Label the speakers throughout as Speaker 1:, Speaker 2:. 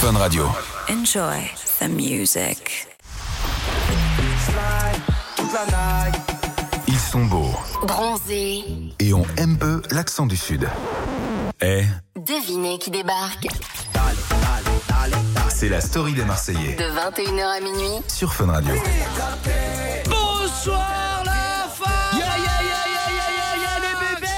Speaker 1: Fun Radio.
Speaker 2: Enjoy the music.
Speaker 1: Ils sont beaux
Speaker 3: Bronzé,
Speaker 1: et on aime peu l'accent du Sud. Eh,
Speaker 3: devinez qui débarque
Speaker 1: c'est la story des Marseillais
Speaker 3: de 21h à minuit.
Speaker 1: sur Fun Radio.
Speaker 4: Bonsoir la femme Ya ya ya ya ya ya ya les bébés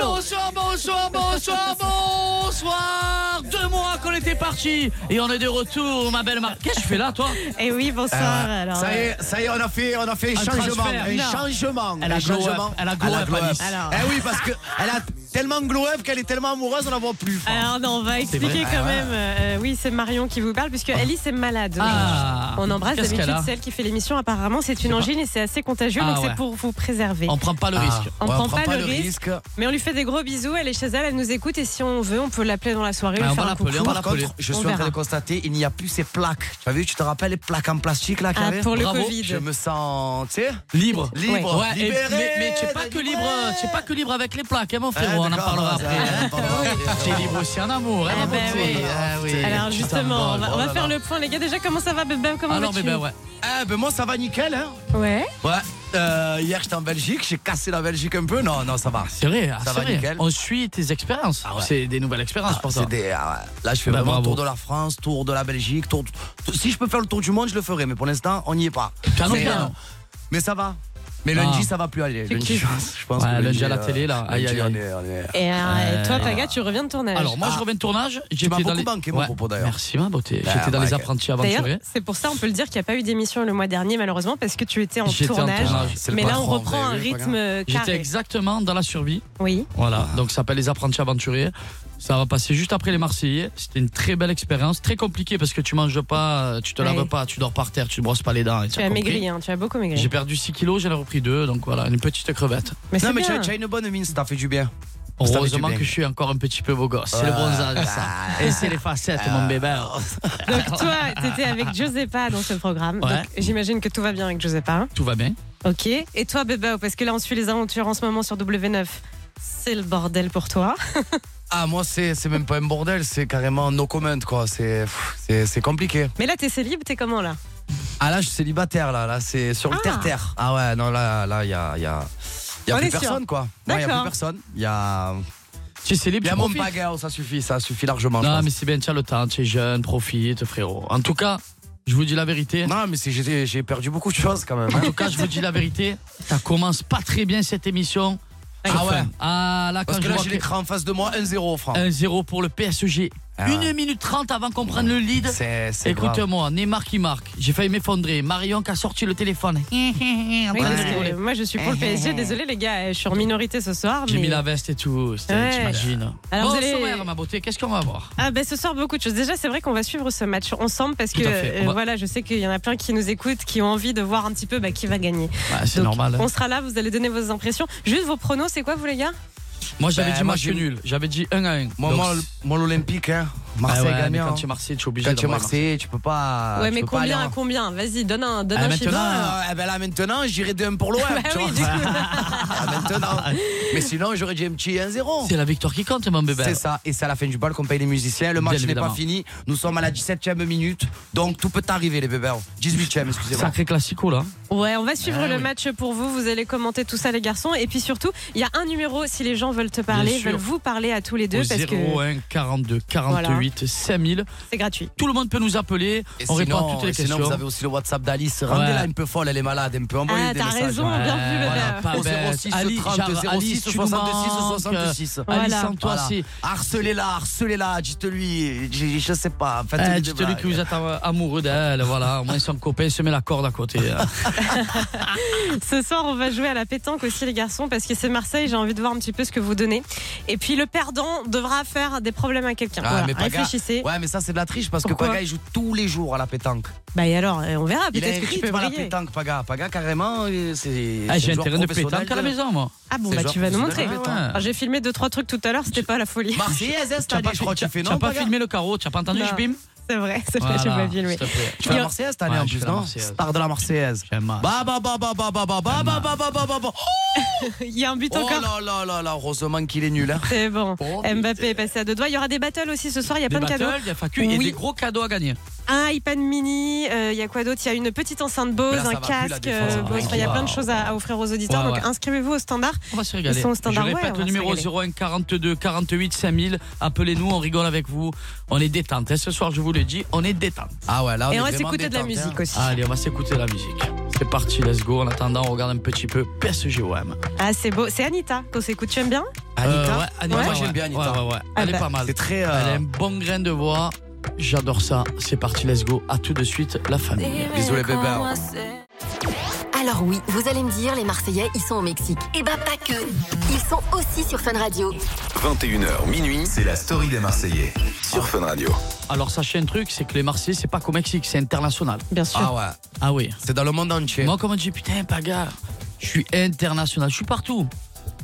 Speaker 4: Bonsoir, bonsoir, bonsoir, bonsoir Deux mois qu'on était partis et on est de retour, ma belle Marc. Qu'est-ce que je fais là, toi
Speaker 5: Et Eh oui, bonsoir.
Speaker 4: Ah,
Speaker 5: alors, euh,
Speaker 6: Ça y est, ça y est, on a fait, on a fait
Speaker 4: Un
Speaker 6: changement,
Speaker 4: transfert.
Speaker 6: un
Speaker 4: Non.
Speaker 6: changement,
Speaker 4: Elle a
Speaker 6: un
Speaker 4: glow up,
Speaker 6: changement.
Speaker 4: elle a glow up, Alice.
Speaker 5: Alors.
Speaker 6: Eh oui, parce que elle a tellement glow up qu'elle est tellement amoureuse, on la voit plus. Franck.
Speaker 5: Alors, non, on va expliquer
Speaker 6: vrai.
Speaker 5: quand
Speaker 6: Ah, ouais.
Speaker 5: même. Euh, oui, c'est Marion qui vous parle, puisque Alice est malade.
Speaker 4: Ah.
Speaker 5: on embrasse
Speaker 4: Qu'est-ce qu'elle
Speaker 5: d'habitude
Speaker 4: a
Speaker 5: celle qui fait l'émission. Apparemment, c'est une angine et c'est assez contagieux,
Speaker 4: Ah,
Speaker 5: donc
Speaker 4: ouais.
Speaker 5: c'est pour vous préserver.
Speaker 4: On prend pas le
Speaker 6: Ah,
Speaker 4: risque.
Speaker 5: on
Speaker 6: ouais,
Speaker 5: prend pas le risque.
Speaker 6: Par
Speaker 5: Mais on lui fait des gros bisous, elle est chez elle, elle nous écoute et si on veut, on peut l'appeler dans la soirée,
Speaker 4: Ah,
Speaker 5: lui
Speaker 4: on
Speaker 5: faire
Speaker 4: va
Speaker 5: un
Speaker 4: l'appeler,
Speaker 5: coucou.
Speaker 4: on va l'appeler.
Speaker 6: contre, je
Speaker 5: On
Speaker 6: suis en train
Speaker 5: verra.
Speaker 6: de constater, il n'y a plus ces plaques. Tu as vu, tu te rappelles les plaques en plastique là qu'il y
Speaker 5: Ah,
Speaker 6: avait
Speaker 5: pour le
Speaker 6: Bravo.
Speaker 5: Covid.
Speaker 6: Je me sens, tu sais,
Speaker 4: Libre.
Speaker 6: libre.
Speaker 4: Ouais, et-
Speaker 6: libéré,
Speaker 4: mais, mais tu es pas que
Speaker 6: libéré.
Speaker 4: libre, tu es pas que libre avec les plaques, hein, mon
Speaker 6: Ouais,
Speaker 4: frérot, on en
Speaker 6: Ah, d'accord,
Speaker 4: parlera
Speaker 6: ouais,
Speaker 4: après.
Speaker 6: on en parlera après.
Speaker 4: Tu es libre aussi en amour, hein,
Speaker 5: Eh
Speaker 4: ma
Speaker 5: ben
Speaker 4: beauté.
Speaker 5: oui.
Speaker 4: Ah oui.
Speaker 5: Alors
Speaker 4: Tu
Speaker 5: justement, on
Speaker 4: t'emballes.
Speaker 5: va, on
Speaker 4: Oh
Speaker 5: va
Speaker 4: là
Speaker 5: faire
Speaker 4: là.
Speaker 5: le point les gars. Déjà, comment ça va Bébé Comment
Speaker 4: Ah non,
Speaker 5: vas-tu
Speaker 4: mais ben ouais.
Speaker 6: Eh ben moi ça va nickel hein.
Speaker 5: Ouais.
Speaker 6: Ouais. euh, hier j'étais en Belgique, j'ai cassé la Belgique un peu. Non, non, ça va.
Speaker 4: C'est vrai, ah,
Speaker 6: Ça
Speaker 4: c'est
Speaker 6: va
Speaker 4: vrai.
Speaker 6: nickel.
Speaker 4: On suit tes expériences.
Speaker 6: Ah ouais.
Speaker 4: C'est des nouvelles expériences
Speaker 6: Ah,
Speaker 4: pour
Speaker 6: c'est
Speaker 4: toi.
Speaker 6: des- ah ouais. là, je fais
Speaker 4: Bah,
Speaker 6: vraiment
Speaker 4: bravo.
Speaker 6: tour de la France, tour de la Belgique. Tour, si je peux faire le tour du monde, je le ferai. Mais pour l'instant, on n'y est pas. Mais,
Speaker 4: T'as loupé,
Speaker 6: euh,
Speaker 4: non
Speaker 6: Mais ça va. Mais
Speaker 4: Ah.
Speaker 6: lundi, ça va plus aller.
Speaker 4: C'est
Speaker 6: Lundi,
Speaker 4: qui
Speaker 6: je pense- je pense
Speaker 4: Ouais,
Speaker 6: que euh,
Speaker 4: lundi à la télé, là. Aïe,
Speaker 6: lundi,
Speaker 4: aïe, aïe.
Speaker 6: on est- on est-
Speaker 5: Et, euh, et toi,
Speaker 4: Euh,
Speaker 5: Paga, tu reviens de tournage.
Speaker 4: Alors moi je
Speaker 6: Ah.
Speaker 4: reviens de tournage.
Speaker 6: Tu m'as
Speaker 4: J'étais dans
Speaker 6: beaucoup
Speaker 4: les...
Speaker 6: manqué, mon
Speaker 4: Ouais.
Speaker 6: propos d'ailleurs.
Speaker 4: Merci ma beauté.
Speaker 6: Ah,
Speaker 4: J'étais dans les
Speaker 6: Mike.
Speaker 4: apprentis
Speaker 5: D'ailleurs,
Speaker 4: aventuriers.
Speaker 5: c'est pour ça on peut le dire qu'il n'y a pas eu d'émission le mois dernier malheureusement parce que tu étais en
Speaker 4: J'étais en
Speaker 5: tournage.
Speaker 4: tournage.
Speaker 6: C'est le
Speaker 5: Mais là, on
Speaker 6: patron,
Speaker 5: reprend
Speaker 6: vous
Speaker 5: un
Speaker 6: avez vu,
Speaker 5: rythme
Speaker 4: J'étais
Speaker 5: carré.
Speaker 4: exactement dans la survie.
Speaker 5: Oui.
Speaker 4: Voilà.
Speaker 6: Ah.
Speaker 4: Donc ça s'appelle les apprentis aventuriers. Ça va passer juste après les Marseillais. C'était une très belle expérience, très compliquée parce que tu manges pas, tu te
Speaker 5: Ouais.
Speaker 4: laves pas, tu dors par terre, tu te brosses pas les dents. et
Speaker 5: Tu
Speaker 4: t'as
Speaker 5: as
Speaker 4: compris.
Speaker 5: maigri, hein, tu as beaucoup maigri.
Speaker 4: J'ai perdu 6 kilos, j'en ai repris 2, donc voilà, une petite crevette.
Speaker 5: Mais
Speaker 6: Non,
Speaker 5: c'est
Speaker 6: mais tu
Speaker 5: bien.
Speaker 6: as, tu as une bonne mine, ça t'a fait du bien. Ça fait du
Speaker 4: Heureusement
Speaker 6: Oh, bien.
Speaker 4: que je suis encore un petit peu beau gosse. C'est le
Speaker 6: Ouais. Ah.
Speaker 4: bronzage, ça. Et c'est les facettes, mon bébé.
Speaker 5: Donc toi, t'étais avec Giuseppa dans ce programme.
Speaker 4: Ouais.
Speaker 5: Donc j'imagine que tout va bien avec Giuseppa. hein.
Speaker 4: Tout va bien.
Speaker 5: Ok. Et toi, Bébé, parce que là, on suit les aventures en ce moment sur W9. C'est le bordel pour toi.
Speaker 6: Ah, moi, c'est c'est même pas un bordel, c'est carrément no comment, quoi. C'est pff, c'est- c'est compliqué.
Speaker 5: Mais là, t'es célib, t'es comment là
Speaker 6: Ah, là, je suis célibataire, là. Là, c'est sur le
Speaker 5: Ah.
Speaker 6: terre-terre. Ah, ouais, non, là, là, il y a. Y a... Y a
Speaker 5: On
Speaker 6: plus
Speaker 5: est sûr.
Speaker 6: personne, quoi. Ouais, y a
Speaker 5: D'accord.
Speaker 6: plus personne. Y a,
Speaker 4: Tu es célèbre,
Speaker 6: y a
Speaker 4: tu
Speaker 6: mon
Speaker 4: profites.
Speaker 6: bagarre, ça suffit, ça suffit largement. je
Speaker 4: Non,
Speaker 6: pense.
Speaker 4: mais c'est bien, tiens le temps, tu es jeune, profite, frérot. En tout cas, je vous dis la vérité.
Speaker 6: Non, mais c'est- j'ai j'ai perdu beaucoup de choses quand même. hein.
Speaker 4: En tout cas, je vous dis la vérité, ça commence pas très bien cette émission.
Speaker 6: Ah
Speaker 4: Sur
Speaker 6: ouais.
Speaker 4: Fun. Ah là, quand
Speaker 6: Parce que
Speaker 4: je
Speaker 6: là,
Speaker 4: vois
Speaker 6: j'ai
Speaker 4: que- Euh,
Speaker 6: l'écran en face de moi, 1-0, Franck.
Speaker 4: 1-0 pour le PSG.
Speaker 6: Ah ouais.
Speaker 4: 1 minute 30 avant qu'on prenne le lead.
Speaker 6: C'est c'est grave.
Speaker 4: Écoute-moi, Neymar qui marque. J'ai failli m'effondrer. Marion qui a sorti le téléphone. Ah
Speaker 5: Oui,
Speaker 4: bah,
Speaker 5: parce que
Speaker 4: rigoler.
Speaker 5: Moi, je suis pour le PSG. Désolé, les gars, je suis en minorité ce soir.
Speaker 4: Eh, J'ai
Speaker 5: mais-
Speaker 4: mis la veste et tout. c'était-
Speaker 5: Ouais.
Speaker 4: T'imagines.
Speaker 5: Alors,
Speaker 4: bon,
Speaker 5: vous allez-
Speaker 4: sommaire, ma beauté, qu'est-ce qu'on va voir
Speaker 5: Ah ben ce soir beaucoup de choses. Déjà c'est vrai qu'on va suivre ce match ensemble parce
Speaker 4: Tout
Speaker 5: que
Speaker 4: à fait.
Speaker 5: euh,
Speaker 4: On va-
Speaker 5: voilà je sais qu'il y en a plein qui nous écoutent qui ont envie de voir un petit peu bah, qui va gagner.
Speaker 4: Bah, C'est
Speaker 5: Donc,
Speaker 4: normal.
Speaker 5: On sera là, vous allez donner vos impressions. Juste vos pronos, c'est quoi vous les gars
Speaker 4: Moi, j'avais
Speaker 6: Bah,
Speaker 4: dit
Speaker 6: moi,
Speaker 4: match
Speaker 6: j'ai-
Speaker 4: nul. J'avais dit 1 à 1.
Speaker 6: Moi, moi, l- moi, l'Olympique, hein. Marseille gagnant.
Speaker 4: Ah Quand
Speaker 6: hein.
Speaker 4: tu es Marseille, tu es obligé
Speaker 6: Quand tu es
Speaker 4: d'envoyer
Speaker 6: Marseillais, tu peux pas.
Speaker 5: Ouais
Speaker 6: Ah, tu
Speaker 5: mais
Speaker 6: peux pas
Speaker 5: combien
Speaker 6: aller
Speaker 5: à
Speaker 6: en-
Speaker 5: combien Vas-y donne un donne
Speaker 4: Ah,
Speaker 5: un
Speaker 4: maintenant,
Speaker 5: chiffre.
Speaker 6: Non, euh, eh ben là maintenant, j'irai de 1 pour l'OM.
Speaker 5: Bah
Speaker 6: tu
Speaker 5: oui
Speaker 6: vois.
Speaker 5: du coup.
Speaker 6: Ah, maintenant. Mais sinon, j'aurais dit un petit
Speaker 4: Marseille.
Speaker 6: 1-0.
Speaker 4: C'est la victoire qui compte, mon bébé.
Speaker 6: C'est ça, et c'est à la fin du bal qu'on paye les musiciens. Le
Speaker 4: Bien
Speaker 6: match n'est
Speaker 4: évidemment.
Speaker 6: pas fini. Nous sommes à la 17ème minute, donc tout peut arriver, les bébés. 18ème, excusez-moi.
Speaker 4: Sacré classico, là.
Speaker 5: ouais on va suivre
Speaker 4: Ah,
Speaker 5: le
Speaker 4: oui.
Speaker 5: match pour vous. Vous allez commenter tout ça les garçons et puis surtout il y a un numéro si les gens veulent te parler,
Speaker 4: sûr.
Speaker 5: veulent vous parler à tous les deux
Speaker 4: Au
Speaker 5: parce que
Speaker 4: 01 42 48 5000.
Speaker 5: c'est gratuit.
Speaker 4: Tout le monde peut nous appeler.
Speaker 6: Et sinon-
Speaker 4: on répond à toutes les
Speaker 6: et sinon,
Speaker 4: questions.
Speaker 6: vous avez aussi le WhatsApp d'Alice. Rendez-la un peu folle, elle est malade, un peu. Envoyez
Speaker 5: Ah,
Speaker 6: des
Speaker 5: t'as
Speaker 6: messages.
Speaker 5: raison,
Speaker 6: hein.
Speaker 5: bien vu, le
Speaker 4: Euh, voilà,
Speaker 5: verre.
Speaker 4: pas
Speaker 6: Au
Speaker 4: bête.
Speaker 6: 06
Speaker 4: Ali,
Speaker 6: 30,
Speaker 4: genre,
Speaker 6: 06
Speaker 4: Alice, euh, tu nous
Speaker 6: 66 66.
Speaker 4: manques. Alice,
Speaker 5: Voilà.
Speaker 4: sans toi,
Speaker 6: Voilà.
Speaker 4: c'est.
Speaker 6: Harcelez-la, harcelez-la, dites-lui, je, je sais pas, faites
Speaker 4: Eh, Dites-lui que vous êtes am- amoureux d'elle, voilà. Au moins, son copain se met la corde à côté. hein.
Speaker 5: Ce soir, on va jouer à la pétanque aussi, les garçons, parce que c'est Marseille. J'ai envie de voir un petit peu ce que vous donnez. Et puis, le perdant devra faire des problèmes à quelqu'un.
Speaker 6: Ah,
Speaker 5: Voilà,
Speaker 6: mais Paga-
Speaker 5: Réfléchissez.
Speaker 6: Ouais, mais ça c'est de la triche parce
Speaker 5: Pourquoi
Speaker 6: que Paga il joue tous les jours à la pétanque.
Speaker 5: Bah, et alors, euh, on verra.
Speaker 6: Il a un
Speaker 5: Peut-être que tu peux
Speaker 6: rythme à la
Speaker 5: briller.
Speaker 6: pétanque, Paga. Paga carrément, euh, c'est.
Speaker 4: Ah,
Speaker 6: c'est
Speaker 4: J'ai
Speaker 6: un
Speaker 4: un
Speaker 6: joueur
Speaker 4: terrain de
Speaker 6: professionnel
Speaker 4: pétanque à la maison, moi.
Speaker 5: Ah bon,
Speaker 6: C'est
Speaker 5: bah,
Speaker 6: genre
Speaker 5: tu vas nous montrer.
Speaker 6: professionnel,
Speaker 4: ouais.
Speaker 5: Alors, J'ai filmé deux, trois trucs tout à l'heure, c'était pas la folie.
Speaker 6: Marseillaise, hein, cette
Speaker 4: Tu as
Speaker 6: année,
Speaker 4: pas,
Speaker 6: je crois que tu fais
Speaker 4: tu
Speaker 6: non
Speaker 4: as pas
Speaker 6: Paga
Speaker 4: filmé le carreau, tu as pas entendu,
Speaker 5: Non.
Speaker 4: je bim
Speaker 5: C'est vrai, ça fait je
Speaker 4: Voilà,
Speaker 5: pas filmé.
Speaker 4: s'il te plaît.
Speaker 6: Tu fais
Speaker 5: Il y
Speaker 6: la
Speaker 5: a-
Speaker 6: Marseillaise cette année
Speaker 4: Ouais,
Speaker 6: en
Speaker 4: je
Speaker 6: plus,
Speaker 4: fais la
Speaker 6: non
Speaker 4: Marseillaise.
Speaker 6: Star de la Marseillaise.
Speaker 4: J'aime mal.
Speaker 6: Bah bah bah bah bah bah bah bah bah bah bah bah bah bah.
Speaker 5: Il y a un but
Speaker 6: Oh
Speaker 5: encore.
Speaker 6: là là là là, heureusement qu'il est nul. hein.
Speaker 5: C'est bon.
Speaker 6: Oh,
Speaker 5: Mbappé est passé à deux doigts. Il y aura des battles aussi ce soir. Il y a
Speaker 4: Des
Speaker 5: plein de cadeaux.
Speaker 4: battles, il y a FAQ, il y a
Speaker 5: Oui.
Speaker 4: des gros cadeaux à gagner.
Speaker 5: Un iPad mini. euh, Il y a quoi d'autre Il y a une petite enceinte Bose,
Speaker 6: Mais là, ça
Speaker 5: un
Speaker 6: va plus, la
Speaker 5: casque
Speaker 6: défense,
Speaker 5: euh,
Speaker 6: hein.
Speaker 5: Bose. Enfin, Il y a
Speaker 4: Wow.
Speaker 5: plein de choses à, à offrir aux auditeurs.
Speaker 4: Ouais,
Speaker 5: donc
Speaker 4: ouais.
Speaker 5: inscrivez-vous au standard.
Speaker 4: On va se régaler.
Speaker 5: Ils sont au
Speaker 4: Je
Speaker 5: standard, ouais,
Speaker 4: répète
Speaker 5: on
Speaker 4: le
Speaker 5: va se
Speaker 4: numéro
Speaker 5: régaler.
Speaker 4: 01 42 48 5000. Appelez-nous, on rigole avec vous. On est détente. Et ce soir, je vous le dis, on est détente.
Speaker 6: Ah ouais, là on
Speaker 5: Et
Speaker 6: est
Speaker 5: on va
Speaker 6: vraiment
Speaker 5: s'écouter de la
Speaker 6: détente, hein.
Speaker 5: musique aussi.
Speaker 4: Allez, on va s'écouter la musique. C'est parti, let's go. En attendant, on regarde un petit peu PSGOM.
Speaker 5: Ah, c'est beau. C'est Anita qu'on s'écoute. Tu aimes bien
Speaker 6: Anita
Speaker 4: Euh, ouais, Anita,
Speaker 6: Moi
Speaker 4: ouais.
Speaker 6: j'aime bien Anita.
Speaker 4: Ouais, ouais, ouais.
Speaker 5: Ah
Speaker 4: Elle est
Speaker 5: bah.
Speaker 4: pas mal.
Speaker 6: C'est très. euh,
Speaker 4: Elle a un bon grain de voix. J'adore ça. C'est parti, let's go. À tout de suite, la famille.
Speaker 6: Bisous les bébés. hein.
Speaker 3: Alors oui, vous allez me dire, les Marseillais, ils sont au Mexique. Eh ben pas que. Ils sont aussi sur Fun Radio.
Speaker 1: 21h minuit, c'est la story des Marseillais sur Fun Radio.
Speaker 4: Alors, sachez un truc c'est que les Marseillais, c'est pas qu'au Mexique, c'est international.
Speaker 5: Bien sûr.
Speaker 6: Ah ouais,
Speaker 4: Ah oui.
Speaker 6: c'est dans le monde entier.
Speaker 4: Moi, comme on dit, putain, Paga, je suis international. Je suis partout.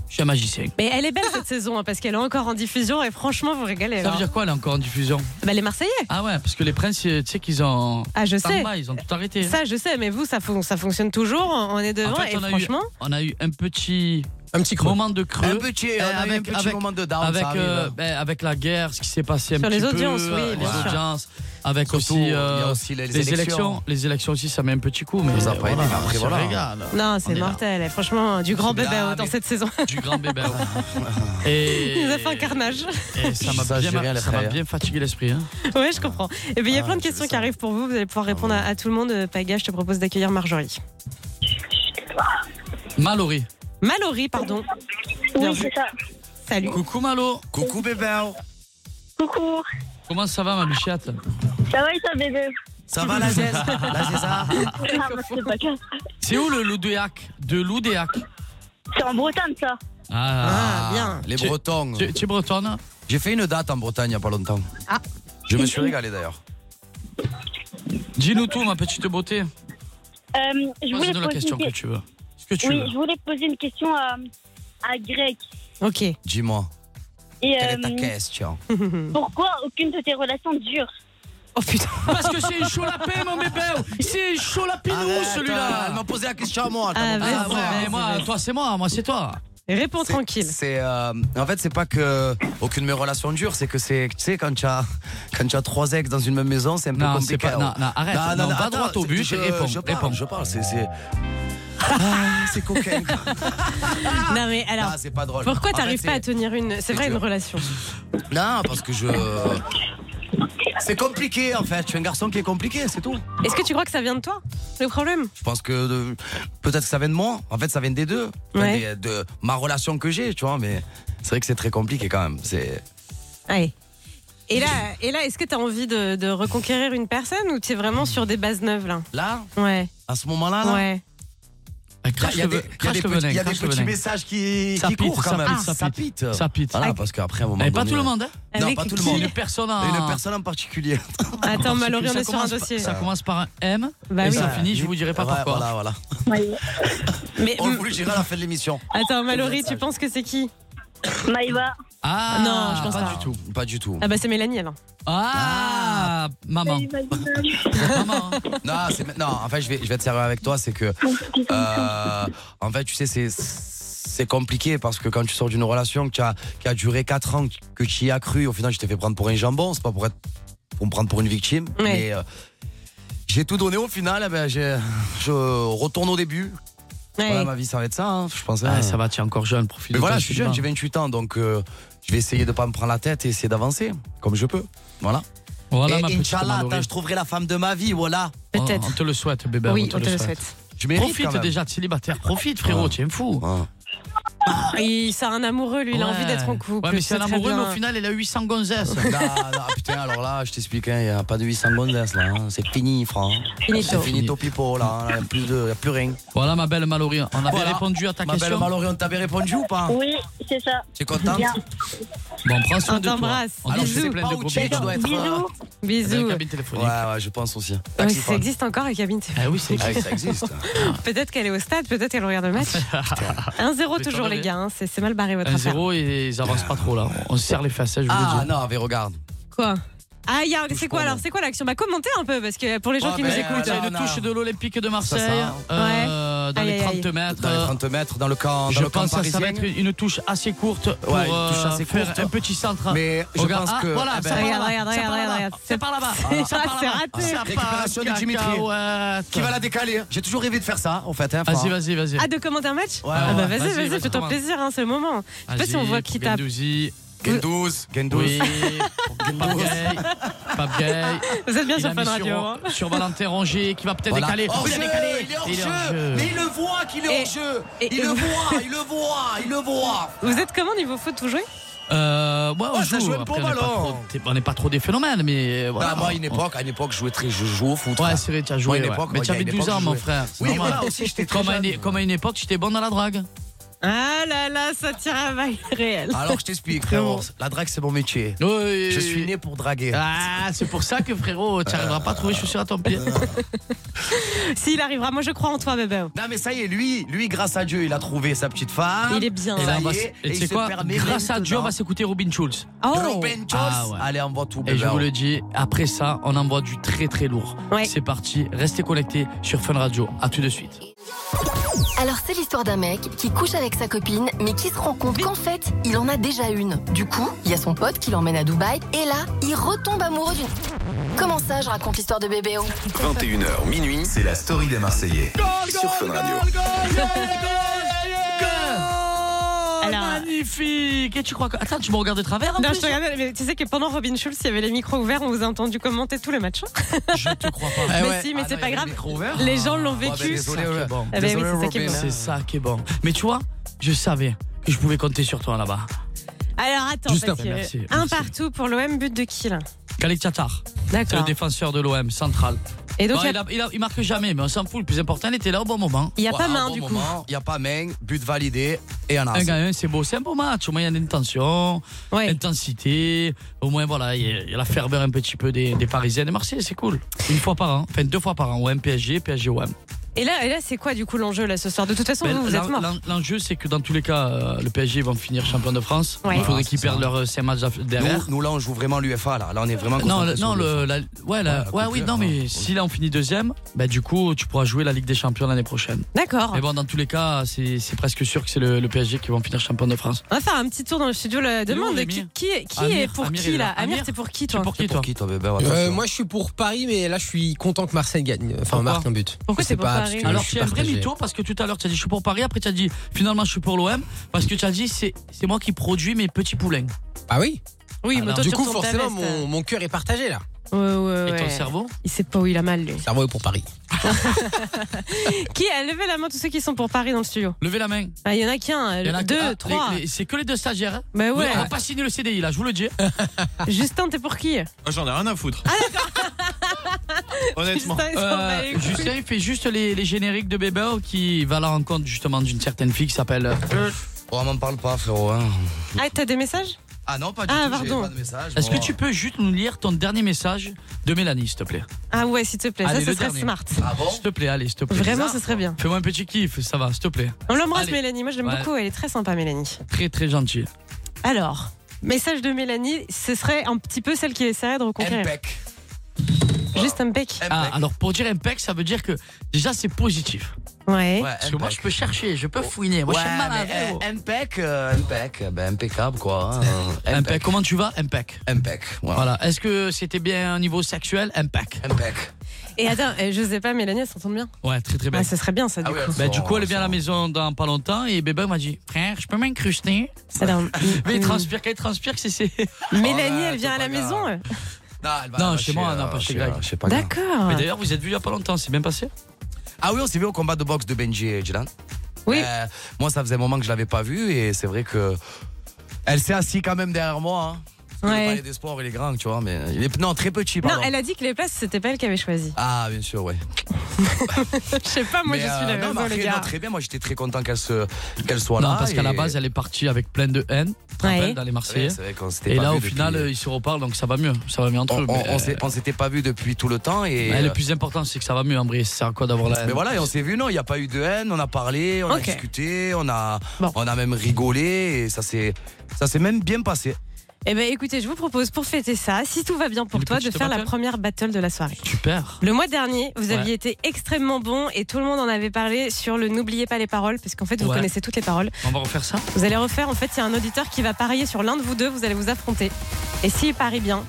Speaker 4: Je suis un magicien.
Speaker 5: Mais elle est belle cette saison hein, parce qu'elle est encore en diffusion et franchement vous régalez.
Speaker 4: Ça
Speaker 5: là.
Speaker 4: veut dire quoi, là, encore en diffusion
Speaker 5: Bah, les Marseillais.
Speaker 4: Ah ouais, parce que les princes, euh, tu sais qu'ils ont.
Speaker 5: Ah je sais.
Speaker 4: Stand-by, ils ont tout arrêté.
Speaker 5: Ça je sais. Mais vous ça, fon- ça fonctionne toujours. On est devant
Speaker 4: En fait,
Speaker 5: et
Speaker 4: on a eu-
Speaker 5: franchement.
Speaker 4: On a eu un petit
Speaker 6: Un petit creux.
Speaker 4: moment de creux.
Speaker 6: Un petit, on a eu un
Speaker 4: Avec-
Speaker 6: petit
Speaker 4: avec-
Speaker 6: moment de down.
Speaker 4: Avec,
Speaker 6: ça arrive. hein.
Speaker 4: euh, ben, avec la guerre, ce qui s'est passé un
Speaker 5: Sur
Speaker 4: petit
Speaker 5: les
Speaker 4: peu,
Speaker 5: audiences, oui,
Speaker 4: euh,
Speaker 5: bien
Speaker 4: les
Speaker 5: sûr.
Speaker 4: audiences, avec
Speaker 6: Surtout,
Speaker 4: aussi,
Speaker 6: il y a
Speaker 4: euh,
Speaker 6: aussi les
Speaker 4: les
Speaker 6: élections.
Speaker 4: élections. Les élections aussi, ça met un petit coup, mais
Speaker 6: les a pas
Speaker 4: voilà,
Speaker 6: aimés, mais après,
Speaker 4: on se
Speaker 6: voilà.
Speaker 4: régale.
Speaker 5: Non
Speaker 4: On
Speaker 5: c'est
Speaker 4: est là.
Speaker 5: mortel. Et franchement du grand
Speaker 6: C'est
Speaker 5: bébé hein,
Speaker 6: là,
Speaker 5: dans
Speaker 6: mais-
Speaker 5: cette saison.
Speaker 4: Du grand bébé. ouais. Et...
Speaker 5: Il nous a fait un carnage.
Speaker 4: Et ça m'a
Speaker 6: Ça, j'ai rien
Speaker 4: bien,
Speaker 6: à
Speaker 4: ça m'a
Speaker 6: faire.
Speaker 4: bien fatigué l'esprit. hein.
Speaker 5: Ouais, je comprends. Et bien, il y a
Speaker 6: Ah,
Speaker 5: plein de
Speaker 6: je Ah
Speaker 5: questions
Speaker 6: le
Speaker 5: qui
Speaker 6: sens.
Speaker 5: arrivent pour vous. Vous allez pouvoir répondre à, à tout le monde. Euh, Paga, je te propose d'accueillir Marjorie.
Speaker 4: Mallory.
Speaker 5: Mallory, pardon. Bien
Speaker 7: Oui,
Speaker 5: vu.
Speaker 7: c'est ça.
Speaker 5: Salut.
Speaker 4: Coucou Malo.
Speaker 6: Coucou bébé.
Speaker 7: Coucou.
Speaker 4: Comment ça va, ma bichette
Speaker 7: Ça va et toi, bébé
Speaker 6: Ça va la zeste La zesta
Speaker 7: Ah, bah, C'est pas grave.
Speaker 4: C'est où le Loudéac De Loudéac.
Speaker 7: C'est en Bretagne, ça.
Speaker 5: Ah, bien.
Speaker 6: Les
Speaker 4: Tu-
Speaker 6: Bretons.
Speaker 4: Tu, tu es bretonne
Speaker 6: J'ai fait une date en Bretagne il n'y a pas longtemps.
Speaker 5: Ah.
Speaker 6: Je me suis régalé d'ailleurs.
Speaker 4: Dis-nous tout, ma petite beauté.
Speaker 7: Euh, je voulais
Speaker 4: Pose-nous la
Speaker 7: poser
Speaker 4: question
Speaker 7: une...
Speaker 4: que
Speaker 7: que-
Speaker 4: tu veux. Ce que tu
Speaker 7: Oui,
Speaker 4: veux.
Speaker 7: je voulais poser une question à, à Greg.
Speaker 5: Ok.
Speaker 6: Dis-moi,
Speaker 7: Et
Speaker 6: quelle est ta
Speaker 7: euh,
Speaker 6: question
Speaker 5: oh
Speaker 7: pourquoi aucune de tes relations dure
Speaker 5: putain.
Speaker 4: Parce que c'est chaud la paix, mon bébé. C'est chaud la pinou,
Speaker 6: euh, Elle
Speaker 4: celui-là.
Speaker 6: m'a posé la question à moi. t'as mon
Speaker 5: Ah, vas-y,
Speaker 4: Ah
Speaker 6: frère.
Speaker 4: ouais,
Speaker 5: vas-y,
Speaker 4: mais moi,
Speaker 5: vas-y.
Speaker 4: toi, c'est moi, moi, c'est toi.
Speaker 5: Réponds
Speaker 6: C'est-
Speaker 5: tranquille.
Speaker 6: C'est euh, en fait c'est pas que aucune de mes relations dure, c'est que c'est tu sais quand tu as quand tu as trois ex dans une même maison, c'est un peu
Speaker 4: Non, c'est
Speaker 6: compliqué.
Speaker 4: pas- non, non, arrête. Non, va
Speaker 6: attends,
Speaker 4: droit au
Speaker 6: c'est-
Speaker 4: but,
Speaker 6: je,
Speaker 4: réponds,
Speaker 6: je parle,
Speaker 4: réponds.
Speaker 6: je parle, c'est c'est Ah, c'est coquin.
Speaker 5: Non, mais alors.
Speaker 6: Ah, c'est pas drôle.
Speaker 5: Pourquoi
Speaker 6: En fait,
Speaker 5: t'arrives
Speaker 6: c'est-
Speaker 5: pas à tenir une. C'est vrai, une
Speaker 6: dur.
Speaker 5: relation.
Speaker 6: Non, parce que je c'est compliqué en fait. Je suis un garçon qui est compliqué, c'est tout.
Speaker 5: Est-ce que tu crois que ça vient de toi Le problème
Speaker 6: Je pense que de- peut-être que ça vient de moi. En fait, ça vient des deux. Enfin,
Speaker 5: Ouais.
Speaker 6: des- de ma relation que j'ai, tu vois. Mais c'est vrai que c'est très compliqué quand même. C'est
Speaker 5: Allez. Et là, et là est-ce que t'as envie de, de reconquérir une personne ou t'es vraiment sur des bases neuves, là
Speaker 6: là,
Speaker 5: Ouais.
Speaker 6: à ce moment-là. là,
Speaker 5: Ouais.
Speaker 4: Ah, Crache
Speaker 6: Il y a
Speaker 4: le
Speaker 6: des,
Speaker 4: ve-
Speaker 6: il y a
Speaker 4: crache
Speaker 6: des
Speaker 4: le
Speaker 6: petits, il y
Speaker 4: venin,
Speaker 6: a des
Speaker 4: crache le
Speaker 6: petits
Speaker 4: venin. Ah,
Speaker 6: messages qui,
Speaker 4: Ça
Speaker 6: qui
Speaker 4: pite,
Speaker 6: courent
Speaker 4: ça
Speaker 6: quand même.
Speaker 4: pite, ça pite. Ça pite.
Speaker 5: Ah,
Speaker 6: Voilà, parce qu'après, à un moment
Speaker 4: Mais
Speaker 6: donné,
Speaker 4: pas tout le monde, Ah. hein.
Speaker 6: Non, pas tout le
Speaker 5: qui
Speaker 6: monde.
Speaker 4: Une personne en... Bah,
Speaker 6: Et une personne en particulier.
Speaker 5: Attends, Mallory, on
Speaker 4: Ça
Speaker 5: est sur un
Speaker 4: commence par-
Speaker 5: dossier.
Speaker 4: Ça commence par un M
Speaker 5: Bah
Speaker 4: et
Speaker 5: oui.
Speaker 4: ça finit, je vous dirai pas
Speaker 6: Ouais,
Speaker 4: pourquoi.
Speaker 6: Voilà, voilà.
Speaker 5: Mais.
Speaker 6: On vous le dira à la fin de l'émission.
Speaker 5: Attends, Mallory, tu penses que c'est qui
Speaker 7: Maïva,
Speaker 4: Ah,
Speaker 5: Non, je pense
Speaker 4: pas
Speaker 5: pas.
Speaker 4: du tout.
Speaker 6: Pas du tout.
Speaker 5: Ah, bah, c'est Mélanie, alors.
Speaker 4: Ah, maman.
Speaker 7: Maïva, Maïva.
Speaker 4: maman.
Speaker 6: Non, c'est maintenant. En fait, je vais, je vais être sérieux avec toi. C'est que. euh, en fait, tu sais, c'est. C'est compliqué parce que quand tu sors d'une relation que tu as- qui a duré 4 ans, que tu y as cru, au final, je t'ai fait prendre pour un jambon. C'est pas pour, être, pour me prendre pour une victime.
Speaker 5: Ouais.
Speaker 6: Mais euh, j'ai tout donné au final. eh ben, j'ai- je retourne au début.
Speaker 5: Ouais.
Speaker 6: Voilà, ma vie, ça va être ça. hein, je pense.
Speaker 4: Ah,
Speaker 6: hein.
Speaker 4: ça va, tu es encore jeune, profite.
Speaker 6: Mais
Speaker 4: de
Speaker 6: voilà,
Speaker 4: ton
Speaker 6: je suis jeune,
Speaker 4: cinéma.
Speaker 6: j'ai 28 ans, donc euh, je vais essayer de pas me prendre la tête et essayer d'avancer comme je peux. Voilà.
Speaker 4: Voilà,
Speaker 6: et
Speaker 4: ma petite
Speaker 6: Inch'Allah,
Speaker 4: Mallory.
Speaker 6: attends, je trouverai la femme de ma vie, voilà.
Speaker 4: On-
Speaker 5: Peut-être.
Speaker 4: On te le souhaite, bébé.
Speaker 5: oui, on te le souhaite.
Speaker 6: Je mérite quand
Speaker 4: Profite
Speaker 6: même.
Speaker 4: déjà de célibataire, profite frérot,
Speaker 6: Ah.
Speaker 4: tu es un fou.
Speaker 6: Ouais.
Speaker 5: Il, ça a un amoureux, lui, il a
Speaker 4: Ouais.
Speaker 5: envie d'être en couple.
Speaker 4: Ouais, mais c'est un
Speaker 5: très
Speaker 4: amoureux,
Speaker 5: bien.
Speaker 4: mais au final, elle a 800 gonzesses.
Speaker 6: Non, non, putain, alors là, je t'explique, hein, il n'y a pas de 800 gonzesses là. hein. C'est fini, Franck.
Speaker 5: Finito.
Speaker 6: C'est finito pipo là, hein. il n'y a plus rien.
Speaker 4: voilà, ma belle Mallory, on avait
Speaker 6: Voilà.
Speaker 4: répondu à ta
Speaker 6: Ma belle
Speaker 4: question.
Speaker 6: Mallory, on t'avait répondu ou pas
Speaker 7: Euh, Oui, c'est ça.
Speaker 6: Tu es contente
Speaker 7: Bien.
Speaker 4: Bon, prends soin
Speaker 5: On
Speaker 4: de toi. Ah
Speaker 5: t'embrasse.
Speaker 4: On
Speaker 6: Alors,
Speaker 4: te
Speaker 6: je
Speaker 4: fait
Speaker 6: sais
Speaker 5: Bisous.
Speaker 4: plein
Speaker 6: pas
Speaker 4: de
Speaker 6: où
Speaker 4: gros
Speaker 6: tu es, tu
Speaker 4: bisous.
Speaker 6: dois être.
Speaker 7: Bisous.
Speaker 4: Dans
Speaker 5: Bisous.
Speaker 4: la cabine téléphonique.
Speaker 6: Ouais, ouais, je pense aussi.
Speaker 5: Ouais,
Speaker 6: Taxi,
Speaker 5: ça
Speaker 6: Franck.
Speaker 5: existe encore la cabine téléphonique.
Speaker 4: Ah oui, c'est
Speaker 6: Ah, ça existe.
Speaker 5: Peut-être qu'elle est au stade, peut-être qu'elle regarde le match. 1-0 toujours, les gars. hein. C'est c'est mal barré votre
Speaker 4: Un
Speaker 5: affaire.
Speaker 4: zéro et ils avancent pas trop là. On se serre les facettes, je vous le
Speaker 6: Ah
Speaker 4: dis.
Speaker 6: non, mais regarde.
Speaker 5: Quoi Ah, il y a-
Speaker 6: Touche
Speaker 5: c'est quoi
Speaker 6: pas,
Speaker 5: alors
Speaker 6: non.
Speaker 5: C'est quoi l'action Bah commentez un peu parce que pour les gens
Speaker 6: Oh,
Speaker 5: qui
Speaker 6: ben,
Speaker 5: nous écoutent.
Speaker 6: euh,
Speaker 4: T'as hein, une
Speaker 6: non.
Speaker 4: touche de l'Olympique de
Speaker 6: Ça,
Speaker 4: Marseille
Speaker 6: ça.
Speaker 4: euh, dans
Speaker 5: Aïe,
Speaker 4: les
Speaker 5: aïe, aïe.
Speaker 4: 30 mètres.
Speaker 6: Dans les 30 mètres, dans le camp, dans
Speaker 4: euh, je
Speaker 6: le camp
Speaker 4: pense que ça va
Speaker 6: parisien.
Speaker 4: être une une touche assez courte pour
Speaker 6: Ouais, une touche
Speaker 4: euh,
Speaker 6: assez
Speaker 4: faire
Speaker 6: courte.
Speaker 4: un petit centre.
Speaker 6: Mais je
Speaker 4: Au gars-
Speaker 6: pense
Speaker 4: Ah,
Speaker 6: que.
Speaker 4: voilà,
Speaker 6: eh ben,
Speaker 4: ça part
Speaker 5: Regarde,
Speaker 4: là-bas,
Speaker 5: regarde,
Speaker 4: ça part
Speaker 5: regarde,
Speaker 4: là-bas,
Speaker 5: regarde.
Speaker 4: C'est par là-bas.
Speaker 5: C'est-
Speaker 4: Ça part
Speaker 5: Ah, c'est
Speaker 4: là-bas.
Speaker 5: raté.
Speaker 4: Ça part,
Speaker 6: Ah, Récupération de Dimitri.
Speaker 4: cacahuète.
Speaker 6: qui va la décaler J'ai toujours rêvé de faire ça, en fait. Hein,
Speaker 4: Vas-y,
Speaker 6: Fran.
Speaker 4: vas-y, vas-y.
Speaker 5: Ah, de commenter un match
Speaker 6: Ouais,
Speaker 5: Ah, bah
Speaker 6: ouais.
Speaker 5: vas-y,
Speaker 4: Vas-y,
Speaker 5: vas-y,
Speaker 4: vas-y,
Speaker 5: fais-toi
Speaker 4: commente.
Speaker 5: plaisir, hein, c'est le moment. Je sais pas si on voit qui tape.
Speaker 4: Gendouzi.
Speaker 6: Gendouzi.
Speaker 4: Oui.
Speaker 6: Gendouzi.
Speaker 4: Pape Gay. Pape Gay.
Speaker 5: Vous êtes bien
Speaker 4: Il
Speaker 5: sur
Speaker 4: a
Speaker 5: Fun
Speaker 4: mis
Speaker 5: Radio. hein.
Speaker 4: Sur, sur Valentin Rongier qui va peut-être
Speaker 6: Voilà.
Speaker 4: décaler.
Speaker 6: Hors
Speaker 4: il a
Speaker 6: jeu,
Speaker 4: décalé.
Speaker 6: il est hors
Speaker 4: Il est hors
Speaker 6: jeu.
Speaker 4: jeu.
Speaker 6: Mais il le voit qu'il est
Speaker 5: Et-
Speaker 6: hors jeu.
Speaker 5: et-
Speaker 6: il
Speaker 5: et-
Speaker 6: le voit, il le voit, il le voit.
Speaker 5: Vous êtes comment niveau foot Vous jouez
Speaker 4: Euh, ouais, on
Speaker 6: Oh, ça
Speaker 4: joue.
Speaker 6: joue un
Speaker 4: Après,
Speaker 6: bon
Speaker 4: on est pas
Speaker 6: ballon.
Speaker 4: trop- t'es- On n'est pas trop des phénomènes, mais euh, voilà.
Speaker 6: Bah, moi, à une époque, à une époque, je jouais très, je jouais au foot.
Speaker 4: Ouais,
Speaker 6: frère.
Speaker 4: c'est vrai, tu as
Speaker 6: Moi, à
Speaker 4: joué.
Speaker 6: une
Speaker 4: ouais.
Speaker 6: époque,
Speaker 4: Mais
Speaker 6: moi, il y
Speaker 4: tu
Speaker 6: a
Speaker 4: avais
Speaker 6: une
Speaker 4: 12
Speaker 6: époque,
Speaker 4: ans,
Speaker 6: je
Speaker 4: mon
Speaker 6: jouais.
Speaker 4: frère. c'est
Speaker 6: Oui,
Speaker 4: normal.
Speaker 6: voilà, aussi, j'étais très
Speaker 4: Comme à une-
Speaker 6: jeune.
Speaker 4: Comme à une époque, j'étais bon dans la drague.
Speaker 5: Ah là là, ça tire à bail réel.
Speaker 6: Alors, je t'explique, frérot. La drague, c'est mon métier.
Speaker 4: Oui.
Speaker 6: Je suis né pour draguer.
Speaker 4: euh, Ah, c'est pour ça que frérot, tu n'arriveras pas à trouver chaussures à ton
Speaker 6: Euh,
Speaker 4: pied.
Speaker 5: S'il arrivera, moi je crois en toi, bébé.
Speaker 6: Non, mais ça y est, lui, lui, grâce à Dieu, il a trouvé sa petite femme.
Speaker 5: Il est bien.
Speaker 6: Et
Speaker 5: Et
Speaker 4: Là,
Speaker 6: là,
Speaker 4: on va
Speaker 6: il
Speaker 4: s-
Speaker 6: est,
Speaker 4: Et tu sais quoi Grâce à Dieu, on va s'écouter Robin Schulz.
Speaker 5: Oh
Speaker 6: Robin Jones.
Speaker 4: Ah, ouais.
Speaker 6: Allez, envoie tout.
Speaker 4: Et je
Speaker 6: bébé.
Speaker 4: vous le dis, après ça, on envoie du très très lourd.
Speaker 5: Ouais.
Speaker 4: C'est parti, restez connectés sur Fun Radio. À tout de suite.
Speaker 3: Alors c'est l'histoire d'un mec qui couche avec sa copine mais qui se rend compte qu'en fait il en a déjà une. Du coup, il y a son pote qui l'emmène à Dubaï et là, il retombe amoureux d'une... Comment ça je raconte l'histoire de bébé oh
Speaker 1: 21h minuit, c'est la story des Marseillais. sur Fun Radio.
Speaker 5: Alors-
Speaker 4: Magnifique Et tu crois que... Attends, tu me regardes de travers en
Speaker 5: Non,
Speaker 4: plus
Speaker 5: je te regardais, mais tu sais que pendant Robin Schulz, il y avait les micros ouverts, on vous a entendu commenter tous les matchs.
Speaker 4: Je te crois
Speaker 6: Eh
Speaker 4: pas.
Speaker 5: Mais si,
Speaker 6: Ah
Speaker 5: mais c'est pas grave. Les gens l'ont vécu.
Speaker 6: désolé,
Speaker 4: C'est ça qui est bon.
Speaker 5: Ah, bah oui, c'est ça qui est bon.
Speaker 4: C'est ça qui est bon. Mais tu vois, je savais que je pouvais compter sur toi là-bas.
Speaker 5: Alors attends,
Speaker 4: Juste un-
Speaker 5: parce que
Speaker 4: Merci,
Speaker 5: un
Speaker 4: merci.
Speaker 5: partout pour l'OM, but de qui là
Speaker 4: Khaled Tatar, c'est le
Speaker 5: D'accord.
Speaker 4: défenseur de l'OM central.
Speaker 5: Et donc,
Speaker 4: Bon,
Speaker 5: il
Speaker 4: il, a- il a- il marque jamais, mais on s'en fout. Le plus important, il était là au bon moment.
Speaker 5: n'y a, pas main du coup.
Speaker 6: Il n'y a pas main, but validé et un
Speaker 4: Un
Speaker 6: as.
Speaker 4: gars, un, c'est beau, c'est un beau match. Au moins, il y a une intention,
Speaker 5: Ouais.
Speaker 4: intensité. Au moins, voilà, il y, a- il y a la ferveur un petit peu des, des Parisiens et des Marseillais, c'est cool. Une fois par an, enfin deux fois par an, OM, PSG, PSG, OM.
Speaker 5: Et là, et là c'est quoi du coup l'enjeu là ce soir De toute façon,
Speaker 4: Ben,
Speaker 5: vous, Oh, vous
Speaker 4: l'en-
Speaker 5: êtes morts.
Speaker 4: l'en- L'enjeu, c'est que dans tous les cas, euh, le PSG vont finir champion de France.
Speaker 5: Ouais.
Speaker 4: Il faudrait
Speaker 6: Ah,
Speaker 4: qu'ils
Speaker 6: c'est
Speaker 4: perdent
Speaker 6: ça.
Speaker 4: leurs 5 matchs d'aff- derrière.
Speaker 6: Nous, nous, là, on joue vraiment l'UFA. Là. là, on est vraiment.
Speaker 4: Non,
Speaker 6: concentrés
Speaker 4: le-
Speaker 6: sur
Speaker 4: non, le, la- ouais, la-
Speaker 6: Ouais, la
Speaker 4: ouais,
Speaker 6: Coupe
Speaker 4: oui,
Speaker 6: du-
Speaker 4: non, mais
Speaker 6: ouais.
Speaker 4: si là on finit deuxième, bah du coup tu pourras jouer la Ligue des Champions l'année prochaine.
Speaker 5: D'accord.
Speaker 4: Mais bon, dans tous les cas, c'est c'est presque sûr que c'est le, le PSG qui vont finir champion de France.
Speaker 5: On va faire un petit tour dans le studio. La
Speaker 4: est où,
Speaker 5: demande
Speaker 4: Rémi
Speaker 5: qui, qui, qui
Speaker 4: Amir,
Speaker 5: est pour
Speaker 4: Amir, il
Speaker 5: qui
Speaker 4: est
Speaker 5: là
Speaker 4: là.
Speaker 5: Amir,
Speaker 4: Amir,
Speaker 5: t'es pour qui
Speaker 4: Tu
Speaker 5: toi
Speaker 4: es pour
Speaker 6: T'es
Speaker 4: qui toi
Speaker 6: pour qui, toi, bébé
Speaker 8: Euh, moi, je suis pour Paris, mais là, je suis content que Marseille gagne. euh, Enfin,
Speaker 4: Pourquoi
Speaker 8: marque un but.
Speaker 5: Pourquoi
Speaker 8: Je
Speaker 5: t'es
Speaker 8: sais
Speaker 5: pour
Speaker 8: pas,
Speaker 5: Paris
Speaker 8: parce que
Speaker 4: Alors
Speaker 8: Ah, je
Speaker 4: tu
Speaker 8: suis
Speaker 4: es un vrai
Speaker 8: partagé.
Speaker 4: mytho parce que tout à l'heure tu as dit je suis pour Paris, après tu as dit finalement je suis pour l'OM parce que tu as dit c'est c'est moi qui produis mes petits poulains.
Speaker 8: Ah oui
Speaker 5: Oui,
Speaker 4: Alors,
Speaker 5: mais toi,
Speaker 8: Du
Speaker 5: tu
Speaker 8: coup,
Speaker 5: retournes ta
Speaker 8: forcément,
Speaker 5: veste,
Speaker 8: mon, mon cœur est partagé là.
Speaker 5: euh. Ouais, ouais,
Speaker 4: Et ton
Speaker 5: ouais.
Speaker 4: cerveau
Speaker 5: Il sait pas où il a mal lui.
Speaker 8: Cerveau est pour Paris.
Speaker 5: Qui a levé la main tous ceux qui sont pour Paris dans le studio
Speaker 4: Levez la main.
Speaker 5: Ah, Il y en a qu'un,
Speaker 4: Il y en a que-
Speaker 5: deux,
Speaker 4: ah,
Speaker 5: trois.
Speaker 4: les- les- C'est que les deux stagiaires. hein.
Speaker 5: Mais ouais.
Speaker 4: On va pas signer le CDI là, je vous le dis.
Speaker 5: Justin, t'es pour qui
Speaker 9: J'en ai rien à foutre. Honnêtement.
Speaker 5: Justin, il s'en bat les
Speaker 4: Euh,
Speaker 5: couilles.
Speaker 4: Justin il fait juste les, les génériques de Bébé qui va à la rencontre justement d'une certaine fille qui s'appelle euh,
Speaker 6: Oh, on m'en parle pas, frérot. hein.
Speaker 5: Ah, t'as des messages
Speaker 6: Ah non, pas du tout.
Speaker 5: Ah,
Speaker 6: j'ai
Speaker 5: pardon.
Speaker 6: Pas de message.
Speaker 4: Est-ce que
Speaker 8: Oh.
Speaker 6: Bon.
Speaker 4: tu peux juste nous lire ton dernier message de Mélanie, s'il te plaît
Speaker 5: Ah ouais, s'il te plaît, ça
Speaker 4: Allez,
Speaker 5: ce
Speaker 4: le
Speaker 5: serait
Speaker 4: dernier.
Speaker 5: smart.
Speaker 6: Ah
Speaker 8: Oh.
Speaker 6: bon
Speaker 4: S'il te plaît, allez, s'il te plaît.
Speaker 5: Vraiment, ce serait bien.
Speaker 4: Fais-moi un petit kiff, ça va, s'il te plaît.
Speaker 5: On l'embrasse
Speaker 4: Allez.
Speaker 5: Mélanie, moi je l'aime
Speaker 4: Ouais.
Speaker 5: beaucoup, elle est très sympa Mélanie.
Speaker 4: Très, très gentil.
Speaker 5: Alors, message de Mélanie, ce serait un petit peu celle qui essaierait de reconquérir.
Speaker 6: Impec.
Speaker 5: Juste un bec.
Speaker 6: Impec.
Speaker 4: Ah, alors pour dire impec, ça veut dire que déjà c'est positif.
Speaker 5: Ouais.
Speaker 6: Ouais,
Speaker 4: Ah, Parce que moi,
Speaker 6: impec.
Speaker 4: je peux chercher, je peux fouiner. Moi, je suis
Speaker 6: Oh. Ouais,
Speaker 4: malade.
Speaker 6: mais,
Speaker 4: frérot.
Speaker 6: eh, impec, euh, impec, eh ben, impeccable quoi. hein.
Speaker 4: Impec, E comment tu vas Impec.
Speaker 6: impec, E voilà. E
Speaker 4: Voilà. Est-ce que c'était bien au niveau sexuel Impec.
Speaker 6: Impec.
Speaker 5: Et attends, euh, je sais pas, Mélanie, elle s'entend bien.
Speaker 4: Ouais, très, très bien.
Speaker 5: Ah, ce serait bien ça, du
Speaker 6: Ah ouais,
Speaker 5: coup.
Speaker 6: elles
Speaker 4: Bah, du
Speaker 6: sont-
Speaker 4: coup, elle vient à la
Speaker 6: sont-
Speaker 4: maison dans pas longtemps et Bébé m'a dit Frère, je peux m'incruster
Speaker 5: Alors,
Speaker 4: Mais il
Speaker 5: mm,
Speaker 4: transpire, quand il transpire, c'est- c'est.
Speaker 5: Mélanie,
Speaker 6: Oh ouais,
Speaker 5: elle vient à la
Speaker 6: faut pas
Speaker 5: maison.
Speaker 6: grave.
Speaker 5: elle.
Speaker 6: Non, elle va-
Speaker 4: Non,
Speaker 6: elle va
Speaker 4: chez moi, non,
Speaker 6: euh,
Speaker 4: pas chez Greg.
Speaker 6: euh, je sais pas grave.
Speaker 5: D'accord.
Speaker 4: Mais d'ailleurs, vous êtes vus il y a pas longtemps, c'est bien passé
Speaker 6: Ah oui, on s'est vu au combat de boxe de Benji et Dylan.
Speaker 5: Oui.
Speaker 6: Euh, moi, ça faisait un moment que je l'avais pas vu et c'est vrai que elle s'est assise quand même derrière moi. Hein. Parce que
Speaker 5: Ouais.
Speaker 6: Le palais des sports, il est grand, tu vois, mais il est non très petit.
Speaker 5: Non,
Speaker 6: Pardon.
Speaker 5: elle a dit que les places, c'était pas elle qui avait choisi.
Speaker 6: Ah bien sûr, ouais.
Speaker 5: Je sais pas, moi
Speaker 6: Mais,
Speaker 5: je suis
Speaker 6: euh,
Speaker 5: la
Speaker 6: non, mais
Speaker 5: raison,
Speaker 6: après,
Speaker 5: les gars.
Speaker 6: non, très bien. Moi, j'étais très content qu'elle se qu'elle soit là.
Speaker 4: Non, parce qu'à la
Speaker 6: et- Ah
Speaker 4: base, elle est partie avec plein de haine, tu te
Speaker 5: Ouais.
Speaker 4: rappelles, dans les
Speaker 6: C'est vrai,
Speaker 4: Marseillais.
Speaker 6: c'est vrai qu'on s'était
Speaker 4: Et
Speaker 6: pas
Speaker 4: là,
Speaker 6: vu
Speaker 4: au
Speaker 6: depuis-
Speaker 4: final, euh, ils se reparlent, donc ça va mieux. Ça va mieux entre
Speaker 6: on,
Speaker 4: eux.
Speaker 6: on-
Speaker 4: mais,
Speaker 6: on s'est-
Speaker 4: euh,
Speaker 6: on s'était pas vu depuis tout le temps et.
Speaker 4: mais le plus important, c'est que ça va mieux en vrai. C'est à quoi d'avoir la haine.
Speaker 6: Mais voilà, et on s'est vu, non, il n'y a pas eu de haine, on a parlé, on
Speaker 5: Ok.
Speaker 6: a discuté, on a,
Speaker 5: Bon.
Speaker 6: on a même rigolé, et ça s'est, ça s'est même bien passé.
Speaker 5: Eh ben écoutez, je vous propose pour fêter ça, si tout va bien pour
Speaker 4: Une
Speaker 5: toi, de
Speaker 4: petite
Speaker 5: faire la
Speaker 4: battle
Speaker 5: première battle de la soirée.
Speaker 4: Super.
Speaker 5: Le mois dernier, vous
Speaker 4: Ouais.
Speaker 5: aviez été extrêmement bon et tout le monde en avait parlé sur le N'oubliez pas les paroles, parce qu'en fait, vous
Speaker 4: Ouais.
Speaker 5: connaissez toutes les paroles.
Speaker 4: On va refaire ça
Speaker 5: Vous allez refaire, en fait, il y a un auditeur qui va parier sur l'un de vous deux, vous allez vous affronter. Et s'il parie bien,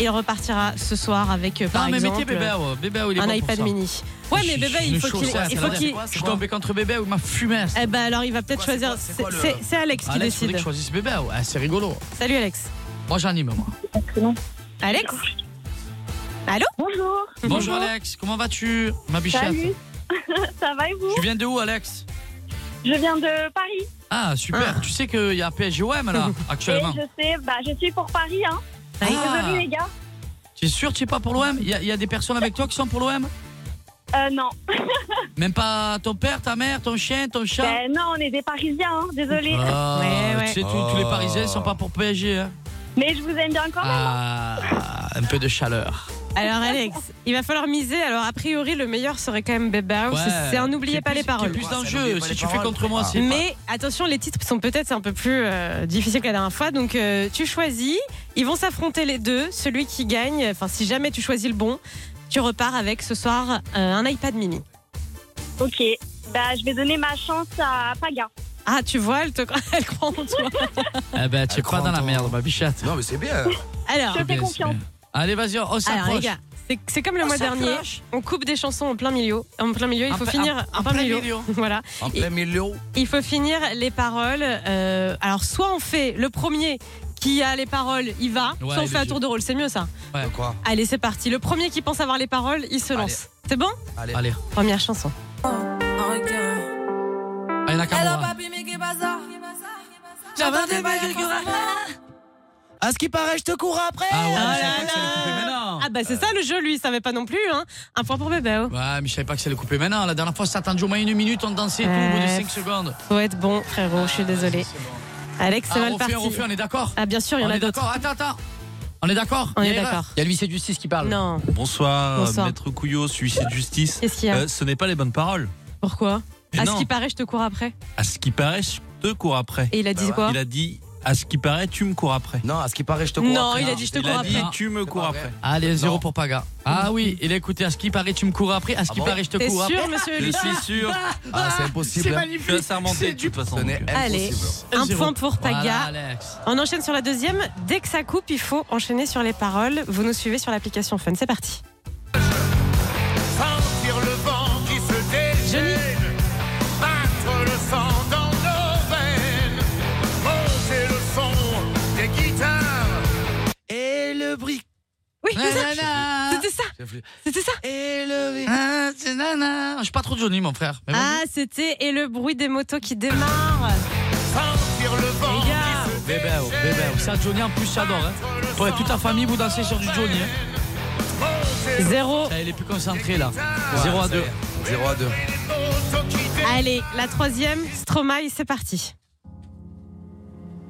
Speaker 5: il repartira ce soir avec, euh, par
Speaker 4: Non, mais
Speaker 5: exemple,
Speaker 4: mettez bébé, ouais. bébé, il est
Speaker 5: un
Speaker 4: bon pour
Speaker 5: iPad
Speaker 4: ça.
Speaker 5: mini. Ouais, mais
Speaker 4: Je-
Speaker 5: bébé,
Speaker 4: je
Speaker 5: il faut
Speaker 4: suis
Speaker 5: qu'il.
Speaker 4: chaud, ça,
Speaker 5: il
Speaker 4: ça
Speaker 5: faut
Speaker 4: veut
Speaker 5: qu'il-
Speaker 4: dire Je suis tombé contre bébé ou ma fumée.
Speaker 5: Eh ben alors, il va peut-être
Speaker 6: C'est quoi,
Speaker 5: choisir.
Speaker 6: c'est quoi, c'est
Speaker 5: c'est-
Speaker 6: quoi
Speaker 5: C'est
Speaker 6: le-
Speaker 5: c'est Alex qui
Speaker 4: Alex, il faudrait
Speaker 5: décide.
Speaker 4: que je choisisse bébé. ouais. Ah, c'est rigolo.
Speaker 5: Salut Alex.
Speaker 4: Moi, j'anime, moi.
Speaker 5: Alex
Speaker 7: Bonjour,
Speaker 4: Bonjour, Alex. Comment vas-tu, ma bichette
Speaker 7: Salut. ça va et vous
Speaker 4: Tu viens de où, Alex
Speaker 7: Je viens de Paris.
Speaker 4: Ah, super. Tu sais qu'il y a PSGOM, là,
Speaker 7: Et
Speaker 4: actuellement.
Speaker 7: je sais, bah, je suis pour Paris. Hein.
Speaker 4: Ah.
Speaker 7: Désolée, les gars.
Speaker 4: Tu es sûr que tu es pas pour l'OM Il y, a- il y a des personnes avec toi qui sont pour l'OM
Speaker 7: Euh, non.
Speaker 4: Même pas ton père, ta mère, ton chien, ton chat
Speaker 7: Ben, non, on est des Parisiens. Hein. Désolée.
Speaker 4: Ah,
Speaker 5: Ouais, ouais.
Speaker 4: Tu sais, tous- tous les
Speaker 6: Ah.
Speaker 4: Parisiens sont pas pour PSG. hein.
Speaker 7: Mais je vous aime bien quand même.
Speaker 4: Ah, un peu de chaleur.
Speaker 5: Alors Alex, il va falloir miser. Alors a priori, le meilleur serait quand même Bébé House.
Speaker 4: Ouais.
Speaker 5: Oh, C'est un n'oubliez
Speaker 4: Qui
Speaker 5: pas
Speaker 4: est
Speaker 5: les
Speaker 4: plus- qui est
Speaker 5: paroles.
Speaker 4: plus
Speaker 6: Ouais,
Speaker 4: dans le
Speaker 6: ça,
Speaker 4: jeu.
Speaker 6: n'oubliez pas
Speaker 4: Si
Speaker 6: les
Speaker 4: tu fais
Speaker 6: paroles.
Speaker 4: contre moi,
Speaker 6: Ah.
Speaker 4: c'est.
Speaker 5: Mais attention, les titres sont peut-être un peu plus euh, difficiles que la dernière fois. Donc euh, tu choisis. Ils vont s'affronter les deux. Celui qui gagne, enfin si jamais tu choisis le bon, tu repars avec ce soir euh, un iPad mini.
Speaker 7: Ok. Bah, je vais donner ma chance à Paga.
Speaker 5: Ah, tu vois, elle, te... elle croit en toi.
Speaker 4: Eh ben, tu es
Speaker 6: Elle
Speaker 4: pas
Speaker 6: croit
Speaker 4: dans
Speaker 6: en
Speaker 4: la
Speaker 6: ton-
Speaker 4: merde, ma bichette.
Speaker 6: Non, mais c'est bien.
Speaker 5: Alors,
Speaker 7: Je fais
Speaker 4: Yes,
Speaker 7: confiance.
Speaker 4: mais- Allez, vas-y, on
Speaker 5: alors les
Speaker 4: s'approche.
Speaker 5: gars, c'est- c'est comme le mois dernier. On coupe des chansons en plein milieu. En plein milieu, il
Speaker 4: En
Speaker 5: faut
Speaker 4: plein-
Speaker 5: finir
Speaker 4: en- en plein milieu.
Speaker 5: voilà.
Speaker 6: En plein milieu.
Speaker 5: Il faut finir les paroles. euh, alors, soit on fait le premier qui a les paroles, il va.
Speaker 4: Ouais,
Speaker 5: soit on
Speaker 4: il
Speaker 5: fait à
Speaker 4: est
Speaker 5: tour de rôle, c'est mieux ça.
Speaker 6: De quoi
Speaker 5: Allez, c'est parti. Le premier qui pense avoir les paroles, il se lance. C'est bon
Speaker 6: Allez.
Speaker 4: Allez,
Speaker 5: Première chanson.
Speaker 4: allez, Nakamura.
Speaker 6: À ce qui paraît, je te cours après.
Speaker 4: Ah ouais,
Speaker 5: Ah
Speaker 4: mais je savais
Speaker 5: là
Speaker 4: pas que c'est le coupé maintenant.
Speaker 5: Ah bah c'est ça le jeu, lui, il savait pas non plus. Hein. Un point pour Bébé.
Speaker 4: Ouais, mais je savais pas que c'est le coupé maintenant. La dernière fois, ça attendait au moins une minute, on dansait et tout au bout de
Speaker 5: Ouais.
Speaker 4: 5 secondes.
Speaker 5: Faut être bon, frérot, je suis désolée. Alex, c'est
Speaker 4: Ah,
Speaker 5: mal
Speaker 4: on refait,
Speaker 5: parti.
Speaker 4: on refait, on est d'accord
Speaker 5: Ah bien sûr, il y en
Speaker 4: On
Speaker 5: a
Speaker 4: est
Speaker 5: d'autres.
Speaker 4: d'accord, attends, attends. On est d'accord
Speaker 5: On
Speaker 4: Il y
Speaker 5: est
Speaker 4: a erreur.
Speaker 5: d'accord.
Speaker 8: Il y a l'huissier de justice qui parle.
Speaker 5: Non,
Speaker 9: Bonsoir,
Speaker 5: Bonsoir.
Speaker 9: maître Couillot, suicide justice.
Speaker 5: qu'est-ce qu'il y a
Speaker 9: Euh, ce n'est pas les bonnes paroles.
Speaker 5: Pourquoi
Speaker 9: Mais
Speaker 5: À
Speaker 9: non,
Speaker 5: ce qui paraît, je te cours après.
Speaker 9: à ce qui paraît, je te cours après.
Speaker 5: Et il a dit quoi
Speaker 9: Il a dit, à ce qui paraît, tu me cours après.
Speaker 6: Non, à ce qui paraît, je te cours
Speaker 5: Non,
Speaker 6: après.
Speaker 5: il a dit je te
Speaker 9: il
Speaker 5: cours
Speaker 9: a dit,
Speaker 5: après.
Speaker 9: tu me
Speaker 8: Ah.
Speaker 6: pas
Speaker 9: cours
Speaker 6: vrai.
Speaker 9: après.
Speaker 4: Allez, zéro
Speaker 6: Non.
Speaker 4: pour Paga. Ah oui, il a écouté à ce qui paraît, tu me cours après. À ce
Speaker 6: Ah
Speaker 4: qui
Speaker 6: bon
Speaker 4: paraît, je te
Speaker 5: T'es
Speaker 4: cours
Speaker 5: sûr,
Speaker 4: après.
Speaker 5: monsieur
Speaker 9: Je
Speaker 5: Lucas
Speaker 9: suis sûr,
Speaker 6: Ah, c'est
Speaker 4: C'est
Speaker 6: impossible. hein.
Speaker 9: je suis
Speaker 4: magnifique.
Speaker 9: assermenté de toute façon.
Speaker 6: Ce n'est
Speaker 9: donc, euh,
Speaker 5: Allez,
Speaker 6: impossible.
Speaker 5: un
Speaker 4: Zéro.
Speaker 5: point pour Paga.
Speaker 4: Voilà, Alex.
Speaker 5: On enchaîne sur la deuxième. Dès que ça coupe, il faut enchaîner sur les paroles. Vous nous suivez sur l'application Fun. C'est parti. Johnny.
Speaker 6: Et le bric.
Speaker 5: Oui, c'est ça.
Speaker 4: Nanana.
Speaker 5: C'était ça.
Speaker 6: J'ai voulu-
Speaker 5: C'était ça.
Speaker 6: Et le bric.
Speaker 4: Ah, c'est nana. Je suis pas trop Johnny, mon frère. Mais
Speaker 5: Ah, c'était et le bruit des motos qui démarre. Les gars,
Speaker 4: bon. Bébé, oh, bébé, oh. Ça, Johnny, en plus, j'adore. Hein. Toi et toute ta famille, vous dansez sur du Johnny. Hein.
Speaker 5: zéro.
Speaker 4: Ça, il est plus concentré, là. 0 à 2.
Speaker 6: 0 à 2.
Speaker 5: Allez, la troisième, Stromae, c'est parti.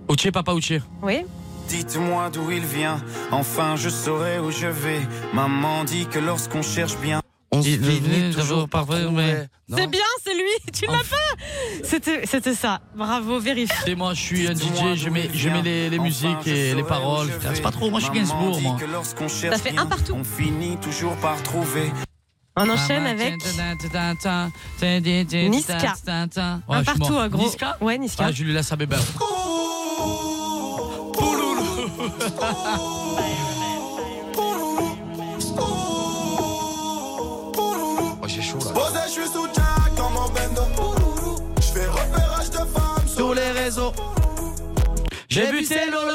Speaker 4: Ouché, papa, Ouché.
Speaker 5: Oui.
Speaker 10: Dites-moi d'où il vient, enfin je saurai où je vais. Maman dit que lorsqu'on cherche bien.
Speaker 6: On se
Speaker 4: Il
Speaker 6: finit
Speaker 4: est
Speaker 6: toujours par
Speaker 4: vrai,
Speaker 6: trouver.
Speaker 4: mais-
Speaker 6: Non
Speaker 5: C'est bien, c'est lui. Tu l'as pas. C'était, c'était ça. Bravo, vérifie.
Speaker 4: Tu sais, moi, je suis un DJ, je mets, je mets les, les musiques et les paroles. frère. C'est pas trop, moi, je suis Gainsbourg, moi.
Speaker 10: Ça
Speaker 5: fait un partout.
Speaker 10: On finit toujours par trouver.
Speaker 5: On
Speaker 4: Ah,
Speaker 5: enchaîne avec Niska.
Speaker 4: Ouais,
Speaker 5: un
Speaker 4: je suis
Speaker 5: partout,
Speaker 4: mort.
Speaker 5: un gros.
Speaker 4: Niska
Speaker 5: ouais, Niska.
Speaker 4: Ah, je lui laisse à bébé.
Speaker 6: Oh, j'ai chaud là.
Speaker 10: Posé, je suis sous Jack dans mon bendo. Je fais repérage de femmes.
Speaker 6: Sur les réseaux.
Speaker 4: J'ai vu tes lolo.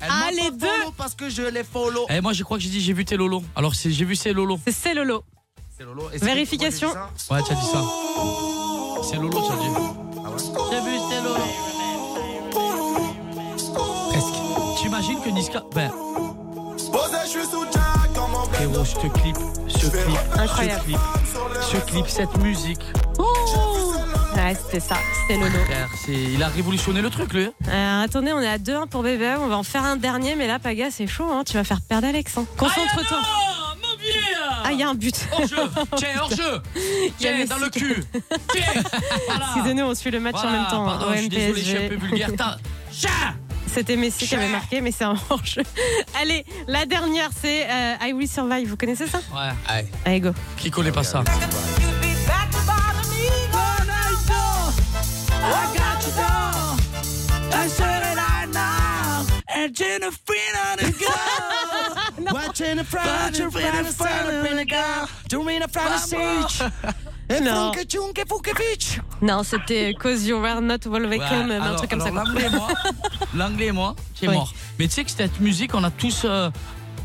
Speaker 6: Elle
Speaker 5: Ah,
Speaker 6: m'a pas
Speaker 5: les deux.
Speaker 6: follow Parce que je les follow.
Speaker 4: Eh, moi, je crois que j'ai dit j'ai vu tes lolo. Alors, c'est j'ai vu ses lolo.
Speaker 5: C'est C'est Lolo.
Speaker 6: C'est Lolo. Et c'est-
Speaker 5: Vérification.
Speaker 6: pourquoi j'ai dit
Speaker 4: Ouais, tu as dit ça. C'est lolo, tu as dit. Ah J'ai vu ses lolo. Presque. T'imagines que Niska. Ben,
Speaker 10: Posé, je suis sous Jack dans mon bendo.
Speaker 4: frérot, je te clip. Ce clip.
Speaker 5: Incroyable.
Speaker 4: Ce clip. Ce clip, cette musique.
Speaker 5: Ouais, c'était ça. C'était Lolo.
Speaker 4: Frère, c'est- il a révolutionné le truc, lui. hein.
Speaker 5: Euh, attendez, on est à 2-1 pour bébé. On va en faire un dernier, mais là, Paga, c'est chaud. Hein. Tu vas faire perdre Alex. hein. Concentre-toi. Ah, il y a un but.
Speaker 4: Hors jeu Tiens, hors jeu
Speaker 5: Il y a
Speaker 4: Tiens, dans le
Speaker 5: Messi.
Speaker 4: cul Tiens Voilà
Speaker 5: Excusez-nous, on suit le match en
Speaker 4: Voilà,
Speaker 5: même temps. hein.
Speaker 4: pardon,
Speaker 5: OM,
Speaker 4: je suis désolé, je suis un
Speaker 5: PSG.
Speaker 4: peu vulgaire. T'as- Chat
Speaker 5: C'était Messi qui avait marqué, mais c'est un hors-jeu. Allez, la dernière, c'est euh, I Will Survive. Vous connaissez ça
Speaker 4: Ouais.
Speaker 5: Allez, go.
Speaker 4: Qui connaît pas ça
Speaker 6: Watching a front,
Speaker 4: Watching a front, a front, a
Speaker 6: doing a front siege.
Speaker 5: Non,
Speaker 6: bitch.
Speaker 5: non c'était Cause You Were Not Welcome,
Speaker 4: Ouais,
Speaker 5: un
Speaker 4: alors-
Speaker 5: truc comme ça.
Speaker 4: alors
Speaker 5: quoi.
Speaker 4: L'anglais et moi, l'anglais et moi, c'est
Speaker 5: Oui.
Speaker 4: mort. Mais tu sais que cette musique, on a tous euh,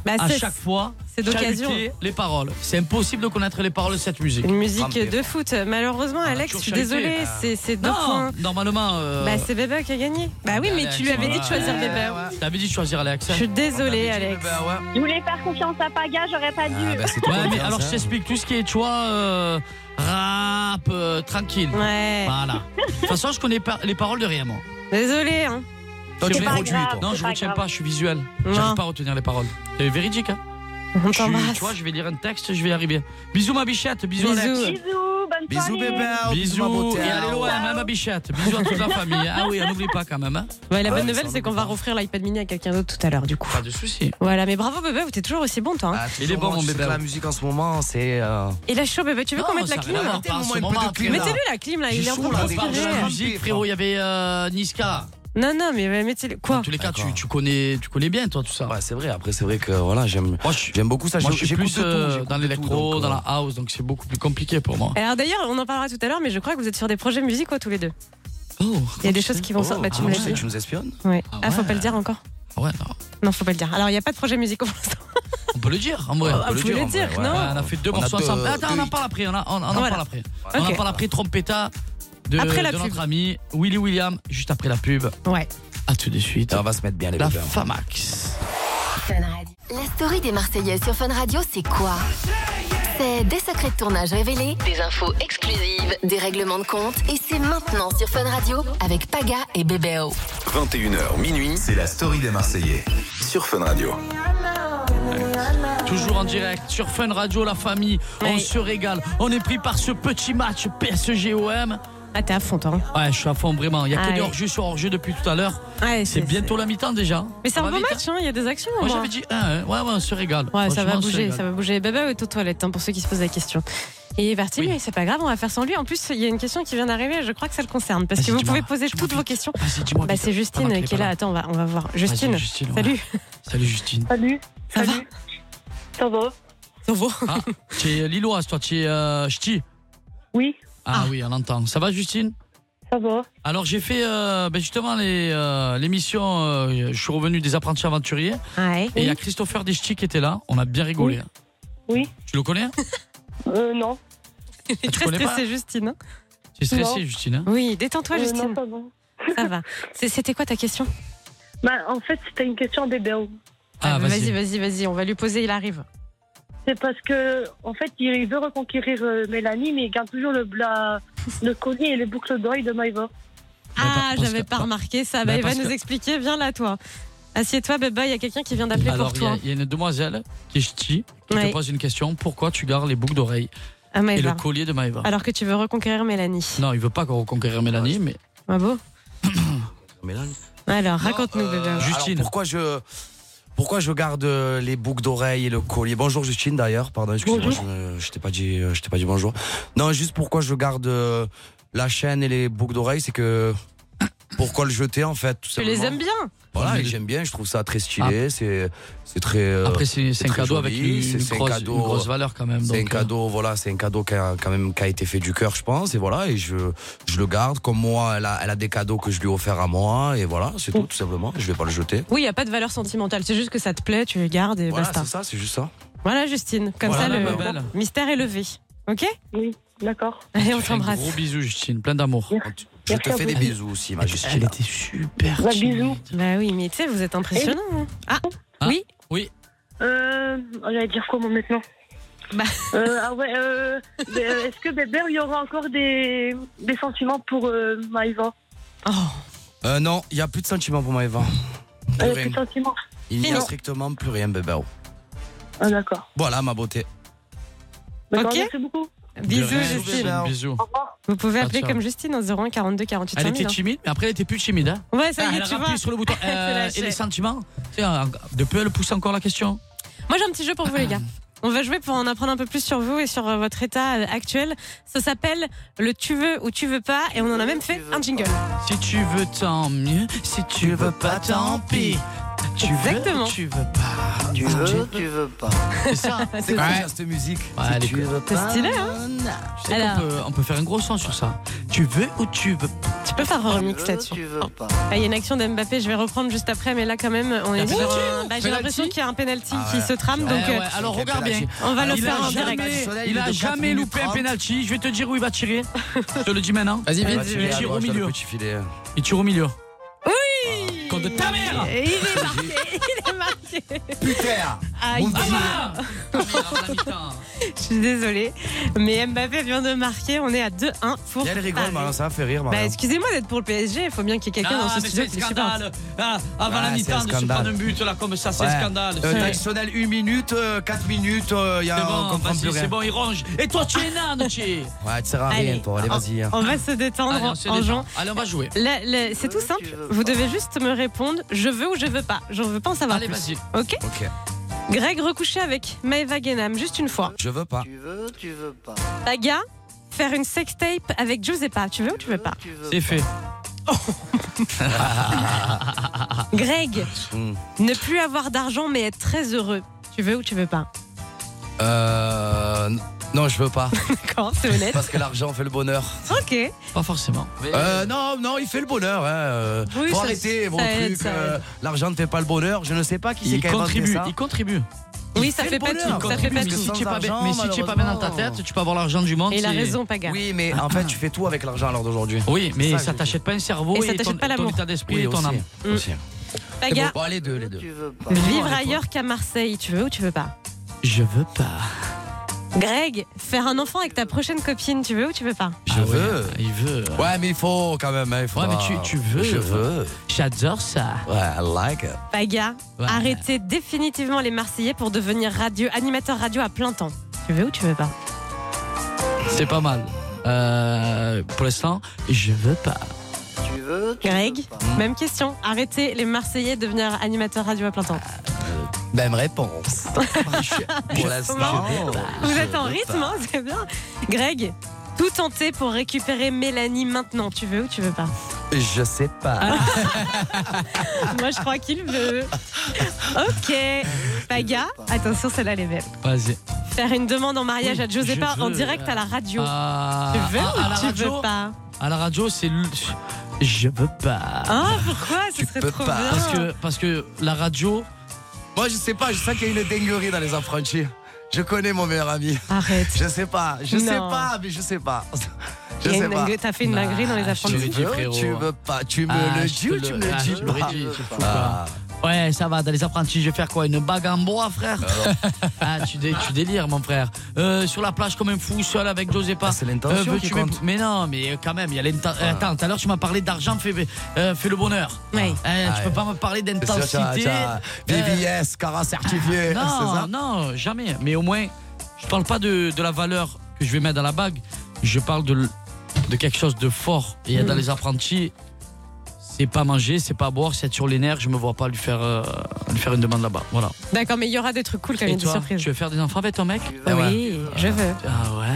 Speaker 5: Bah,
Speaker 4: à
Speaker 5: c'est-
Speaker 4: chaque fois
Speaker 5: c'est d'occasion.
Speaker 4: chahuté les paroles. C'est impossible de connaître les paroles de cette musique.
Speaker 5: Une musique
Speaker 6: Rampé.
Speaker 5: de foot. Malheureusement, Alex, je
Speaker 4: toujours
Speaker 5: suis
Speaker 4: chahuté.
Speaker 5: désolée, c'est- c'est deux
Speaker 4: Non,
Speaker 5: points.
Speaker 4: normalement. euh,
Speaker 5: Bah, c'est Bébé qui a gagné. Bah oui, mais
Speaker 4: Alex,
Speaker 5: tu lui avais dit de
Speaker 4: voilà.
Speaker 5: choisir
Speaker 4: Ouais,
Speaker 5: Bébé.
Speaker 4: ouais. T'avais dit de choisir Alex. hein.
Speaker 5: Je suis désolée, Alex.
Speaker 6: Ah,
Speaker 7: Je voulais faire confiance à Paga, j'aurais pas
Speaker 4: Bah,
Speaker 7: dû.
Speaker 6: bah,
Speaker 4: Ouais, mais alors je t'explique tout ce qui est, tu vois, euh, rap, euh, tranquille.
Speaker 5: Ouais.
Speaker 4: Voilà. De toute façon, je connais pas les paroles de rien, moi.
Speaker 5: Désolée, hein.
Speaker 6: Toi,
Speaker 4: C'est
Speaker 6: tu
Speaker 4: pas
Speaker 6: produis,
Speaker 7: grave.
Speaker 6: toi.
Speaker 4: Ah, Non,
Speaker 7: c'est
Speaker 4: je
Speaker 7: pas
Speaker 4: retiens
Speaker 7: grave.
Speaker 4: pas, je suis visuel.
Speaker 5: Non.
Speaker 4: J'arrive pas à retenir les paroles. C'est véridique, hein.
Speaker 5: On
Speaker 4: Je suis-
Speaker 5: t'embrasse.
Speaker 4: Tu vois, je vais lire un texte, je vais y arriver. Bisous, ma bichette. Bisous,
Speaker 5: Bisous.
Speaker 4: Alex.
Speaker 7: Bisous, bonne
Speaker 6: Bisous,
Speaker 7: soirée.
Speaker 6: bébé. Ah, ma
Speaker 4: Bisous,
Speaker 6: beauté. hein.
Speaker 4: et allez loin, même à Bichette. Bisous à toute la famille. Ah oui, n'oublie pas quand même. Hein.
Speaker 5: Ouais, la
Speaker 6: Ouais,
Speaker 5: bonne
Speaker 6: mais
Speaker 5: nouvelle,
Speaker 6: ça,
Speaker 5: c'est
Speaker 6: on
Speaker 5: qu'on va
Speaker 6: peut pas.
Speaker 5: offrir l'iPad mini à quelqu'un d'autre tout à l'heure, du coup.
Speaker 4: Pas de soucis.
Speaker 5: Voilà, mais bravo bébé, t'es toujours aussi bon toi. hein.
Speaker 6: Ah,
Speaker 4: Il est
Speaker 6: toujours
Speaker 4: bon, mon
Speaker 6: tu sais
Speaker 4: bébé.
Speaker 6: que La musique en ce moment, c'est. euh,
Speaker 5: Et la chaud bébé, tu veux qu'on mette la clim
Speaker 6: rien à voir.
Speaker 5: Mettez-lui la clim là,
Speaker 6: J'ai
Speaker 5: il est en
Speaker 6: chaud,
Speaker 5: train de
Speaker 6: là,
Speaker 4: On parle de
Speaker 5: transpirer.
Speaker 4: la
Speaker 6: Ouais.
Speaker 4: musique, frérot. Il y avait euh, Niska.
Speaker 5: Non, non, mais euh, mettez-le.
Speaker 4: Dans
Speaker 5: Quoi
Speaker 4: tous les cas, tu,
Speaker 6: D'accord.
Speaker 4: tu, connais, tu connais bien, toi, tout ça.
Speaker 6: ah Ouais, c'est vrai. Après, c'est vrai que voilà, j'aime.
Speaker 4: Moi, je suis,
Speaker 6: J'aime beaucoup ça.
Speaker 4: moi,
Speaker 6: J'ai-
Speaker 4: je suis
Speaker 6: j'écoute
Speaker 4: plus
Speaker 6: de tout,
Speaker 4: euh,
Speaker 6: j'écoute
Speaker 4: dans
Speaker 6: de tout,
Speaker 4: l'électro,
Speaker 6: donc,
Speaker 4: dans
Speaker 6: euh,
Speaker 4: la house, donc c'est beaucoup plus compliqué pour moi.
Speaker 5: Alors d'ailleurs, on en parlera tout à l'heure, mais je crois que vous êtes sur des projets musicaux tous les deux. Oh,
Speaker 4: Oh,
Speaker 5: Il y a des choses qui vont sortir. Bah,
Speaker 6: ah,
Speaker 5: tu me
Speaker 6: tu
Speaker 5: l'as
Speaker 6: sais,
Speaker 5: dit.
Speaker 6: tu nous espionnes
Speaker 5: Ouais.
Speaker 4: Ah
Speaker 5: Ah, faut
Speaker 4: ouais.
Speaker 5: pas le dire encore.
Speaker 4: Ouais, non.
Speaker 5: Non, faut pas le dire. Alors, il n'y a pas de projet musicaux pour l'instant.
Speaker 4: On peut le dire, en vrai.
Speaker 5: Ah,
Speaker 6: le
Speaker 5: faut
Speaker 6: dire,
Speaker 5: le
Speaker 6: en
Speaker 5: dire,
Speaker 6: vrai, ouais.
Speaker 5: non
Speaker 4: Ouais, on a fait deux
Speaker 6: On a
Speaker 4: morceaux
Speaker 6: deux-
Speaker 4: ensemble. Attends, on en
Speaker 6: deux
Speaker 4: parle après. On, a- on- on en
Speaker 5: euh, Ah, Voilà.
Speaker 4: parle après. On
Speaker 5: Ok.
Speaker 4: en parle après. Trompetta de,
Speaker 5: Après la
Speaker 4: de
Speaker 5: pub.
Speaker 4: notre ami Willy William, juste après la pub.
Speaker 5: Ouais.
Speaker 4: À tout de suite.
Speaker 6: Et On va se mettre bien les
Speaker 4: La
Speaker 6: bébés.
Speaker 4: Famax.
Speaker 3: La story des Marseillais sur Fun Radio, c'est quoi C'est des secrets de tournage révélés, des infos exclusives, des règlements de compte, et c'est maintenant sur Fun Radio avec Paga et Bébéo.
Speaker 1: 21h minuit, c'est la story des Marseillais sur Fun Radio.
Speaker 4: Toujours en direct sur Fun Radio, la famille. On
Speaker 5: Oui.
Speaker 4: se régale. On est pris par ce petit match PSG-OM.
Speaker 5: Ah, t'es à fond, toi. hein.
Speaker 4: Ouais, je suis à fond vraiment. Il y a que
Speaker 5: Ouais.
Speaker 4: des hors-jeux sur hors-jeux depuis tout à l'heure.
Speaker 5: Ouais,
Speaker 4: C'est bientôt la mi-temps déjà.
Speaker 5: Mais c'est
Speaker 4: Ça
Speaker 5: un
Speaker 4: va
Speaker 5: beau
Speaker 4: vite,
Speaker 5: match, hein, il y a des actions.
Speaker 4: hein.
Speaker 5: au moins.
Speaker 4: Moi j'avais dit 1 Ouais, ouais, on se régale.
Speaker 5: Ouais, ça
Speaker 4: Franchement,
Speaker 5: va
Speaker 4: on se
Speaker 5: bouger,
Speaker 4: régale.
Speaker 5: ça va bouger. Baba est aux toilettes, hein, pour ceux qui se posent la question. Et Berthier,
Speaker 4: Oui.
Speaker 5: lui, c'est pas grave, on va faire sans lui. En plus, il y a une question qui vient d'arriver, je crois que ça le concerne, parce que
Speaker 4: Vas-y,
Speaker 5: vous
Speaker 4: dis-moi,
Speaker 5: pouvez poser
Speaker 4: dis-moi
Speaker 5: toutes
Speaker 4: vite.
Speaker 5: vos questions.
Speaker 4: Vas-y, dis-moi.
Speaker 5: Bah,
Speaker 4: vite.
Speaker 5: c'est Justine
Speaker 4: Pendant qu'elle
Speaker 5: qui est là. Attends, on va, on va voir. Justine,
Speaker 4: Vas-y, Justine, ouais.
Speaker 5: salut.
Speaker 4: Salut Justine.
Speaker 7: Salut.
Speaker 5: Ça va
Speaker 7: Salut. Ça va
Speaker 4: Ah, tu es Lilloise, toi, tu es euh, ch'ti.
Speaker 7: Oui,
Speaker 4: Ah,
Speaker 5: Ah.
Speaker 4: oui, on entend. Ça va Justine
Speaker 7: ça va.
Speaker 4: alors j'ai fait euh, ben, justement les, euh, l'émission, euh, je suis revenu des apprentis aventuriers
Speaker 5: Ouais.
Speaker 4: et il y a Christopher Deschti qui était là, on a bien rigolé. hein.
Speaker 7: Oui.
Speaker 4: Tu le connais hein
Speaker 7: Euh, non.
Speaker 5: Il est
Speaker 4: tu
Speaker 5: très
Speaker 4: connais pas
Speaker 5: stressé, Justine. hein.
Speaker 4: Tu es stressée
Speaker 7: Non.
Speaker 4: Justine. hein
Speaker 5: Oui, détends-toi,
Speaker 7: Euh, non,
Speaker 5: Justine.
Speaker 7: ça va.
Speaker 5: Ça va. C'est- C'était quoi ta question
Speaker 7: Bah, en fait, c'était une question Bébéo.
Speaker 4: ah vas-y.
Speaker 5: vas-y, vas-y, vas-y, on va lui poser, il arrive.
Speaker 7: C'est parce que, en fait, il veut reconquérir euh, Mélanie, mais il garde toujours le, la- le collier et les boucles d'oreilles de Maïva.
Speaker 5: Ah,
Speaker 4: parce que-
Speaker 5: j'avais pas
Speaker 4: par-
Speaker 5: remarqué ça.
Speaker 4: bah,
Speaker 5: Bah, il va
Speaker 4: parce
Speaker 5: nous
Speaker 4: que-
Speaker 5: expliquer. Viens là, toi. Assieds-toi, Baba, il y a quelqu'un qui vient d'appeler
Speaker 4: Alors
Speaker 5: pour
Speaker 4: il y a-
Speaker 5: toi.
Speaker 4: il y, a une demoiselle qui est ch'ti qui
Speaker 5: Ouais.
Speaker 4: te pose une question, pourquoi tu gardes les boucles d'oreilles
Speaker 5: Ah,
Speaker 4: et le
Speaker 5: Maëva.
Speaker 4: collier de Maëva
Speaker 5: Alors que tu veux reconquérir Mélanie.
Speaker 4: Non, il veut pas qu'on reconquérir Mélanie, mais
Speaker 5: Ah bon
Speaker 6: Mélanie.
Speaker 5: Alors, raconte-nous,
Speaker 6: Non, euh,
Speaker 5: Baba.
Speaker 6: alors,
Speaker 4: Justine.
Speaker 6: pourquoi je. Pourquoi je garde euh, les boucles d'oreilles et le collier Bonjour Justine d'ailleurs, pardon, excusez-moi, je, ne- je t'ai pas dit, euh, je t'ai pas dit bonjour. Non, juste pourquoi je garde euh, la chaîne et les boucles d'oreilles, c'est que pourquoi le jeter en fait tout
Speaker 5: Tu les
Speaker 6: simplement.
Speaker 5: aimes bien
Speaker 6: Voilà, et j'aime bien, je trouve ça très stylé, c'est c'est très. euh,
Speaker 4: Ah. après c'est c'est un
Speaker 6: très
Speaker 4: cadeau
Speaker 6: joli,
Speaker 4: avec une,
Speaker 6: c'est-
Speaker 4: une
Speaker 6: c'est un
Speaker 4: grosse,
Speaker 6: cadeau,
Speaker 4: une grosse valeur quand même.
Speaker 6: C'est un
Speaker 4: donc, euh,
Speaker 6: cadeau, voilà, c'est un cadeau qui a quand même qui a été fait du cœur, je pense, et voilà, et je, je le garde. Comme moi, elle a, elle a des cadeaux que je lui ai offerts à moi, et voilà, c'est tout, tout simplement. Je vais pas le jeter.
Speaker 5: Oui, il n'y a pas de valeur sentimentale. C'est juste que ça te plaît, tu le gardes et
Speaker 6: Voilà,
Speaker 5: basta.
Speaker 6: c'est ça, c'est juste ça.
Speaker 5: Voilà, Justine. Comme
Speaker 4: Voilà,
Speaker 5: ça,
Speaker 4: la
Speaker 5: le
Speaker 4: Babel.
Speaker 5: mystère est levé. Ok
Speaker 7: Oui, d'accord.
Speaker 5: Allez,
Speaker 4: Je
Speaker 5: on
Speaker 4: te fais
Speaker 5: t'embrasse.
Speaker 4: Un gros bisou, Justine, plein d'amour.
Speaker 6: Je te
Speaker 7: Merci à
Speaker 6: fais des
Speaker 7: vous.
Speaker 6: bisous aussi, ma
Speaker 4: Elle
Speaker 6: Ah, Justine.
Speaker 4: était super
Speaker 7: Bah,
Speaker 4: timide.
Speaker 7: bisous.
Speaker 5: Bah oui, mais tu sais, vous êtes impressionnant. hein. Ah,
Speaker 4: Ah.
Speaker 5: oui
Speaker 7: Euh, j'allais dire comment maintenant
Speaker 5: Bah.
Speaker 7: Euh, ah ouais, euh, mais, euh, est-ce que bébé, il y aura encore des, des sentiments pour euh, Maïva
Speaker 5: Oh,
Speaker 6: Euh, non, il n'y a plus de sentiments pour Maëva. Plus
Speaker 7: Euh,
Speaker 6: rien.
Speaker 7: Des sentiments
Speaker 6: Il n'y a
Speaker 7: Non.
Speaker 6: strictement plus rien, bébé.
Speaker 7: Ah d'accord. Bah,
Speaker 6: Voilà, ma beauté.
Speaker 7: D'accord,
Speaker 5: Ok.
Speaker 7: Merci beaucoup.
Speaker 5: Bisous,
Speaker 4: De rien,
Speaker 5: Justine.
Speaker 4: Bisous.
Speaker 5: Vous pouvez
Speaker 4: Ah,
Speaker 5: appeler
Speaker 4: tiens.
Speaker 5: comme Justine en 01 42 48
Speaker 4: Elle
Speaker 5: 5000.
Speaker 4: était timide, mais après elle était plus timide. Hein.
Speaker 5: Ouais, hein. ça
Speaker 4: Ah,
Speaker 5: y est,
Speaker 4: elle a
Speaker 5: tu
Speaker 4: rappelé
Speaker 5: vois.
Speaker 4: sur le bouton.
Speaker 5: Elle s'est
Speaker 4: Euh,
Speaker 5: lâchée.
Speaker 4: et les sentiments Tu sais, euh, De peu, elle pousse encore la question.
Speaker 5: Moi, j'ai un petit jeu pour vous, les gars. On va jouer pour en apprendre un peu plus sur vous et sur euh, votre état euh, actuel. Ça s'appelle le tu veux ou tu veux pas et on en a même fait un jingle.
Speaker 4: Si tu veux, tant mieux. Si tu veux pas, tant pis. Tu veux,
Speaker 5: Exactement.
Speaker 4: tu veux pas. Tu
Speaker 5: Ah,
Speaker 4: veux, tu veux pas. C'est ça.
Speaker 6: C'est quoi déjà, cette musique
Speaker 4: Ouais, elle est cool.
Speaker 5: C'est stylé, hein
Speaker 4: Tu sais qu'on
Speaker 5: Alors.
Speaker 4: peut- on peut faire un gros son sur ça. Tu veux ou tu veux pas.
Speaker 5: Tu peux faire un remix là-dessus. Ah, Il y a une action d'Mbappé, je vais reprendre juste après, mais là quand même, on est.
Speaker 4: Penalty
Speaker 5: sur un- bah, J'ai
Speaker 4: Penalty
Speaker 5: l'impression qu'il y a un penalty
Speaker 6: Ah
Speaker 5: qui
Speaker 6: ouais.
Speaker 5: se trame, donc
Speaker 4: Eh
Speaker 5: euh,
Speaker 4: ouais, alors regarde bien.
Speaker 5: on va le
Speaker 4: il
Speaker 5: faire
Speaker 4: a
Speaker 5: en
Speaker 4: jamais,
Speaker 5: direct.
Speaker 4: il a
Speaker 6: de
Speaker 4: jamais
Speaker 6: 4
Speaker 4: loupé un
Speaker 6: minutes
Speaker 4: penalty. Je vais te dire où il va tirer. Je te le dis maintenant.
Speaker 8: Vas-y,
Speaker 6: Elle
Speaker 8: vite.
Speaker 6: va tirer
Speaker 4: Il
Speaker 6: à
Speaker 4: tire
Speaker 6: droite
Speaker 4: au
Speaker 6: dans le
Speaker 4: milieu.
Speaker 6: petit filet.
Speaker 4: Il tire au milieu. Contre ta mère
Speaker 5: Et il est marqué, il est marqué.
Speaker 6: Putain
Speaker 5: Aïe.
Speaker 6: Mon Dieu.
Speaker 5: Je suis désolée, mais Mbappé vient de marquer. On est à 2-1 pour.
Speaker 6: Et Elle rigole,
Speaker 5: Paris.
Speaker 6: Marion, ça fait rire,
Speaker 5: Bah,
Speaker 6: Marion.
Speaker 5: excusez-moi d'être pour le PSG, il faut bien qu'il y ait quelqu'un
Speaker 4: Ah,
Speaker 5: dans ce
Speaker 4: mais
Speaker 5: studio
Speaker 4: c'est
Speaker 5: qui
Speaker 4: un
Speaker 5: les supporte.
Speaker 4: scandale. Ah, avant
Speaker 6: Ouais,
Speaker 4: la
Speaker 6: c'est un
Speaker 4: mi-temps, de se
Speaker 6: scandale.
Speaker 4: prendre un but là comme ça, c'est
Speaker 6: Ouais.
Speaker 4: un scandale.
Speaker 6: Euh,
Speaker 4: C'est-
Speaker 6: Traditionnel, 1 minute, 4 minutes, euh, y a,
Speaker 4: c'est
Speaker 6: on
Speaker 4: bon,
Speaker 6: comprend
Speaker 4: vas-y,
Speaker 6: plus rien.
Speaker 4: c'est bon, il ronge. Et toi, tu es nain, tu es.
Speaker 6: Ouais, tu sers à rien,
Speaker 5: Allez.
Speaker 6: toi.
Speaker 4: Ah.
Speaker 6: Allez, vas-y. hein.
Speaker 5: On va se détendre
Speaker 4: Allez, on se
Speaker 5: en, en
Speaker 4: détend.
Speaker 5: jouant.
Speaker 4: Allez, on va jouer.
Speaker 5: Là, là, c'est tout
Speaker 4: Euh,
Speaker 5: simple. Vous devez juste me répondre je veux ou je veux pas. J'en veux pas en savoir
Speaker 4: Allez,
Speaker 5: plus.
Speaker 4: vas-y.
Speaker 5: Ok
Speaker 6: Ok.
Speaker 5: Greg recouché avec Maeva Guénam, juste une fois.
Speaker 6: Je veux pas.
Speaker 5: Baga, faire une sextape avec Giuseppa. Tu veux ou tu veux pas
Speaker 4: C'est fait.
Speaker 5: Greg,
Speaker 6: Hmm.
Speaker 5: ne plus avoir d'argent mais être très heureux. Tu veux ou tu veux pas
Speaker 6: Euh. n- Non, je veux pas.
Speaker 5: D'accord, c'est honnête.
Speaker 6: Parce que l'argent fait le bonheur.
Speaker 5: Ok.
Speaker 4: Pas forcément.
Speaker 6: Euh, non, non, il fait le bonheur. Hein. euh.
Speaker 5: Oui,
Speaker 6: Faut
Speaker 5: ça-
Speaker 6: arrêter, bon
Speaker 5: ça aide,
Speaker 6: truc.
Speaker 5: ça
Speaker 6: euh,
Speaker 5: aide.
Speaker 6: l'argent ne fait pas le bonheur. Je ne sais pas qui c'est
Speaker 4: Il
Speaker 6: qui a inventé
Speaker 4: contribue,
Speaker 6: ça.
Speaker 4: il contribue.
Speaker 5: Oui, ça
Speaker 6: fait
Speaker 5: fait
Speaker 6: le
Speaker 5: pas
Speaker 6: bonheur,
Speaker 5: tout. Ça fait pas
Speaker 6: parce que
Speaker 5: tout.
Speaker 6: sans
Speaker 4: Si tu es pas bien,
Speaker 6: argent,
Speaker 4: mais si tu es pas bien dans ta
Speaker 6: malheureusement. euh,
Speaker 4: tête, tu peux avoir l'argent du monde.
Speaker 5: Et il a
Speaker 4: c'est-
Speaker 5: raison, Paga.
Speaker 6: Oui, mais en fait, tu fais tout avec l'argent alors
Speaker 5: Mm.
Speaker 6: d'aujourd'hui.
Speaker 4: Oui, mais
Speaker 6: ça
Speaker 4: ça,
Speaker 6: que je veux
Speaker 4: t'achète pas un cerveau
Speaker 5: Et ça
Speaker 4: et, ton,
Speaker 5: t'achète pas l'amour.
Speaker 4: ton état d'esprit
Speaker 6: Oui,
Speaker 4: et ton
Speaker 6: aussi.
Speaker 4: âme.
Speaker 6: aussi.
Speaker 5: Ah,
Speaker 6: C'est bon.
Speaker 5: Paga,
Speaker 6: Bon, les deux, les deux.
Speaker 5: vivre ailleurs qu'à Marseille. Tu veux ou tu veux pas
Speaker 4: Je veux pas.
Speaker 5: Greg, faire un enfant avec ta prochaine copine. Tu veux ou tu veux pas
Speaker 6: Je
Speaker 4: Ah ouais,
Speaker 6: veux.
Speaker 4: il veut.
Speaker 6: Ouais, mais il faut quand même. hein, il faut
Speaker 4: Ouais, mais
Speaker 6: pas-
Speaker 4: tu- tu veux.
Speaker 6: Je veux.
Speaker 4: J'adore ça.
Speaker 6: Ouais, I like it.
Speaker 5: Paga,
Speaker 4: Ouais.
Speaker 5: arrêter définitivement les Marseillais pour devenir radio, animateur radio à plein temps. Tu veux ou tu veux pas
Speaker 4: C'est pas mal. Euh, pour l'instant, je veux pas.
Speaker 5: Greg, même question. Arrêter les Marseillais de devenir animateur radio à plein temps.
Speaker 4: Ah,
Speaker 6: Même réponse. Pour l'instant.
Speaker 5: Vous êtes en rythme, hein, c'est bien. Greg, tout tenter pour récupérer Mélanie maintenant. Tu veux ou tu veux pas
Speaker 6: Je sais pas.
Speaker 5: Ah. Moi, je crois qu'il veut. Ok. Paga, attention, celle-là, elle est belle.
Speaker 4: Vas-y.
Speaker 5: Faire une demande en mariage
Speaker 4: Oui,
Speaker 5: à Giuseppa
Speaker 4: je
Speaker 5: en
Speaker 4: veux.
Speaker 5: direct à la radio.
Speaker 4: Ah,
Speaker 5: tu veux
Speaker 4: à, à la
Speaker 5: ou tu
Speaker 4: radio,
Speaker 5: veux pas
Speaker 4: À la radio, c'est le- je veux pas.
Speaker 5: Ah, pourquoi Ce
Speaker 6: Tu
Speaker 5: serait
Speaker 6: peux
Speaker 5: trop
Speaker 6: pas.
Speaker 5: bien.
Speaker 4: Parce que parce que la radio,
Speaker 6: Moi, je sais pas. Je sens qu'il y a une dinguerie dans les affranchis. Je connais mon meilleur ami.
Speaker 5: Arrête.
Speaker 6: Je sais pas. Je sais
Speaker 5: Non.
Speaker 6: pas, mais je sais pas. Je
Speaker 5: Il y a
Speaker 6: sais
Speaker 5: une
Speaker 6: pas.
Speaker 5: dingue- T'as fait une
Speaker 4: Bah,
Speaker 5: dinguerie dans les
Speaker 4: je
Speaker 5: affrontes.
Speaker 4: te le dis,
Speaker 6: Tu veux,
Speaker 4: frérot.
Speaker 6: tu veux pas. Tu me
Speaker 4: Ah,
Speaker 6: le
Speaker 4: je
Speaker 6: dis
Speaker 4: te
Speaker 6: ou tu me
Speaker 4: ah,
Speaker 6: le
Speaker 4: je
Speaker 6: dis
Speaker 4: te le
Speaker 6: pas.
Speaker 4: dis, je te le
Speaker 6: Ah.
Speaker 4: dis. Ouais, ça va, dans les apprentis, je vais faire quoi Une bague en bois, frère Ah, tu, dé- tu délires, mon frère. Euh, sur la plage comme un fou, seul avec Giuseppa.
Speaker 6: Ah, c'est l'intention
Speaker 4: veux-tu
Speaker 6: qui
Speaker 4: m'épou-
Speaker 6: compte. Ah.
Speaker 4: Mais non, mais euh, quand même, il y a l'intention. Attends, tout à l'heure, tu m'as parlé d'argent, fais, euh, fais le bonheur.
Speaker 5: Ouais.
Speaker 4: Euh,
Speaker 6: Ah,
Speaker 4: tu peux
Speaker 6: ouais.
Speaker 4: pas me parler
Speaker 6: C'est sûr, t'as-
Speaker 4: d'intensité.
Speaker 6: t'as VVS, Cara certifié. c'est ça
Speaker 4: Non, non, jamais. Mais au moins, je parle pas de, de la valeur que je vais mettre dans la bague. Je parle de, l- de quelque chose de fort.
Speaker 6: Mm.
Speaker 4: Et dans les apprentis, c'est pas manger, c'est pas boire, c'est être sur les nerfs. Je me vois pas lui faire, euh, lui faire une demande là-bas. Voilà.
Speaker 5: D'accord, mais il y aura des trucs cool quand
Speaker 4: Et
Speaker 5: même, des
Speaker 4: toi,
Speaker 5: surprises.
Speaker 4: tu veux faire des enfants avec ton mec
Speaker 5: Ah Oui, je veux.
Speaker 4: Ah ouais.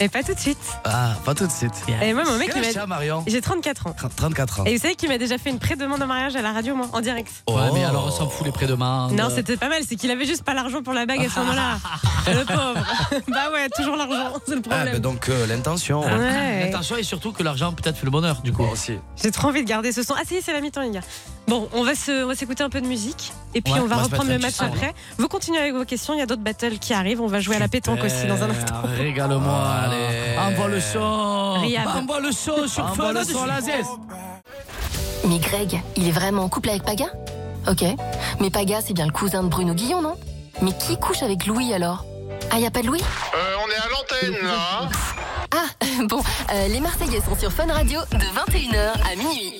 Speaker 5: Mais pas tout de suite.
Speaker 6: Ah, pas tout de suite.
Speaker 5: Et moi, mon mec,
Speaker 6: Quel
Speaker 5: il
Speaker 6: âge
Speaker 5: m'a
Speaker 6: t'as, Marion
Speaker 5: J'ai 34 ans.
Speaker 6: 34 ans.
Speaker 5: Et vous savez qu'il m'a déjà fait une pré-demande en mariage à la radio, moi, en direct.
Speaker 4: Ouais, mais
Speaker 6: Oh.
Speaker 4: alors on s'en fout les prédemandes.
Speaker 5: Non, c'était pas mal, c'est qu'il avait juste pas l'argent pour la bague à ce moment-là. le pauvre. bah ouais, toujours l'argent, c'est le
Speaker 6: Ah,
Speaker 4: bah
Speaker 5: problème. Ah.
Speaker 6: ben donc euh, l'intention.
Speaker 5: Ouais.
Speaker 4: Attention, et surtout que l'argent peut-être fait le bonheur, du coup.
Speaker 6: Moi aussi.
Speaker 5: J'ai trop envie de garder ce son. Ah, ça y est, c'est la mi-temps, les gars. Bon, on va se- on va s'écouter un peu de musique et puis
Speaker 4: Ouais,
Speaker 5: on va
Speaker 4: on va se
Speaker 5: reprendre le
Speaker 4: mettre un
Speaker 5: match
Speaker 4: petit son,
Speaker 5: après. Vous continuez avec vos questions, il y a d'autres battles qui arrivent. On va jouer à la pétanque aussi dans un instant.
Speaker 4: Eh, Régale-moi.
Speaker 6: Allez.
Speaker 4: Envoie le son.
Speaker 5: Riyad.
Speaker 4: Envoie le son sur
Speaker 6: Envoie
Speaker 4: feu,
Speaker 6: le
Speaker 4: là-dessus.
Speaker 6: son, la zeste.
Speaker 3: Mais Greg, il est vraiment en couple avec Paga Ok. Mais Paga, c'est bien le cousin de Bruno Guillon, non Mais qui couche avec Louis alors Ah, y a pas de Louis
Speaker 11: Euh, on est à l'antenne là. hein.
Speaker 3: Ah, bon, euh, les Marseillais sont sur Fun Radio de 21h à minuit.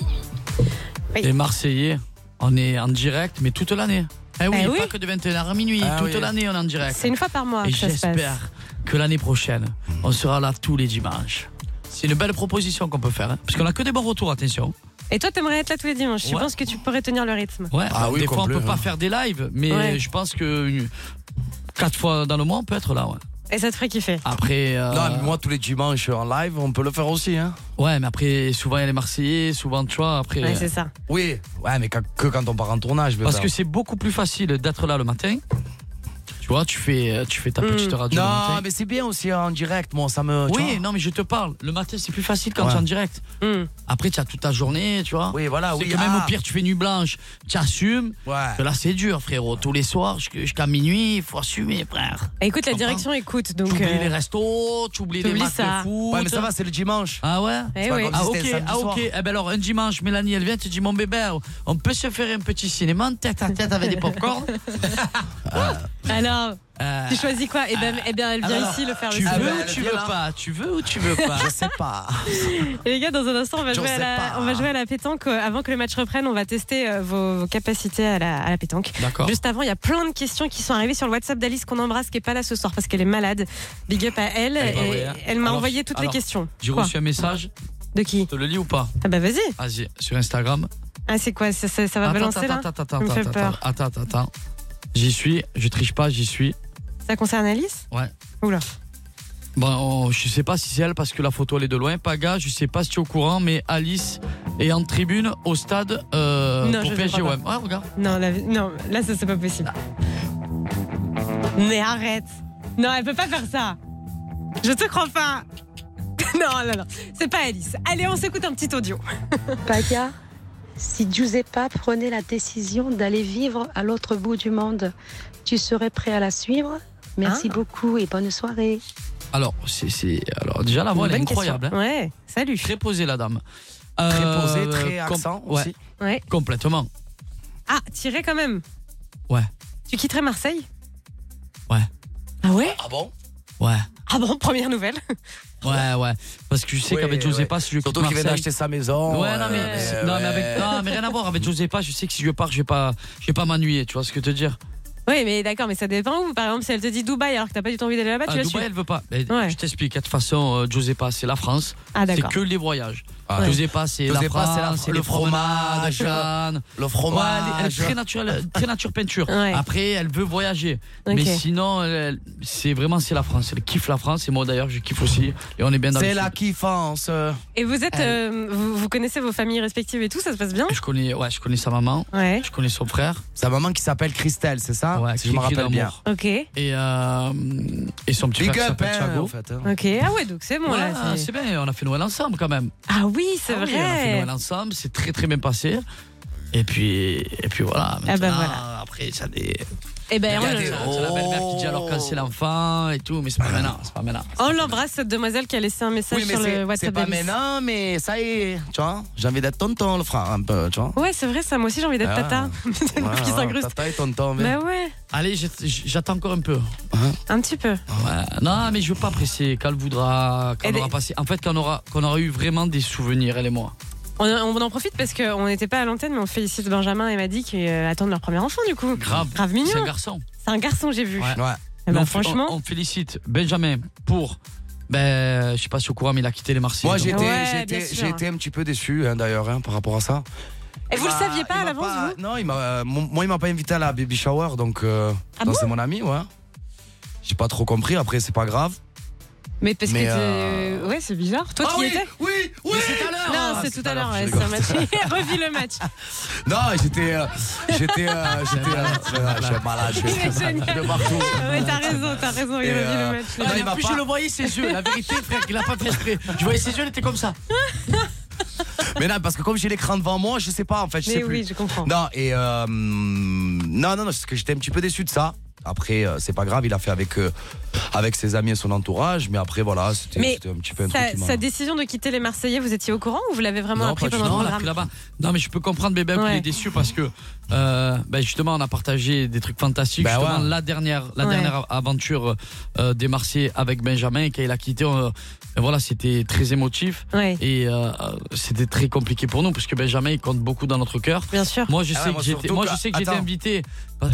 Speaker 4: Les Marseillais, on est en direct, mais toute l'année. Eh oui,
Speaker 5: Eh oui.
Speaker 4: pas que de 21h à minuit,
Speaker 5: Ah
Speaker 4: toute
Speaker 5: oui.
Speaker 4: l'année on est en direct.
Speaker 5: C'est une fois par mois
Speaker 4: Et
Speaker 5: que ça se passe.
Speaker 4: j'espère que l'année prochaine, on sera là tous les dimanches. C'est une belle proposition qu'on peut faire, hein, parce qu'on a que des bons retours, attention.
Speaker 5: Et toi, t'aimerais être là tous les dimanches. Tu
Speaker 4: Ouais.
Speaker 5: penses que tu pourrais tenir le rythme
Speaker 4: Ouais,
Speaker 6: Ah
Speaker 4: bah, des fois on peut pas
Speaker 5: hein.
Speaker 4: faire des lives, mais
Speaker 5: Ouais.
Speaker 4: je pense que une- quatre fois dans le mois on peut être là. Ouais.
Speaker 5: Et ça te ferait kiffer.
Speaker 4: Après, euh,
Speaker 6: Non, mais moi tous les dimanches en live, on peut le faire aussi. Hein.
Speaker 4: Ouais, mais après, souvent il y a les Marseillais, souvent tu vois, après.
Speaker 5: Ouais, c'est ça.
Speaker 6: Oui, ouais, mais que, que quand on part en tournage.
Speaker 4: Parce
Speaker 6: bébé.
Speaker 4: que c'est beaucoup plus facile d'être là le matin. Tu vois, tu fais, tu fais
Speaker 5: Mm.
Speaker 4: ta petite radio le
Speaker 6: Non,
Speaker 4: matin.
Speaker 6: mais c'est bien aussi hein, en direct, moi, ça me. tu
Speaker 4: Oui,
Speaker 6: vois.
Speaker 4: non, mais je te parle. Le matin, c'est plus facile quand
Speaker 6: Ouais.
Speaker 4: tu es en direct.
Speaker 5: Hmm.
Speaker 4: Après, tu as toute ta journée, tu vois. Oui,
Speaker 6: voilà, oui,
Speaker 4: Que même
Speaker 6: ah.
Speaker 4: au pire, tu fais nuit blanche, tu assumes. Que là, c'est dur, frérot. Tous les soirs, jusqu'- jusqu'à minuit, il faut assumer, frère.
Speaker 5: Ah, écoute, la direction écoute. Donc,
Speaker 4: Tu oublies
Speaker 5: euh,
Speaker 4: les restos, tu oublies les
Speaker 5: t'oublies
Speaker 4: matchs
Speaker 5: ça.
Speaker 4: de foot.
Speaker 5: Ouais, mais ça va,
Speaker 6: c'est le dimanche.
Speaker 4: Ah ouais
Speaker 5: Eh C'est pas oui. comme si
Speaker 4: Ah ok,
Speaker 5: c'était un samedi
Speaker 4: ah, ok.
Speaker 5: soir.
Speaker 4: Eh ben alors, un dimanche, Mélanie, elle vient, tu dis Mon bébé, on peut se faire un petit cinéma en tête à tête avec des popcorns
Speaker 5: Alors,
Speaker 4: Euh, ah,
Speaker 5: tu choisis quoi Eh ben, eh ben, elle vient
Speaker 4: alors,
Speaker 5: ici le faire
Speaker 4: Tu
Speaker 5: le
Speaker 4: veux
Speaker 5: soir.
Speaker 4: ou tu veux pas Tu veux ou tu veux pas
Speaker 6: Je sais pas.
Speaker 5: Et les gars, dans un instant, on va,
Speaker 4: J'en
Speaker 5: jouer à,
Speaker 4: sais
Speaker 5: la,
Speaker 4: pas.
Speaker 5: on va jouer à la pétanque. Euh, Avant que le match reprenne, on va tester euh, vos, vos capacités à la, à la pétanque.
Speaker 4: D'accord.
Speaker 5: Juste avant, il y a plein de questions qui sont arrivées sur le WhatsApp d'Alice qu'on embrasse, qui est pas là ce soir parce qu'elle est malade. Big up à elle.
Speaker 4: Eh ben
Speaker 5: Et
Speaker 4: ouais, hein.
Speaker 5: Elle m'a
Speaker 4: Alors,
Speaker 5: envoyé toutes
Speaker 4: alors,
Speaker 5: les questions.
Speaker 4: J'ai
Speaker 5: Quoi
Speaker 4: reçu un message.
Speaker 5: De qui Je
Speaker 4: te le lis ou pas
Speaker 5: Ah bah vas-y.
Speaker 4: Vas-y, sur Instagram.
Speaker 5: Ah, c'est quoi ça, ça- ça va
Speaker 4: Attends,
Speaker 5: balancer
Speaker 4: attends,
Speaker 5: là
Speaker 4: attends, attends,
Speaker 5: Ça me
Speaker 4: attends,
Speaker 5: fait
Speaker 4: attends,
Speaker 5: peur.
Speaker 4: attends, attends, attends. J'y suis, je triche pas, j'y suis.
Speaker 5: Ça concerne Alice
Speaker 4: Ouais.
Speaker 5: Oula.
Speaker 4: Bon, on- je sais pas si c'est elle parce que la photo elle est de loin. Paga, je sais pas si tu es au courant, mais Alice est en tribune au stade euh,
Speaker 5: non,
Speaker 4: pour
Speaker 5: je
Speaker 4: PSG
Speaker 5: sais pas.
Speaker 4: OM. Ouais, regarde.
Speaker 5: Non, la- non, là, ça, c'est pas possible. Mais arrête. Non, elle peut pas faire ça. Je te crois pas. non, non, non. C'est pas Alice. Allez, on s'écoute un petit audio.
Speaker 4: Oh,
Speaker 12: Paga, si Giuseppa prenait la décision d'aller vivre à l'autre bout du monde, tu serais prêt à la suivre Merci beaucoup et bonne soirée.
Speaker 4: Alors, c'est, c'est- alors déjà la voix
Speaker 5: Une
Speaker 4: elle est
Speaker 5: bonne question.
Speaker 4: incroyable. hein.
Speaker 5: Ouais, salut.
Speaker 4: Très posée la dame.
Speaker 6: Très posée, très accent
Speaker 4: Euh, ouais.
Speaker 6: aussi.
Speaker 5: Ouais.
Speaker 4: Complètement.
Speaker 5: Ah, tiré quand même.
Speaker 4: Ouais.
Speaker 5: Tu quitterais Marseille
Speaker 4: Ouais.
Speaker 5: Ah ouais
Speaker 6: Ah bon
Speaker 4: Ouais.
Speaker 5: Ah bon, première nouvelle.
Speaker 4: Ouais, ouais. Parce que je sais
Speaker 6: Oui,
Speaker 4: qu'avec Josépa, si je quitte
Speaker 6: Surtout qu'il vient
Speaker 4: Marseille-
Speaker 6: d'acheter sa maison.
Speaker 4: Ouais, non, mais,
Speaker 6: euh,
Speaker 4: c'est- non, mais avec, non, mais rien à voir. Avec Josépa, je sais que si je pars, je vais pas, je vais pas m'ennuyer. Tu vois ce que je veux te dire
Speaker 5: Oui, mais d'accord, mais ça dépend où. Par exemple, si elle te dit Dubaï alors que t'as pas du tout envie d'aller là-bas,
Speaker 4: Ah,
Speaker 5: tu vas
Speaker 4: Dubaï, elle veut pas. Mais
Speaker 5: Ouais.
Speaker 4: Je t'explique. De toute façon, euh, Giuseppa, c'est la France.
Speaker 5: Ah,
Speaker 4: c'est
Speaker 5: d'accord.
Speaker 4: que les voyages.
Speaker 6: Ah,
Speaker 4: Giuseppa,
Speaker 6: ouais.
Speaker 4: c'est la
Speaker 6: Giuseppa, c'est la-
Speaker 4: France, c'est
Speaker 6: le
Speaker 4: les
Speaker 6: fromage,
Speaker 4: promenades, Jeanne.
Speaker 6: le fromage.
Speaker 4: Ouais, elle, est- elle est très naturelle, très nature peinture. Après, elle veut voyager.
Speaker 6: Ok.
Speaker 4: Mais sinon, elle- c'est vraiment c'est la France. Elle kiffe la France. Et moi d'ailleurs, je kiffe aussi. Et on est bien dans le
Speaker 6: C'est
Speaker 4: sud.
Speaker 6: la kiffance.
Speaker 5: Et vous êtes, euh, vous, vous connaissez vos familles respectives et tout, ça se passe bien
Speaker 4: Je connais, ouais, je connais sa maman.
Speaker 5: Ouais.
Speaker 4: Je connais son frère.
Speaker 6: Sa maman qui s'appelle Christelle, c'est ça
Speaker 4: Ouais,
Speaker 6: Ah, Si je me
Speaker 4: Kiki
Speaker 6: rappelle bien.
Speaker 4: d'amour.
Speaker 5: Ok.
Speaker 4: Et, euh, et son petit
Speaker 6: Big
Speaker 4: frère qui
Speaker 6: up,
Speaker 4: s'appelle
Speaker 6: hein,
Speaker 4: Thiago.
Speaker 6: en fait, hein.
Speaker 5: Ok. Ah ouais, donc c'est bon
Speaker 4: Ouais, ah,
Speaker 5: là. c'est-
Speaker 4: c'est bien, on a fait Noël ensemble quand même.
Speaker 5: Ah oui, c'est
Speaker 4: Ah oui,
Speaker 5: vrai.
Speaker 4: on a fait Noël ensemble, c'est très très bien passé. Et puis, et puis voilà.
Speaker 5: Ah bah
Speaker 4: maintenant,
Speaker 5: voilà.
Speaker 4: Après, ça des.
Speaker 6: hein.
Speaker 5: Eh ben, on
Speaker 4: Regardez,
Speaker 5: le-
Speaker 4: c'est la belle-mère qui dit alors quand c'est l'enfant et tout, mais c'est pas maintenant. C'est pas maintenant.
Speaker 5: On l'embrasse, cette demoiselle qui a laissé un message
Speaker 6: Oui, mais
Speaker 5: sur
Speaker 6: c'est-
Speaker 5: le
Speaker 6: c'est
Speaker 5: WhatsApp.
Speaker 6: pas
Speaker 5: d'Alice.
Speaker 6: maintenant, mais ça y est. Tu vois J'ai envie d'être tonton, le frère, un peu, tu vois
Speaker 5: Ouais, c'est vrai, ça. Moi aussi, j'ai envie d'être
Speaker 6: Ah.
Speaker 5: tata. C'est une
Speaker 6: Ouais,
Speaker 5: meuf qui
Speaker 6: ouais,
Speaker 5: s'incruste.
Speaker 6: Tata et tonton. viens.
Speaker 5: Bah ouais,
Speaker 4: Allez, j'ai- j'attends encore un peu.
Speaker 5: un petit peu.
Speaker 4: Ouais. Non, mais je veux pas presser. Quand elle voudra,
Speaker 5: Eh
Speaker 4: quand on
Speaker 5: ben-
Speaker 4: aura passé. En fait, quand on aura, qu'on aura eu vraiment des souvenirs, elle et moi.
Speaker 5: On, on en profite parce qu'on n'était pas à l'antenne, mais on félicite Benjamin et Maddy qui euh, attendent leur premier enfant, du coup.
Speaker 4: Grave.
Speaker 5: Grave mignon.
Speaker 4: C'est un garçon.
Speaker 5: C'est un garçon, j'ai vu. Eh ben,
Speaker 4: Mais on-
Speaker 5: franchement.
Speaker 4: on, on félicite Benjamin pour. Ben, je sais pas si au courant, mais il a quitté les Marseillais.
Speaker 6: Moi,
Speaker 4: donc.
Speaker 6: j'étais j'étais- j'ai été un petit peu déçu, hein, d'ailleurs, hein, par rapport à ça.
Speaker 5: Et eh, vous
Speaker 6: Il
Speaker 5: le
Speaker 6: m'a-
Speaker 5: saviez pas
Speaker 6: il
Speaker 5: à
Speaker 6: m'a pas-
Speaker 5: l'avance,
Speaker 6: Non, il m'a, euh, mon- moi, il m'a pas invité à la baby shower, donc. euh,
Speaker 5: Ah
Speaker 6: donc
Speaker 5: bon
Speaker 6: c'est mon ami, ouais. J'ai pas trop compris, après, c'est pas grave.
Speaker 5: Mais parce
Speaker 6: Mais,
Speaker 5: que. t'es-
Speaker 6: euh,
Speaker 5: Ouais, c'est bizarre. Toi,
Speaker 6: Ah
Speaker 5: tu y
Speaker 6: oui,
Speaker 5: étais
Speaker 6: Oui, oui
Speaker 5: c'est
Speaker 6: à l'heure.
Speaker 5: Non,
Speaker 6: Ah,
Speaker 5: c'est tout à l'heure,
Speaker 6: je
Speaker 5: ouais,
Speaker 6: rigole.
Speaker 5: c'est un match. Revis le match.
Speaker 6: Non, j'étais. euh, j'étais. euh, j'étais. euh, je suis malade, je
Speaker 5: Il est
Speaker 6: suis-
Speaker 5: génial. Ah
Speaker 6: de partout.
Speaker 5: Ouais, t'as raison, t'as raison, il
Speaker 6: Et,
Speaker 5: revit
Speaker 6: euh,
Speaker 5: le match.
Speaker 4: Ah, mais en plus, je le voyais ses yeux. La vérité, frère, il a pas fait exprès. Je voyais ses yeux, il était comme ça.
Speaker 6: Mais non, parce que comme j'ai l'écran devant moi, je sais pas en fait, je
Speaker 5: Mais
Speaker 6: sais plus.
Speaker 5: oui, je comprends.
Speaker 6: Non, et euh, non, non, non, parce que j'étais un petit peu déçu de ça. Après, euh, c'est pas grave, il a fait avec euh, avec ses amis et son entourage. Mais après, voilà, c'était
Speaker 5: Mais
Speaker 6: c'était un petit peu un truc
Speaker 5: Sa,
Speaker 6: qui m'a-
Speaker 5: sa décision de quitter les Marseillais, vous étiez au courant ou vous l'avez vraiment
Speaker 4: Non,
Speaker 5: appris
Speaker 4: pas du-
Speaker 5: pendant
Speaker 4: non, on
Speaker 5: le
Speaker 4: l'a appris
Speaker 5: programme
Speaker 4: là-bas. Non, mais je peux comprendre Bébé qu'il
Speaker 5: Ouais.
Speaker 4: est déçu parce que euh, ben, justement on a partagé des trucs fantastiques.
Speaker 6: Ben
Speaker 4: justement
Speaker 6: ouais.
Speaker 4: la dernière, la
Speaker 5: Ouais.
Speaker 4: dernière aventure euh, des Marseillais avec Benjamin quand il a quitté, on- et voilà c'était très émotif
Speaker 5: Ouais.
Speaker 4: et euh, c'était très compliqué pour nous parce que Benjamin il compte beaucoup dans notre cœur.
Speaker 5: Bien sûr.
Speaker 4: Moi je
Speaker 6: Ah
Speaker 4: sais
Speaker 6: ouais, moi,
Speaker 4: que j'étais,
Speaker 6: surtout
Speaker 4: moi
Speaker 6: que-
Speaker 4: je sais que j'étais
Speaker 6: attends.
Speaker 4: invité,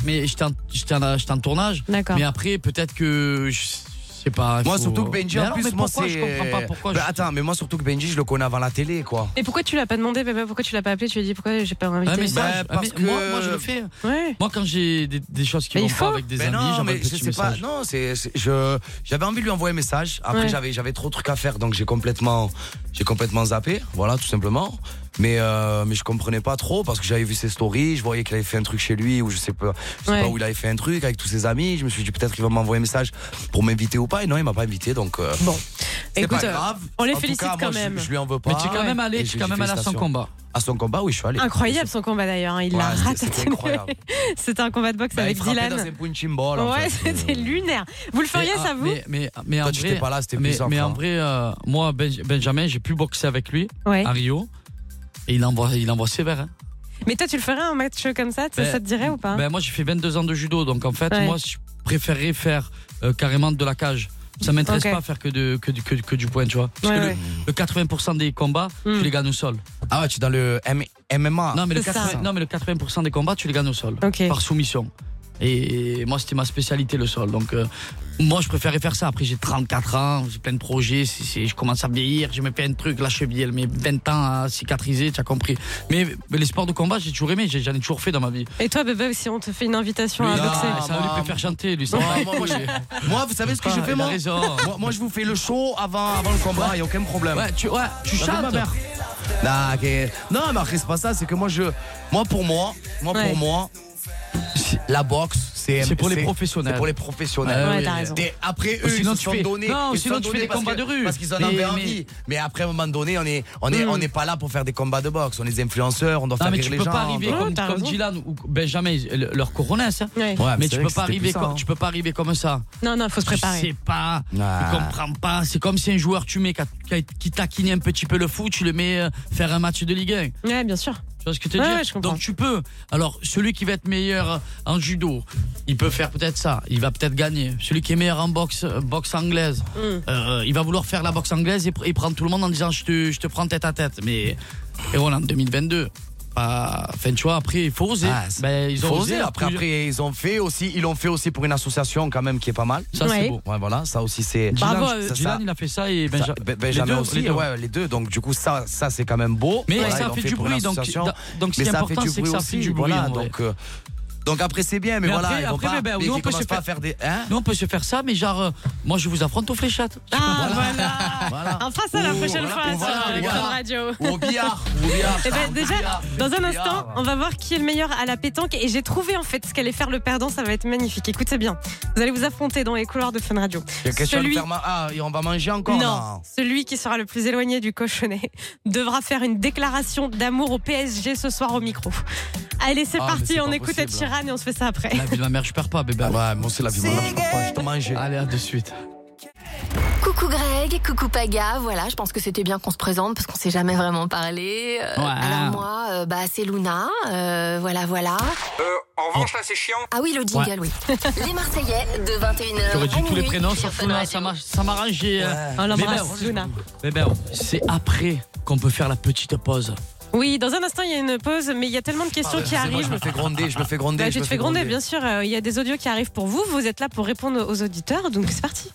Speaker 4: mais j'étais en, j'étais en, j'étais en tournage.
Speaker 5: D'accord.
Speaker 4: Mais après peut-être que je sais pas.
Speaker 6: Moi
Speaker 4: faut-
Speaker 6: surtout que Benji
Speaker 4: Mais
Speaker 6: en
Speaker 4: alors,
Speaker 6: plus
Speaker 4: mais
Speaker 6: moi
Speaker 4: pourquoi
Speaker 6: c'est
Speaker 4: je comprends pas pourquoi.
Speaker 6: Ben,
Speaker 4: je-
Speaker 6: attends mais moi surtout que Benji je le connais avant la télé quoi.
Speaker 5: Et pourquoi tu l'as pas demandé, Bébé Pourquoi tu l'as pas appelé Tu lui as dit pourquoi j'ai pas invité
Speaker 4: Un message.
Speaker 6: parce
Speaker 4: Ah, mais moi,
Speaker 6: que-
Speaker 4: moi, je le fais.
Speaker 5: Ouais.
Speaker 4: Moi, quand j'ai des, des choses qui
Speaker 5: Mais
Speaker 4: vont
Speaker 5: il faut.
Speaker 4: pas avec des
Speaker 6: Ben
Speaker 4: amis,
Speaker 6: non,
Speaker 4: j'envoie
Speaker 6: mais
Speaker 4: un
Speaker 6: je
Speaker 4: petit
Speaker 6: sais pas.
Speaker 4: message.
Speaker 6: Non, c'est, c'est- je, j'avais envie de lui envoyer un message. Après,
Speaker 5: Ouais.
Speaker 6: j'avais, j'avais trop de trucs à faire, donc j'ai complètement, j'ai complètement zappé. Voilà, tout simplement. Mais, euh, mais je comprenais pas trop parce que j'avais vu ses stories, je voyais qu'il avait fait un truc chez lui ou je sais pas, je sais
Speaker 5: Ouais.
Speaker 6: pas où il avait fait un truc avec tous ses amis. Je me suis dit peut-être qu'il va m'envoyer un message pour m'inviter ou pas. Et non, il m'a pas invité, donc. euh,
Speaker 5: Bon.
Speaker 6: c'est
Speaker 5: Écoute,
Speaker 6: pas
Speaker 5: euh,
Speaker 6: grave.
Speaker 5: on les
Speaker 6: En tout
Speaker 5: félicite
Speaker 6: cas, moi,
Speaker 5: quand
Speaker 6: je-
Speaker 5: même.
Speaker 6: Je, lui en veux pas.
Speaker 4: Mais tu es quand même allé,
Speaker 6: Et
Speaker 4: tu
Speaker 6: je
Speaker 4: es quand
Speaker 6: lui
Speaker 4: même allé à son
Speaker 6: félicitations.
Speaker 4: combat.
Speaker 6: À son combat, oui, je suis allé.
Speaker 5: euh, Incroyable son combat d'ailleurs, hein. il
Speaker 6: Ouais,
Speaker 5: l'a
Speaker 6: c'était- c'était
Speaker 5: ratatiné.
Speaker 6: incroyable.
Speaker 5: C'était un combat de boxe
Speaker 6: Ben,
Speaker 5: avec
Speaker 6: il frappait
Speaker 5: Dylan.
Speaker 6: dans ses punching balls, en
Speaker 5: Ouais,
Speaker 6: fait. Euh,
Speaker 5: c'était lunaire. Vous le feriez,
Speaker 4: ah,
Speaker 5: ça vous
Speaker 4: mais, mais, mais en
Speaker 6: Toi,
Speaker 4: vrai,
Speaker 6: tu t'étais pas là, c'était
Speaker 4: mais,
Speaker 6: plus en
Speaker 4: mais en
Speaker 6: train.
Speaker 4: vrai, euh, moi, Benj- Benjamin, j'ai pu boxer avec lui
Speaker 5: Ouais.
Speaker 6: ah.
Speaker 4: à Rio. Et il envoie, il envoie sévère. hein.
Speaker 5: Mais toi, tu le ferais un match comme ça Ça-
Speaker 4: Ben,
Speaker 5: Ça te dirait ou pas
Speaker 4: Ben, moi, j'ai fait 22 ans de judo, donc en fait,
Speaker 5: Ouais.
Speaker 4: moi, je préférais faire euh, carrément de la cage. Ça m'intéresse
Speaker 5: Ok.
Speaker 4: pas à faire que, de, que, du- que, du- que du point, tu vois. Parce
Speaker 5: Ouais,
Speaker 4: que
Speaker 5: ouais.
Speaker 4: le, le 80% des combats,
Speaker 5: Hmm.
Speaker 4: tu les gagnes au sol.
Speaker 6: Ah ouais, tu es dans le M- MMA.
Speaker 4: Non mais, le
Speaker 5: C'est ça.
Speaker 4: 80, non, mais le 80% des combats, tu les gagnes au sol,
Speaker 5: Ok.
Speaker 4: par soumission. Et moi, c'était ma spécialité, le sol. Donc, euh, moi, je préférais faire ça. Après, j'ai 34 ans, j'ai plein de projets, c'est- c'est- je commence à vieillir, j'ai mes plein de trucs, la cheville, elle met 20 ans à cicatriser, tu as compris. Mais, mais les sports de combat, j'ai toujours aimé, j'ai- j'en ai toujours fait dans ma vie.
Speaker 5: Et toi, Bébé, aussi, on te fait une invitation
Speaker 4: Lui,
Speaker 5: à
Speaker 4: il a-
Speaker 5: boxer
Speaker 6: ah.
Speaker 4: ça, lui, il préfère chanter, lui. ça
Speaker 6: Ouais,
Speaker 4: va.
Speaker 6: moi, moi, j'ai- Moi, vous savez ce que je
Speaker 4: Ah,
Speaker 6: fais,
Speaker 4: il a
Speaker 6: moi
Speaker 4: raison.
Speaker 6: moi, moi, je vous fais le show avant, avant le combat, il a aucun problème.
Speaker 4: Ouais, tu, ouais, tu
Speaker 6: Regardez
Speaker 4: chantes.
Speaker 6: ma mère. Nah, ok. Non, mais après, c'est pas ça, c'est que moi, je. Moi, pour moi, moi,
Speaker 5: Ouais.
Speaker 6: pour moi, la boxe, c'est.
Speaker 4: C'est pour les professionnels. Ah
Speaker 6: C'est pour les professionnels.
Speaker 4: Ouais,
Speaker 5: Ouais, t'as raison.
Speaker 6: Et après, eux,
Speaker 4: Ou sinon,
Speaker 6: ils
Speaker 4: tu
Speaker 6: se sont
Speaker 4: fais-
Speaker 6: donnés.
Speaker 4: non,
Speaker 6: ils se
Speaker 4: sinon,
Speaker 6: sont
Speaker 4: tu fais
Speaker 6: donnés
Speaker 4: des
Speaker 6: parce
Speaker 4: combats
Speaker 6: que-
Speaker 4: de rue.
Speaker 6: Parce qu'ils en
Speaker 4: Mais-
Speaker 6: avaient
Speaker 4: mais- Hmm.
Speaker 6: envie. Mais après, à un moment donné, on est, on est,
Speaker 5: Mm.
Speaker 6: on n'est pas là pour faire des combats de boxe. On est des influenceurs, on doit
Speaker 4: Non,
Speaker 6: faire
Speaker 4: mais
Speaker 6: rire
Speaker 4: tu
Speaker 6: les
Speaker 4: peux
Speaker 6: gens. Ah, hein.
Speaker 4: pas arriver
Speaker 5: Ouais,
Speaker 4: comme,
Speaker 5: t'as
Speaker 4: comme
Speaker 5: raison.
Speaker 4: Dylan ou ou Benjamin, ils- leur coronesse. hein.
Speaker 6: Ouais, c'est
Speaker 5: Ouais.
Speaker 4: mais tu
Speaker 6: vrai
Speaker 4: peux
Speaker 6: que
Speaker 4: pas
Speaker 6: c'était
Speaker 4: arriver
Speaker 6: puissant,
Speaker 4: comme,
Speaker 6: hein.
Speaker 4: tu peux pas arriver comme ça.
Speaker 5: Non, non, faut se
Speaker 4: Je sais
Speaker 5: préparer.
Speaker 4: pas,
Speaker 6: Ah.
Speaker 4: tu comprends pas. C'est comme si un joueur tu mets qui a- qui a- qui taquine un petit peu le foot, tu le mets euh, faire un match de Ligue 1. Tu
Speaker 5: Ouais, bien sûr.
Speaker 4: vois ce que je veux
Speaker 5: Ouais,
Speaker 4: dire
Speaker 5: ouais, je comprends.
Speaker 4: Donc tu peux. Alors celui qui va être meilleur en judo, il peut faire peut-être ça, il va peut-être gagner. Celui qui est meilleur en boxe, euh, boxe anglaise,
Speaker 5: Mm.
Speaker 4: euh, il va vouloir faire la boxe anglaise et pr- il prend tout le monde en disant je te, je te prends tête à tête. Mais et voilà, en 2022. pas- Enfin, tu vois, après, il faut oser.
Speaker 6: Ah, c'est-
Speaker 4: Ben, ils ont
Speaker 6: Faut
Speaker 4: osé.
Speaker 6: oser, Après,
Speaker 4: plusieurs-
Speaker 6: après, ils ont fait aussi. Ils l'ont fait aussi pour une association quand même qui est pas mal.
Speaker 4: Ça,
Speaker 5: Ouais.
Speaker 4: c'est beau.
Speaker 6: Ouais, voilà, ça aussi c'est.
Speaker 4: Bravo,
Speaker 6: Ça,
Speaker 4: euh,
Speaker 6: ça-
Speaker 4: Dylan, il a fait ça et
Speaker 6: ça-
Speaker 4: Benja-
Speaker 6: Ben- Benjamin
Speaker 4: les deux, hein.
Speaker 6: aussi,
Speaker 4: les deux.
Speaker 6: ouais, les deux. Donc du coup, ça, ça c'est quand même beau.
Speaker 4: Mais
Speaker 6: Voilà, ils
Speaker 4: ça
Speaker 6: l'ont
Speaker 4: fait du
Speaker 6: pour une
Speaker 4: bruit, donc,
Speaker 6: association.
Speaker 4: da- donc ce
Speaker 6: mais
Speaker 4: qui est
Speaker 6: ça fait
Speaker 4: important,
Speaker 6: du
Speaker 4: c'est que
Speaker 6: bruit
Speaker 4: ça fait
Speaker 6: aussi.
Speaker 4: du bruit.
Speaker 6: Voilà,
Speaker 4: en vrai.
Speaker 6: donc. euh, Donc après c'est bien, mais,
Speaker 4: Mais
Speaker 6: voilà,
Speaker 4: après-
Speaker 6: ils vont
Speaker 4: après,
Speaker 6: pas,
Speaker 4: ben, ben,
Speaker 6: mais
Speaker 4: nous, on
Speaker 6: ils
Speaker 4: peut se
Speaker 6: commencent pas à
Speaker 4: faire-
Speaker 6: faire des, hein
Speaker 4: Nous, on peut se faire ça, mais genre, euh, moi, je vous affronte aux fléchettes.
Speaker 5: Ah, voilà
Speaker 6: voilà.
Speaker 5: Enfin, ça, la
Speaker 6: Ouh,
Speaker 5: prochaine
Speaker 6: voilà,
Speaker 5: fois
Speaker 6: voilà,
Speaker 5: sur
Speaker 6: voilà.
Speaker 5: Fun Radio.
Speaker 6: Ou au billard, ou au billard.
Speaker 5: Eh ben, déjà, dans un instant,
Speaker 6: Billard.
Speaker 5: on va voir qui est le meilleur à la pétanque. Et j'ai trouvé en fait ce qu'allait faire le perdant. Ça va être magnifique. Écoutez bien. Vous allez vous affronter dans les couloirs de Fun Radio.
Speaker 6: Il y a question de faire ma- Ah, et on va manger encore
Speaker 5: non, celui qui sera le plus éloigné du cochonnet devra faire une déclaration d'amour au PSG ce soir au micro. Allez, c'est
Speaker 6: Ah, mais
Speaker 5: parti.
Speaker 6: c'est
Speaker 5: On
Speaker 6: pas
Speaker 5: écoute Ed
Speaker 6: possible.
Speaker 5: Sheeran et on se fait ça après.
Speaker 4: La vie de ma mère, je perds pas, bébé.
Speaker 6: Ah ouais, moi c'est la vie, maintenant, je peux pas, je te mange.
Speaker 4: Allez, à de suite.
Speaker 3: Coucou Greg, coucou Paga, voilà, je pense que c'était bien qu'on se présente parce qu'on s'est jamais vraiment parlé. Euh,
Speaker 4: Ouais.
Speaker 3: Alors moi, euh, bah c'est Luna, euh, voilà, voilà.
Speaker 11: Euh, en revanche, là, c'est chiant.
Speaker 3: Ah oui, le jingle, oui. Les Marseillais de 21h.
Speaker 4: J'aurais
Speaker 5: Ah,
Speaker 4: dit
Speaker 3: à
Speaker 4: tous les
Speaker 3: minuit
Speaker 4: prénoms,
Speaker 3: sur
Speaker 4: sauf
Speaker 3: Fun
Speaker 4: Luna,
Speaker 3: Radio.
Speaker 4: ça m'a- ça m'arrange. j'ai, euh,
Speaker 5: On Oh,
Speaker 6: ben,
Speaker 5: l'embrasse,
Speaker 4: Mais bon,
Speaker 5: Luna.
Speaker 4: Bébé, c'est après qu'on peut faire la petite pause.
Speaker 5: Oui, dans un instant, il y a une pause, mais il y a tellement de questions qui
Speaker 6: Ah, C'est moi, je
Speaker 5: arrivent.
Speaker 6: me fais gronder, je me fais gronder.
Speaker 5: Bah,
Speaker 6: je
Speaker 5: tu
Speaker 6: me
Speaker 5: te
Speaker 6: fais
Speaker 5: fais gronder, bien sûr. euh, Il y a des audios qui arrivent pour vous. Vous êtes là pour répondre aux auditeurs, donc c'est parti.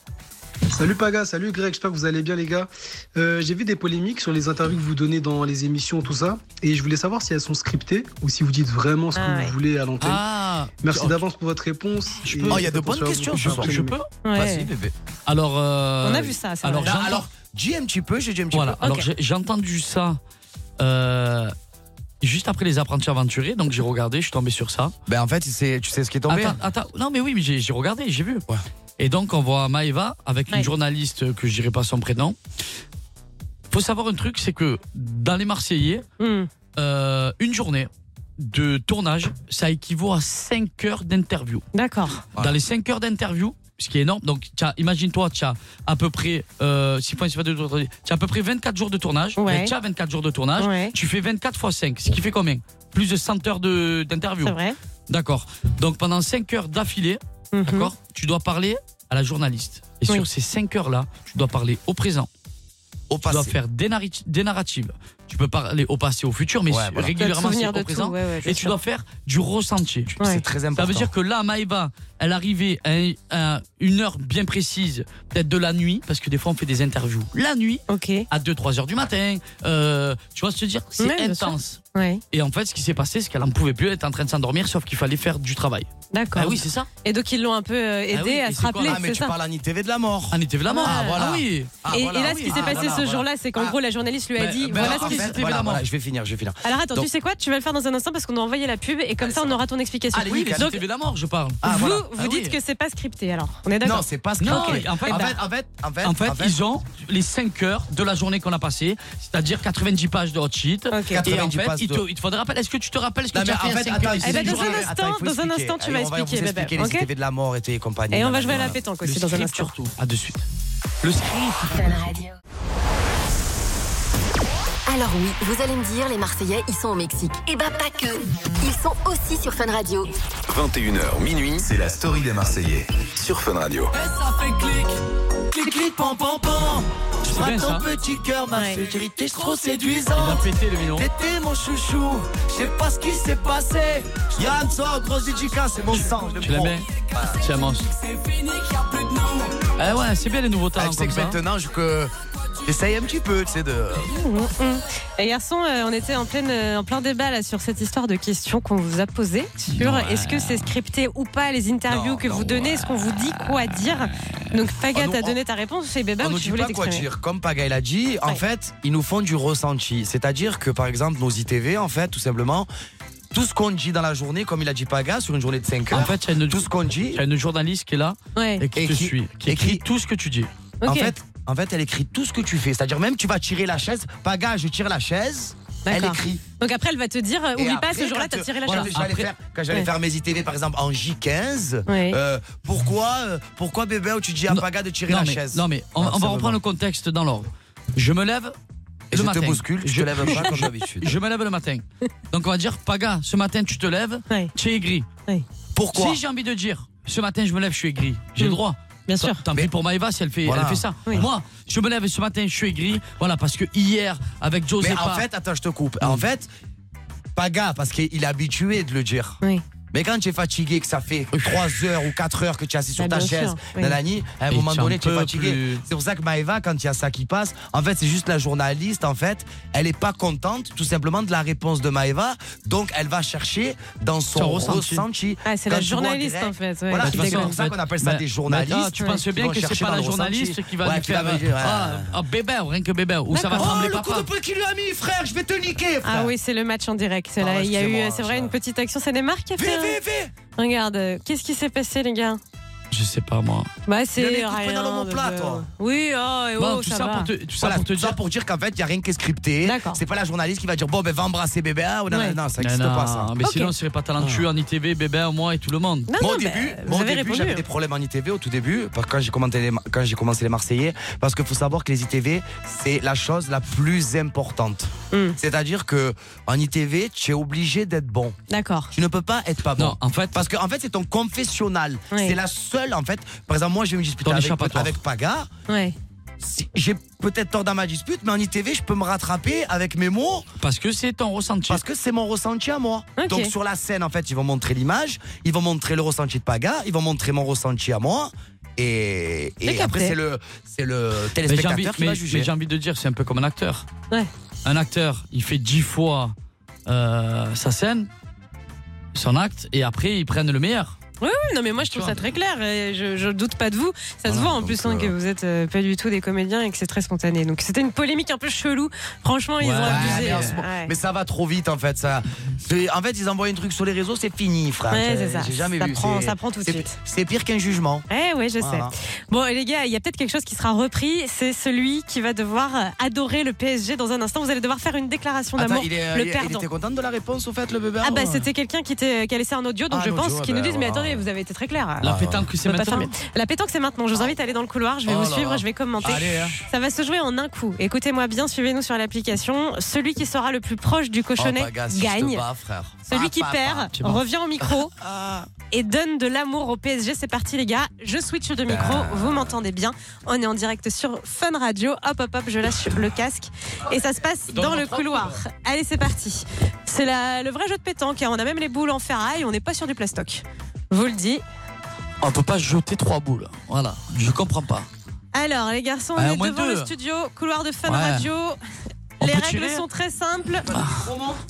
Speaker 13: Salut Paga, salut Greg, j'espère que vous allez bien les gars. Euh, J'ai vu des polémiques sur les interviews que vous donnez dans les émissions, tout ça, et je voulais savoir si elles sont scriptées ou si vous dites vraiment ce que
Speaker 5: Ah ouais.
Speaker 13: vous voulez à l'antenne.
Speaker 4: Ah
Speaker 13: Merci
Speaker 4: oh,
Speaker 13: d'avance pour votre réponse.
Speaker 4: Je
Speaker 13: et
Speaker 4: peux-
Speaker 6: Oh, il y a de
Speaker 13: faites
Speaker 6: bonnes
Speaker 13: attention à
Speaker 6: questions
Speaker 13: vous
Speaker 6: ce
Speaker 13: faire
Speaker 6: soir.
Speaker 4: Je
Speaker 13: plaisir.
Speaker 4: peux
Speaker 5: Ouais.
Speaker 6: Vas-y, bébé.
Speaker 4: Alors. euh,
Speaker 5: On a vu ça, c'est
Speaker 4: alors,
Speaker 5: vrai.
Speaker 6: Là,
Speaker 4: j'entends-
Speaker 6: alors, dis un petit peu, j'ai dit un petit
Speaker 4: Voilà,
Speaker 6: peu.
Speaker 4: alors
Speaker 5: Ok.
Speaker 4: j'ai- j'ai entendu ça euh, juste après les apprentis aventuriers, donc j'ai regardé, je suis tombé sur ça.
Speaker 6: Ben en fait, c'est- tu sais ce qui est tombé hein,
Speaker 4: Attends, attends, non mais oui, mais j'ai j'ai regardé, j'ai vu.
Speaker 6: Ouais.
Speaker 4: Et donc on voit Maëva avec une
Speaker 5: Ouais.
Speaker 4: journaliste que je dirais pas son prénom. Faut savoir un truc, c'est que dans les Marseillais,
Speaker 5: Hmm.
Speaker 4: euh, une journée de tournage, ça équivaut à 5 heures d'interview.
Speaker 5: D'accord.
Speaker 6: Ouais.
Speaker 4: Dans les 5 heures d'interview, ce qui est énorme. Donc, t'as- imagine-toi, tu as à peu près euh, 6 points, 6 fois 2, 3, 3, t'as à peu près 24 jours de tournage.
Speaker 5: Ouais.
Speaker 4: Tu as 24 jours de tournage.
Speaker 5: Ouais.
Speaker 4: Tu fais 24 fois 5, ce qui fait combien Plus de 100 heures de- d'interview.
Speaker 5: C'est vrai.
Speaker 4: D'accord. Donc, pendant 5 heures d'affilée,
Speaker 5: Mhm.
Speaker 4: d'accord, tu dois parler à la journaliste. Et sur ces 5 heures-là, tu dois parler au présent.
Speaker 6: Au
Speaker 4: Tu dois faire des, narrati- des narratives. Tu peux parler au passé, au futur, mais
Speaker 6: Ouais,
Speaker 4: su-
Speaker 6: voilà.
Speaker 4: régulièrement
Speaker 5: Tu dois te souvenir
Speaker 4: c'est
Speaker 5: de
Speaker 4: au
Speaker 5: tout,
Speaker 4: présent.
Speaker 5: ouais, ouais, je
Speaker 4: et tu
Speaker 5: sais.
Speaker 4: dois faire du ressenti.
Speaker 5: C'est très
Speaker 4: Ça
Speaker 6: important.
Speaker 4: veut dire que là, Maëva, elle arrivait à, un- à une heure bien précise, peut-être de la nuit, parce que des fois on fait des interviews la nuit, à 2-3 heures du matin. euh, tu vois, se dire, c'est
Speaker 5: Ouais, bien sûr.
Speaker 4: intense.
Speaker 5: Ouais.
Speaker 4: Et en fait, ce qui s'est passé, c'est qu'elle en pouvait plus, elle était en train de s'endormir, sauf qu'il fallait faire du travail.
Speaker 5: D'accord.
Speaker 4: Ah oui, c'est ça.
Speaker 5: Et donc ils l'ont un peu euh, aidé
Speaker 4: Ah oui,
Speaker 5: à
Speaker 4: et
Speaker 5: se
Speaker 4: c'est quoi
Speaker 5: rappeler.
Speaker 4: Ah, mais
Speaker 5: c'est
Speaker 4: tu
Speaker 5: ça.
Speaker 4: parles à Nité de la mort. Ah, Nité de la mort.
Speaker 5: Ah, voilà.
Speaker 4: oui. Ah,
Speaker 5: et, et là, ce qui s'est passé ce jour-là, c'est qu'en gros, la journaliste lui a
Speaker 6: Ben,
Speaker 5: dit
Speaker 6: ben,
Speaker 5: voilà
Speaker 6: en
Speaker 5: ce qui
Speaker 6: fait,
Speaker 5: s'est passé.
Speaker 6: voilà, voilà, je vais finir, je vais finir.
Speaker 5: Alors attends,
Speaker 6: Donc,
Speaker 5: tu sais quoi Tu vas le faire dans un instant parce qu'on a envoyé la pub et comme ça, on aura ton explication.
Speaker 4: Ah, Allez, Ah, oui, les
Speaker 5: Donc,
Speaker 4: Nité de la mort, je parle.
Speaker 5: vous, vous dites que c'est pas scripté alors. On est d'accord
Speaker 6: Non, c'est pas
Speaker 4: Non,
Speaker 6: scripté.
Speaker 4: en fait,
Speaker 6: en, fait,
Speaker 4: bah-
Speaker 6: en fait, en fait,
Speaker 4: En fait, ils ont les 5 heures de la journée qu'on a passée, c'est-à-dire 90 pages de hot sheet. Et en
Speaker 6: 90
Speaker 4: fait,
Speaker 6: pages
Speaker 4: il te,
Speaker 6: de-
Speaker 4: il te faudra rappeler. Est-ce que tu te rappelles ce que
Speaker 6: Non,
Speaker 4: tu
Speaker 6: mais
Speaker 4: as fait
Speaker 6: en
Speaker 4: à
Speaker 6: fait,
Speaker 4: 5
Speaker 6: attends,
Speaker 4: heures
Speaker 6: il faut
Speaker 5: Eh ben, dans un
Speaker 6: expliquer.
Speaker 5: instant,
Speaker 6: Attends, il faut
Speaker 5: dans un
Speaker 6: expliquer.
Speaker 5: instant, tu
Speaker 6: Allez,
Speaker 5: vas
Speaker 6: on va vous
Speaker 5: expliquer, Bébé,
Speaker 6: expliquer les
Speaker 5: ok
Speaker 6: ITV de la mort et tout et compagnie.
Speaker 5: Et on va
Speaker 6: nanana.
Speaker 5: jouer à la pétanque aussi
Speaker 6: Le
Speaker 5: dans un
Speaker 6: script
Speaker 5: instant.
Speaker 6: surtout.
Speaker 4: À de suite. Le
Speaker 3: Alors oui, vous allez me dire, les Marseillais, ils sont au Mexique. Et bah pas que. Ils sont aussi sur Fun Radio.
Speaker 1: 21h minuit, c'est la story des Marseillais sur Fun Radio.
Speaker 14: Ça fait clic, clic, clic, pam, pam, pam. Je
Speaker 1: C'est bien,
Speaker 14: frappe ton
Speaker 1: ça.
Speaker 14: petit cœur, ma sécurité, je suis trop séduisant.
Speaker 4: Il a pété le million.
Speaker 14: T'étais mon chouchou, je sais pas ce qui s'est passé. Yann sort, gros dédicace, c'est mon sang, je le
Speaker 4: Tu l'aimes
Speaker 14: prends.
Speaker 4: bien Tu la manges.
Speaker 14: C'est fini, y a plus de nous.
Speaker 4: Eh ouais, c'est bien les nouveaux
Speaker 6: Ah,
Speaker 4: talents
Speaker 6: tu sais
Speaker 4: comme
Speaker 6: que
Speaker 4: ça.
Speaker 6: maintenant, je- que- j'essaye un petit peu, tu sais, de.
Speaker 5: Et garçon, euh, on était en, pleine, euh, en plein débat là, sur cette histoire de questions qu'on vous a posées sur
Speaker 6: Ouais.
Speaker 5: est-ce que c'est scripté ou pas les interviews
Speaker 6: Non,
Speaker 5: que
Speaker 6: non,
Speaker 5: vous donnez, est-ce qu'on vous dit quoi dire. Donc Paga,
Speaker 6: On nous-
Speaker 5: t'as
Speaker 6: on-
Speaker 5: donné ta réponse et Bébé,
Speaker 6: on nous
Speaker 5: tu
Speaker 6: dit
Speaker 5: voulais
Speaker 6: pas quoi
Speaker 5: t'exprimer.
Speaker 6: dire. Comme Pagaille l'a dit, en fait, ils nous font du ressenti. C'est-à-dire que, par exemple, nos ITV, en fait, tout simplement, tout ce qu'on dit dans la journée, comme il a dit Paga, sur une journée de 5 heures, tout ce qu'on dit.
Speaker 4: Il y a une journaliste qui est là
Speaker 5: Ouais.
Speaker 4: et qui te suit, qui écrit tout ce que tu dis.
Speaker 6: En,
Speaker 4: Ok.
Speaker 6: fait, en fait, elle écrit tout ce que tu fais. C'est-à-dire, même tu vas tirer la chaise, Paga, je tire la chaise, elle
Speaker 5: D'accord.
Speaker 6: écrit.
Speaker 5: Donc après, elle va te dire, euh,
Speaker 6: Et
Speaker 5: oublie pas,
Speaker 6: après,
Speaker 5: ce jour-là,
Speaker 6: quand,
Speaker 5: t'as tiré la
Speaker 6: voilà,
Speaker 5: chaise.
Speaker 6: j'allais
Speaker 5: Après-
Speaker 6: faire- Quand j'allais
Speaker 5: Ouais.
Speaker 6: faire mes ITV, par exemple, en J15,
Speaker 5: Ouais.
Speaker 6: euh, pourquoi, euh, pourquoi bébé, tu dis à Paga de tirer
Speaker 4: non,
Speaker 6: la
Speaker 4: mais,
Speaker 6: chaise
Speaker 4: Non, mais on, on va reprendre le contexte dans l'ordre. Je me lève.
Speaker 6: Et
Speaker 4: le
Speaker 6: je te
Speaker 4: matin.
Speaker 6: bouscule, tu te lèves pas comme d'habitude.
Speaker 4: Je me lève le matin. Donc on va dire, Paga, ce matin tu te lèves,
Speaker 5: Ah,
Speaker 4: tu es aigri.
Speaker 6: Pourquoi
Speaker 4: Si j'ai envie de dire, ce matin je me lève, je suis aigri, j'ai le droit.
Speaker 5: Bien sûr.
Speaker 4: Tant pis pour Maëva si elle fait,
Speaker 6: Hmm. Voilà.
Speaker 4: elle fait ça.
Speaker 6: Oui.
Speaker 4: Moi, je me lève ce matin, je suis aigri. Voilà, parce que hier, avec José.
Speaker 6: Mais en fait, attends, je te coupe. En fait, Paga, parce qu'il est habitué de le dire. Mais quand tu es fatigué, que ça fait 3 heures ou 4 heures que tu es assis sur
Speaker 4: Bah,
Speaker 6: ta
Speaker 4: bien
Speaker 6: chaise,
Speaker 4: sûr, oui.
Speaker 6: nanani, à un
Speaker 4: Et
Speaker 6: moment
Speaker 4: tu en
Speaker 6: donné, tu es
Speaker 4: peux
Speaker 6: fatigué.
Speaker 4: plus.
Speaker 6: C'est pour ça que Maëva, quand il y a ça qui passe, en fait, c'est juste la journaliste, en fait, elle est pas contente, tout simplement, de la réponse de Maëva. Donc, elle va chercher dans son,
Speaker 4: Son ressenti.
Speaker 6: ressenti.
Speaker 5: Ah, c'est la
Speaker 6: Quand tu vois en
Speaker 5: journaliste,
Speaker 6: direct-
Speaker 5: en fait, ouais,
Speaker 4: Bah,
Speaker 6: Voilà,
Speaker 5: qui
Speaker 6: c'est
Speaker 5: dégueule.
Speaker 6: pour ça qu'on appelle ça
Speaker 4: Mais-
Speaker 6: des journalistes.
Speaker 4: mais, ah, tu penses
Speaker 6: qui
Speaker 4: bien
Speaker 6: vont
Speaker 4: que c'est
Speaker 6: chercher dans
Speaker 4: pas la
Speaker 6: le ressenti.
Speaker 4: journaliste qui va
Speaker 6: Ouais,
Speaker 4: lui
Speaker 6: qui va
Speaker 4: faire
Speaker 6: me dire,
Speaker 4: ah,
Speaker 6: ouais.
Speaker 4: ah, bébé, rien que bébé, ou ça va
Speaker 6: D'accord.
Speaker 4: trembler
Speaker 6: Oh, le coup
Speaker 4: papa.
Speaker 6: de poing qu'il lui a mis, frère, je vais te niquer, frère.
Speaker 5: Ah oui, c'est le match en direct. C'est
Speaker 6: Ah
Speaker 5: là,
Speaker 6: ouais,
Speaker 5: il y a eu,
Speaker 6: excusez-moi,
Speaker 5: euh, c'est vrai, une petite action. C'est Neymar qui a fait. un- Regarde, euh, qu'est-ce qui s'est passé, les gars
Speaker 4: Je sais pas moi.
Speaker 5: Bah,
Speaker 6: Il a mis
Speaker 5: c'est
Speaker 6: le coup de poing dans
Speaker 5: rien.
Speaker 6: l'omoplate,
Speaker 5: bah,
Speaker 6: toi.
Speaker 5: Oui, oh,
Speaker 4: Bah,
Speaker 5: et oh,
Speaker 6: tout
Speaker 5: ça
Speaker 6: ça,
Speaker 5: va.
Speaker 6: pour te, tout ça pour te dire, qu'en fait, il n'y a rien qui est scripté. C'est pas la journaliste qui va dire, bon, ben, va embrasser bébé. Ah, ou non, non, non, ça n'existe
Speaker 4: Non,
Speaker 6: pas, ça. Ah.
Speaker 4: non, Mais sinon, on serait pas talentueux en ITV, bébé, moi et tout le monde.
Speaker 6: moi,
Speaker 5: bah,
Speaker 6: au début, moi, au début, j'avais des problèmes en ITV au tout début, parce que quand j'ai commenté les, quand j'ai commencé les Marseillais, parce qu'il faut savoir que les ITV, c'est la chose la plus importante. C'est-à-dire que en ITV, tu es obligé d'être bon.
Speaker 5: D'accord.
Speaker 6: Tu ne peux pas être pas bon. en fait. Parce que, en fait, c'est ton confessionnal.
Speaker 5: Oui.
Speaker 6: C'est la seule, en fait. Par exemple, moi, je vais me disputer
Speaker 4: Ton
Speaker 6: avec,
Speaker 4: échappatoire.
Speaker 6: avec Paga.
Speaker 5: Ouais.
Speaker 6: Si- J'ai peut-être tort dans ma dispute, mais en ITV, je peux me rattraper avec mes mots.
Speaker 4: Parce que c'est ton ressenti.
Speaker 6: Parce que c'est mon ressenti à moi.
Speaker 4: Ok.
Speaker 6: Donc sur la scène, en fait, ils vont montrer l'image, ils vont montrer le ressenti de Paga, ils vont montrer mon ressenti à moi. Et, et
Speaker 4: Et
Speaker 6: après,
Speaker 4: qu'après
Speaker 6: c'est le, c'est le
Speaker 4: Mais j'ai
Speaker 6: téléspectateur
Speaker 4: envie,
Speaker 6: qui va
Speaker 4: mais-
Speaker 6: juger.
Speaker 4: mais j'ai envie de dire, c'est un peu comme un acteur.
Speaker 5: Ouais.
Speaker 4: Un acteur, il fait dix fois euh, sa scène, son acte, et après, ils prennent le meilleur.
Speaker 5: Oui, oui, Hum, non, mais moi je trouve ça très clair. Et je, je doute pas de vous. Ça se voit en plus hein, que vous êtes euh, pas du tout des comédiens et que c'est très spontané. Donc c'était une polémique un peu chelou. Franchement, ils
Speaker 6: Ouais,
Speaker 5: ont abusé.
Speaker 6: mais, en ce moment-
Speaker 5: Ouais.
Speaker 6: mais ça va trop vite en fait ça. C'est- En fait ils envoient un truc sur les réseaux, c'est fini frère.
Speaker 5: Ouais,
Speaker 6: J'ai-
Speaker 5: c'est ça.
Speaker 6: J'ai jamais
Speaker 5: Ça
Speaker 6: vu.
Speaker 5: prend-
Speaker 6: c'est-
Speaker 5: ça prend tout de
Speaker 6: c'est-
Speaker 5: suite.
Speaker 6: C'est pire qu'un jugement.
Speaker 5: Eh oui, je
Speaker 6: Voilà.
Speaker 5: sais. Bon, et les gars, il y a peut-être quelque chose qui sera repris. C'est celui qui va devoir euh, adorer le PSG dans un instant. Vous allez devoir faire une déclaration
Speaker 6: Attends,
Speaker 5: d'amour.
Speaker 6: il, est-
Speaker 5: Le
Speaker 6: il- il
Speaker 5: perdant. bah,
Speaker 6: était content de la réponse au fait le bébé.
Speaker 5: Ah bah c'était quelqu'un qui, était- qui a laissé un audio donc
Speaker 6: Ah,
Speaker 5: je
Speaker 6: un
Speaker 5: pense
Speaker 6: audio,
Speaker 5: qu'ils
Speaker 6: ah
Speaker 5: nous
Speaker 6: bah,
Speaker 5: disent mais
Speaker 6: voilà.
Speaker 5: soirée, vous avez été très clair.
Speaker 15: Ah.
Speaker 4: La pétanque, c'est
Speaker 5: On peut pas
Speaker 4: maintenant.
Speaker 5: faire mieux. La pétanque, c'est maintenant. Je vous invite à aller dans le couloir, je vais
Speaker 4: Oh
Speaker 5: vous
Speaker 4: là
Speaker 5: suivre,
Speaker 4: là.
Speaker 5: je vais commenter.
Speaker 4: Allez, hein.
Speaker 5: Ça va se jouer en un coup. Écoutez-moi bien, suivez-nous sur l'application. Celui qui sera le plus proche du cochonnet
Speaker 6: Oh, Pagas, si je te
Speaker 5: gagne.
Speaker 6: bats, frère.
Speaker 5: Celui
Speaker 6: Ah,
Speaker 5: qui
Speaker 6: pas, pas.
Speaker 5: perd
Speaker 6: Tu m'as-
Speaker 5: revient au micro et donne de l'amour au PSG. C'est parti, les gars. Je switch de micro. Vous m'entendez bien. On est en direct sur Fun Radio. Hop, hop, hop, je lâche le casque. Et ça se passe
Speaker 15: Dans
Speaker 5: dans,
Speaker 15: le
Speaker 5: le couloir. Allez, c'est parti. C'est la- le vrai jeu de pétanque. hein. On a même les boules en ferraille. On n'est pas sur du plastoc. Je vous le dis.
Speaker 15: On peut pas jeter trois boules. Voilà, je comprends pas.
Speaker 5: Alors, les garçons, on
Speaker 15: Ah,
Speaker 5: est
Speaker 15: au moins
Speaker 5: devant
Speaker 15: deux.
Speaker 5: le studio, couloir de Fun
Speaker 15: Ouais.
Speaker 5: Radio.
Speaker 15: On
Speaker 5: les
Speaker 15: peut
Speaker 5: règles
Speaker 15: tirer euh,
Speaker 5: sont très simples.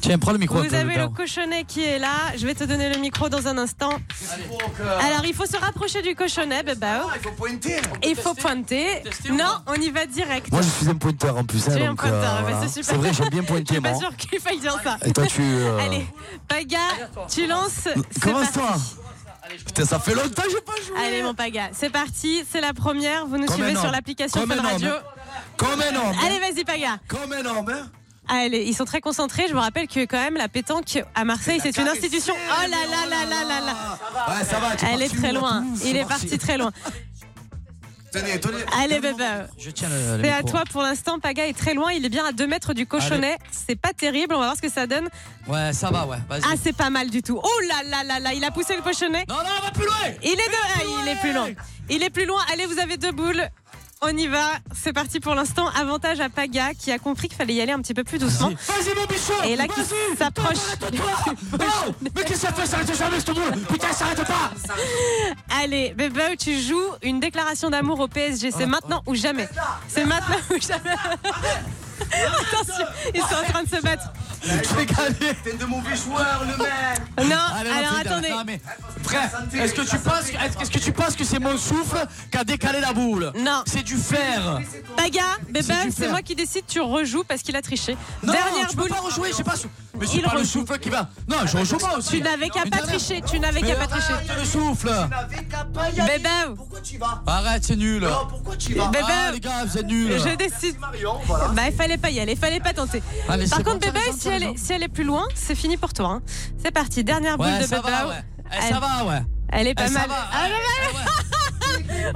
Speaker 15: Tiens, prends le micro.
Speaker 5: Vous
Speaker 15: Claude,
Speaker 5: avez le
Speaker 15: là.
Speaker 5: cochonnet qui est là. Je vais te donner le micro dans un instant. Alors, il faut se rapprocher du cochonnet, Bebao. Ah, Il faut pointer. Il faut pointer. Non, on y va direct.
Speaker 15: Moi, je suis un pointeur en plus. hein,
Speaker 5: Tu es un
Speaker 15: donc,
Speaker 5: pointeur,
Speaker 15: euh,
Speaker 5: bah,
Speaker 15: voilà.
Speaker 5: c'est super.
Speaker 15: C'est vrai, j'aime bien
Speaker 5: Je suis
Speaker 15: pointer, moi.
Speaker 5: pas sûre qu'il faille dire ça.
Speaker 15: Et toi, tu, euh,
Speaker 5: Allez, Paga, tu lances. c'est
Speaker 15: Commence-toi.
Speaker 5: parti.
Speaker 15: Putain, ça fait longtemps que j'ai pas joué.
Speaker 5: Allez, mon Paga, c'est parti. C'est la première. Vous nous
Speaker 15: Comme
Speaker 5: suivez
Speaker 15: un
Speaker 5: sur
Speaker 15: homme.
Speaker 5: l'application
Speaker 15: Comme
Speaker 5: Fun
Speaker 15: un homme.
Speaker 5: Radio.
Speaker 15: Comme un homme.
Speaker 5: Allez, vas-y, Paga.
Speaker 15: Comme un homme, hein.
Speaker 5: Allez, Ah, ils sont très concentrés. Je vous rappelle que quand même la pétanque à Marseille, c'est une institution. Oh là là là là là là.
Speaker 15: Ouais, ça va, tu
Speaker 5: Elle est
Speaker 15: parti
Speaker 5: très
Speaker 15: où, là,
Speaker 5: loin.
Speaker 15: Toulouse,
Speaker 5: Il
Speaker 15: c'est
Speaker 5: est
Speaker 15: parti.
Speaker 5: parti très loin.
Speaker 15: Tenez, tenez.
Speaker 5: Allez, bébé.
Speaker 15: Je tiens le. le
Speaker 5: C'est à
Speaker 15: micro.
Speaker 5: toi pour l'instant. Paga est très loin. Il est bien à 2 mètres du cochonnet. C'est pas terrible. On va voir ce que ça donne.
Speaker 15: Ouais, ça va, ouais. Vas-y.
Speaker 5: Ah, c'est pas mal du tout. Oh là là là là. Il a poussé le cochonnet.
Speaker 15: Non, non, va plus loin.
Speaker 5: Il est de... ah, il est plus loin. Il est plus loin. Allez, vous avez deux boules. On y va. C'est parti pour l'instant. Avantage à Paga qui a compris qu'il fallait y aller un petit peu plus doucement.
Speaker 14: Vas-y, mon bichon
Speaker 5: Et là, qui s'approche.
Speaker 14: Oh Mais qu'est-ce que ça fait S'arrête jamais, ce boule Putain, s'arrête pas
Speaker 5: Allez, Bebao, tu joues une déclaration d'amour au PSG. C'est maintenant ou jamais. C'est maintenant ou jamais. Attention, ils sont en train de se battre.
Speaker 14: J'ai gagné T'es de mauvais joueur, le mec
Speaker 15: Ah,
Speaker 5: Non, alors attendez.
Speaker 14: Frère, est-ce que tu penses, est-ce est-ce que tu penses que c'est mon souffle qui a décalé la boule
Speaker 5: Non.
Speaker 14: C'est du fer.
Speaker 5: Paga, Bebao,
Speaker 14: du
Speaker 5: c'est
Speaker 14: fer.
Speaker 5: moi qui décide, tu rejoues parce qu'il a triché.
Speaker 14: Non,
Speaker 5: Dernière
Speaker 14: tu peux
Speaker 5: boule.
Speaker 14: pas rejouer, j'ai pas sou- Mais c'est
Speaker 5: Il
Speaker 14: pas le
Speaker 5: rejoue.
Speaker 14: souffle qui va. Non, je rejoue pas aussi.
Speaker 5: Tu n'avais qu'à
Speaker 14: Une
Speaker 5: pas
Speaker 14: dernière.
Speaker 5: tricher, tu n'avais
Speaker 14: Mais ah,
Speaker 5: qu'à pas tricher.
Speaker 14: arrête le souffle.
Speaker 5: Bebao,
Speaker 14: Pourquoi tu vas
Speaker 15: Arrête, c'est nul.
Speaker 14: Non, pourquoi tu vas
Speaker 5: Bébé.
Speaker 15: Ah, les gars, vous êtes nuls.
Speaker 5: je décide. Bah, il fallait pas y aller, il fallait pas tenter.
Speaker 15: Allez,
Speaker 5: Par
Speaker 15: c'est
Speaker 5: contre,
Speaker 15: bon, ça
Speaker 5: Bébao,
Speaker 15: les gens,
Speaker 5: si,
Speaker 15: ça les
Speaker 5: elle
Speaker 15: gens.
Speaker 5: est- si elle est plus loin, c'est fini pour toi. hein. C'est parti, dernière boule
Speaker 15: Ouais,
Speaker 5: de
Speaker 15: ça
Speaker 5: Bebao.
Speaker 15: va, ouais. Eh, ça va, ouais.
Speaker 5: Elle est pas
Speaker 15: Eh, ça
Speaker 5: mal.
Speaker 15: va,
Speaker 5: Ah,
Speaker 15: ouais.
Speaker 5: pas
Speaker 4: Eh,
Speaker 5: mal.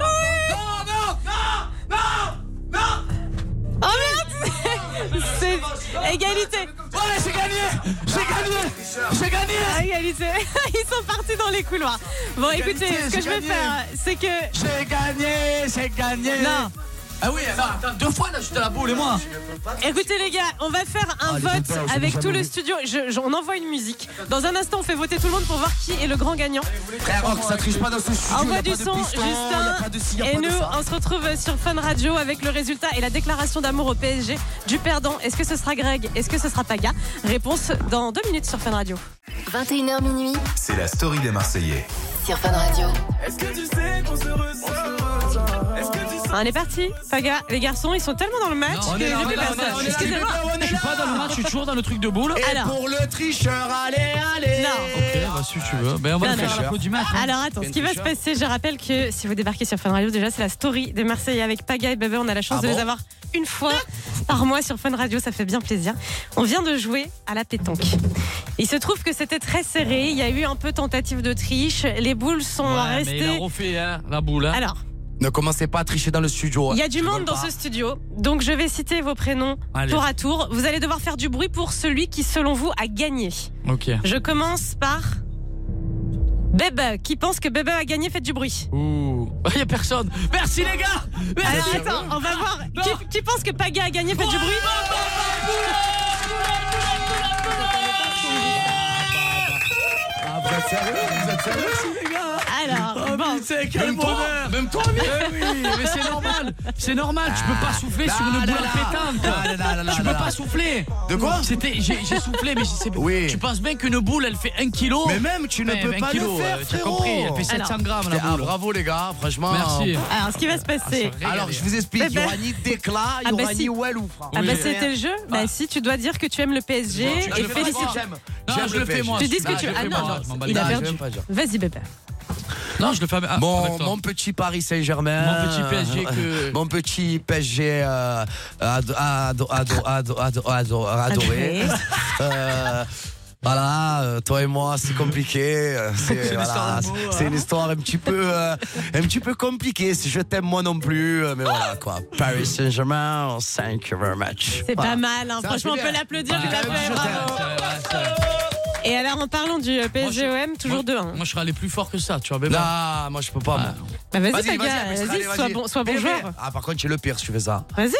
Speaker 5: Oh merde C'est c'est égalité
Speaker 14: Allez, j'ai gagné J'ai gagné J'ai gagné
Speaker 5: Ah, Égalité Ils sont partis dans les couloirs Bon
Speaker 14: Égalité,
Speaker 5: écoutez, ce que
Speaker 14: j'ai
Speaker 5: je vais
Speaker 14: gagné.
Speaker 5: faire, c'est que...
Speaker 14: J'ai gagné J'ai gagné
Speaker 5: Non.
Speaker 14: Ah oui, non, attends, deux fois là, j'étais à la boule et moi
Speaker 5: Écoutez les gars, on va faire un
Speaker 14: Ah, les
Speaker 5: vote
Speaker 14: bébés, je
Speaker 5: avec
Speaker 14: vous
Speaker 5: tout le
Speaker 14: aime.
Speaker 5: studio. Je- je- on envoie une musique. Dans un instant, on fait voter tout le monde pour voir qui est le grand gagnant.
Speaker 15: Frère, oh, que ça triche pas dans ce studio. y
Speaker 5: Envoie
Speaker 15: a
Speaker 5: du
Speaker 15: pas de
Speaker 5: son,
Speaker 15: piston, y a
Speaker 5: Justin.
Speaker 15: pas de ci, y a
Speaker 5: Et
Speaker 15: pas de
Speaker 5: nous,
Speaker 15: ça.
Speaker 5: on se retrouve sur Fun Radio avec le résultat et la déclaration d'amour au PSG du perdant. Est-ce que ce sera Greg Est-ce que ce sera Paga Réponse dans deux minutes sur Fun Radio.
Speaker 3: 21h minuit
Speaker 1: C'est la story des Marseillais.
Speaker 3: sur Fun Radio.
Speaker 14: Est-ce que tu sais qu'on se Est-ce que tu sais
Speaker 5: Ah, On est parti, Paga. Les garçons, ils sont tellement dans le match
Speaker 4: Non, on
Speaker 5: que
Speaker 4: est là,
Speaker 5: j'ai
Speaker 4: on
Speaker 5: plus
Speaker 4: est là,
Speaker 5: personne.
Speaker 4: on est là, on est là,
Speaker 5: Excusez-moi.
Speaker 4: Je suis pas dans le match, je suis toujours dans le truc de boule.
Speaker 5: Et Alors.
Speaker 14: pour le tricheur, allez, allez
Speaker 4: Ok, bah, si tu veux. Ben, on va
Speaker 5: Non,
Speaker 4: le faire
Speaker 5: non.
Speaker 4: à la peau du match. hein.
Speaker 5: Alors attends, ce qui va
Speaker 4: Ben,
Speaker 5: se
Speaker 4: tricheur.
Speaker 5: passer, je rappelle que si vous débarquez sur Fun Radio, déjà c'est la story des Marseillais avec Paga et Bébé. On a la chance
Speaker 15: Ah
Speaker 5: de
Speaker 15: bon
Speaker 5: les avoir une fois par mois sur Fun Radio, ça fait bien plaisir. On vient de jouer à la pétanque. Il se trouve que c'était très serré, il y a eu un peu tentative de triche, les boules sont
Speaker 4: Ouais, mais il a
Speaker 5: restées.
Speaker 4: refait hein, la boule. hein.
Speaker 5: Alors,
Speaker 6: Ne commencez pas à tricher dans le studio. hein.
Speaker 5: il y a du
Speaker 6: Je
Speaker 5: monde
Speaker 6: rigole
Speaker 5: dans
Speaker 6: pas.
Speaker 5: ce studio, donc je vais citer vos prénoms
Speaker 6: Allez.
Speaker 5: tour à tour. Vous allez devoir faire du bruit pour celui qui, selon vous, a gagné.
Speaker 4: Ok.
Speaker 5: Je commence par Bébé, qui pense que Bébé a gagné, faites du bruit.
Speaker 4: Ouh. Il y a personne. Merci les gars.
Speaker 5: Alors
Speaker 4: Merci.
Speaker 5: attends, on va voir. Qui, qui pense que Paga a gagné Faites du bruit. Alors,
Speaker 4: Oh,
Speaker 5: bon.
Speaker 4: putain, quel
Speaker 14: Même toi,
Speaker 4: bonheur
Speaker 14: même toi,
Speaker 4: Eh oui, mais c'est normal C'est normal, tu peux pas souffler sur une
Speaker 6: Ah. là, là. Là,
Speaker 4: boule
Speaker 6: là, là, là,
Speaker 4: pétante
Speaker 6: là,
Speaker 4: Tu peux
Speaker 6: là.
Speaker 4: pas souffler
Speaker 6: De quoi
Speaker 4: C'était, j'ai, j'ai soufflé, mais je sais pas.
Speaker 6: Oui.
Speaker 4: Tu penses bien qu'une boule, elle fait Eh, 1 kg
Speaker 6: Mais même, tu ne peux pas le faire,
Speaker 4: Tu as
Speaker 6: frérot.
Speaker 4: euh, compris, elle fait 700
Speaker 6: Alors.
Speaker 4: grammes, la
Speaker 6: Ah,
Speaker 4: boule.
Speaker 6: bravo les gars, franchement.
Speaker 4: Merci.
Speaker 5: Alors, ce qui va se passer.
Speaker 6: Alors, je vous explique, il y aura ni déclat, il y
Speaker 5: Eh ben. Ah, bah,
Speaker 6: aura
Speaker 5: si.
Speaker 6: ni Walou, frère.
Speaker 5: Ah bah c'était le jeu. Bah si, tu dois dire que tu aimes le PSG
Speaker 6: Non, tu
Speaker 5: et
Speaker 6: le fais pas,
Speaker 5: félicite.
Speaker 6: j'aime.
Speaker 4: Non,
Speaker 6: J'aime
Speaker 4: je le fais moi.
Speaker 5: Tu dis ce que
Speaker 4: Non,
Speaker 5: tu
Speaker 4: je
Speaker 5: veux.
Speaker 4: le
Speaker 5: Ah
Speaker 4: fais
Speaker 5: non,
Speaker 4: moi, je m'en bats
Speaker 5: il
Speaker 4: les
Speaker 5: a
Speaker 4: couilles.
Speaker 5: perdu. Vas-y bébé.
Speaker 4: Non, je le fais avec avec
Speaker 6: Mon,
Speaker 4: toi.
Speaker 6: mon petit Paris Saint-Germain.
Speaker 4: Mon petit PSG que-
Speaker 6: Mon petit PSG euh, ado- ado- ado- ado- ado- ado- adoré.
Speaker 5: Adoré.
Speaker 6: Euh, voilà, euh, toi et moi, c'est compliqué. euh,
Speaker 14: C'est une
Speaker 6: voilà,
Speaker 14: histoire d'amour,
Speaker 6: c'est une histoire un petit peu, euh, un petit peu compliquée. Si je t'aime, moi non plus. euh, Mais voilà quoi. Paris Saint-Germain, thank you very much.
Speaker 5: C'est
Speaker 6: Voilà.
Speaker 5: pas mal, hein. franchement, on peut l'applaudir.
Speaker 4: Ah,
Speaker 5: je l'appelle, bravo. Et alors, en parlant du euh, PSGOM,
Speaker 6: hein.
Speaker 5: toujours hein. 2-1.
Speaker 4: Moi, je serais allé plus fort que ça, tu vois. mais bon.
Speaker 6: Ah, moi je peux pas. moi.
Speaker 5: Bah, vas-y, Paga, vas-y,
Speaker 6: allez,
Speaker 5: sois bon- sois bon
Speaker 6: Mais, mais,
Speaker 5: joueur.
Speaker 6: Ah, par contre, tu es le pire si tu fais ça.
Speaker 5: Vas-y.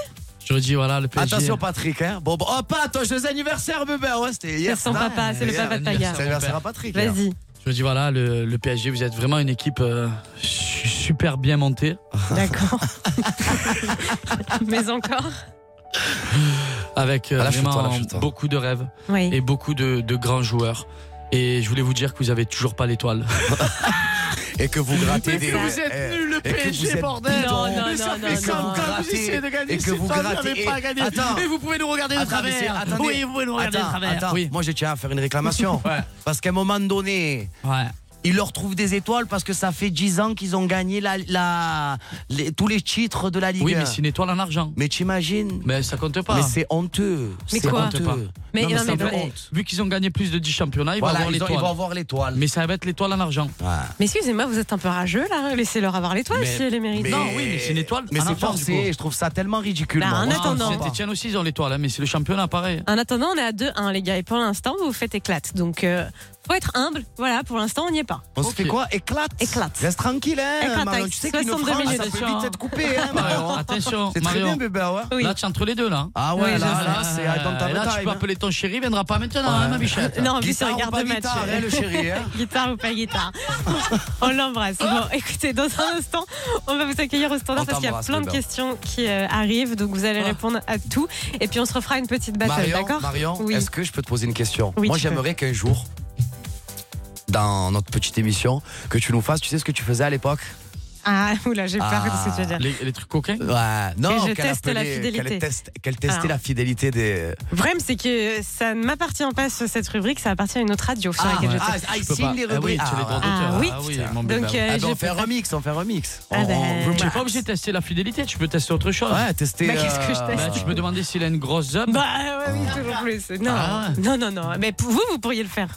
Speaker 4: Je dis, voilà, le PSG.
Speaker 6: Attention, Patrick. Hein. Bon, bon, oh, Pat, toi, joyeux anniversaire, bébé. Ouais, c'était hier.
Speaker 5: C'est son
Speaker 6: ça.
Speaker 5: papa, c'est le
Speaker 6: Hier,
Speaker 5: papa de Paga.
Speaker 6: C'est l'anniversaire à Patrick. hein.
Speaker 5: Vas-y.
Speaker 6: alors.
Speaker 4: Je dis, voilà, le, le PSG, vous êtes vraiment une équipe euh, su- super bien montée.
Speaker 5: D'accord. Mais encore.
Speaker 4: Avec euh,
Speaker 6: Ah, lâche-toi,
Speaker 4: vraiment
Speaker 6: lâche-toi.
Speaker 4: beaucoup de rêves
Speaker 5: Oui.
Speaker 4: et beaucoup de, de grands joueurs. Et je voulais vous dire que vous avez toujours pas l'étoile.
Speaker 6: et que vous grattez des. eh, et que vous êtes bidons.
Speaker 4: Non, non,
Speaker 6: Mais ça
Speaker 4: non,
Speaker 6: fait
Speaker 4: non,
Speaker 6: cinq
Speaker 4: non.
Speaker 6: ans que vous
Speaker 4: Grattez,
Speaker 6: essayez de gagner,
Speaker 4: Et que
Speaker 6: cette
Speaker 4: vous
Speaker 6: fois, vous
Speaker 4: grattez.
Speaker 6: n'avez pas gagné. Attends.
Speaker 4: Et vous pouvez nous regarder de
Speaker 6: Attends, mais c'est-
Speaker 4: travers.
Speaker 6: attendez.
Speaker 4: oui, vous pouvez nous regarder
Speaker 6: Attends,
Speaker 4: de travers.
Speaker 6: attends.
Speaker 4: Oui.
Speaker 6: Moi, je tiens à faire une réclamation. Parce qu'à un moment donné, ils leur trouvent des étoiles parce que ça fait 10 ans qu'ils ont gagné la, la- les- tous les titres de la Ligue
Speaker 4: Oui,
Speaker 6: 1.
Speaker 4: mais c'est une étoile en argent.
Speaker 6: Mais t'imagines
Speaker 4: Mais ça compte pas.
Speaker 6: euh, Mais c'est honteux.
Speaker 4: Mais
Speaker 6: C'est
Speaker 4: quoi
Speaker 6: honteux.
Speaker 4: Pas.
Speaker 5: Mais-
Speaker 4: Non, mais
Speaker 5: non,
Speaker 4: ça
Speaker 5: mais
Speaker 4: me fait
Speaker 5: voilà.
Speaker 4: honte. Vu qu'ils ont gagné plus de 10 championnats, ils
Speaker 6: Voilà,
Speaker 4: vont
Speaker 6: ils
Speaker 4: avoir
Speaker 6: ont-
Speaker 4: l'étoile.
Speaker 6: ils vont avoir l'étoile.
Speaker 4: Mais ça va être l'étoile en argent.
Speaker 5: Mais excusez-moi, vous êtes un peu rageux là, laissez-leur avoir l'étoile si elle les mérite.
Speaker 4: Non, oui, mais c'est une étoile.
Speaker 6: Mais
Speaker 4: en
Speaker 6: c'est
Speaker 4: argent, du
Speaker 6: forcé,
Speaker 4: coup.
Speaker 6: je trouve ça tellement ridicule.
Speaker 5: Bah,
Speaker 6: moi. Je
Speaker 5: en attendant.
Speaker 6: comprends
Speaker 4: C'est
Speaker 6: pas.
Speaker 4: Etienne aussi, ils ont l'étoile, hein, mais c'est le championnat pareil.
Speaker 5: En attendant, on est à 2-1 les gars, et pour l'instant, vous vous faites éclate. Donc, euh, faut être humble, voilà, pour l'instant, on n'y est pas.
Speaker 6: On se fait quoi Éclate
Speaker 5: Éclate.
Speaker 6: Reste tranquille, hein,
Speaker 5: Éclate,
Speaker 6: Marion.
Speaker 5: avec
Speaker 6: Tu sais qu'une
Speaker 5: 62
Speaker 6: France,
Speaker 5: minutes,
Speaker 6: ça peut
Speaker 5: attention.
Speaker 6: vite être coupé, hein, Marion.
Speaker 4: Marion, attention,
Speaker 6: C'est très
Speaker 4: Marion.
Speaker 6: bien, bébé, ouais.
Speaker 5: Oui.
Speaker 4: Là, tu es entre les deux, là.
Speaker 6: Ah ouais,
Speaker 5: Oui, je
Speaker 6: là,
Speaker 5: sais.
Speaker 6: là, c'est I don't
Speaker 4: Et
Speaker 6: have
Speaker 4: là, tu
Speaker 6: time,
Speaker 4: peux
Speaker 6: hein.
Speaker 4: appeler ton chéri, il viendra pas maintenant, hein, ma bichette.
Speaker 5: Non, en plus,
Speaker 6: Guitare
Speaker 5: on
Speaker 6: ou
Speaker 5: regarde
Speaker 6: pas
Speaker 5: le match.
Speaker 6: guitare, hein, le chéri, hein.
Speaker 5: guitare ou pas guitare. on l'embrasse. Bon, écoutez, dans un instant, on va vous accueillir au standard
Speaker 6: On
Speaker 5: parce qu'il y a
Speaker 6: t'embrasse,
Speaker 5: plein de
Speaker 6: Lola.
Speaker 5: questions qui euh, arrivent, donc vous allez répondre à tout. Et puis, on se refera une petite battle,
Speaker 6: Marion,
Speaker 5: Bah, d'accord
Speaker 6: Marion
Speaker 5: Oui.
Speaker 6: est-ce que je peux te poser une question
Speaker 5: Oui,
Speaker 6: Moi,
Speaker 5: tu peux.
Speaker 6: j'aimerais qu'un jour, dans notre petite émission, que tu nous fasses, tu sais ce que tu faisais à l'époque
Speaker 5: Ah, oula, j'ai peur de
Speaker 6: Ah.
Speaker 5: ce que tu veux dire.
Speaker 4: Les, les trucs coquins
Speaker 6: Ouais, non,
Speaker 5: Que je
Speaker 6: qu'elle
Speaker 5: teste la
Speaker 6: appelait-
Speaker 5: fidélité.
Speaker 6: Qu'elle teste- qu'elle testait
Speaker 5: Ah.
Speaker 6: la fidélité des.
Speaker 5: Le problème, c'est que ça ne m'appartient pas sur cette rubrique, ça appartient à une autre radio sur laquelle je
Speaker 6: ah,
Speaker 5: teste.
Speaker 6: ah,
Speaker 4: peux
Speaker 6: ici,
Speaker 4: pas.
Speaker 6: les
Speaker 4: Ah oui,
Speaker 6: rubriques.
Speaker 4: tu les droits
Speaker 5: Ah,
Speaker 4: d'auteur.
Speaker 5: oui.
Speaker 4: mon
Speaker 5: Donc,
Speaker 4: bébé.
Speaker 5: euh,
Speaker 6: Ah, ben,
Speaker 5: je
Speaker 6: on fait un
Speaker 5: peux-
Speaker 6: remix, on fait un remix.
Speaker 5: Ah
Speaker 6: On- on-
Speaker 5: ben,
Speaker 6: remix.
Speaker 4: Tu n'es pas obligé de tester la fidélité, tu peux tester autre chose.
Speaker 6: Ouais, tester.
Speaker 5: Bah, qu'est-ce que je teste
Speaker 4: Bah, tu peux demander s'il a une grosse zob.
Speaker 5: Bah ouais, oui, toujours plus. Non,
Speaker 4: Ah ouais.
Speaker 5: non, non, non. Mais pour vous, vous pourriez le faire.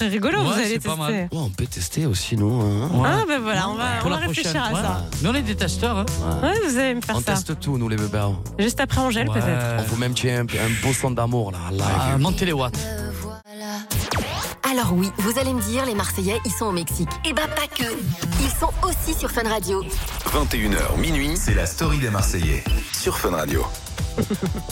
Speaker 5: C'est rigolo,
Speaker 4: Ouais,
Speaker 5: vous allez
Speaker 4: c'est pas mal.
Speaker 5: tester.
Speaker 6: Ouais, Oh, on peut tester aussi, nous. hein.
Speaker 4: Ouais.
Speaker 5: Ah ben voilà, on va, on
Speaker 4: Pour
Speaker 5: va
Speaker 4: la prochaine.
Speaker 5: réfléchir à ça.
Speaker 4: ouais. Nous, on est des testeurs. hein.
Speaker 5: Ouais, vous allez me faire
Speaker 6: On
Speaker 5: ça.
Speaker 6: teste tout, nous, les bébés.
Speaker 5: Juste après Angèle,
Speaker 4: Ouais.
Speaker 5: peut-être.
Speaker 6: On vous même tiens un, un beau son d'amour, là. là.
Speaker 4: Ah, montez les watts.
Speaker 3: Alors oui, vous allez me dire, les Marseillais, ils sont au Mexique. Eh bah pas que. Ils sont aussi sur Fun Radio.
Speaker 1: 21h minuit, c'est la story des Marseillais sur Fun Radio.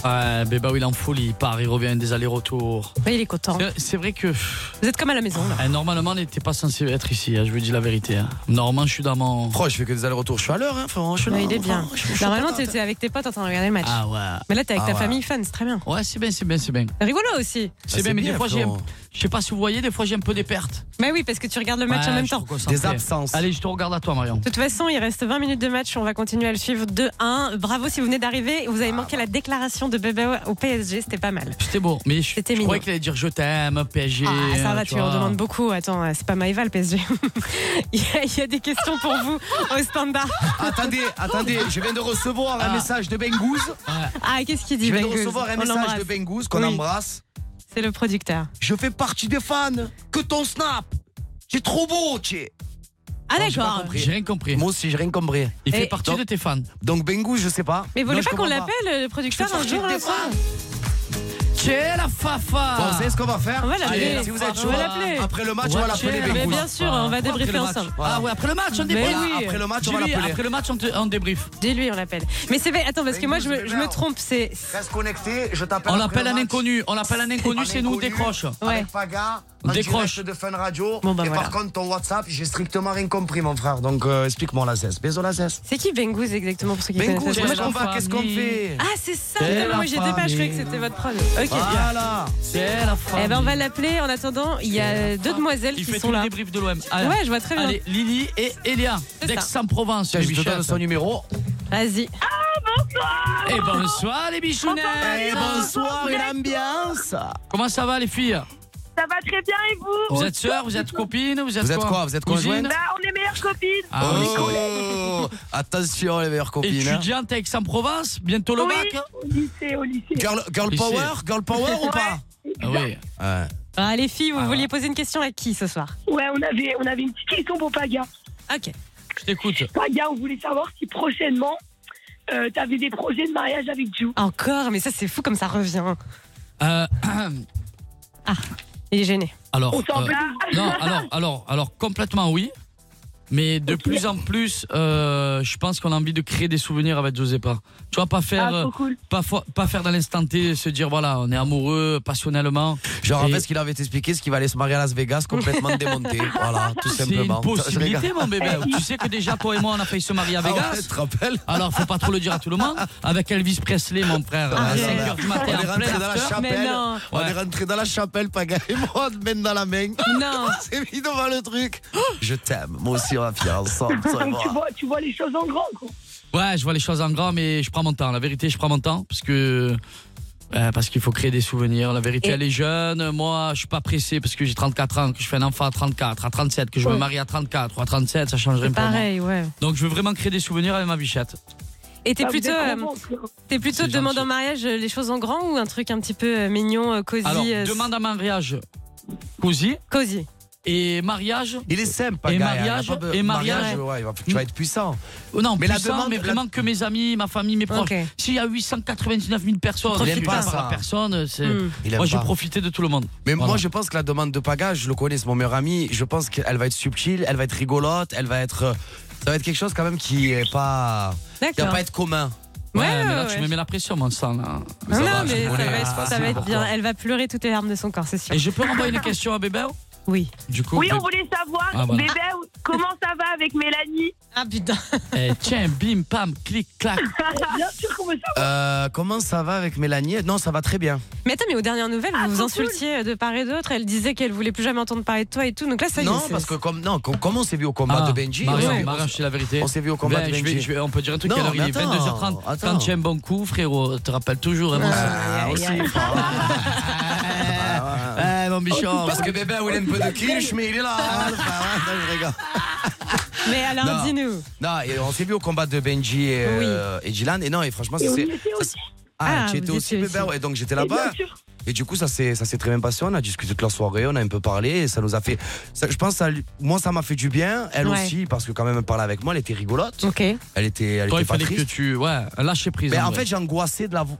Speaker 4: Ouais, Béba, il est en folie, il part, il revient des allers-retours.
Speaker 5: Ouais, il est content.
Speaker 4: C'est- C'est vrai que pff,
Speaker 5: Vous êtes comme à la maison, là.
Speaker 4: eh, normalement, on n'était pas censé être ici, hein, je vous dis la vérité. hein. Normalement, je suis dans mon.
Speaker 6: Oh, je fais que des allers-retours. Je suis à l'heure, hein,
Speaker 4: Oh,
Speaker 6: franchement.
Speaker 5: Ouais, il est bien. Normalement, t'es t'es avec tes potes en train de regarder le match.
Speaker 4: Ah ouais.
Speaker 5: Mais là, t'es avec
Speaker 6: Ah
Speaker 5: ta
Speaker 6: ouais.
Speaker 5: famille fan, c'est très bien.
Speaker 4: Ouais, c'est bien, c'est bien, c'est bien.
Speaker 5: Rigolo aussi.
Speaker 4: C'est bien, mais des fois, j'ai.
Speaker 6: Bah, frérot.
Speaker 4: Je sais pas si vous voyez, des fois, j'ai un peu des pertes.
Speaker 5: Mais oui, parce que tu regardes le match
Speaker 4: Ouais,
Speaker 5: en même
Speaker 4: je suis
Speaker 5: temps.
Speaker 4: concentré.
Speaker 6: Des absences.
Speaker 4: Allez, je te regarde à toi, Marion.
Speaker 5: De toute façon, il reste 20 minutes de match. On va continuer à le suivre 2-1. Bravo si vous venez d'arriver.
Speaker 6: Ah,
Speaker 5: Vous avez manqué la déclaration de Bebe au PSG. C'était pas mal.
Speaker 4: C'était beau, mais je,
Speaker 5: C'était
Speaker 4: je croyais
Speaker 5: mignon.
Speaker 4: qu'il allait dire je t'aime, PSG.
Speaker 5: Ah,
Speaker 6: euh,
Speaker 5: ça va,
Speaker 4: hein,
Speaker 5: tu en
Speaker 4: vois.
Speaker 5: demandes beaucoup. Attends, euh, c'est pas Maïva le PSG. il, y a, il y a des questions pour vous au standard.
Speaker 6: Attendez, attendez, je viens de recevoir un
Speaker 4: Ah.
Speaker 6: message de Bengouz.
Speaker 5: Ah, qu'est-ce qu'il dit
Speaker 6: Je viens de
Speaker 5: Bengouz
Speaker 6: recevoir un
Speaker 5: On l'embrasse.
Speaker 6: message de Bengouz qu'on
Speaker 5: Oui.
Speaker 6: embrasse.
Speaker 5: C'est le producteur.
Speaker 6: Je fais partie des fans. Que ton snap. J'ai trop beau, tchè.
Speaker 5: Ah,
Speaker 6: Non, j'ai pas
Speaker 5: d'accord.
Speaker 6: compris.
Speaker 4: J'ai rien compris.
Speaker 6: Moi aussi, j'ai rien compris.
Speaker 4: Il fait
Speaker 5: Et-
Speaker 4: partie
Speaker 6: Donc-
Speaker 4: de tes fans.
Speaker 6: Donc, Bengouz, je sais pas.
Speaker 5: Mais vous voulez
Speaker 6: Non, je
Speaker 5: pas qu'on
Speaker 6: comprends
Speaker 5: l'appelle le producteur
Speaker 6: Je fais
Speaker 5: un jour euh,
Speaker 6: partie
Speaker 5: là,
Speaker 6: des
Speaker 5: quoi
Speaker 4: Quelle la fafa
Speaker 6: Bon, vous savez ce qu'on va faire
Speaker 5: On va l'appeler.
Speaker 6: Allez, Si vous êtes
Speaker 5: On
Speaker 6: chaud,
Speaker 5: va l'appeler.
Speaker 6: après le match, on va l'appeler
Speaker 4: Watcher,
Speaker 5: Mais
Speaker 6: Bengouz.
Speaker 5: bien sûr, on va
Speaker 4: Après
Speaker 5: débriefer
Speaker 4: le match.
Speaker 5: ensemble.
Speaker 4: Ah ouais, après le match, on
Speaker 5: Mais
Speaker 4: débriefe.
Speaker 5: oui.
Speaker 6: Après le match, on va
Speaker 4: Dis-lui,
Speaker 6: l'appeler.
Speaker 4: Après le match, on, te- on débrief.
Speaker 5: Dis-lui, on l'appelle. Mais c'est vrai, attends, parce que moi, je me, je me trompe. C'est.
Speaker 6: Reste connecté, je t'appelle.
Speaker 4: On
Speaker 6: après
Speaker 4: l'appelle
Speaker 6: le
Speaker 4: un
Speaker 6: match.
Speaker 4: inconnu. On l'appelle un inconnu, c'est nous, on décroche.
Speaker 5: Ouais.
Speaker 6: Avec Paga, en
Speaker 4: Décroche. ben
Speaker 6: direct de Fun Radio.
Speaker 5: Bon, bah,
Speaker 6: et
Speaker 5: voilà.
Speaker 6: par contre, ton WhatsApp, j'ai strictement rien compris, mon frère. Donc, euh, explique-moi la cesse. Bézo la cesse.
Speaker 5: C'est qui Bengouz exactement pour ceux qui
Speaker 6: Bengouz,
Speaker 5: connaissent
Speaker 4: c'est
Speaker 5: pas
Speaker 6: comment
Speaker 4: la
Speaker 6: on va
Speaker 4: famille.
Speaker 6: Qu'est-ce qu'on fait
Speaker 5: Ah, c'est ça
Speaker 4: C'est
Speaker 5: putain,
Speaker 4: la
Speaker 5: Moi, j'étais pas, je croyais que
Speaker 4: famille.
Speaker 5: c'était votre prod. Ok.
Speaker 6: Ah, Voilà.
Speaker 4: C'est la fin.
Speaker 5: Eh ben, on va l'appeler. En attendant, il y a Euh, deux demoiselles
Speaker 4: Il
Speaker 5: qui
Speaker 4: fait
Speaker 5: sont
Speaker 4: tout le
Speaker 5: là.
Speaker 4: débrief de l'OM.
Speaker 5: Ouais, je vois très bien.
Speaker 4: Allez, Lily et Elia,
Speaker 5: C'est ça.
Speaker 4: d'Aix-en-Provence.
Speaker 6: Tiens,
Speaker 4: les
Speaker 6: je te donne
Speaker 4: bichettes.
Speaker 6: son numéro.
Speaker 5: Vas-y.
Speaker 4: Et Eh, bonsoir, les Eh, bichounettes.
Speaker 6: Et bonsoir, et l'ambiance.
Speaker 4: Comment ça va, les filles
Speaker 7: Ça va très bien et vous
Speaker 4: Vous êtes sœurs, vous êtes copines, vous êtes
Speaker 6: Vous êtes quoi Vous êtes
Speaker 4: Cousines
Speaker 6: conjointes
Speaker 7: Bah, on est meilleures copines.
Speaker 4: Ah, on est
Speaker 6: Oh, Attention, les meilleures copines. hein.
Speaker 4: Étudiante à Aix-en-Provence, bientôt le
Speaker 7: oui,
Speaker 4: bac. hein.
Speaker 7: au lycée, au lycée.
Speaker 6: Girl, girl
Speaker 4: Lycée.
Speaker 6: power Girl power ou pas
Speaker 4: Ah oui.
Speaker 6: Ouais.
Speaker 5: Ah, les filles, vous
Speaker 16: Ah.
Speaker 5: vouliez poser une question à qui ce soir
Speaker 7: Ouais, on avait, on avait une petite question pour Paga.
Speaker 5: Ok.
Speaker 16: Je t'écoute.
Speaker 7: Paga, on voulait savoir si prochainement, euh, t'avais des projets de mariage avec Jou.
Speaker 5: Encore, mais ça c'est fou comme ça revient.
Speaker 4: Euh,
Speaker 5: Ah, il est gêné.
Speaker 4: alors,
Speaker 5: On s'en
Speaker 4: euh,
Speaker 5: plaint.
Speaker 4: non, alors, alors, alors, complètement oui. Mais de plus en plus, euh, je pense qu'on a envie de créer des souvenirs avec Josépa. Tu vois, pas faire,
Speaker 7: Ah, trop
Speaker 4: euh, pas, fo- pas faire dans l'instant T, se dire voilà, on est amoureux passionnellement.
Speaker 6: Genre, en
Speaker 4: Et-
Speaker 6: fait, ce qu'il avait expliqué, c'est qu'il va aller se marier à Las Vegas complètement démonté. Voilà, tout
Speaker 4: C'est
Speaker 6: simplement.
Speaker 4: une possibilité,
Speaker 6: Je
Speaker 4: mon
Speaker 6: rigole.
Speaker 4: bébé. tu sais que déjà, toi et moi, on a failli se marier à
Speaker 6: Ah ouais,
Speaker 4: Vegas.
Speaker 6: je te rappelle.
Speaker 4: Alors, faut pas trop le dire à tout le monde. Avec Elvis Presley, mon frère. à
Speaker 6: Arrête.
Speaker 4: 5 heures Ah, du matin,
Speaker 6: Ah, On est rentré
Speaker 4: en plein
Speaker 6: dans la
Speaker 4: after.
Speaker 6: chapelle. On est rentré dans la chapelle, Paga et moi, on te mène dans la main.
Speaker 4: Ah.
Speaker 5: Non.
Speaker 6: C'est mis devant le truc. Je t'aime. Moi aussi, on va finir ensemble. ça va.
Speaker 4: Oh.
Speaker 7: Donc, tu, vois, tu vois les choses en grand, quoi.
Speaker 4: Ouais, je vois les choses en grand, mais je prends mon temps. La vérité, je prends mon temps parce que. euh, parce qu'il faut créer des souvenirs. La vérité,
Speaker 5: Et-
Speaker 4: elle est jeune. Moi, je suis pas pressé parce que j'ai 34 ans, que je fais un enfant à 34, à 37, que je me
Speaker 5: Ouais.
Speaker 4: marie à 34 ou à 37, ça change rien pour moi.
Speaker 5: Pareil, ouais.
Speaker 4: Donc, je veux vraiment créer des souvenirs avec ma bichette.
Speaker 5: Et t'es
Speaker 7: Bah, vous
Speaker 5: plutôt,
Speaker 7: êtes
Speaker 5: euh,
Speaker 7: romans, quoi.
Speaker 5: t'es plutôt
Speaker 4: C'est
Speaker 5: demande
Speaker 4: gentil.
Speaker 5: en mariage euh, les choses en grand ou un truc un petit peu euh, mignon, euh, cosy
Speaker 4: Alors,
Speaker 5: euh,
Speaker 4: demande à mariage, cosy.
Speaker 5: Cosy.
Speaker 4: Et mariage.
Speaker 6: Il est simple, Paga.
Speaker 4: Et
Speaker 6: il a
Speaker 4: mariage,
Speaker 6: pas de-
Speaker 4: et mariage.
Speaker 6: ouais, il va- tu vas être puissant.
Speaker 4: Oh Non,
Speaker 6: Mais
Speaker 4: mais
Speaker 6: la
Speaker 4: puissant,
Speaker 6: demande-
Speaker 4: mais
Speaker 6: la-
Speaker 4: vraiment que mes amis, ma famille, mes proches.
Speaker 6: Ok.
Speaker 4: S'il Oh. y a 899 000 personnes,
Speaker 6: Il aime
Speaker 4: profite
Speaker 6: pas
Speaker 4: par
Speaker 6: ça.
Speaker 4: la personne. c'est-
Speaker 5: Hmm.
Speaker 6: Mm. Il aime
Speaker 4: Moi, j'ai
Speaker 6: pas.
Speaker 4: profité de tout le monde.
Speaker 6: Mais
Speaker 4: Voilà.
Speaker 6: moi, je pense que la demande de Paga, je le connais, c'est mon meilleur ami. Je pense qu'elle va être subtile, elle va être rigolote, elle va être. euh, Ça va être quelque chose quand même qui est pas. Qui va
Speaker 5: D'accord.
Speaker 6: pas être commun.
Speaker 4: Ouais,
Speaker 5: Ouais,
Speaker 4: mais là,
Speaker 5: ouais,
Speaker 4: tu
Speaker 5: ouais.
Speaker 4: me mets la pression, mon sang. là.
Speaker 5: Ah
Speaker 4: Ça
Speaker 5: non,
Speaker 4: va, je
Speaker 5: mais ça
Speaker 4: connais,
Speaker 5: va
Speaker 4: c'est
Speaker 5: être,
Speaker 4: facile,
Speaker 5: ça va être
Speaker 4: pourquoi.
Speaker 5: bien. Elle va pleurer toutes les larmes de son corps, c'est sûr.
Speaker 4: Et je peux renvoyer une question à Bébé
Speaker 5: Oui.
Speaker 4: Du coup,
Speaker 7: Oui, on
Speaker 4: Bé-
Speaker 7: voulait savoir,
Speaker 4: Ah, voilà.
Speaker 7: bébé, comment ça va avec Mélanie
Speaker 5: Ah putain.
Speaker 4: Eh, tiens, bim, pam, clic, clac.
Speaker 7: Bien sûr qu'on veut savoir.
Speaker 6: Euh, comment ça va avec Mélanie Non, ça va très bien.
Speaker 5: Mais attends, mais aux dernières nouvelles, vous vous insultiez euh, de part et d'autre. Elle disait qu'elle voulait plus jamais entendre parler de toi et tout. Donc là, ça y est.
Speaker 6: non,
Speaker 5: c'est-
Speaker 6: parce que comme, non, com- comment on s'est vu au combat
Speaker 4: Ah,
Speaker 6: Bah, de Benji
Speaker 4: Marion,
Speaker 6: on s'est vu-
Speaker 4: Marion, je dis la vérité.
Speaker 6: On s'est vu au combat
Speaker 4: Ben,
Speaker 6: de
Speaker 4: je
Speaker 6: Benji.
Speaker 4: vais- je vais- on peut dire un truc
Speaker 6: Non,
Speaker 4: à l'heure, il
Speaker 6: mais
Speaker 4: est
Speaker 6: attends,
Speaker 4: 22h30.
Speaker 6: attends. Ah,
Speaker 4: Quand tu as un bon coup, frérot, te rappelles toujours. hein, mon sang. Eh, mon bichon.
Speaker 6: Parce que bébé, il a un peu de quiche, mais il est là. hein. Enfin, ouais, non, je rigole.
Speaker 5: Mais alors,
Speaker 6: Non.
Speaker 5: dis-nous.
Speaker 6: Non, et on s'est vu au combat de Benji et, euh, et Dylan. Et non, et franchement,
Speaker 7: Et
Speaker 6: ça
Speaker 7: on y
Speaker 6: s'est.
Speaker 7: était
Speaker 6: ça
Speaker 7: aussi.
Speaker 6: s'est- Ah,
Speaker 5: Ah,
Speaker 6: tu étais
Speaker 5: vous
Speaker 6: aussi
Speaker 5: étiez
Speaker 6: bébé,
Speaker 5: aussi.
Speaker 6: ouais, donc j'étais
Speaker 7: Et
Speaker 6: là-bas.
Speaker 7: bien sûr.
Speaker 6: Et du coup, ça s'est ça s'est très bien passé. On a discuté toute la soirée, on a un peu parlé. Et ça nous a fait. ça- je pense, que ça, lui- moi, ça m'a fait du bien. Elle
Speaker 5: Ouais.
Speaker 6: aussi, parce que quand même, elle parlait avec moi, elle était rigolote.
Speaker 5: Ok.
Speaker 6: Elle était, elle
Speaker 4: Toi,
Speaker 6: était
Speaker 4: il
Speaker 6: pas
Speaker 4: fallait que
Speaker 6: triste.
Speaker 4: tu. Ouais, lâcher prise.
Speaker 6: Mais
Speaker 4: hein,
Speaker 6: Ben, en
Speaker 4: ouais.
Speaker 6: fait, j'ai angoissé de la vo-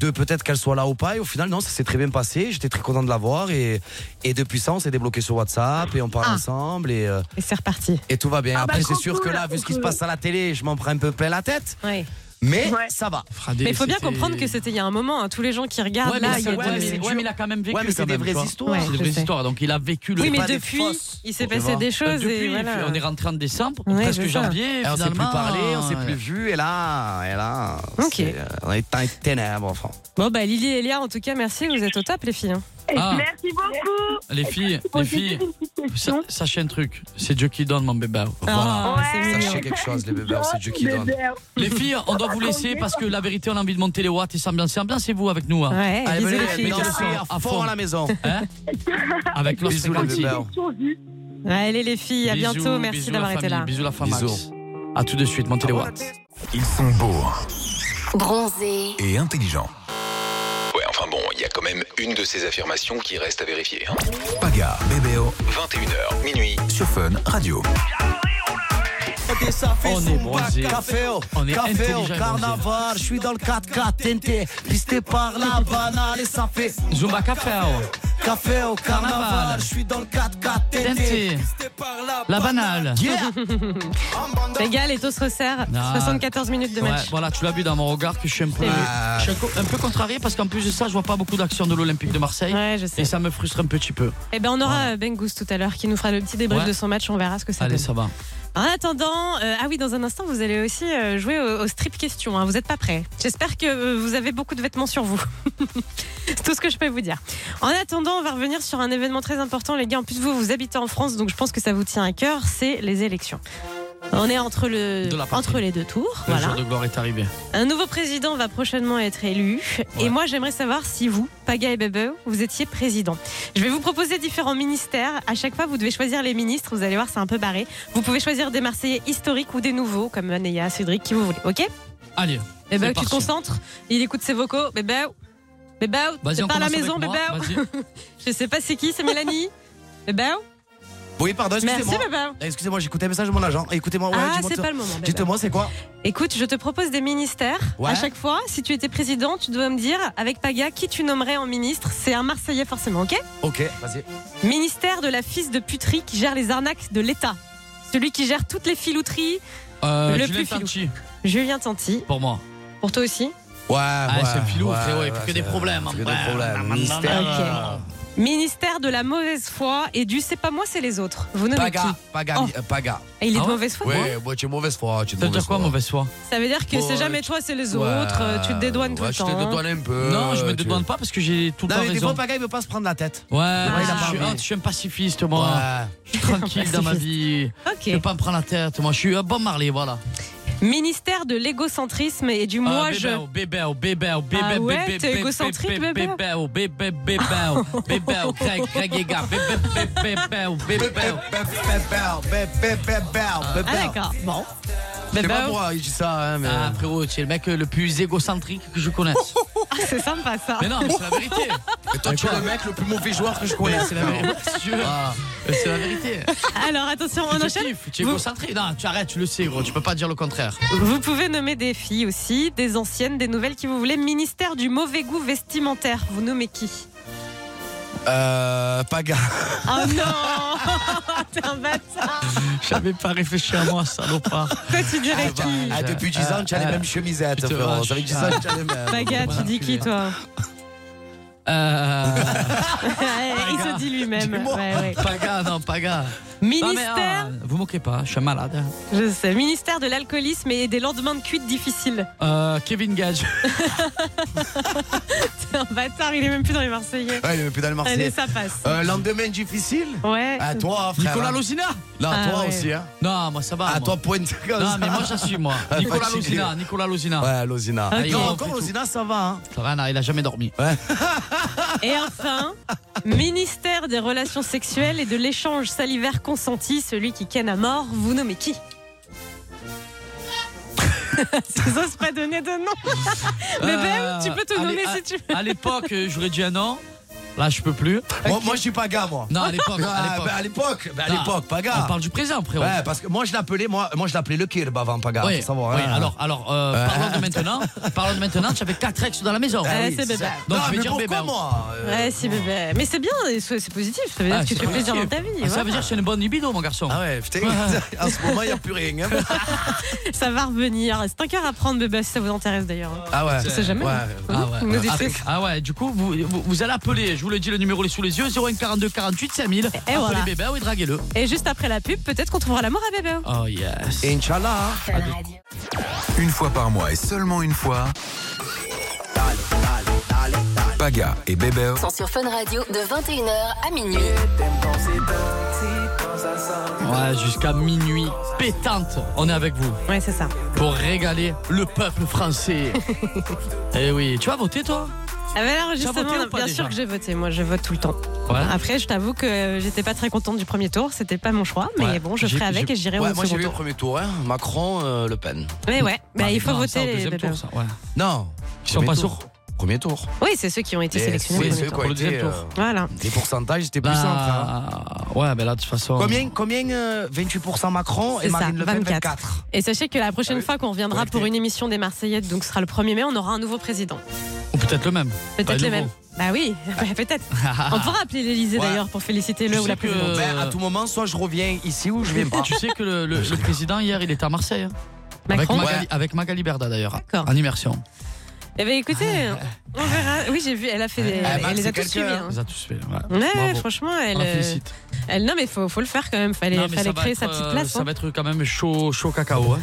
Speaker 6: de peut-être qu'elle soit là ou pas. Et au final, non, ça s'est très bien passé. J'étais très content de la voir. Et, et depuis ça, on s'est débloqué sur WhatsApp et on parle
Speaker 5: Ah.
Speaker 6: ensemble. Et, euh,
Speaker 5: Et c'est reparti.
Speaker 6: et tout va bien.
Speaker 7: Ah bah,
Speaker 6: Après,
Speaker 7: trop
Speaker 6: c'est sûr que
Speaker 7: cool,
Speaker 6: là, vu ce qui se
Speaker 7: trop
Speaker 6: passe à la télé, je m'en prends un peu plein la tête.
Speaker 5: Ouais.
Speaker 6: Mais
Speaker 7: Ouais.
Speaker 6: ça va.
Speaker 5: Mais il faut bien comprendre que c'était il y a un moment. hein. Tous les gens qui regardent
Speaker 4: Ouais, mais
Speaker 5: là,
Speaker 4: c'est-
Speaker 5: il y a
Speaker 4: ouais,
Speaker 5: de-
Speaker 4: mais c'est- ouais, mais il a quand même vécu.
Speaker 6: Ouais, mais c'est
Speaker 4: quand
Speaker 6: des
Speaker 4: même,
Speaker 6: vraies
Speaker 4: tu vois.
Speaker 6: histoires.
Speaker 5: Ouais,
Speaker 4: C'est des
Speaker 5: je
Speaker 4: vraies
Speaker 5: sais.
Speaker 4: histoires. Donc il a vécu le.
Speaker 5: Oui, mais
Speaker 6: pas des
Speaker 5: depuis,
Speaker 6: fausses,
Speaker 5: il s'est
Speaker 6: tu
Speaker 5: passé
Speaker 6: vois.
Speaker 5: des choses.
Speaker 4: Euh, Depuis,
Speaker 5: et voilà.
Speaker 4: on est rentré en décembre,
Speaker 5: Ouais,
Speaker 4: presque
Speaker 5: c'est ça.
Speaker 4: janvier.
Speaker 6: Et on s'est plus
Speaker 4: finalement,
Speaker 6: parlé, on s'est
Speaker 4: euh,
Speaker 6: plus vu, et là, et là,
Speaker 5: Ok.
Speaker 6: c'est- euh, on est dans les ténèbres, enfin.
Speaker 5: Bon, bah, Lily et Elia, en tout cas, merci. Vous êtes au top, les filles. hein.
Speaker 7: Et
Speaker 4: Ah.
Speaker 7: Merci beaucoup.
Speaker 4: Les filles, les
Speaker 7: Posez-vous
Speaker 4: filles,
Speaker 7: une petite
Speaker 4: sa-
Speaker 7: question.
Speaker 4: sachez un truc, c'est Dieu qui donne mon bébé.
Speaker 5: Ah,
Speaker 7: Ouais.
Speaker 5: c'est mignon.
Speaker 6: Sachez quelque chose, les bébés, c'est Dieu qui donne.
Speaker 7: Bébé.
Speaker 4: Les filles, on doit vous laisser parce que la vérité, on a envie de monter les watts et sans bien, c'est bien, c'est vous avec nous. Hein.
Speaker 5: Ouais,
Speaker 6: Allez,
Speaker 5: bisous, les
Speaker 6: venez,
Speaker 5: filles.
Speaker 6: mettez le sourire à fond à la maison.
Speaker 4: Hein avec l'os
Speaker 6: Bisous, les
Speaker 4: fréquentis.
Speaker 6: bébés.
Speaker 7: Question vue.
Speaker 5: Ouais, allez, les filles, à
Speaker 4: Bisous,
Speaker 5: bientôt. Merci
Speaker 4: bisous,
Speaker 5: d'avoir
Speaker 4: la
Speaker 5: été là.
Speaker 4: famille, Bisous la femme.
Speaker 6: Bisous.
Speaker 4: A tout de suite, montez les watts.
Speaker 17: Ils sont beaux
Speaker 3: Bronzé,
Speaker 17: et intelligents.
Speaker 1: Ouais, enfin bon, il y a quand même une de ces affirmations qui reste à vérifier. hein.
Speaker 17: Paga, Bébéo,
Speaker 1: 21h, minuit.
Speaker 17: sur Fun Radio.
Speaker 4: On est bronzé.
Speaker 18: Caféo,
Speaker 4: On est
Speaker 18: caféo,
Speaker 4: intelligent et
Speaker 18: carnaval, je suis dans le 4K TNT, pisté par la banale et ça fait
Speaker 4: Zumba Café. oh.
Speaker 18: caféo, carnaval, je suis dans le 4K TNT,
Speaker 4: TNT.
Speaker 18: pisté par la
Speaker 4: La banale.
Speaker 18: Yeah
Speaker 5: Les gars, les taux se resserrent.
Speaker 4: Non.
Speaker 5: 74 minutes de
Speaker 4: Ouais,
Speaker 5: match.
Speaker 4: voilà, tu l'as vu dans mon regard que je suis un peu,
Speaker 5: Oui.
Speaker 4: je suis un co- un peu contrarié parce qu'en plus de ça, je vois pas beaucoup d'action de l'Olympique de Marseille.
Speaker 5: Ouais, je sais.
Speaker 4: Et ça me frustre un petit peu.
Speaker 5: Eh ben, on aura Bengus tout à l'heure qui nous fera le petit débrief
Speaker 4: Ouais.
Speaker 5: de son match. On verra ce que ça
Speaker 4: Allez,
Speaker 5: donne.
Speaker 4: ça va.
Speaker 5: En attendant, euh, ah oui, dans un instant, vous allez aussi euh, jouer au, au strip question. hein. vous n'êtes pas prêts. J'espère que euh, vous avez beaucoup de vêtements sur vous. C'est tout ce que je peux vous dire. En attendant, on va revenir sur un événement très important, les gars. En plus, vous, vous habitez en France, donc je pense que ça vous tient à cœur. C'est les élections. On est entre, le,
Speaker 4: De la partie.
Speaker 5: entre les deux tours.
Speaker 4: Le
Speaker 5: voilà.
Speaker 4: jour de gloire est arrivé.
Speaker 5: Un nouveau président va prochainement être élu. Et moi, j'aimerais savoir si vous, Paga et Bebe, vous étiez président. Je vais vous proposer différents ministères. À chaque fois, vous devez choisir les ministres. Vous allez voir, c'est un peu barré. Vous pouvez choisir des Marseillais historiques ou des nouveaux, comme Anéa, Cédric, qui vous voulez. OK
Speaker 4: Allez.
Speaker 5: Bebe,
Speaker 4: c'est
Speaker 5: tu te
Speaker 4: parti.
Speaker 5: concentres. Il écoute ses vocaux. Bebe, Bébé,
Speaker 4: Vas-y,
Speaker 5: c'est
Speaker 4: on
Speaker 5: pas à la
Speaker 4: commence avec
Speaker 5: maison,
Speaker 4: moi,
Speaker 5: Bébé. Je sais pas c'est qui, c'est Mélanie. Bébé.
Speaker 6: Oui, pardon, excusez-moi. Eh,
Speaker 5: Merci, Baba.
Speaker 6: Excusez-moi, j'écoutais un message de mon agent. Eh, Écoutez-moi, ouais,
Speaker 5: Ah,
Speaker 6: dis-moi
Speaker 5: c'est
Speaker 6: toi.
Speaker 5: pas le moment, Baba.
Speaker 6: Dites-moi, c'est quoi
Speaker 5: Écoute, je te propose des ministères.
Speaker 6: Ouais.
Speaker 5: À chaque fois, si tu étais président, tu dois me dire avec Paga qui tu nommerais en ministre. C'est un Marseillais forcément, ok
Speaker 6: Ok, vas-y.
Speaker 5: Ministère de la fils de puterie qui gère les arnaques de l'État. Celui qui gère toutes les filouteries.
Speaker 4: Euh,
Speaker 5: le
Speaker 4: Julien
Speaker 5: plus filou.
Speaker 4: Tanti.
Speaker 5: Julien Tanti.
Speaker 4: Pour moi.
Speaker 5: Pour toi aussi
Speaker 6: Ouais, ouais,
Speaker 4: Ah, c'est filou,
Speaker 6: ouais,
Speaker 4: frérot, il fait
Speaker 6: ouais,
Speaker 4: que des
Speaker 6: c'est-
Speaker 4: problèmes. Ah,
Speaker 6: il fait que des
Speaker 4: Ouais.
Speaker 6: problèmes.
Speaker 4: Ok.
Speaker 6: Mystère.
Speaker 5: Ministère de la mauvaise foi et du c'est pas moi, c'est les autres. Vous nommez
Speaker 6: Paga,
Speaker 5: qui
Speaker 6: paga,
Speaker 5: Oh.
Speaker 6: euh, paga.
Speaker 5: Et il est de mauvaise foi,
Speaker 6: Oui,
Speaker 5: toi
Speaker 6: moi, tu es mauvaise foi. Tu es de
Speaker 4: Ça veut dire quoi, mauvaise foi
Speaker 5: Ça veut dire que
Speaker 6: Bon,
Speaker 5: c'est jamais
Speaker 6: ouais,
Speaker 5: toi, c'est les
Speaker 6: Ouais,
Speaker 5: autres. euh, Tu te dédouanes tout
Speaker 6: ouais,
Speaker 5: le temps.
Speaker 6: Je te dédouane un peu.
Speaker 4: Non, je me
Speaker 6: Euh, tu-
Speaker 4: dédouane pas parce que j'ai tout le
Speaker 6: Non,
Speaker 4: temps
Speaker 6: mais des
Speaker 4: raison.
Speaker 6: fois, Paga, il veut pas se prendre la tête.
Speaker 4: Ouais,
Speaker 6: il a pas
Speaker 4: je, suis,
Speaker 6: envie.
Speaker 4: ah, je suis un pacifiste, moi. Je suis tranquille dans ma vie. Je vais pas me prendre la tête, moi. Je suis un bon Marley, voilà.
Speaker 5: Ministère de l'égocentrisme et du moi
Speaker 4: Ah,
Speaker 5: je.
Speaker 6: ben,
Speaker 4: bébé, oh, bébé, oh, bébé, oh, bébé,
Speaker 5: Ah ouais,
Speaker 4: bébé,
Speaker 5: t'es
Speaker 4: bébé,
Speaker 5: égocentrique,
Speaker 4: bébé,
Speaker 5: bébé.
Speaker 4: bébé, oh, bébé, bébé, oh, bébé, oh, Greg, Greg et gars, bébé, bébé, bébé, oh, bébé,
Speaker 5: Ah d'accord. Bon.
Speaker 4: Bébé,
Speaker 6: C'est pas
Speaker 4: oh.
Speaker 6: moi, il dit ça. hein, mais-
Speaker 4: Ah frérot, tu es le mec euh, le plus égocentrique que je connaisse.
Speaker 5: Ah, c'est sympa ça.
Speaker 4: Mais non, mais c'est la vérité.
Speaker 6: Et toi, tu es le mec le plus mauvais joueur que je connaisse.
Speaker 4: C'est la vérité. si tu veux.
Speaker 6: Ah.
Speaker 4: Mais C'est la vérité.
Speaker 5: Alors attention, on enchaîne.
Speaker 4: Objectif, Tu es égocentrique. Non, tu arrêtes, tu le sais, gros. Tu peux pas dire le contraire.
Speaker 5: Vous pouvez nommer des filles aussi, des anciennes, des nouvelles qui vous voulez. Ministère du mauvais goût vestimentaire. Vous nommez qui
Speaker 6: Euh, Paga.
Speaker 5: Oh non T'es un bâtard.
Speaker 4: J'avais pas réfléchi à moi, salopard.
Speaker 5: Toi tu dirais qui
Speaker 6: Ah, depuis 10 ans, tu as les mêmes chemisettes,
Speaker 4: putain,
Speaker 6: frérot.
Speaker 4: je-
Speaker 6: Ça fait 10 ans que tu as les mêmes.
Speaker 5: Baga, tu dis qui toi
Speaker 4: Euh,
Speaker 6: bah,
Speaker 5: Il se dit lui-même. Ouais, ouais.
Speaker 4: Paga, non, Paga.
Speaker 5: Ministère.
Speaker 4: Non, mais, ah, vous moquez pas, je suis un malade. hein.
Speaker 5: Je sais. Ministère de l'alcoolisme et des lendemains de cuite difficiles.
Speaker 4: Euh, Kevin Gage.
Speaker 5: T'es un bâtard, il est même plus dans les Marseillais.
Speaker 6: Ouais, il est même plus dans le Marseillais.
Speaker 5: Allez, ça passe.
Speaker 6: Euh, lendemain difficile
Speaker 5: Ouais.
Speaker 6: À toi, frère.
Speaker 4: Nicolas
Speaker 6: hein.
Speaker 4: Losina
Speaker 6: Non,
Speaker 4: Ah,
Speaker 6: toi
Speaker 4: ouais.
Speaker 6: aussi, hein.
Speaker 4: Non, moi ça va.
Speaker 6: À
Speaker 4: moi.
Speaker 6: toi, pointe. comme
Speaker 4: Non,
Speaker 6: ça.
Speaker 4: mais moi j'assume, moi.
Speaker 6: Ah,
Speaker 4: Nicolas
Speaker 6: fatigué.
Speaker 4: Losina, Nicolas Losina.
Speaker 6: Ouais, Losina.
Speaker 4: Ah, il
Speaker 6: Non,
Speaker 4: est
Speaker 6: encore
Speaker 4: plus
Speaker 6: Losina, ça va. Hein.
Speaker 4: Ça va, non, il a jamais dormi.
Speaker 5: Et enfin, ministère des Relations sexuelles et de l'échange salivaire consenti, celui qui ken à mort, vous nommez qui J'ose pas donner de nom. Mais Ben, tu peux te
Speaker 4: à l'é-
Speaker 5: nommer
Speaker 4: Euh, à-
Speaker 5: si tu veux.
Speaker 4: À l'époque, euh, j'aurais dit un an. Là, je peux plus.
Speaker 6: Moi, moi, je suis Paga, moi.
Speaker 4: Non, à l'époque.
Speaker 6: Ah,
Speaker 4: À
Speaker 6: bah, à
Speaker 4: l'époque.
Speaker 6: l'époque, bah, à
Speaker 4: Non,
Speaker 6: l'époque, Paga.
Speaker 4: On parle du présent, frérot.
Speaker 6: Ouais, parce que moi je l'appelais moi, moi je l'appelais le Kirb avant Paga,
Speaker 4: Oui,
Speaker 6: faut savoir.
Speaker 4: oui,
Speaker 6: hein.
Speaker 4: alors, alors euh,
Speaker 6: Ouais.
Speaker 4: parlons de maintenant. parlons de maintenant, tu avais 4 ex dans la maison.
Speaker 5: Ouais, Euh, c'est bébé.
Speaker 4: Donc,
Speaker 6: Ah non,
Speaker 4: je vais
Speaker 6: mais
Speaker 4: dire
Speaker 6: pourquoi
Speaker 4: bébé. hein.
Speaker 6: moi euh,
Speaker 5: Ouais, si bébé. Mais c'est bien, c'est c'est positif. Ça veut dire
Speaker 4: Ah,
Speaker 5: que tu
Speaker 4: c'est
Speaker 5: te fais plaisir dans ta vie. hein.
Speaker 4: Ah, Ça veut
Speaker 5: voilà.
Speaker 4: dire que c'est une bonne libido, mon garçon.
Speaker 6: Ah ouais, putain, en ce moment il n'y a plus rien. hein.
Speaker 5: Ça va revenir. C'est un cœur à prendre, bébé, si ça vous intéresse d'ailleurs.
Speaker 6: Ah ouais.
Speaker 5: Je sais jamais.
Speaker 6: Ouais.
Speaker 4: Ah ouais.
Speaker 5: Nous
Speaker 4: Ah,
Speaker 5: déteste.
Speaker 4: avec- ah ouais, du coup, vous, vous, vous allez appeler, je vous le dis, le numéro est sous les yeux 01 42 48 5000. Appelez
Speaker 5: voilà.
Speaker 4: bébé, ben oui, draguez-le.
Speaker 5: Et juste après la pub, peut-être qu'on trouvera l'amour à bébé.
Speaker 4: Oh yes.
Speaker 6: Inch'Allah.
Speaker 1: Une fois par mois et seulement une fois. Paga et Bébé
Speaker 3: Sont sur Fun Radio de 21h à minuit.
Speaker 4: Ouais, jusqu'à minuit pétante, on est avec vous
Speaker 5: Ouais, c'est ça.
Speaker 4: pour régaler le peuple français. Eh oui, tu vas voter toi
Speaker 5: Ah bah alors justement,
Speaker 4: voté ou pas
Speaker 5: bien
Speaker 4: déjà
Speaker 5: sûr que j'ai voté. Moi, je vote tout le temps.
Speaker 4: Ouais.
Speaker 5: Après, je t'avoue que euh, j'étais pas très contente du premier tour. C'était pas mon choix, mais
Speaker 6: Ouais.
Speaker 5: bon, je
Speaker 4: J'ai-
Speaker 5: ferai avec
Speaker 4: j'ai-
Speaker 5: et j'irai
Speaker 6: Ouais,
Speaker 5: au
Speaker 6: moi j'ai
Speaker 5: second
Speaker 6: vu le
Speaker 5: tour.
Speaker 6: premier tour, hein. Macron, euh, Le Pen.
Speaker 5: Mais ouais, bah, il faut
Speaker 4: Non,
Speaker 5: voter
Speaker 4: ça, au
Speaker 5: les
Speaker 4: deuxième
Speaker 5: bébés.
Speaker 4: tour, ça, ouais.
Speaker 6: Non.
Speaker 4: Qui sont
Speaker 6: Premier
Speaker 4: pas
Speaker 6: tour.
Speaker 4: sûrs
Speaker 6: Premier tour.
Speaker 5: Oui, c'est ceux qui ont été
Speaker 6: Et c'est
Speaker 5: sélectionnés. au premier
Speaker 6: ceux
Speaker 5: tour.
Speaker 6: qui ont
Speaker 4: Pour le
Speaker 6: été,
Speaker 4: deuxième tour.
Speaker 5: Voilà.
Speaker 6: Les pourcentages c'était plus
Speaker 4: Là,
Speaker 6: simple. hein.
Speaker 4: Bah, Ouais, mais là, de toute façon.
Speaker 6: Combien, combien euh, 28% Macron
Speaker 5: C'est
Speaker 6: et
Speaker 5: ça,
Speaker 6: Marine Le Pen
Speaker 5: 24.
Speaker 6: 24.
Speaker 5: Et sachez que la prochaine
Speaker 6: Ah oui.
Speaker 5: fois qu'on reviendra
Speaker 6: Connecté.
Speaker 5: pour une émission des Marseillais, donc ce sera le 1er mai, on aura un nouveau président.
Speaker 4: Ou peut-être le même. Pas
Speaker 5: Peut-être le
Speaker 4: nouveau. Ah.
Speaker 5: même. Bah oui, bah, peut-être.
Speaker 6: Ah,
Speaker 5: On pourra appeler l'Elysée
Speaker 6: Ouais.
Speaker 5: d'ailleurs pour féliciter
Speaker 4: Tu
Speaker 5: le ou
Speaker 4: sais
Speaker 5: la
Speaker 4: que-
Speaker 5: présidente.
Speaker 6: Ben, à tout moment, soit je reviens ici ou je viens pas.
Speaker 4: Tu sais que le, le- le président, hier, il était à Marseille. hein.
Speaker 5: Macron.
Speaker 4: Avec, Magali, avec Magali Berda d'ailleurs.
Speaker 5: D'accord.
Speaker 4: En immersion.
Speaker 5: Eh ben écoutez, on verra. Oui, j'ai vu, elle a fait des.
Speaker 4: Ah,
Speaker 6: Eh, Max,
Speaker 5: elle les a
Speaker 6: c'est
Speaker 5: tous
Speaker 6: quelqu'un,
Speaker 5: suivis.
Speaker 4: On
Speaker 5: hein.
Speaker 4: les a tous fait. Ouais,
Speaker 5: Ouais,
Speaker 4: Bravo.
Speaker 5: franchement,
Speaker 4: On
Speaker 5: elle.
Speaker 4: la
Speaker 5: euh,
Speaker 4: félicite.
Speaker 5: Elle, non, mais faut, faut le faire quand même. Fallait,
Speaker 4: Non, mais ça
Speaker 5: fallait
Speaker 4: va
Speaker 5: créer
Speaker 4: être,
Speaker 5: sa petite
Speaker 4: euh,
Speaker 5: place.
Speaker 4: Ça
Speaker 5: hein.
Speaker 4: va être quand même chaud, chaud cacao. hein.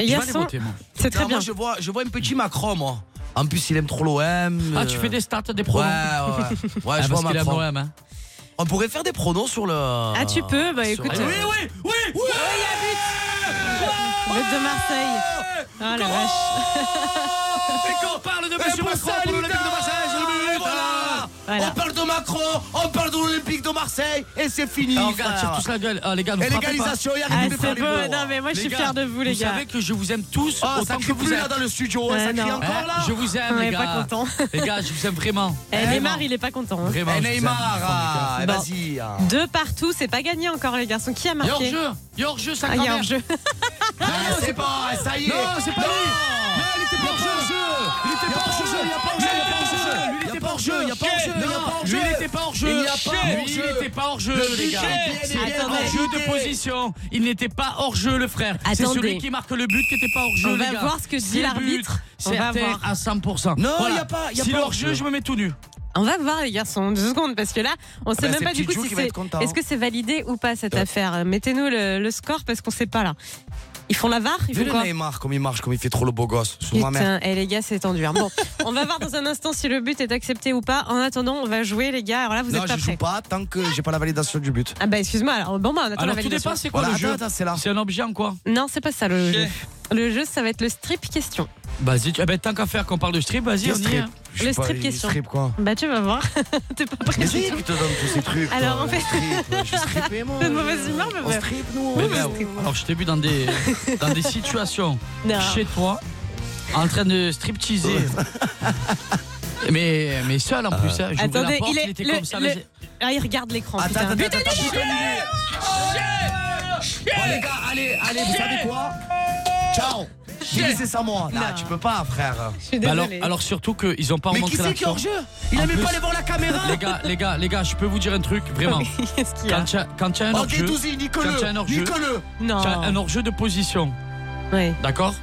Speaker 5: Et
Speaker 4: Je vais aller
Speaker 5: Yasson,
Speaker 4: voter, moi.
Speaker 5: c'est
Speaker 6: Non,
Speaker 5: très bien.
Speaker 6: Moi, je vois, je vois un petit Macron, moi. En plus, il aime trop l'OM.
Speaker 4: Ah, tu fais des stats, des
Speaker 6: Ouais, ouais. Ouais,
Speaker 4: pronoms. Ah,
Speaker 6: je vois
Speaker 4: parce qu'il aime
Speaker 6: Macron.
Speaker 4: l'OM. hein.
Speaker 6: On pourrait faire des pronos sur le.
Speaker 5: Ah, tu peux Bah
Speaker 6: sur-
Speaker 5: écoute,
Speaker 6: Ah, oui,
Speaker 5: oui, oui, oui, il y a but But de Marseille. Ah la vache.
Speaker 19: Oh,
Speaker 4: Et qu'on parle de Monsieur Macron pour l'Olympique de Marseille, le but, voilà.
Speaker 19: On parle de Macron, on parle de l'Olympique de Marseille, et c'est fini.
Speaker 4: Ah, on va tirer tous la gueule. Ah, les gars, vous
Speaker 19: Et
Speaker 4: frappez
Speaker 19: l'égalisation,
Speaker 4: pas.
Speaker 19: il
Speaker 5: Ah,
Speaker 19: arrête de faire les beaux, hein.
Speaker 4: Les gars, Vous savez que je vous aime tous.
Speaker 19: Ah, ça
Speaker 4: autant
Speaker 19: crie
Speaker 4: que vous
Speaker 19: plus,
Speaker 4: êtes.
Speaker 19: là, dans le studio, hein,
Speaker 4: Eh
Speaker 19: ça crie
Speaker 4: non.
Speaker 19: encore,
Speaker 4: Eh,
Speaker 19: là.
Speaker 4: Je vous aime,
Speaker 19: On
Speaker 4: les
Speaker 19: est
Speaker 4: gars.
Speaker 19: pas content.
Speaker 4: Les gars, je vous aime vraiment.
Speaker 5: Eh, Neymar, il est pas content. hein.
Speaker 4: Vraiment,
Speaker 19: Eh,
Speaker 4: je vous aime.
Speaker 19: Neymar, ah, eh,
Speaker 5: Bon.
Speaker 19: vas-y, ah.
Speaker 5: Deux partout, c'est pas gagné encore, les garçons. Qui a
Speaker 4: Il y a
Speaker 5: marqué
Speaker 4: hors-jeu. Il y a hors-jeu, ça
Speaker 5: Ah, il y a
Speaker 4: cramère.
Speaker 5: hors-jeu.
Speaker 19: Ah, c'est pas, ça y est.
Speaker 4: Non, c'est pas lui.
Speaker 19: Non, il était pas hors jeu. Il était pas hors jeu. Il a pas hors jeu. Il a pas hors jeu. Ben, Il a pas hors jeu. Il a pas hors jeu.
Speaker 4: Lui, il était pas hors jeu.
Speaker 19: Il a pas hors
Speaker 4: Lui,
Speaker 19: jeu.
Speaker 4: il était pas hors jeu,
Speaker 19: Le
Speaker 4: les gars.
Speaker 19: budget, il est
Speaker 4: Attendez.
Speaker 19: hors
Speaker 4: jeu de
Speaker 19: jeu.
Speaker 4: position. Il n'était pas hors jeu, le frère. C'est
Speaker 5: Attendez.
Speaker 4: celui qui marque le but qui n'était pas hors jeu.
Speaker 5: On
Speaker 4: les
Speaker 5: va
Speaker 4: gars.
Speaker 5: voir ce que dit
Speaker 4: C'est le but.
Speaker 5: l'arbitre. On
Speaker 4: C'est
Speaker 5: va
Speaker 4: à terre
Speaker 5: voir.
Speaker 4: à 100%.
Speaker 5: Non,
Speaker 4: Voilà.
Speaker 5: il y a pas- il y a
Speaker 4: Si
Speaker 5: pas
Speaker 4: le
Speaker 5: hors
Speaker 4: hors jeu,
Speaker 5: jeu.
Speaker 4: je me mets tout nu.
Speaker 5: On va voir les garçons, deux secondes, parce que là, on
Speaker 4: Ah
Speaker 5: sait
Speaker 4: bah,
Speaker 5: même
Speaker 4: c'est
Speaker 5: pas du coup
Speaker 4: Pidgeot
Speaker 5: si
Speaker 4: qui va
Speaker 5: c'est-
Speaker 4: être content, hein.
Speaker 5: Est-ce que c'est validé ou pas cette affaire Mettez-nous le, le score parce qu'on sait pas là. Ils font la VAR Ils
Speaker 6: Vu
Speaker 5: font
Speaker 6: le
Speaker 5: quoi
Speaker 6: Neymar, comme il marche, comme il fait trop le beau gosse. Sous ma mère.
Speaker 5: Putain, et les gars, c'est tendu. hein. Bon, on va voir dans un instant si le but est accepté ou pas. En attendant, on va jouer, les gars. Alors là, vous
Speaker 6: non,
Speaker 5: êtes pas
Speaker 6: je joue
Speaker 5: prêts.
Speaker 6: pas tant que j'ai pas la validation du but.
Speaker 5: Ah bah excuse-moi. Alors bon, bah on attend la
Speaker 4: Alors, tout
Speaker 5: validation.
Speaker 4: dépend, c'est quoi le jeu
Speaker 6: attends, c'est là.
Speaker 4: C'est un objet en quoi
Speaker 5: Non, c'est pas ça
Speaker 4: Euh,
Speaker 5: le jeu. Le jeu, ça va être le strip question.
Speaker 4: Vas-y, tu- eh ben, tant qu'à faire qu'on parle de strip, vas-y, on y est. hein.
Speaker 5: Le strip question. Bah tu vas voir. T'es pas prêt. du tout.
Speaker 6: te donne tous ces trucs.
Speaker 5: Alors en fait, T'as de mauvaise humeur, mais
Speaker 6: On
Speaker 5: bref.
Speaker 6: strip, nous.
Speaker 4: Mais ben, alors je t'ai vu dans des, dans des situations
Speaker 5: Non.
Speaker 4: chez toi, en train de stripteaser. mais, mais seul en plus, hein. J'ouvrais la
Speaker 5: Attendez,
Speaker 4: porte,
Speaker 5: il
Speaker 4: il,
Speaker 5: est.
Speaker 4: était
Speaker 5: le-
Speaker 4: comme ça.
Speaker 5: le-
Speaker 4: mais-
Speaker 5: Ah, il regarde l'écran.
Speaker 4: Attends,
Speaker 5: putain.
Speaker 4: attends,
Speaker 5: Putain,
Speaker 4: attends,
Speaker 5: il est
Speaker 4: attends,
Speaker 5: là.
Speaker 19: Bon, les gars, allez, allez, vous savez quoi Ciao. J'ai laissé ça, moi. Là, tu peux pas, frère.
Speaker 4: Bah alors, alors surtout qu'ils ont pas
Speaker 19: Mais
Speaker 4: remontré
Speaker 19: qui c'est qui est hors
Speaker 4: l'action.
Speaker 19: jeu Il
Speaker 4: En
Speaker 19: aimait pas
Speaker 4: plus-
Speaker 19: aller voir la caméra.
Speaker 4: Les gars, les gars, les gars, je peux vous dire un truc, vraiment.
Speaker 5: qu'il y a
Speaker 4: Quand il y a- quand il y a un
Speaker 6: Oh,
Speaker 19: Ok,
Speaker 4: hors-jeu,
Speaker 19: Douzi,
Speaker 4: quand
Speaker 19: nique-le,
Speaker 4: il y a un hors-jeu,
Speaker 19: nique-le.
Speaker 5: Non.
Speaker 4: quand il y a
Speaker 6: euh,
Speaker 4: un hors-jeu de position.
Speaker 5: Ouais.
Speaker 4: D'accord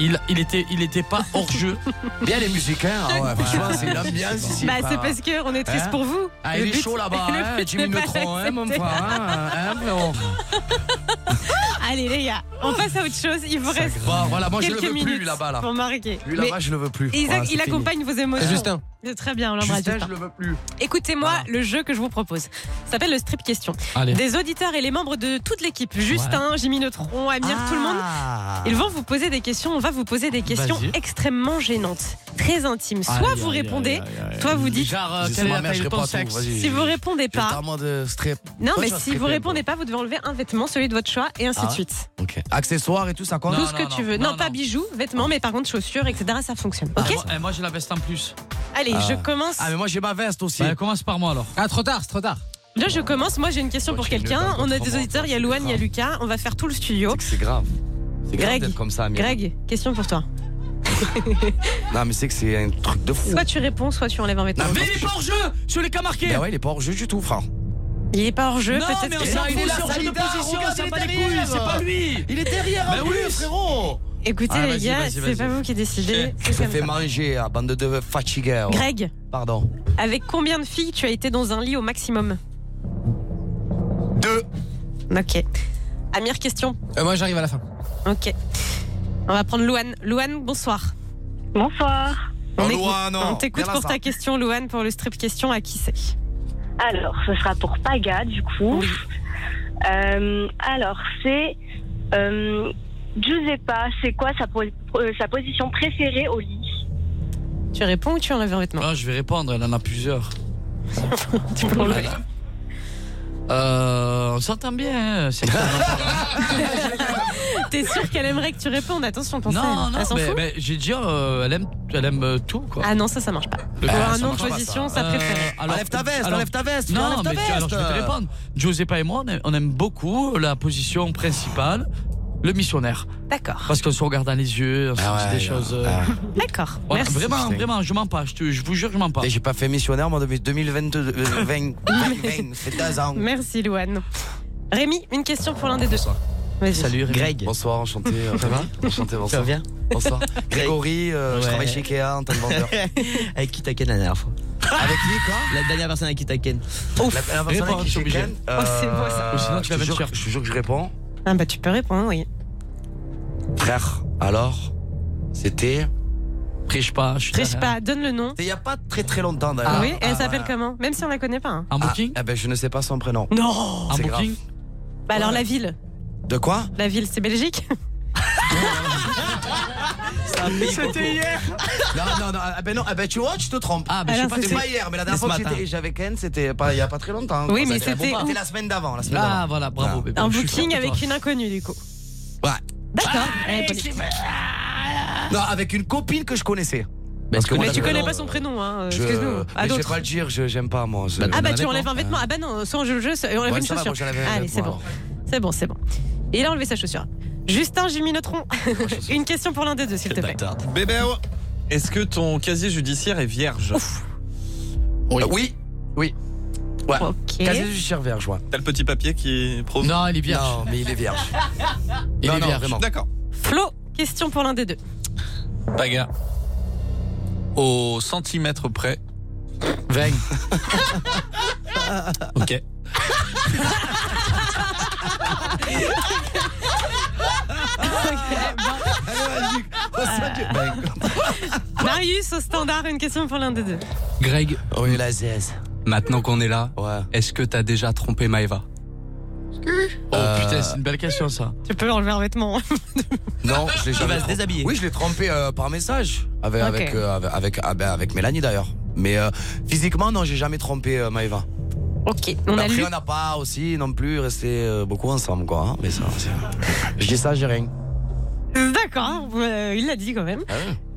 Speaker 4: il, il, était, il était pas hors-jeu.
Speaker 6: Bien les musiques, hein. Ah ouais, franchement, c'est l'ambiance ici.
Speaker 5: Bah
Speaker 6: frère.
Speaker 5: c'est parce que on est triste
Speaker 6: Hein
Speaker 5: pour vous.
Speaker 6: Ah,
Speaker 5: Le
Speaker 6: il est
Speaker 5: but-
Speaker 6: chaud là-bas,
Speaker 5: le
Speaker 6: hein,
Speaker 5: but
Speaker 6: Jimmy
Speaker 5: n'est pas
Speaker 6: Neutron, hein, mon
Speaker 5: accepté.
Speaker 6: frère. Hein, hein, frérot.
Speaker 5: Allez les gars, on passe à autre chose. Il vous reste
Speaker 6: Bon, voilà, moi, je le
Speaker 5: quelques
Speaker 6: veux plus,
Speaker 5: minutes
Speaker 6: lui, là-bas, là.
Speaker 5: pour marquer.
Speaker 6: Lui là-bas,
Speaker 5: Mais
Speaker 6: je le veux plus.
Speaker 5: il,
Speaker 6: Voilà, c'est
Speaker 5: il
Speaker 6: fini.
Speaker 5: accompagne vos émotions.
Speaker 6: C'est Justin.
Speaker 5: C'est Très bien, on l'embrasse.
Speaker 6: Justin,
Speaker 5: Justin.
Speaker 6: je le veux plus.
Speaker 5: Écoutez-moi le jeu que je vous propose. Ça s'appelle le strip question.
Speaker 6: Allez.
Speaker 5: Des auditeurs et les membres de toute l'équipe, Justin, Jimmy Neutron, Amir, tout le monde,
Speaker 6: Ah,
Speaker 5: ils vont vous poser des questions. On va vous poser des questions
Speaker 4: Vas-y.
Speaker 5: extrêmement gênantes, très intimes. Soit
Speaker 4: Aïe,
Speaker 5: vous
Speaker 4: aïe,
Speaker 5: répondez,
Speaker 4: aïe, aïe, aïe.
Speaker 5: soit vous dites.
Speaker 4: Genre, euh,
Speaker 6: Je sais,
Speaker 4: quelle est
Speaker 6: ma
Speaker 4: la
Speaker 6: mère,
Speaker 4: taille
Speaker 6: je
Speaker 4: de ton
Speaker 6: réponds à tout,
Speaker 4: sexe
Speaker 6: vas-y.
Speaker 5: Si vous répondez
Speaker 6: J'ai
Speaker 5: pas.
Speaker 6: tellement de euh, strip.
Speaker 5: Non,
Speaker 6: Toi,
Speaker 5: mais
Speaker 6: tu vas
Speaker 5: si vous
Speaker 6: stripper,
Speaker 5: répondez pas, vous devez enlever un vêtement, celui de votre choix, et ainsi
Speaker 6: Ah
Speaker 5: de
Speaker 6: ouais
Speaker 5: suite.
Speaker 6: Ok. Accessoires et tout, ça compte
Speaker 5: tout ce que tu veux. Non, pas bijoux, vêtements, mais par contre chaussures, etc. Ça fonctionne.
Speaker 4: Ah,
Speaker 5: Ok
Speaker 4: moi, eh, moi, j'ai la veste en plus.
Speaker 5: Allez,
Speaker 6: Ah.
Speaker 5: je commence.
Speaker 6: Ah, mais moi j'ai ma veste aussi.
Speaker 4: Bah, commence par moi alors.
Speaker 20: Ah, trop tard, c'est trop tard.
Speaker 5: Là, je commence. Moi, j'ai une question pour
Speaker 6: tu es nul
Speaker 5: quelqu'un.
Speaker 6: dans
Speaker 5: On a
Speaker 6: votre
Speaker 5: des
Speaker 6: monde,
Speaker 5: auditeurs. Il y a
Speaker 6: c'est
Speaker 5: Louane, il y a
Speaker 6: grave.
Speaker 5: Lucas. On va faire tout le studio.
Speaker 6: C'est grave. C'est grave
Speaker 5: Greg.
Speaker 6: d'être comme ça, Amir.
Speaker 5: Greg, question pour toi.
Speaker 6: Non, mais c'est que c'est un truc de fou.
Speaker 5: Soit tu réponds, soit tu enlèves un vêtement.
Speaker 6: Non, mais
Speaker 4: il est pas hors jeu Je l'ai qu'à marquer
Speaker 6: Bah ouais, il est pas hors jeu du tout, frère.
Speaker 5: Il est pas hors jeu,
Speaker 4: Non, mais
Speaker 5: peut-être.
Speaker 4: on
Speaker 5: que-
Speaker 4: s'en fout, c'est hors jeu de
Speaker 19: Saïda,
Speaker 4: position,
Speaker 19: regarde,
Speaker 4: ça
Speaker 19: il
Speaker 4: pas
Speaker 19: est
Speaker 4: les couilles,
Speaker 19: derrière.
Speaker 4: c'est pas lui
Speaker 19: Il est derrière
Speaker 4: Bah
Speaker 19: en
Speaker 4: oui.
Speaker 19: plus, frérot.
Speaker 5: Écoutez,
Speaker 6: Ah,
Speaker 5: les
Speaker 6: vas-y,
Speaker 5: gars,
Speaker 6: vas-y,
Speaker 5: c'est
Speaker 6: vas-y.
Speaker 5: pas vous qui décidez.
Speaker 6: Je
Speaker 5: c'est
Speaker 6: me
Speaker 5: comme
Speaker 6: fais
Speaker 5: ça.
Speaker 6: manger à bande de fatigués. oh.
Speaker 5: Greg,
Speaker 6: Pardon.
Speaker 5: avec combien de filles tu as été dans un lit au maximum
Speaker 6: Deux.
Speaker 5: Ok. Amir, question.
Speaker 20: Euh, moi, j'arrive à la fin.
Speaker 5: Ok. On va prendre Louane. Louane, bonsoir.
Speaker 7: Bonsoir.
Speaker 5: On
Speaker 6: Oh,
Speaker 5: écoute-
Speaker 6: Louane,
Speaker 5: on
Speaker 6: non,
Speaker 5: t'écoute
Speaker 6: viens là,
Speaker 5: pour
Speaker 6: ça.
Speaker 5: ta question, Louane, pour le strip question. À qui c'est
Speaker 7: Alors, ce sera pour Paga, du coup. Euh, alors, c'est. Euh, Giuseppa, c'est quoi sa, po- euh, sa position préférée au lit
Speaker 5: Tu réponds ou tu enlèves un
Speaker 6: Oh.
Speaker 5: vêtement
Speaker 4: Ah, je vais répondre, elle en a plusieurs.
Speaker 5: Tu peux l'enlever.
Speaker 4: Euh, on s'entend bien, hein, c'est
Speaker 5: T'es sûr qu'elle aimerait que tu répondes Attention, pense à elle.
Speaker 4: Non, non,
Speaker 5: Elle s'en
Speaker 4: mais,
Speaker 5: fout
Speaker 4: mais j'ai dit, euh, elle aime, elle aime euh, tout, quoi.
Speaker 5: Ah non, ça, ça marche pas.
Speaker 4: Le-
Speaker 5: Pour
Speaker 4: Ah,
Speaker 5: un
Speaker 4: ça
Speaker 5: nom de
Speaker 4: marche pas,
Speaker 5: position,
Speaker 4: ça.
Speaker 5: ça
Speaker 4: Euh,
Speaker 5: préfère.
Speaker 4: alors-
Speaker 6: Enlève ta veste,
Speaker 4: alors-
Speaker 6: enlève ta veste,
Speaker 4: Non,
Speaker 6: enlève ta
Speaker 4: mais tu-
Speaker 6: veste.
Speaker 4: alors je vais te répondre. Giuseppa et moi, on aime, on aime beaucoup la position principale, le missionnaire.
Speaker 5: D'accord.
Speaker 4: Parce qu'on se regarde dans les yeux, on se
Speaker 6: Ah
Speaker 4: dit
Speaker 6: ouais,
Speaker 4: des choses. euh,
Speaker 6: ah.
Speaker 5: D'accord.
Speaker 4: voilà,
Speaker 5: Merci.
Speaker 4: vraiment, vraiment, je mens pas, je, te- je vous jure, je mens pas.
Speaker 6: Et j'ai pas fait missionnaire, moi, depuis 2022. euh, 20, 20, ça fait deux ans.
Speaker 5: Merci, Louane. Rémi, une question pour l'un
Speaker 6: Ah,
Speaker 5: des deux. Vas-y.
Speaker 4: Salut, Rémi.
Speaker 6: Greg. Bonsoir, enchanté. euh,
Speaker 11: Ça va
Speaker 6: Enchanté, bonsoir.
Speaker 11: bien
Speaker 6: Bonsoir. Grégory, euh, je
Speaker 11: Ouais.
Speaker 6: travaille chez Ikea en tant que vendeur.
Speaker 11: Avec qui t'as ken la dernière fois
Speaker 6: Avec qui, quoi
Speaker 11: La dernière personne avec qui t'as ken
Speaker 6: La, la personne
Speaker 4: Réponds,
Speaker 6: avec qui
Speaker 4: je suis
Speaker 6: je
Speaker 4: obligé.
Speaker 6: ken,
Speaker 5: Oh, c'est beau, ça.
Speaker 6: euh,
Speaker 4: Ou sinon, tu
Speaker 6: je te
Speaker 4: l'avais
Speaker 6: jure-
Speaker 4: sur-
Speaker 6: Je te jure que je réponds.
Speaker 5: Ah bah tu peux répondre, oui.
Speaker 6: Ah, Frère, alors, c'était.
Speaker 4: Triche pas, je suis
Speaker 5: Triche
Speaker 4: derrière.
Speaker 6: ah.
Speaker 5: pas, donne le nom.
Speaker 6: Il n'y a pas très très longtemps d'ailleurs.
Speaker 5: Ah oui, elle s'appelle comment Même si on la connaît pas. hein.
Speaker 4: En booking
Speaker 6: Ah, eh ben, je ne sais pas son prénom.
Speaker 5: Non
Speaker 4: En
Speaker 6: c'est grave.
Speaker 4: booking
Speaker 5: Bah alors la ville.
Speaker 6: De quoi
Speaker 5: La ville, c'est Belgique
Speaker 21: C'était hier.
Speaker 6: Non, non, non. Ah ben non, ah ben tu vois, tu te trompes. Ah
Speaker 21: ben, je sais pas,
Speaker 6: c'était
Speaker 21: c'est-
Speaker 6: pas hier, mais la dernière
Speaker 21: c'est
Speaker 6: fois
Speaker 21: ce
Speaker 6: que
Speaker 21: matin.
Speaker 6: j'étais j'avais Ken, c'était pas il y a pas très longtemps.
Speaker 5: Oui,
Speaker 6: quoi.
Speaker 5: mais
Speaker 6: Ça,
Speaker 5: c'était où
Speaker 6: la semaine d'avant, la semaine
Speaker 4: Ah
Speaker 6: d'avant.
Speaker 4: voilà, bravo. bébé.
Speaker 5: Un
Speaker 4: Je suis
Speaker 5: booking
Speaker 4: fier de toi.
Speaker 5: avec une inconnue, du coup.
Speaker 6: Ouais. Ah,
Speaker 5: D'accord. Eh, Elle est polie.
Speaker 6: Non, avec une copine que je connaissais. Parce que moi,
Speaker 5: mais tu
Speaker 6: j'avais-
Speaker 5: connais
Speaker 6: non,
Speaker 5: pas son prénom, hein. euh,
Speaker 6: je-
Speaker 5: Excuse-nous.
Speaker 6: mais Je
Speaker 5: À
Speaker 6: vais
Speaker 5: d'autres.
Speaker 6: pas le dire, je- j'aime pas moi. ce-
Speaker 5: Ah bah tu enlèves un vêtement. Ah bah non, soit on joue le jeu, soit on enlève
Speaker 6: Ouais,
Speaker 5: une
Speaker 6: ça va,
Speaker 5: chaussure.
Speaker 6: moi, j'en avais un vêtement,
Speaker 5: Allez,
Speaker 6: hein.
Speaker 5: c'est bon.
Speaker 6: alors.
Speaker 5: C'est bon, c'est bon. Et il a enlevé sa chaussure. Justin, Jimmy Neutron. une question pour l'un des deux, s'il te plaît.
Speaker 22: Bébé, est-ce que ton casier judiciaire est vierge
Speaker 6: Oui. Euh, oui. Oui. Ouais.
Speaker 5: Ok.
Speaker 6: Casier judiciaire vierge, ouais.
Speaker 22: T'as le petit papier qui prouve
Speaker 4: Non, il est vierge.
Speaker 6: Non, mais il est vierge.
Speaker 4: Il
Speaker 6: non,
Speaker 4: est
Speaker 6: non,
Speaker 4: vierge.
Speaker 6: vraiment.
Speaker 22: D'accord.
Speaker 5: Flo, question pour l'un des deux.
Speaker 22: Paga. Au centimètre près.
Speaker 4: 20.
Speaker 22: ok.
Speaker 5: Marius, au standard, une question pour l'un des deux.
Speaker 23: Greg. Maintenant qu'on est là, est-ce que t'as déjà trompé Maeva
Speaker 4: Oh
Speaker 6: Euh,
Speaker 4: putain, c'est une belle question ça.
Speaker 5: Tu peux enlever un vêtement.
Speaker 6: Non, je l'ai
Speaker 4: Il
Speaker 6: jamais
Speaker 4: va se
Speaker 6: trompé.
Speaker 4: déshabiller.
Speaker 6: Oui, je l'ai trompé euh, par message. Avec,
Speaker 5: Ok.
Speaker 6: avec, euh, avec, avec, ah ben, avec Mélanie d'ailleurs. Mais euh, physiquement, non, j'ai jamais trompé euh, Maëva.
Speaker 5: Ok, on a
Speaker 6: Après,
Speaker 5: lu.
Speaker 6: on n'a pas aussi non plus resté euh, beaucoup ensemble, quoi. hein. Mais ça, c'est- je dis ça, j'ai rien.
Speaker 5: D'accord, euh, il l'a dit quand
Speaker 6: Ah
Speaker 5: même.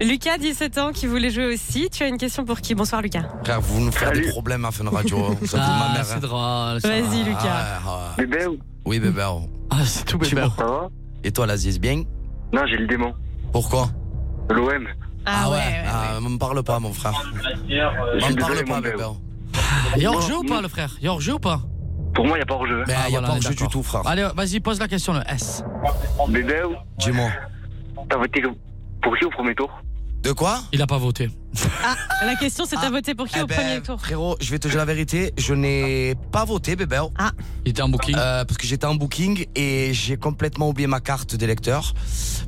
Speaker 5: Lucas, 17 ans, qui voulait jouer aussi. Tu as une question pour qui Bonsoir Lucas.
Speaker 6: Frère, vous nous faites des problèmes à Fun Radio. Vous savez,
Speaker 4: Ah,
Speaker 6: ma mère.
Speaker 4: c'est
Speaker 6: hein.
Speaker 4: drôle. ça.
Speaker 5: Vas-y, Lucas.
Speaker 6: Ah, ouais, ouais. Oui, bébé.
Speaker 4: Ah, c'est tout
Speaker 6: bébé. Et toi, Laziz, bien
Speaker 11: Non, j'ai le démon.
Speaker 6: Pourquoi
Speaker 11: L'OM.
Speaker 5: Ah ouais,
Speaker 6: Ah, m'en parle pas, mon frère.
Speaker 11: je
Speaker 6: M'en
Speaker 11: suis
Speaker 6: parle
Speaker 11: désolé,
Speaker 6: pas, ben, oh.
Speaker 11: mon
Speaker 6: bébé.
Speaker 4: Il y a hors-jeu ou pas, le frère Il y a hors-jeu ou pas
Speaker 11: Pour moi, il n'y a pas
Speaker 5: Ah,
Speaker 11: hors-jeu.
Speaker 6: Mais il n'y a pas de jeu du tout, frère.
Speaker 4: Allez, vas-y, pose la question, le S.
Speaker 11: Bébé ou
Speaker 6: Dis-moi.
Speaker 11: T'as voté pour qui au premier tour
Speaker 6: De quoi
Speaker 4: Il a pas voté.
Speaker 5: La question, c'est t'as voté pour qui au premier
Speaker 6: Ah. Eh
Speaker 5: tour
Speaker 6: ben, Frérot, je vais te dire la vérité, je n'ai pas voté, ben, bébé.
Speaker 5: Ah.
Speaker 4: Il était en booking
Speaker 6: Euh, Parce que j'étais en booking et j'ai complètement oublié ma carte d'électeur.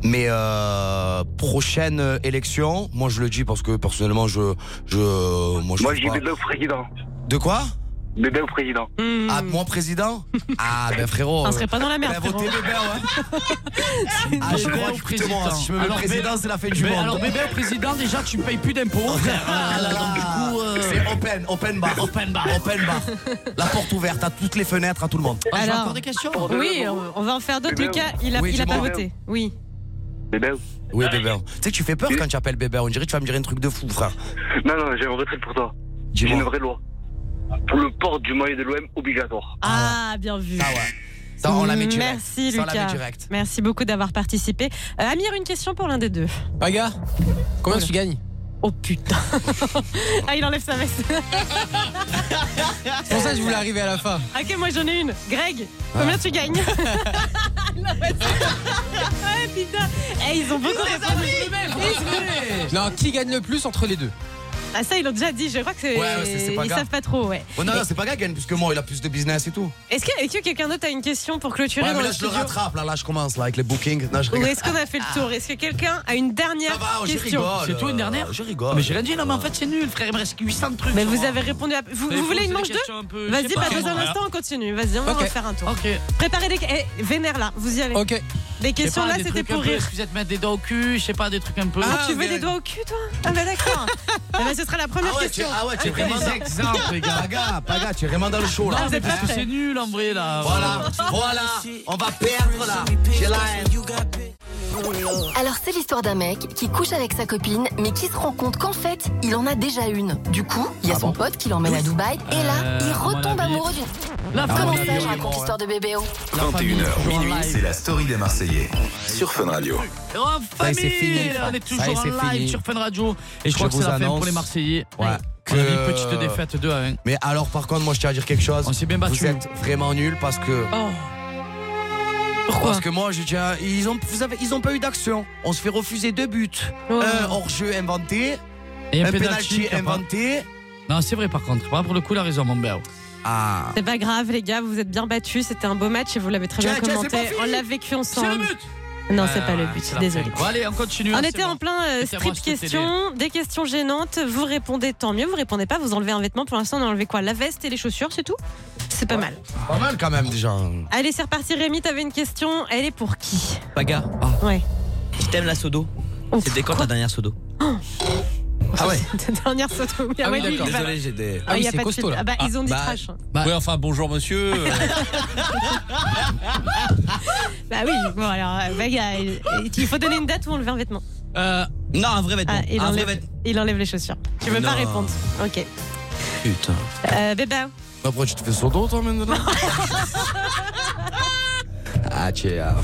Speaker 6: Mais euh, prochaine élection, moi je le dis parce que personnellement, je. je moi, je
Speaker 11: Moi,
Speaker 6: sais
Speaker 11: j'ai
Speaker 6: pas.
Speaker 11: bébé au président.
Speaker 6: De quoi
Speaker 11: Bébé au président.
Speaker 6: Ah, moi président Ah, ben frérot.
Speaker 5: Hmm. On serait pas dans la merde. frérot.
Speaker 6: Ah, je crois que, écoute-moi, si je me mets
Speaker 4: Alors,
Speaker 6: président,
Speaker 4: bébé-
Speaker 6: c'est la fête du
Speaker 4: mais
Speaker 6: monde.
Speaker 4: Alors, bébé au président, déjà, tu payes plus d'impôts. frère. Ah, là, donc, du coup, euh,
Speaker 6: C'est open, open bar. Open bar. Open bar. La porte ouverte à toutes les fenêtres, à tout le monde.
Speaker 4: Ah, j'ai
Speaker 5: Alors,
Speaker 4: encore des questions
Speaker 5: Oui, on on va en faire d'autres.
Speaker 6: Bébé,
Speaker 5: Lucas, il a,
Speaker 6: Eh ben, oui,
Speaker 5: il a pas
Speaker 6: dis-moi.
Speaker 5: voté. Oui.
Speaker 11: Bébé ou
Speaker 6: Oui, bébé. Tu sais que tu fais peur quand tu appelles bébé. On dirait que tu vas me dire un truc de fou, frère.
Speaker 11: Non, non, j'ai un retrait pour toi. J'ai une vraie loi. Pour le port du maillot de l'OM obligatoire.
Speaker 5: Ah, bien vu.
Speaker 6: Ah ouais. Ça, on la met direct.
Speaker 5: Merci
Speaker 6: Ça, on la
Speaker 5: Lucas.
Speaker 6: met direct.
Speaker 5: Merci beaucoup d'avoir participé. Euh, Amir, une question pour l'un des deux.
Speaker 24: Paga, combien tu gagnes
Speaker 5: Oh putain Ah, il enlève sa veste.
Speaker 24: C'est pour ça que je voulais arriver à la fin.
Speaker 5: Ah, ok, moi j'en ai une. Greg, combien tu gagnes Non, vas-y. Ouais, putain. Eh, ils ont beaucoup répondu. Ils ont-
Speaker 24: Non, qui gagne le plus entre les deux
Speaker 5: Ah ça, ils l'ont déjà dit. Je crois que c'est.
Speaker 6: Ouais, ouais, c'est- c'est pas
Speaker 5: ils
Speaker 6: grave.
Speaker 5: savent pas trop, ouais.
Speaker 6: Oh, non, non, c'est pas Gagan, puisque moi, il a plus de business et tout.
Speaker 5: Est-ce que, est-ce que quelqu'un d'autre a une question pour
Speaker 6: Ouais,
Speaker 5: clôturer
Speaker 6: mais
Speaker 5: dans
Speaker 6: là,
Speaker 5: le
Speaker 6: je le
Speaker 5: studio
Speaker 6: rattrape. Là, là, je commence là, avec les bookings. Non, je
Speaker 5: Ou
Speaker 6: rigole.
Speaker 5: est-ce qu'on a fait le tour Est-ce que quelqu'un a une dernière
Speaker 6: oh, je
Speaker 5: question
Speaker 6: rigole.
Speaker 4: C'est toi une dernière
Speaker 6: Je rigole.
Speaker 4: Mais j'ai rien dit, non, mais en fait, c'est nul, frère. Il me reste 800 trucs.
Speaker 5: Mais
Speaker 4: sur
Speaker 5: vous
Speaker 4: moi.
Speaker 5: avez répondu à. Vous,
Speaker 4: Mais
Speaker 5: vous
Speaker 4: faut
Speaker 5: voulez une
Speaker 4: poser
Speaker 5: manche
Speaker 4: des
Speaker 5: deux
Speaker 4: questions un peu, je
Speaker 5: Vas-y,
Speaker 4: sais
Speaker 5: pas
Speaker 4: pas. Oh.
Speaker 5: dans un
Speaker 4: Voilà.
Speaker 5: instant, on continue. Vas-y, on va
Speaker 4: Ok.
Speaker 5: faire un tour.
Speaker 4: Ok.
Speaker 5: Préparez des. eh, vénère là, vous y allez.
Speaker 24: Ok.
Speaker 5: Des
Speaker 4: Je sais
Speaker 5: questions
Speaker 4: pas,
Speaker 5: là,
Speaker 4: des
Speaker 5: c'était
Speaker 4: trucs un
Speaker 5: pour
Speaker 4: peu,
Speaker 5: rire.
Speaker 4: Si vous êtes mettre des doigts au cul, je sais pas, des trucs un peu.
Speaker 5: Ah, tu veux des doigts au cul, toi Ah, bah d'accord. Ah, bah, ce sera la première
Speaker 6: Ah ouais, tu,
Speaker 5: question.
Speaker 6: ah ouais, tu es
Speaker 4: Ah,
Speaker 6: vraiment
Speaker 4: des
Speaker 6: dans
Speaker 4: exemples, les gars.
Speaker 6: Paga, Paga, tu es vraiment dans le show
Speaker 4: Non,
Speaker 6: là.
Speaker 4: mais parce que c'est nul en vrai là.
Speaker 6: Voilà, voilà, on va perdre là. J'ai la haine.
Speaker 3: Alors c'est l'histoire d'un mec qui couche avec sa copine mais qui se rend compte qu'en fait il en a déjà une. Du coup, il y a son pote qui l'emmène à Dubaï et là
Speaker 1: Ah Euh,
Speaker 3: il
Speaker 1: à mon
Speaker 3: retombe
Speaker 1: avis.
Speaker 3: amoureux d'une...
Speaker 6: Ah,
Speaker 1: La
Speaker 3: Comment
Speaker 1: famille.
Speaker 3: ça je raconte l'histoire de bébé oh.
Speaker 1: 21h, minuit,
Speaker 3: live.
Speaker 1: c'est la story des Marseillais sur Fun Radio.
Speaker 4: En
Speaker 6: Ça y est, c'est
Speaker 4: famille,
Speaker 6: fini, frère.
Speaker 4: on est
Speaker 6: Ça y est,
Speaker 4: toujours
Speaker 6: c'est
Speaker 4: en live
Speaker 6: fini.
Speaker 4: sur Fun Radio. Et je,
Speaker 6: Je
Speaker 4: crois que
Speaker 6: vous
Speaker 4: c'est la fin
Speaker 6: annonce-
Speaker 4: pour les Marseillais.
Speaker 6: Ouais.
Speaker 4: On a mis une petite défaite 2 à 1.
Speaker 6: Mais alors, par contre, moi, je tiens à dire quelque chose. On s'est bien
Speaker 4: battus.
Speaker 6: Vous êtes vraiment nuls parce que. Parce que moi, je tiens. Ils ont, vous avez, ils ont pas eu d'action. On se fait refuser deux buts. Un hors-jeu inventé.
Speaker 4: Et un
Speaker 6: un
Speaker 4: penalty
Speaker 6: penalty
Speaker 4: qui a pas-
Speaker 6: inventé.
Speaker 4: Non, c'est vrai par contre. Pas pour le coup, la raison, mon béo.
Speaker 6: Ah.
Speaker 5: C'est pas grave, les gars, vous êtes bien battus. C'était un beau match et vous l'avez très bien
Speaker 4: Tiens, tiens, c'est
Speaker 5: commenté.
Speaker 4: pas fini.
Speaker 5: On l'a vécu ensemble.
Speaker 4: C'est le but
Speaker 5: Non,
Speaker 4: Ouais,
Speaker 5: c'est pas le
Speaker 4: ouais,
Speaker 5: but,
Speaker 4: c'est la
Speaker 5: désolé.
Speaker 4: fin, quoi. Bon, allez, on continue,
Speaker 5: On
Speaker 4: hein, c'est
Speaker 5: était
Speaker 4: bon.
Speaker 5: en plein euh,
Speaker 4: C'était à
Speaker 5: strip
Speaker 4: moi, je te
Speaker 5: questions, des questions gênantes. Vous répondez tant mieux, vous répondez pas, vous enlevez un vêtement. Pour l'instant, on a enlevé quoi La veste et les chaussures, c'est tout C'est pas mal.
Speaker 6: Pas mal quand même, déjà.
Speaker 5: Allez, c'est reparti. Rémi, t'avais une question. Elle est pour qui Ah.
Speaker 25: Paga.
Speaker 5: Ouais.
Speaker 25: Je t'aime la sodo.
Speaker 26: C'était quand ta dernière sodo
Speaker 5: Ah ouais Dernière photo.
Speaker 26: Ah oui,
Speaker 5: ouais, lui,
Speaker 26: d'accord.
Speaker 5: il va-
Speaker 26: Désolé, j'ai des-
Speaker 5: Ah,
Speaker 26: Ah oui,
Speaker 5: il y a
Speaker 26: c'est
Speaker 5: pas de
Speaker 26: costaud,
Speaker 5: filtre.
Speaker 26: là.
Speaker 5: Ah bah, ils ont dit
Speaker 27: Ah, bah,
Speaker 5: trash. hein.
Speaker 27: Oui, enfin, bonjour monsieur. euh,
Speaker 5: Bah oui, bon alors, euh, bah, il, y a- il- il faut donner une date où on le un vêtement.
Speaker 26: Euh, non, un vrai vêtement.
Speaker 5: Ah, il,
Speaker 26: un vrai
Speaker 5: enlève,
Speaker 26: vêtement.
Speaker 5: il enlève les chaussures. Tu veux pas
Speaker 26: Non.
Speaker 5: répondre Ok.
Speaker 6: Putain.
Speaker 5: Euh, Béba,
Speaker 6: Après, Bah, tu te fais sodo, toi, maintenant Ah, tu es. ah.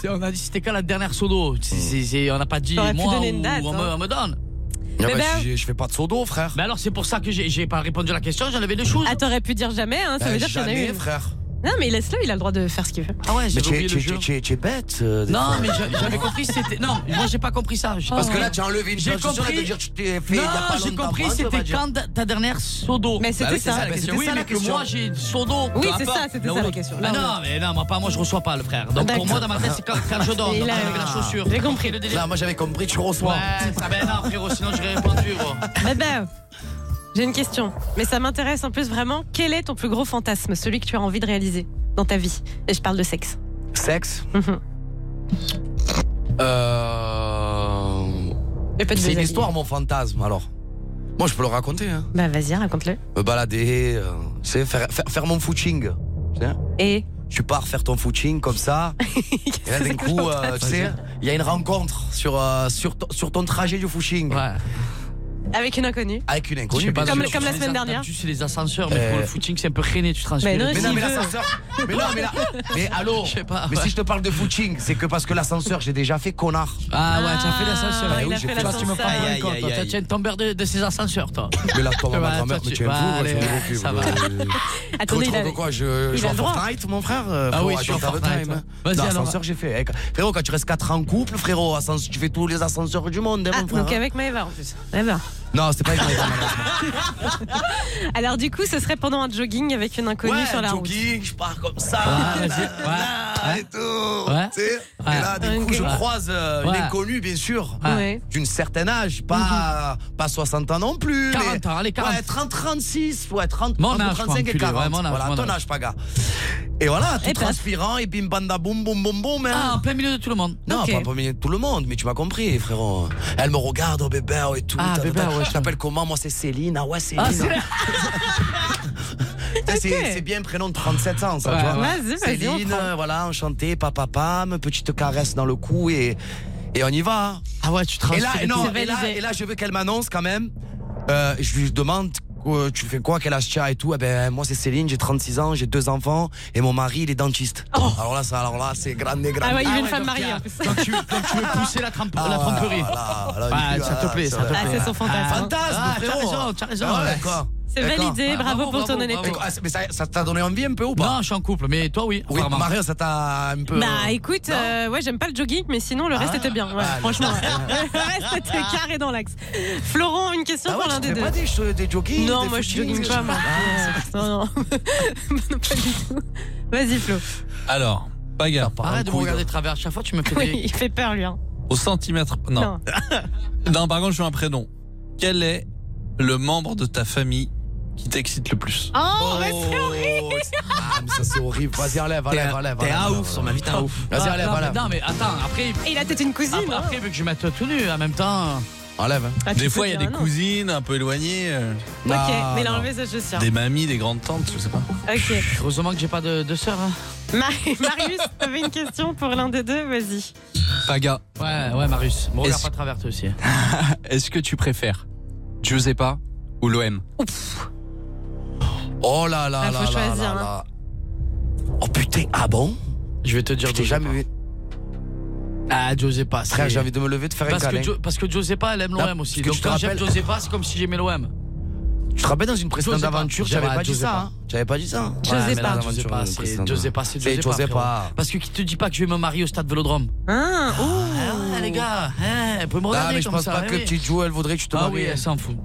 Speaker 4: C'est- on a dit c'était quand la dernière sodo
Speaker 6: Hmm.
Speaker 4: C'est- c'est- c'est- On n'a pas dit moi
Speaker 5: T'aurais pu donner une
Speaker 4: ou-
Speaker 5: date,
Speaker 4: ou on,
Speaker 5: hein.
Speaker 4: me, on me donne.
Speaker 5: Ah bah, Bébé. je-
Speaker 4: fais pas de sodo, frère. Mais alors c'est pour ça que j'ai j'ai pas répondu à la question, j'en avais deux choses.
Speaker 5: ah, t'aurais pu dire jamais, hein,
Speaker 6: Euh,
Speaker 5: ça
Speaker 4: Bah,
Speaker 6: Ben,
Speaker 5: veut dire qu'il y en a
Speaker 4: jamais,
Speaker 5: une.
Speaker 4: frère.
Speaker 5: Non, mais laisse-le, il a le droit de faire ce qu'il veut.
Speaker 4: Ah ouais,
Speaker 6: Mais
Speaker 4: j'avais
Speaker 6: tu es,
Speaker 4: oublié
Speaker 6: tu,
Speaker 4: le
Speaker 6: es-
Speaker 4: jeu.
Speaker 6: tu es- tu es bête. euh, des
Speaker 4: Non,
Speaker 6: fois.
Speaker 4: mais j'a- j'avais compris, c'était. Non, moi j'ai pas compris ça. J'ai-
Speaker 6: Parce que là, tu as enlevé une
Speaker 4: Oh. J'ai
Speaker 6: paire de chaussures
Speaker 4: compris.
Speaker 6: et de dire tu t'es fait il y
Speaker 4: Non,
Speaker 6: a pas
Speaker 4: j'ai
Speaker 6: longtemps,
Speaker 4: compris,
Speaker 6: hein, on va
Speaker 4: c'était
Speaker 6: dire.
Speaker 4: quand ta dernière sodo
Speaker 5: Mais c'était
Speaker 4: Bah oui,
Speaker 5: ça.
Speaker 4: la question.
Speaker 5: C'était
Speaker 4: Oui,
Speaker 5: ça, la
Speaker 4: mais que
Speaker 5: question.
Speaker 4: moi j'ai sodo.
Speaker 5: Oui,
Speaker 4: Peu
Speaker 5: c'est
Speaker 4: importe.
Speaker 5: ça, c'était ça,
Speaker 4: L'un ou
Speaker 5: la
Speaker 4: l'autre.
Speaker 5: question.
Speaker 4: Bah
Speaker 5: L'un ou
Speaker 4: non,
Speaker 5: l'autre.
Speaker 4: mais non, moi, pas moi je reçois pas le frère. Donc pour
Speaker 5: D'accord.
Speaker 4: moi dans ma tête c'est quand, quand je donne,
Speaker 5: Il
Speaker 4: donc
Speaker 5: a-
Speaker 4: avec la chaussure.
Speaker 5: J'ai compris.
Speaker 4: le délire.
Speaker 6: Là, moi, j'avais compris, tu reçois.
Speaker 4: Ouais, ça ben non frérot, sinon j'aurais répondu gros.
Speaker 5: Béba, ben, j'ai une question, mais ça m'intéresse en plus vraiment. Quel est ton plus gros fantasme, celui que tu as envie de réaliser dans ta vie Et je parle de sexe.
Speaker 6: Sexe
Speaker 5: Mhm.
Speaker 6: Euh,
Speaker 5: Et
Speaker 6: C'est
Speaker 5: pas de
Speaker 6: une
Speaker 5: déshabiller.
Speaker 6: histoire, mon fantasme, alors. Moi, je peux le raconter. Hein.
Speaker 5: Bah vas-y, raconte-le.
Speaker 6: Me balader, euh, tu sais, faire, faire, faire mon footing. tu sais.
Speaker 5: Et
Speaker 6: Tu pars faire ton footing comme ça. et là, d'un coup, euh, tu sais, il y a une rencontre sur, euh, sur, ton- sur ton trajet du footing. hein.
Speaker 5: Avec une inconnue.
Speaker 6: Avec une inconnue.
Speaker 4: Je sais pas,
Speaker 5: Comme-
Speaker 4: sur-
Speaker 5: comme la
Speaker 4: sur
Speaker 5: semaine
Speaker 4: les a-
Speaker 5: dernière.
Speaker 4: Tu sais, les ascenseurs, mais
Speaker 6: Euh.
Speaker 4: pour le footing, c'est un peu rené, tu transpires.
Speaker 5: Mais non,
Speaker 6: Mais
Speaker 5: s'il
Speaker 6: non, mais
Speaker 5: veut.
Speaker 6: l'ascenseur. Mais non, mais là. Mais allô
Speaker 4: Je sais pas.
Speaker 6: Mais
Speaker 4: Ah ouais.
Speaker 6: si je te parle de footing, c'est que parce que l'ascenseur, j'ai déjà fait connard.
Speaker 4: Ah ouais, tu as fait l'ascenseur.
Speaker 6: Ah, il a fait
Speaker 4: Tu vois, tu me
Speaker 6: l'ascenseur.
Speaker 4: prends pour
Speaker 6: Aïe,
Speaker 4: une con,
Speaker 6: aïe,
Speaker 4: toi.
Speaker 6: aïe,
Speaker 4: T'as-
Speaker 6: aïe.
Speaker 4: Tu es une tombeur des ascenseurs, toi.
Speaker 6: Mais là, toi, ma
Speaker 4: Ouais,
Speaker 6: grand-mère,
Speaker 4: toi,
Speaker 6: mais
Speaker 4: tu-
Speaker 6: tu es un
Speaker 4: bah,
Speaker 6: fou, ouais,
Speaker 4: allez,
Speaker 6: je
Speaker 4: ouais,
Speaker 6: m'occupe.
Speaker 4: ça va.
Speaker 6: Euh, tu
Speaker 5: Attendez,
Speaker 6: te
Speaker 5: il
Speaker 6: rends
Speaker 5: avait-
Speaker 6: de euh. quoi Je
Speaker 5: il
Speaker 6: je joue
Speaker 5: a
Speaker 6: à
Speaker 5: le droit.
Speaker 6: Fortnite, mon frère euh,
Speaker 4: Ah
Speaker 6: frérot,
Speaker 4: oui, je joue à
Speaker 6: Adventure
Speaker 4: Fortnite,
Speaker 6: Time.
Speaker 4: ouais. Vas-y,
Speaker 6: Non,
Speaker 4: alors.
Speaker 6: Ascenseur, j'ai fait. Eh, Frérot, quand tu restes 4 ans en couple, frérot, ascenseur, tu fais tous les ascenseurs du monde, hein,
Speaker 5: Ah,
Speaker 6: mon frère.
Speaker 5: donc
Speaker 6: hein.
Speaker 5: avec Maëva en plus. Eh ben.
Speaker 6: Non, c'était pas hein. avec mes camarades.
Speaker 5: Alors du coup, ce serait pendant un jogging avec une inconnue
Speaker 6: Ouais,
Speaker 5: sur la route.
Speaker 6: jogging, je pars comme ça.
Speaker 4: Ouais, vas-y,
Speaker 6: nanana,
Speaker 4: ouais.
Speaker 6: Et tout.
Speaker 4: Ouais.
Speaker 6: Tu sais,
Speaker 4: Ouais.
Speaker 6: Et là, du
Speaker 5: Ok.
Speaker 6: coup, je croise euh,
Speaker 4: Ouais.
Speaker 6: une inconnue, bien sûr.
Speaker 5: Ouais.
Speaker 6: D'une certaine âge, pas, pas 60 ans non plus.
Speaker 4: 40
Speaker 6: mais-
Speaker 4: Mhm. ans, allez, 40.
Speaker 6: Ouais, 30, 36, ouais, 30,
Speaker 4: Mon
Speaker 6: entre
Speaker 4: âge,
Speaker 6: 35 et
Speaker 4: enculé,
Speaker 6: 40.
Speaker 4: ouais, mon âge,
Speaker 6: voilà,
Speaker 4: mon
Speaker 6: ton
Speaker 4: âge. eh
Speaker 6: âge, paga. Et voilà, tout
Speaker 5: Et ben.
Speaker 6: transpirant, et bim, banda, boum, boum, boum, boum. hein.
Speaker 4: Ah, en plein milieu de tout le monde.
Speaker 6: Non,
Speaker 5: ok.
Speaker 6: pas pour milieu de tout le monde, mais tu m'as compris, frérot. Elle me regarde, oh bébé, oh, et tout.
Speaker 4: Ah,
Speaker 6: ta, ta,
Speaker 4: bébé,
Speaker 6: ta.
Speaker 4: ouais,
Speaker 6: je t'appelle comment Moi, c'est Céline. Ah ouais, Céline.
Speaker 4: Ah, c'est-
Speaker 6: Ça, C'est
Speaker 5: Ok.
Speaker 6: c'est bien un prénom de 37 ans, ça,
Speaker 4: Ouais,
Speaker 6: tu vois.
Speaker 5: ouais. Vas-y, vas-y, on
Speaker 6: Céline,
Speaker 5: prend.
Speaker 6: euh, voilà, enchantée, papa, pam, petite caresse dans le cou et, et on y va. hein.
Speaker 4: Ah ouais, tu
Speaker 6: Et
Speaker 4: transpires.
Speaker 6: là,
Speaker 4: et
Speaker 6: non,
Speaker 4: tout.
Speaker 6: et là, et là, je veux qu'elle m'annonce quand même. Euh, je lui demande euh, tu fais quoi, quel âge tu as et tout. Eh ben, moi, c'est Céline, j'ai 36 ans, j'ai deux enfants et mon mari, il est dentiste. Alors là, ça, alors là, c'est grande, grande.
Speaker 5: Oh. Ah ouais, il y
Speaker 4: Ah
Speaker 5: a une
Speaker 4: ouais,
Speaker 5: femme
Speaker 4: donc,
Speaker 5: mariée
Speaker 4: il y a-
Speaker 5: en plus.
Speaker 4: Donc tu, donc tu veux pousser la, trempe-
Speaker 6: Ah,
Speaker 4: la tromperie.
Speaker 6: voilà, voilà,
Speaker 4: Ouais,
Speaker 6: du coup,
Speaker 4: ça te
Speaker 6: ah,
Speaker 4: plaît, ça te
Speaker 6: va.
Speaker 4: plaît.
Speaker 5: Ah, c'est son fantasme.
Speaker 6: Fantasme,
Speaker 4: Ah, t'as
Speaker 6: frérot.
Speaker 4: raison, t'as raison,
Speaker 6: Ah ouais,
Speaker 4: ouais.
Speaker 6: d'accord.
Speaker 5: C'est
Speaker 6: D'accord.
Speaker 5: validé,
Speaker 4: Ah,
Speaker 5: bravo
Speaker 4: bravo,
Speaker 5: pour ton
Speaker 4: bravo,
Speaker 5: honnêteté.
Speaker 4: bravo.
Speaker 6: Ah, c'est- Mais ça ça t'a donné envie un peu ou pas
Speaker 4: Non, je suis en couple, mais toi, oui.
Speaker 6: Oui,
Speaker 4: apparemment.
Speaker 6: Maria, ça t'a un peu. hein.
Speaker 5: Bah écoute, euh, ouais, j'aime pas le jogging, mais sinon le reste était bien. Ouais,
Speaker 6: ah, le
Speaker 5: franchement, le reste était carré dans l'axe. Florent, une question
Speaker 6: Ah ouais,
Speaker 5: pour
Speaker 6: tu
Speaker 5: l'un
Speaker 6: te
Speaker 5: des
Speaker 6: fais
Speaker 5: deux.
Speaker 6: pas des, che- des jogging Ah,
Speaker 5: non,
Speaker 6: des
Speaker 5: moi je
Speaker 6: footings,
Speaker 5: jogging
Speaker 6: je
Speaker 5: pas,
Speaker 6: sais
Speaker 5: moi. Non, non. Non, pas du tout. Vas-y, Flo.
Speaker 11: Alors, bagarre.
Speaker 4: Arrête de me
Speaker 11: couille,
Speaker 4: regarder
Speaker 11: donc.
Speaker 4: de travers, à chaque fois tu me fais
Speaker 5: Oui,
Speaker 4: des.
Speaker 5: il fait peur, lui. Hein.
Speaker 11: Au centimètre. Non. Non. par contre, je veux un prénom. Quel est le membre de ta famille qui t'excite le plus
Speaker 5: Oh,
Speaker 6: Oh,
Speaker 5: bah, c'est horrible.
Speaker 6: Ah, mais ça c'est horrible. Vas-y, enlève,
Speaker 26: T'es
Speaker 6: enlève,
Speaker 26: un,
Speaker 6: enlève.
Speaker 26: t'es
Speaker 6: enlève,
Speaker 26: un
Speaker 6: enlève.
Speaker 26: ouf sur ma vie, t'es un ouf.
Speaker 6: Vas-y,
Speaker 4: Ah,
Speaker 6: enlève,
Speaker 4: non, mais-
Speaker 6: enlève. Ah, bah
Speaker 4: Non, mais attends, après.
Speaker 5: Et il a peut-être une cousine.
Speaker 4: Après,
Speaker 5: hein.
Speaker 4: après, vu que je mets tout nu, en même temps.
Speaker 6: Enlève. hein.
Speaker 5: Ah, tu
Speaker 11: Des
Speaker 5: peux
Speaker 11: fois, il y a
Speaker 5: dire
Speaker 11: des
Speaker 5: non.
Speaker 11: cousines un peu éloignées, euh,
Speaker 5: Ok,
Speaker 6: Non,
Speaker 5: mais il a
Speaker 6: non.
Speaker 5: enlevé sa chaussure.
Speaker 11: des mamies, des grandes tantes, je sais pas.
Speaker 5: Ok.
Speaker 4: Heureusement que j'ai pas de, de sœur. hein.
Speaker 5: Mar- Marius, t'avais une question pour l'un des deux, vas-y.
Speaker 28: Paga,
Speaker 4: Ouais, ouais, Marius. Me regarde
Speaker 28: Est-ce-
Speaker 4: pas à travers toi aussi.
Speaker 28: est-ce que tu préfères Giuseppa ou l'OM
Speaker 6: Oh là là
Speaker 5: Ah,
Speaker 6: là
Speaker 5: faut
Speaker 6: là
Speaker 5: choisir,
Speaker 6: là
Speaker 5: hein.
Speaker 6: là. Oh putain, ah bon
Speaker 4: Je vais te
Speaker 6: Je
Speaker 4: dire.
Speaker 6: t'ai
Speaker 4: Giuseppa.
Speaker 6: jamais vu.
Speaker 4: Ah, Giuseppa,
Speaker 6: Frère,
Speaker 4: c'est-
Speaker 6: j'ai envie de me lever, de faire
Speaker 4: Parce
Speaker 6: un
Speaker 4: que,
Speaker 6: câlin.
Speaker 4: Jo- parce que Giuseppa, elle aime l'OM
Speaker 6: Non,
Speaker 4: aussi.
Speaker 6: parce que
Speaker 4: Donc
Speaker 6: tu te
Speaker 4: quand j'aime
Speaker 6: rappelles-
Speaker 4: Giuseppa, c'est comme si j'aimais l'OM.
Speaker 6: Tu te rappelles dans une précédente
Speaker 4: Giuseppa.
Speaker 6: aventure, j'avais
Speaker 4: J'avais
Speaker 6: pas dit
Speaker 4: Giuseppa.
Speaker 6: ça. hein. J'avais pas dit ça. hein.
Speaker 5: Giuseppa.
Speaker 6: Ouais, mais dans
Speaker 4: Ah,
Speaker 6: l'aventure
Speaker 4: Giuseppa, c'est
Speaker 6: précédente.
Speaker 4: Giuseppa, c'est
Speaker 6: C'est
Speaker 4: Giuseppa, frérot.
Speaker 6: Giuseppa.
Speaker 4: Parce que qui te dit pas que je vais me marier au stade Vélodrome
Speaker 5: Ah,
Speaker 4: Ah, les gars, hein, vous pouvez me
Speaker 6: Ah,
Speaker 4: regarder
Speaker 6: mais je
Speaker 4: comme
Speaker 6: pense
Speaker 4: ça.
Speaker 6: pas
Speaker 4: eh
Speaker 6: que
Speaker 4: oui.
Speaker 6: petite Jou, elle voudrait que tu te
Speaker 4: Ah oui,
Speaker 6: maries. hein.
Speaker 4: elle s'en fout.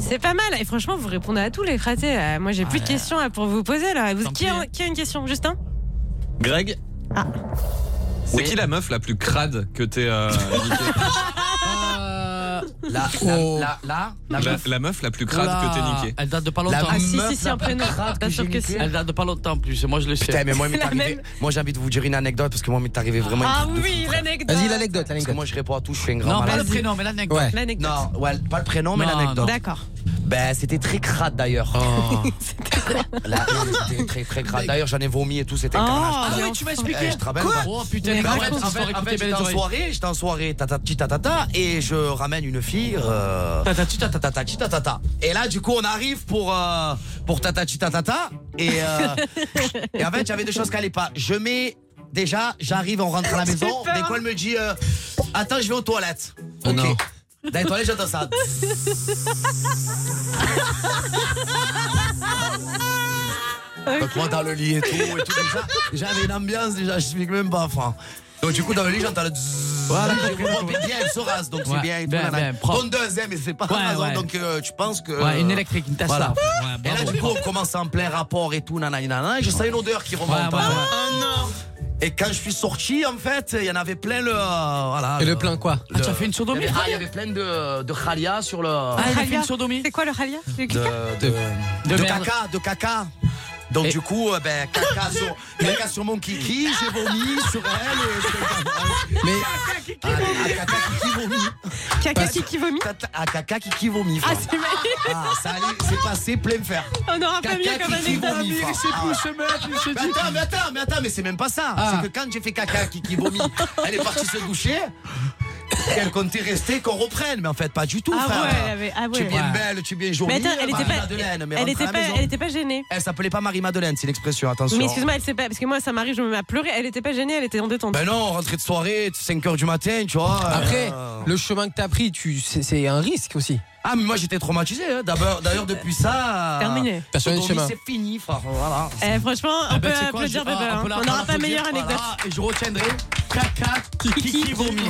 Speaker 5: C'est pas mal. Et franchement, vous répondez à tous les fratés. là. Moi, j'ai plus de questions là, pour vous poser. Là. Vous-
Speaker 4: Tant
Speaker 5: qui,
Speaker 4: pis,
Speaker 5: a,
Speaker 4: hein.
Speaker 5: qui a une question Justin
Speaker 11: Greg
Speaker 5: Ah.
Speaker 11: C'est qui la meuf la plus crade que t'es euh, niquée
Speaker 4: Euh,
Speaker 6: La, Oh. la, la, la, la
Speaker 29: La,
Speaker 6: meuf.
Speaker 29: la meuf la plus crade que t'es niquée.
Speaker 4: Elle date de pas longtemps.
Speaker 6: La Ah, si, meuf si, si, la un plus prénom. crade que
Speaker 4: Bien sûr
Speaker 6: j'ai
Speaker 4: que
Speaker 6: niquée.
Speaker 4: si. Elle date de pas longtemps en plus, et moi je le sais.
Speaker 6: Putain, mais moi, il m'est arrivé- moi, j'ai envie de vous dire une anecdote parce que moi, il m'est arrivé vraiment
Speaker 5: Ah
Speaker 6: une truc de
Speaker 5: oui,
Speaker 6: fou.
Speaker 5: l'anecdote. Vas-y, l'anecdote,
Speaker 6: Parce que moi, je réponds à tout, je suis un grand
Speaker 4: Non, pas
Speaker 6: malade.
Speaker 4: le prénom, mais l'anecdote.
Speaker 6: Ouais.
Speaker 5: L'anecdote.
Speaker 6: Non, ouais, pas le prénom, mais
Speaker 4: Non, Oh.
Speaker 6: l'anecdote.
Speaker 5: D'accord.
Speaker 6: Ben, c'était très crade d'ailleurs. Là, c'était très très crade. D'ailleurs, j'en ai vomi et tout, c'était un
Speaker 4: Oh,
Speaker 6: carnage.
Speaker 4: ah oui, tu m'as expliqué.
Speaker 6: Eh, Je te rappelle
Speaker 4: Quoi
Speaker 6: pas.
Speaker 4: Oh, putain, les
Speaker 6: Ben, en
Speaker 4: gars,
Speaker 6: fait,
Speaker 4: raconte,
Speaker 6: en
Speaker 4: histoire,
Speaker 6: fait, en
Speaker 4: écoutez,
Speaker 6: fait,
Speaker 4: belles
Speaker 6: j'étais en
Speaker 4: oreilles.
Speaker 6: soirée, j'étais en soirée, tatati tatata, et je ramène une fille. euh, Tatati tatati tatata. Et là, du coup, on arrive pour euh, pour tatati tatata, et euh, et en fait, j'avais des choses qui allaient pas. Je mets déjà, j'arrive, on rentre à la
Speaker 30: J'ai
Speaker 6: maison.
Speaker 30: peur.
Speaker 6: Dès quoi, elle me dit, euh, attends, je vais aux toilettes.
Speaker 30: Oh
Speaker 6: ok.
Speaker 30: non.
Speaker 6: Dans les toilettes, j'entends ça. Donc moi dans le lit et tout, et tout déjà, j'avais une ambiance déjà, je suis même pas enfin. Donc du coup dans le lit j'entends le zzzz.
Speaker 30: Voilà,
Speaker 6: Je
Speaker 30: j'ai
Speaker 6: comprends,
Speaker 30: compris.
Speaker 6: mais bien elle se rase, donc
Speaker 30: Ouais,
Speaker 6: c'est bien. et tout,
Speaker 4: ben,
Speaker 30: bien,
Speaker 6: nanana.
Speaker 30: bien, propre.
Speaker 6: Ton deuxième et c'est pas
Speaker 30: Ouais,
Speaker 6: raison,
Speaker 30: ouais.
Speaker 6: donc euh, tu penses que.
Speaker 4: Ouais, une électrique, une tasse,
Speaker 6: Voilà.
Speaker 4: là. Ouais,
Speaker 6: et là
Speaker 4: bravo.
Speaker 6: du coup on commence en plein rapport et tout, nanana, nanana, et je sens une odeur qui remonte.
Speaker 4: Ouais, ouais,
Speaker 6: hein.
Speaker 4: ouais.
Speaker 6: Et quand je suis sorti, en fait, il y en avait plein le. euh, Voilà,
Speaker 31: Et le plein quoi
Speaker 6: le-
Speaker 31: Ah, tu as fait une sodomie,
Speaker 6: Il y avait-
Speaker 31: toi
Speaker 6: ah, il y avait plein de, de khalia sur le.
Speaker 5: C'est quoi le ralia
Speaker 6: de, de,
Speaker 5: De
Speaker 6: de
Speaker 5: merde.
Speaker 6: caca, de caca. Donc du coup, euh, ben, caca, sur, caca sur mon kiki, j'ai vomi sur elle. Et... Mais Ah,
Speaker 5: Ah,
Speaker 6: caca kiki vomi.
Speaker 5: Caca kiki vomi.
Speaker 6: Ah, caca kiki vomi.
Speaker 5: Ah,
Speaker 6: frère.
Speaker 5: c'est magnifique.
Speaker 6: Ah, ça allait, c'est passé plein fer.
Speaker 5: On n'aura pas
Speaker 6: Caca
Speaker 5: mieux comme
Speaker 6: kiki
Speaker 5: anecdote.
Speaker 6: vomi, frère. Ah, ouais. Mais attends, mais attends, mais attends, mais c'est même pas ça.
Speaker 30: Ah.
Speaker 6: C'est que quand j'ai fait caca, Kiki vomi, elle est partie se doucher. et Elle comptait rester qu'on reprenne, mais en fait pas du tout.
Speaker 5: Ah
Speaker 6: frère.
Speaker 5: ouais, elle avait- ah
Speaker 6: Tu es
Speaker 5: ouais.
Speaker 6: bien
Speaker 5: Ouais.
Speaker 6: belle, tu es bien jolie.
Speaker 5: Mais attends, elle était pas,
Speaker 6: Marie-Madeleine, mais
Speaker 5: elle
Speaker 6: rentre à
Speaker 5: était
Speaker 6: la
Speaker 5: pas,
Speaker 6: maison.
Speaker 5: elle était pas gênée.
Speaker 6: Elle s'appelait pas Marie-Madeleine, c'est l'expression, attention.
Speaker 5: Mais excuse-moi, elle s'est pas, parce que moi ça m'arrive, je me mets à pleurer. Elle était pas gênée, elle était en détente.
Speaker 6: Ben non, rentrée de soirée, 5h du matin, tu vois. euh,
Speaker 31: Après, le chemin que t'as pris, tu, c'est, c'est un risque aussi.
Speaker 6: Ah, mais moi j'étais traumatisé, hein. D'abord- d'ailleurs depuis ça. euh,
Speaker 5: Terminé.
Speaker 31: Personne n'est
Speaker 6: Sodomie,
Speaker 31: chemin.
Speaker 6: c'est fini, frère, voilà.
Speaker 5: Eh, franchement,
Speaker 6: bah,
Speaker 5: on
Speaker 4: Ah, ben,
Speaker 5: peut applaudir Bébé. hein. On n'aura pas meilleure anecdote.
Speaker 4: Et je retiendrai caca, kiki, vomi.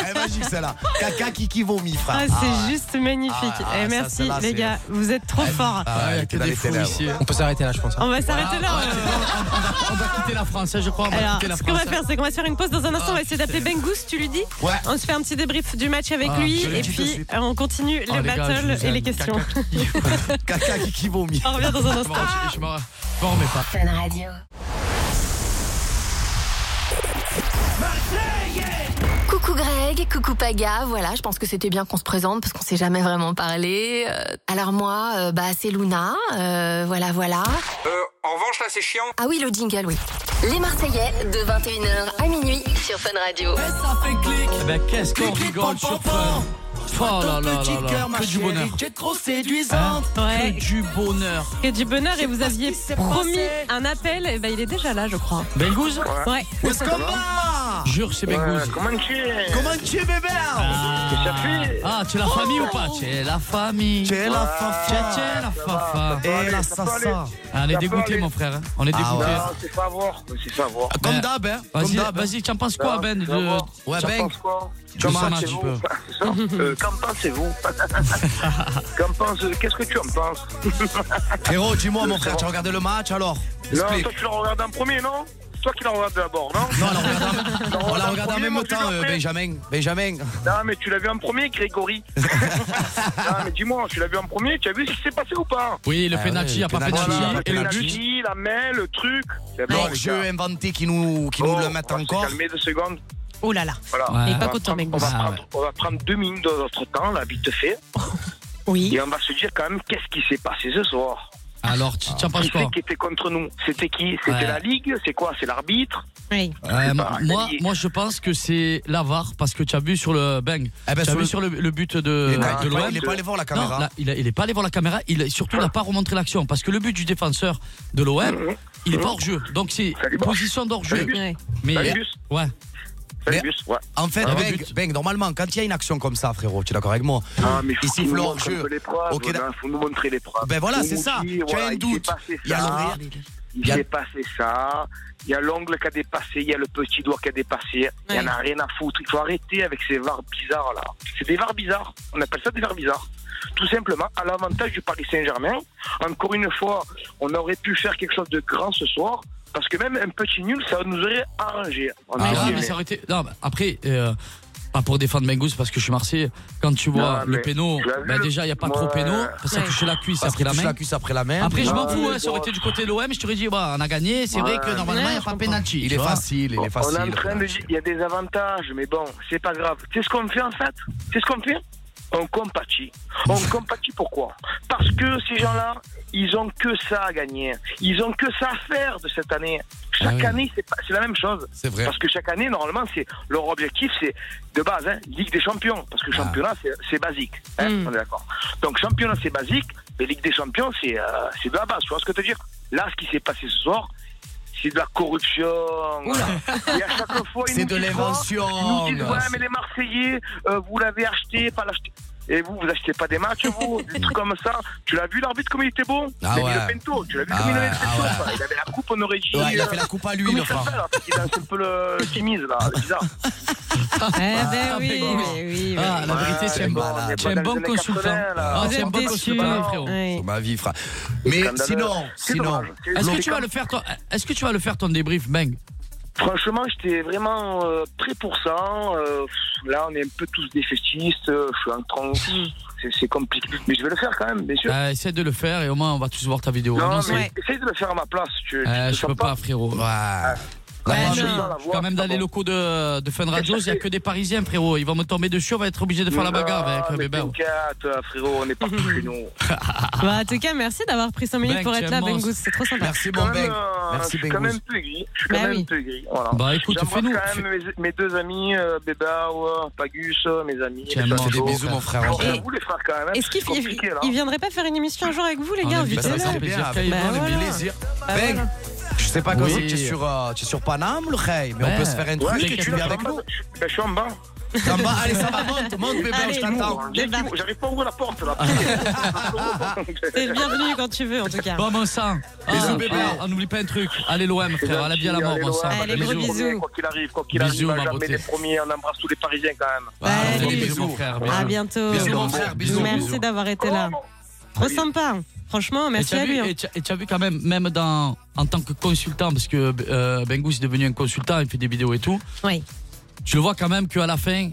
Speaker 6: Elle est Eh, magique celle-là. Caca, kiki, vomi, frère.
Speaker 5: Ah, c'est
Speaker 6: ouais.
Speaker 5: juste magnifique.
Speaker 6: Ah,
Speaker 5: Eh,
Speaker 6: ça,
Speaker 5: merci
Speaker 6: celle-là,
Speaker 5: les
Speaker 6: c'est-
Speaker 5: gars, vous êtes trop forts.
Speaker 6: Ah, ouais, t'es dans les ténèbres.
Speaker 31: On peut s'arrêter là, je pense. hein.
Speaker 5: On va s'arrêter là. hein.
Speaker 4: On va quitter la France, hein, je crois. On va
Speaker 5: Alors,
Speaker 4: quitter la
Speaker 5: ce qu'on
Speaker 4: France.
Speaker 5: va
Speaker 4: hein.
Speaker 5: faire, c'est qu'on va se faire une pause dans un instant. On va essayer d'appeler Bengus, tu lui dis
Speaker 4: Ouais.
Speaker 5: On se fait un petit débrief du match avec
Speaker 4: Ah,
Speaker 5: lui
Speaker 4: je le
Speaker 5: et
Speaker 4: dis tout de
Speaker 5: puis
Speaker 4: suite.
Speaker 5: euh, on continue
Speaker 4: Oh,
Speaker 5: le
Speaker 4: les gars, je
Speaker 5: battle
Speaker 4: vous
Speaker 5: et les
Speaker 4: aime.
Speaker 5: questions.
Speaker 6: Caca, kiki, vomi.
Speaker 5: On revient
Speaker 4: Ah,
Speaker 5: dans un instant.
Speaker 4: Je m'en je m'en remets pas.
Speaker 3: Radio. Coucou Greg, coucou Paga, voilà, je pense que c'était bien qu'on se présente parce qu'on s'est jamais vraiment parlé. Euh, alors moi, euh, bah c'est Luna, euh, voilà, voilà.
Speaker 11: Euh, en revanche, là, c'est chiant.
Speaker 3: Ah oui, le jingle, oui. Les Marseillais de 21h à minuit sur Fun Radio.
Speaker 4: Eh ben, qu'est-ce qu'on rigole sur Fun Oh là là là là, que du bonheur.
Speaker 6: T'es trop séduisante.
Speaker 4: Hein
Speaker 5: Ouais.
Speaker 4: Que du bonheur.
Speaker 5: Et du bonheur et vous aviez promis un appel, et ben il est déjà là, je crois.
Speaker 4: Belgouze
Speaker 5: Ouais.
Speaker 6: Qu'est-ce qu'on va
Speaker 4: Jure, c'est Belgouze.
Speaker 11: Comment tu es
Speaker 6: Comment tu es, bébé
Speaker 4: Ah, tu es la famille ou
Speaker 11: Oh.
Speaker 4: pas Tu es la famille. Tu
Speaker 6: es la fafa.
Speaker 4: Tu es la fafa.
Speaker 6: Et la sassa.
Speaker 4: Ah, on est dégoûté, mon frère. hein. On est
Speaker 6: Ah
Speaker 4: dégoûté.
Speaker 6: ouais.
Speaker 11: C'est pas voir, c'est pas voir.
Speaker 6: Comme d'hab, hein. Comme
Speaker 4: Vas-y,
Speaker 6: d'hab.
Speaker 4: vas-y, t'en penses quoi, Ben de-
Speaker 6: Ouais,
Speaker 11: Qu'en
Speaker 6: Ben.
Speaker 11: penses quoi
Speaker 4: Tu
Speaker 11: Qu'en
Speaker 4: sens un
Speaker 11: pensez-vous Euh, Qu'en pensez-vous Qu'en pense- Qu'est-ce que tu en penses
Speaker 6: Frérot, dis-moi, mon frère, tu as regardé le match alors
Speaker 11: Non,
Speaker 6: Explique.
Speaker 11: toi tu l'as regardé en premier, non C'est toi qui l'as regardé d'abord, non Non,
Speaker 6: On l'a regardé en
Speaker 11: premier,
Speaker 6: même
Speaker 11: moi, tu
Speaker 6: temps,
Speaker 11: l'as
Speaker 6: euh,
Speaker 11: fait.
Speaker 6: Benjamin. Benjamin.
Speaker 11: Non, mais tu l'as vu en premier, Grégory. non, mais dis-moi, tu l'as vu en premier, tu as vu ce qui s'est passé ou pas
Speaker 4: Oui, le
Speaker 6: Ah
Speaker 4: penalty,
Speaker 6: ouais,
Speaker 4: il a pas
Speaker 6: penalty,
Speaker 4: penalty.
Speaker 6: voilà,
Speaker 4: Et le but.
Speaker 11: Penalty, la main, le truc. C'est bon,
Speaker 6: Donc,
Speaker 11: les
Speaker 6: jeu
Speaker 11: gars.
Speaker 6: inventé qui nous, qui nous
Speaker 11: Bon,
Speaker 6: le mettent
Speaker 11: on va se
Speaker 6: encore.
Speaker 11: calmer deux secondes.
Speaker 5: Oh là là.
Speaker 11: Voilà.
Speaker 4: Ouais.
Speaker 5: Il
Speaker 11: On
Speaker 5: est pas
Speaker 11: va
Speaker 5: content,
Speaker 11: prendre- on
Speaker 5: Bengus.
Speaker 11: va,
Speaker 4: Ah
Speaker 11: prendre, on va prendre deux minutes de notre temps, là, vite fait.
Speaker 5: Oui.
Speaker 11: Et on va se dire quand même qu'est-ce qui s'est passé ce soir.
Speaker 4: Alors, tu t'en penses
Speaker 11: Qui c'est
Speaker 4: quoi
Speaker 11: qui était contre nous C'était qui C'était
Speaker 4: Ouais.
Speaker 11: la Ligue C'est quoi C'est l'arbitre
Speaker 5: Oui.
Speaker 4: Euh,
Speaker 11: pas,
Speaker 4: moi,
Speaker 11: Daniel.
Speaker 4: moi, je pense que c'est l'avare parce que tu as vu sur le bang.
Speaker 6: Eh ben,
Speaker 4: tu as
Speaker 6: sur
Speaker 4: vu
Speaker 6: le-
Speaker 4: sur le, le but de,
Speaker 6: Il est pas-
Speaker 4: de
Speaker 6: il est pas-
Speaker 4: l'OM.
Speaker 6: il est pas allé voir la
Speaker 4: Non,
Speaker 6: caméra.
Speaker 4: là, il, a- il est pas allé voir la caméra. Il, a- surtout, il n'a pas remontré l'action parce que le but du défenseur de l'OM, il est pas hors jeu. Donc, c'est
Speaker 11: Mhm. Salut, boss.
Speaker 4: position d'hors jeu.
Speaker 11: Salut, Gus.
Speaker 4: Mais
Speaker 11: Salut, Gus.
Speaker 4: ouais.
Speaker 11: Salut,
Speaker 6: Mais-
Speaker 11: Gus. Ouais.
Speaker 6: En fait,
Speaker 4: Ah,
Speaker 6: Beng,
Speaker 4: but.
Speaker 6: Beng, normalement, quand il y a une action comme ça, frérot, tu es d'accord avec moi
Speaker 11: Ah, mais faut
Speaker 6: Il
Speaker 11: qu'il
Speaker 6: siffle
Speaker 11: nous
Speaker 6: hors
Speaker 11: montre un
Speaker 6: jeu.
Speaker 11: peu les preuves.
Speaker 6: Ok,
Speaker 11: voilà, faut nous montrer les preuves.
Speaker 6: Ben voilà,
Speaker 11: Faut
Speaker 6: c'est
Speaker 11: nous
Speaker 6: ça.
Speaker 11: dire,
Speaker 6: Tu as
Speaker 11: voilà,
Speaker 6: un
Speaker 11: il s'est
Speaker 6: doute.
Speaker 11: passé
Speaker 6: Il y a
Speaker 11: ça. Ah,
Speaker 6: l'horaire.
Speaker 11: Il
Speaker 6: Il y a-
Speaker 11: s'est passé ça. Il y a l'ongle qui a dépassé, il y a le petit doigt qui a dépassé. Il y en a rien à foutre. Il faut arrêter avec ces vars bizarres là. C'est des vars bizarres. On appelle ça des vars bizarres. Tout simplement, à l'avantage du Paris Saint-Germain. Encore une fois, on aurait pu faire quelque chose de grand ce soir. Parce que même un petit nul, ça nous aurait arrangé.
Speaker 4: Ah,
Speaker 11: entre
Speaker 4: ouais, mais
Speaker 11: guillemets.
Speaker 4: ça aurait été- non, mais après, euh, pas pour défendre Mengous parce que je suis Marseillais. Quand tu vois le péno, bah déjà il n'y a pas trop péno, parce que ça touche la cuisse
Speaker 6: Parce
Speaker 4: après
Speaker 6: qu'il
Speaker 4: la
Speaker 6: touche
Speaker 4: main.
Speaker 6: la cuisse après la main.
Speaker 4: Après, je
Speaker 6: Non,
Speaker 4: m'en fous,
Speaker 6: mais
Speaker 4: hein, ça aurait
Speaker 6: bon.
Speaker 4: été du côté de l'OM, je t'aurais dit, bah, on a gagné, c'est vrai que normalement, il n'y a pas penalty.
Speaker 6: Il
Speaker 4: tu
Speaker 6: est
Speaker 4: vois.
Speaker 6: facile, il est
Speaker 11: On est en
Speaker 6: facile.
Speaker 11: train de dire, il y a des avantages, mais bon, c'est pas grave. Tu sais ce qu'on fait en fait Tu sais ce qu'on fait On compatit. On compatit pourquoi Parce que ces gens-là, ils ont que ça à gagner. Ils ont que ça à faire de cette année. Chaque année, c'est pas- c'est la même chose.
Speaker 6: Ah C'est vrai.
Speaker 11: Parce que chaque année, normalement, c'est leur objectif, c'est de base, hein, Ligue des Champions. Parce
Speaker 6: Ah.
Speaker 11: que championnat, c'est- c'est basique. hein, On est d'accord. Donc championnat, c'est basique, mais Ligue des Champions, c'est euh, c'est de la base. Tu vois ce que je veux dire Là, ce qui s'est passé ce soir, c'est de la corruption. Et à chaque fois, ils
Speaker 6: C'est
Speaker 11: nous
Speaker 6: de
Speaker 11: disent
Speaker 6: l'invention.
Speaker 11: quoi Ils nous disent, ouais,
Speaker 6: C'est-
Speaker 11: mais les Marseillais, euh, vous l'avez acheté, pas l'acheté. Et vous, vous achetez pas des matchs, vous, des trucs comme ça. Tu l'as vu l'arbitre comme il était bon
Speaker 6: Ah
Speaker 11: Il a mis
Speaker 6: ouais.
Speaker 11: le bento, tu l'as vu
Speaker 6: Ah
Speaker 11: comme il avait
Speaker 6: ouais, ah
Speaker 11: fait ça,
Speaker 6: ouais.
Speaker 11: quoi. Il avait la coupe honorée.
Speaker 6: Ouais, il a fait la coupe à lui,
Speaker 11: Comment
Speaker 6: le
Speaker 11: il s'appelle, là, Il danse un peu le le Timise, là, le bizarre.
Speaker 5: ben oui,
Speaker 11: bon.
Speaker 5: mais oui.
Speaker 4: Ah, la vérité, c'est un bon-
Speaker 6: malade.
Speaker 4: c'est un bon consultant. Ah, C'est un bon consultant, frérot.
Speaker 6: C'est ma vie, frère. Mais sinon, sinon.
Speaker 4: Est-ce que tu vas le faire toi Est-ce que tu vas le faire ton débrief, Bang
Speaker 11: Franchement, j'étais vraiment euh, prêt pour ça. Euh, pff, là, on est un peu tous défaitistes. euh, Je suis en train.
Speaker 6: Hmm.
Speaker 11: c'est- C'est compliqué. Mais je vais le faire quand même, bien sûr.
Speaker 4: Euh, Essaie de le faire et au moins on va tous voir ta vidéo.
Speaker 11: non,
Speaker 4: Non,
Speaker 11: mais
Speaker 4: c'est-
Speaker 11: essaye de le faire à ma place. Tu, tu
Speaker 4: Euh,
Speaker 11: te
Speaker 4: je
Speaker 11: sens
Speaker 4: peux pas, frérot.
Speaker 11: Ouais,
Speaker 4: Ouais,
Speaker 11: je
Speaker 4: non.
Speaker 11: peux pas la voir,
Speaker 4: Quand même dans
Speaker 11: c'est
Speaker 4: les
Speaker 11: bon.
Speaker 4: locaux de, de Fun Radio, il n'y a que des Parisiens, frérot. Ils vont me tomber dessus, on va être obligé de faire la
Speaker 11: Non,
Speaker 4: bagarre avec euh,
Speaker 11: Ah, Mm. mais
Speaker 4: Bébé.
Speaker 11: T'inquiète, euh, frérot, on est partout chez nous.
Speaker 5: Bah, en tout cas, merci d'avoir pris 5 minutes
Speaker 11: Bang,
Speaker 5: pour
Speaker 11: tu es
Speaker 5: être
Speaker 11: un
Speaker 5: là,
Speaker 11: monstre.
Speaker 5: Bengouz. C'est trop sympa.
Speaker 11: Je suis quand
Speaker 4: ben,
Speaker 11: même, euh, Je suis quand même peu gris. Je suis quand
Speaker 5: Bah
Speaker 11: même
Speaker 5: oui.
Speaker 11: peu gris. Voilà.
Speaker 4: Bah, écoute,
Speaker 11: J'embrasse
Speaker 4: fais-nous-
Speaker 11: quand même mes, mes deux amis, euh, Bébao, euh, Pagus, euh, mes amis.
Speaker 4: Tiens,
Speaker 11: les
Speaker 4: man,
Speaker 11: Châteaux.
Speaker 4: fais des bisous, mon frère.
Speaker 11: Bon,
Speaker 4: Et-
Speaker 11: à vous, les frères, quand même. hein,
Speaker 5: Est-ce
Speaker 11: parce que
Speaker 5: qu'il
Speaker 11: c'est compliqué, là.
Speaker 5: il viendrait pas faire une émission un jour avec vous, les gars
Speaker 6: On invite-
Speaker 5: invitez-le.
Speaker 6: ça serait bien, avec
Speaker 5: Bah,
Speaker 6: grand
Speaker 5: voilà.
Speaker 6: plaisir.
Speaker 5: Bah,
Speaker 6: Bang,
Speaker 5: voilà.
Speaker 6: Je sais pas quand
Speaker 5: Oui.
Speaker 6: c'est que tu es sur, euh, tu es sur Paname, le rey, mais on peut se faire un
Speaker 11: Ouais,
Speaker 6: truc
Speaker 11: je
Speaker 6: et
Speaker 11: suis
Speaker 6: tu
Speaker 11: là,
Speaker 6: viens avec
Speaker 11: je suis en
Speaker 6: nous.
Speaker 11: bas. ben, Je suis en bas.
Speaker 6: T'es en bas Allez, ça va, monte, monte, bébé,
Speaker 5: Allez,
Speaker 6: je t'attends.
Speaker 5: débarque.
Speaker 11: J'arrive pas à ouvrir la porte là.
Speaker 5: T'es le bienvenu quand tu veux, en tout cas.
Speaker 4: Bon, bon sang. Ah,
Speaker 5: Bisous,
Speaker 4: ah,
Speaker 5: Bébé.
Speaker 4: on n'oublie pas un truc. Allez, l'OM, frère. Allez, bien la mort, bon sang.
Speaker 5: Allez, gros bisous.
Speaker 11: Quoi qu'il arrive, quoi qu'il
Speaker 4: Bisous,
Speaker 11: arrive,
Speaker 4: ma
Speaker 11: on jamais
Speaker 4: beauté.
Speaker 11: les premiers. On embrasse tous les Parisiens quand même.
Speaker 4: Allez, Bah, bisous, mon frère.
Speaker 5: À bientôt.
Speaker 4: Bisous, mon frère. Bisous.
Speaker 5: Ah, Merci d'avoir été là.
Speaker 11: Oh,
Speaker 5: Trop sympa. hein. Franchement, merci
Speaker 4: et t'as
Speaker 5: à
Speaker 4: vu-
Speaker 5: lui. hein.
Speaker 4: et t'as- Et tu as vu quand même, même dans, en tant que consultant, parce que euh, Bengouz est devenu un consultant, il fait des vidéos et tout.
Speaker 5: Oui.
Speaker 4: Je le vois quand même qu'à la fin,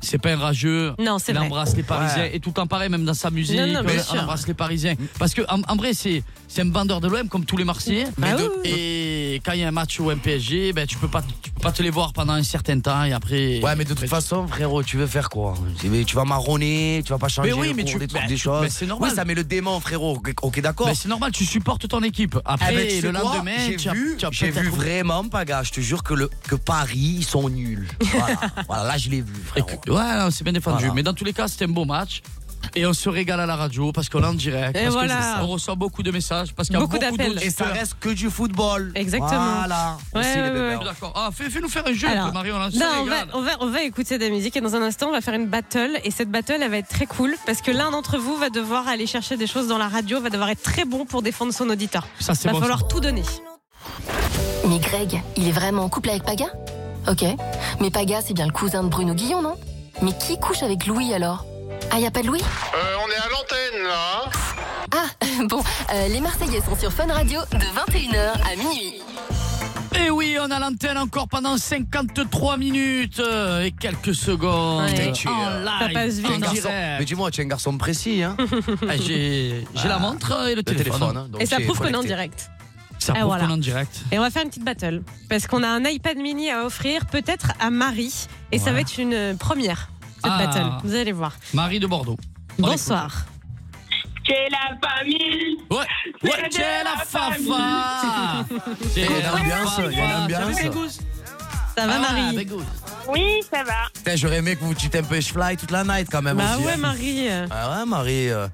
Speaker 4: c'est pas un rageux.
Speaker 5: Non, c'est
Speaker 4: Il
Speaker 5: vrai.
Speaker 4: embrasse les Parisiens
Speaker 5: Ouais.
Speaker 4: et tout en pareil, même dans sa musique,
Speaker 5: Non, non, bien
Speaker 4: on-
Speaker 5: sûr.
Speaker 4: on embrasse les Parisiens. Parce que en, en vrai, c'est c'est un vendeur de l'OM comme tous les Marseillais.
Speaker 5: Bah oui,
Speaker 4: Et quand il y a un match au MPSG, ben, tu peux pas tu peux pas te les voir pendant un certain temps et après.
Speaker 6: Ouais, mais de toute façon, frérot, tu veux faire quoi Tu tu vas marronner, tu vas pas changer
Speaker 4: Mais oui,
Speaker 6: le
Speaker 4: mais
Speaker 6: cours
Speaker 4: tu-
Speaker 6: des, trucs,
Speaker 4: bah,
Speaker 6: des
Speaker 4: tu-
Speaker 6: choses.
Speaker 4: mais c'est normal.
Speaker 6: Oui, ça met le démon, frérot. Ok, ok, d'accord.
Speaker 4: Ben, c'est normal, tu supportes ton équipe. Après,
Speaker 6: Eh ben, tu sais
Speaker 4: le
Speaker 6: quoi
Speaker 4: lendemain,
Speaker 6: j'ai
Speaker 4: tu as-
Speaker 6: vu,
Speaker 4: tu as
Speaker 6: j'ai
Speaker 4: peut-être-
Speaker 6: vu vraiment Paga. Je te jure que le que Paris ils sont nuls. Voilà, Voilà, là je l'ai vu, frérot.
Speaker 4: Ouais, non, c'est bien défendu. Mais dans tous les cas, c'était un beau match. Et on se régale à la radio parce qu'on est en direct.
Speaker 5: Et
Speaker 4: parce que
Speaker 5: voilà.
Speaker 4: c'est- on reçoit beaucoup de messages. Parce qu'il y a
Speaker 5: Beaucoup
Speaker 4: beaucoup,
Speaker 5: d'appels.
Speaker 4: d'auditeurs.
Speaker 5: Et ça reste
Speaker 6: que du football.
Speaker 5: Exactement.
Speaker 6: Voilà.
Speaker 5: Ouais,
Speaker 4: Aussi,
Speaker 5: ouais,
Speaker 4: les
Speaker 5: ouais.
Speaker 4: bébés. D'accord. Ah, fais- Fais-nous faire un jeu,
Speaker 5: Alors,
Speaker 4: Marie, on, en se
Speaker 5: non, on, va,
Speaker 4: régale.
Speaker 5: on, va, on va écouter de la musique et dans un instant on va faire une battle et cette battle elle va être très cool parce que l'un d'entre vous va devoir aller chercher des choses dans la radio, va devoir être très bon pour défendre son auditeur.
Speaker 4: Ça, c'est
Speaker 5: va
Speaker 4: bon,
Speaker 5: falloir
Speaker 4: ça.
Speaker 5: tout donner.
Speaker 3: Mais Greg, il est vraiment en couple avec Paga Ok. Mais Paga, c'est bien le cousin de Bruno Guillon, non Mais qui couche avec Louis alors Ah, y a pas de Louis
Speaker 32: Euh, on est à l'antenne là. hein.
Speaker 3: Ah, bon, euh, les Marseillais sont sur Fun Radio de 21h à minuit.
Speaker 4: Et Eh oui, on a l'antenne encore pendant 53 minutes euh, et quelques secondes.
Speaker 6: Putain, tu es,
Speaker 4: En
Speaker 6: euh,
Speaker 4: live,
Speaker 6: t'es un
Speaker 4: en
Speaker 6: garçon.
Speaker 4: direct.
Speaker 5: hein.
Speaker 6: Mais dis-moi, tu es un garçon précis, hein
Speaker 4: Ah, J'ai j'ai la montre et le,
Speaker 6: hein, donc
Speaker 5: et ça
Speaker 6: j'ai
Speaker 5: prouve qu'on est en
Speaker 6: collecté.
Speaker 5: direct.
Speaker 4: Ça
Speaker 5: Ah,
Speaker 4: prouve
Speaker 5: voilà.
Speaker 4: qu'on est en direct.
Speaker 5: Et on va faire une petite battle parce qu'on a un iPad mini à offrir peut-être à Marie et ça va être une euh, première cette
Speaker 4: Ah.
Speaker 5: battle. Vous allez voir.
Speaker 4: Marie de Bordeaux. On
Speaker 5: Bonsoir.
Speaker 7: C'est la famille.
Speaker 4: Ouais, ouais, c'est la fafa. C'est
Speaker 6: Il y a une ambiance, il y a une ambiance.
Speaker 5: Ça
Speaker 4: Ah
Speaker 6: Ah,
Speaker 5: va, Marie
Speaker 7: Oui, ça va.
Speaker 6: Putain, j'aurais aimé que vous tuiez un peu fly toute la night quand même
Speaker 5: Bah
Speaker 6: aussi.
Speaker 5: ouais,
Speaker 6: hein.
Speaker 5: Marie.
Speaker 6: Ah ouais, Marie. euh,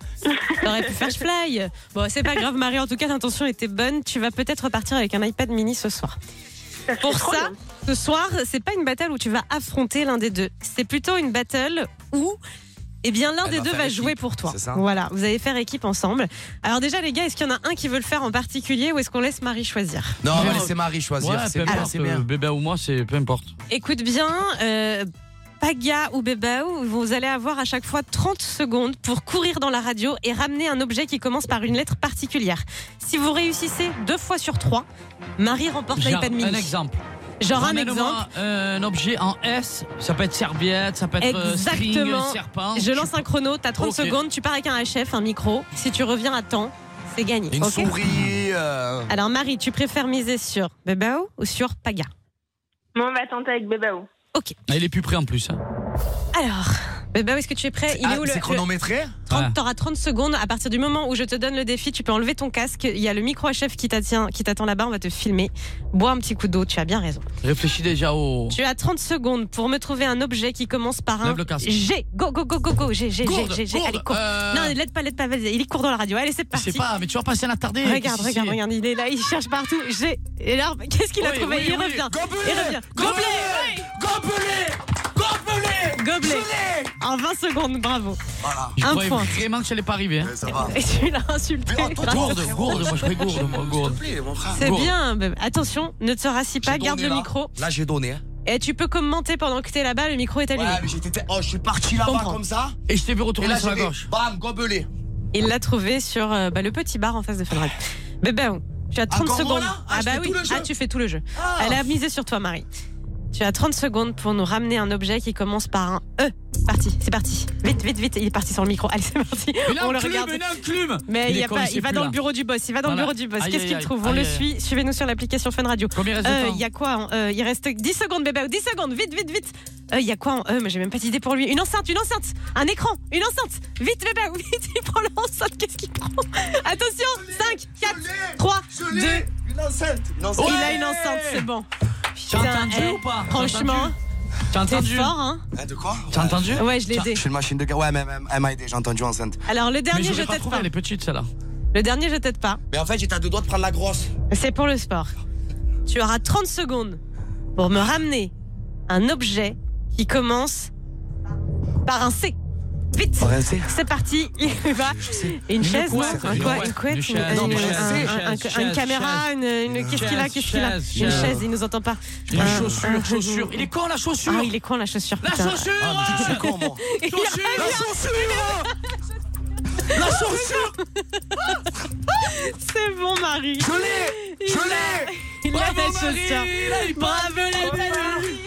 Speaker 5: T'aurais pu faire fly. Bon, c'est pas grave, Marie. En tout cas, l'intention était bonne. Tu vas peut-être repartir avec un iPad mini ce soir. Pour ça, ce soir, c'est pas une battle où tu vas affronter l'un des deux. C'est plutôt une battle où. Eh bien, l'un
Speaker 7: Elle
Speaker 5: des
Speaker 7: va
Speaker 5: deux
Speaker 7: faire
Speaker 5: va
Speaker 7: équipe,
Speaker 5: jouer pour toi.
Speaker 7: c'est ça
Speaker 5: Voilà, vous allez faire équipe ensemble. Alors déjà, les gars, est-ce qu'il y en a un qui veut le faire en particulier ou est-ce qu'on laisse Marie choisir
Speaker 6: Non, on va laisser Marie choisir.
Speaker 4: Ouais,
Speaker 6: c'est
Speaker 4: peu
Speaker 6: bien,
Speaker 4: importe,
Speaker 6: c'est bien.
Speaker 4: euh, Bébé ou moi, c'est peu importe.
Speaker 5: Écoute bien, euh, Paga ou Bebao, vous allez avoir à chaque fois 30 secondes pour courir dans la radio et ramener un objet qui commence par une lettre particulière. Si vous réussissez deux fois sur trois, Marie remporte
Speaker 4: Genre,
Speaker 5: l'iPad mini.
Speaker 4: Un exemple.
Speaker 5: Genre un
Speaker 4: Ramène-moi,
Speaker 5: exemple.
Speaker 4: euh, un objet en S, ça peut être serviette, ça peut être euh, string,
Speaker 5: Exactement.
Speaker 4: serpent.
Speaker 5: Je lance un chrono, t'as 30
Speaker 4: Ok.
Speaker 5: secondes, tu pars avec un HF, un micro. Si tu reviens à temps, c'est gagné.
Speaker 6: Une
Speaker 5: ok
Speaker 6: souris. euh,
Speaker 5: Alors Marie, tu préfères miser sur Bebao ou sur Paga
Speaker 7: Moi, on va tenter avec Bébao.
Speaker 5: Ok.
Speaker 4: Ah, il est plus prêt en plus. hein.
Speaker 5: Alors, Bebao, est-ce que tu es prêt Il
Speaker 6: ah,
Speaker 5: est où le
Speaker 6: c'est
Speaker 5: le-
Speaker 6: chronométré
Speaker 5: 30, T'auras 30 secondes. À partir du moment où je te donne le défi, tu peux enlever ton casque. Il y a le micro HF qui t'attient- qui t'attend là-bas. On va te filmer. Bois un petit coup d'eau. Tu as bien raison.
Speaker 4: Réfléchis déjà au.
Speaker 5: Tu as 30 secondes pour me trouver un objet qui commence par un
Speaker 4: Lève le casque.
Speaker 5: G. Go, go, go, go, go. G, G, G,
Speaker 4: Gourde,
Speaker 5: G, G.
Speaker 4: gourde,
Speaker 5: Allez, cours.
Speaker 4: euh,
Speaker 5: Non, l'aide pas, l'aide pas. Vas-y, il est court dans la radio. Allez, c'est parti.
Speaker 4: sais pas, mais tu vas passer un attardé.
Speaker 5: Regarde,
Speaker 4: Qu'est-ce que
Speaker 5: regarde,
Speaker 4: c'est
Speaker 5: regarde. Il est là, il cherche partout. G. Et là, qu'est-ce qu'il a
Speaker 4: Oui,
Speaker 5: trouvé
Speaker 4: oui,
Speaker 5: Il
Speaker 4: oui.
Speaker 5: revient.
Speaker 4: Gobelet,
Speaker 5: Il revient.
Speaker 4: gobelet,
Speaker 5: Gobelet Gobelet En 20 secondes, bravo.
Speaker 4: Je
Speaker 5: Un
Speaker 4: croyais
Speaker 5: point.
Speaker 4: vraiment que ça allait pas arriver. hein.
Speaker 5: Et tu l'as insulté.
Speaker 4: Gourde, gourde, moi je fais gourde, moi, gourde.
Speaker 5: C'est
Speaker 6: Gourde.
Speaker 5: bien. mais Attention, ne te rassis pas,
Speaker 6: J'ai
Speaker 5: garde
Speaker 6: donné,
Speaker 5: le
Speaker 6: là.
Speaker 5: micro.
Speaker 6: Là, j'ai donné. hein.
Speaker 5: Et tu peux commenter pendant que t'es là-bas, le micro est allumé.
Speaker 6: Ouais, mais j'étais. Oh, je suis parti là-bas
Speaker 5: Comprends.
Speaker 6: comme ça.
Speaker 4: Et je t'ai vu retourner
Speaker 6: Et là,
Speaker 4: sur la
Speaker 6: j'ai fait
Speaker 4: gauche.
Speaker 6: Bam, gobelet.
Speaker 5: Il l'a trouvé sur euh, bah, le petit bar en face de Fun Radio. Bébé, tu as 30
Speaker 6: Encore moi,
Speaker 5: secondes.
Speaker 6: là Ah, je
Speaker 5: bah
Speaker 6: fais
Speaker 5: oui,
Speaker 6: tout le jeu.
Speaker 5: ah, tu fais tout le jeu.
Speaker 6: Ah.
Speaker 5: Elle a misé sur toi, Marie. Tu as 30 secondes pour nous ramener un objet qui commence par un E. Parti, c'est parti. Vite, vite, vite. Il est parti sur le micro. Allez, c'est parti.
Speaker 4: Il a
Speaker 5: On
Speaker 4: un
Speaker 5: le
Speaker 4: clume,
Speaker 5: regarde.
Speaker 4: il a un clume.
Speaker 5: Mais il,
Speaker 4: est
Speaker 5: y a
Speaker 4: con,
Speaker 5: pas,
Speaker 4: sait
Speaker 5: il va
Speaker 4: plus,
Speaker 5: dans
Speaker 4: là.
Speaker 5: le bureau du boss. Il va dans
Speaker 4: Voilà.
Speaker 5: le bureau du boss.
Speaker 4: Aïe,
Speaker 5: Qu'est-ce
Speaker 4: aïe,
Speaker 5: qu'il
Speaker 4: aïe.
Speaker 5: trouve On le
Speaker 4: Aïe, aïe.
Speaker 5: suit. Suivez-nous sur l'application Fun Radio.
Speaker 4: Combien reste de
Speaker 5: Euh,
Speaker 4: temps
Speaker 5: Il y a quoi en E Il reste 10 secondes, bébé. 10 secondes. Vite, vite, vite. Euh, Il y a quoi en E Mais j'ai même pas d'idée pour lui. Une enceinte, une enceinte. Un écran, une enceinte. Vite, bébé. Vite, il prend l'enceinte. Qu'est-ce qu'il prend Attention. 5, 4, 3, 2.
Speaker 6: Une enceinte. Une enceinte.
Speaker 5: Il a une enceinte, c'est bon.
Speaker 4: T'as
Speaker 5: Putain,
Speaker 4: entendu
Speaker 5: eh,
Speaker 4: ou pas
Speaker 5: Franchement,
Speaker 4: T'as
Speaker 5: t'es
Speaker 4: entendu
Speaker 5: fort, hein
Speaker 6: Hein, de quoi
Speaker 4: T'as entendu
Speaker 5: Ouais, je l'ai aidé.
Speaker 6: Je suis une machine de guerre. Ouais, mais elle- elle m'a aidé, j'ai entendu enceinte.
Speaker 5: Alors, le
Speaker 4: Mais
Speaker 5: dernier, je
Speaker 4: j'aurais pas
Speaker 5: t'aide
Speaker 4: trouvé,
Speaker 5: pas. Ah,
Speaker 4: elle est petite celle-là.
Speaker 5: Le dernier, je t'aide pas.
Speaker 6: Mais en fait, j'étais à deux doigts de prendre la grosse.
Speaker 5: C'est pour le sport. Tu auras 30 secondes pour me ramener un objet qui commence par un C. Vite
Speaker 6: Par un C
Speaker 5: C'est parti, il va. Une, chaise, non
Speaker 4: couette,
Speaker 5: Un
Speaker 4: une
Speaker 5: quoi
Speaker 4: couette.
Speaker 5: Une couette
Speaker 4: Une
Speaker 5: une-
Speaker 4: chaise,
Speaker 5: une-
Speaker 4: une
Speaker 5: un-
Speaker 4: chaise,
Speaker 5: un-
Speaker 4: une
Speaker 5: un-
Speaker 4: chaise,
Speaker 5: un- Une
Speaker 4: chaise,
Speaker 5: caméra, une- une- qu'est-ce qu'il a Qu'est-ce qu'il a
Speaker 4: chaise,
Speaker 5: Une
Speaker 4: chaise.
Speaker 5: chaise, il nous entend pas.
Speaker 4: Une
Speaker 5: Un-
Speaker 4: chaussure,
Speaker 5: un-
Speaker 4: chaussure. Il est con la chaussure
Speaker 5: Ah, il est con la chaussure.
Speaker 4: La
Speaker 5: putain.
Speaker 4: chaussure
Speaker 6: Ah, mais je suis con, moi.
Speaker 5: Il
Speaker 4: Chaussure,
Speaker 5: revient.
Speaker 4: la chaussure La chaussure
Speaker 5: C'est bon, Marie.
Speaker 6: Je l'ai
Speaker 5: Il
Speaker 6: Je
Speaker 5: a-
Speaker 6: l'ai
Speaker 5: Il a
Speaker 4: Bravo,
Speaker 5: la
Speaker 4: Marie
Speaker 5: chaussure.
Speaker 4: Là, il part.
Speaker 5: Bravo, la Marie.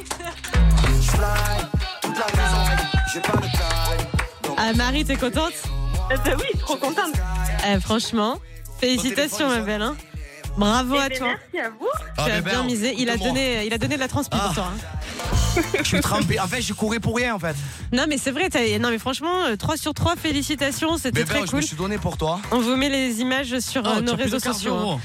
Speaker 6: Je fly toute la maison, j'ai pas le time.
Speaker 5: Ah, Marie, t'es contente
Speaker 7: bah oui, trop contente.
Speaker 5: Eh, Franchement, félicitations, ma belle. hein. Bravo à toi.
Speaker 7: Merci à vous.
Speaker 6: Ah,
Speaker 5: Tu
Speaker 6: mais
Speaker 5: as bien
Speaker 6: ben,
Speaker 5: misé. Il a
Speaker 6: écoute-moi.
Speaker 5: donné, il a donné de la transpi
Speaker 4: Ah.
Speaker 5: pour toi. hein.
Speaker 6: Je suis trempé. En fait, j'ai couru pour rien en fait.
Speaker 5: Non, mais c'est vrai. t'as- Non, mais franchement, euh, 3 sur 3, félicitations. C'était
Speaker 6: Mais
Speaker 5: très
Speaker 6: ben, je me
Speaker 5: cool.
Speaker 6: suis donné pour toi.
Speaker 5: On vous met les images sur euh,
Speaker 4: Oh, tu
Speaker 5: nos
Speaker 4: as plus
Speaker 5: réseaux
Speaker 4: de cardio,
Speaker 5: sociaux. hein.
Speaker 4: gros.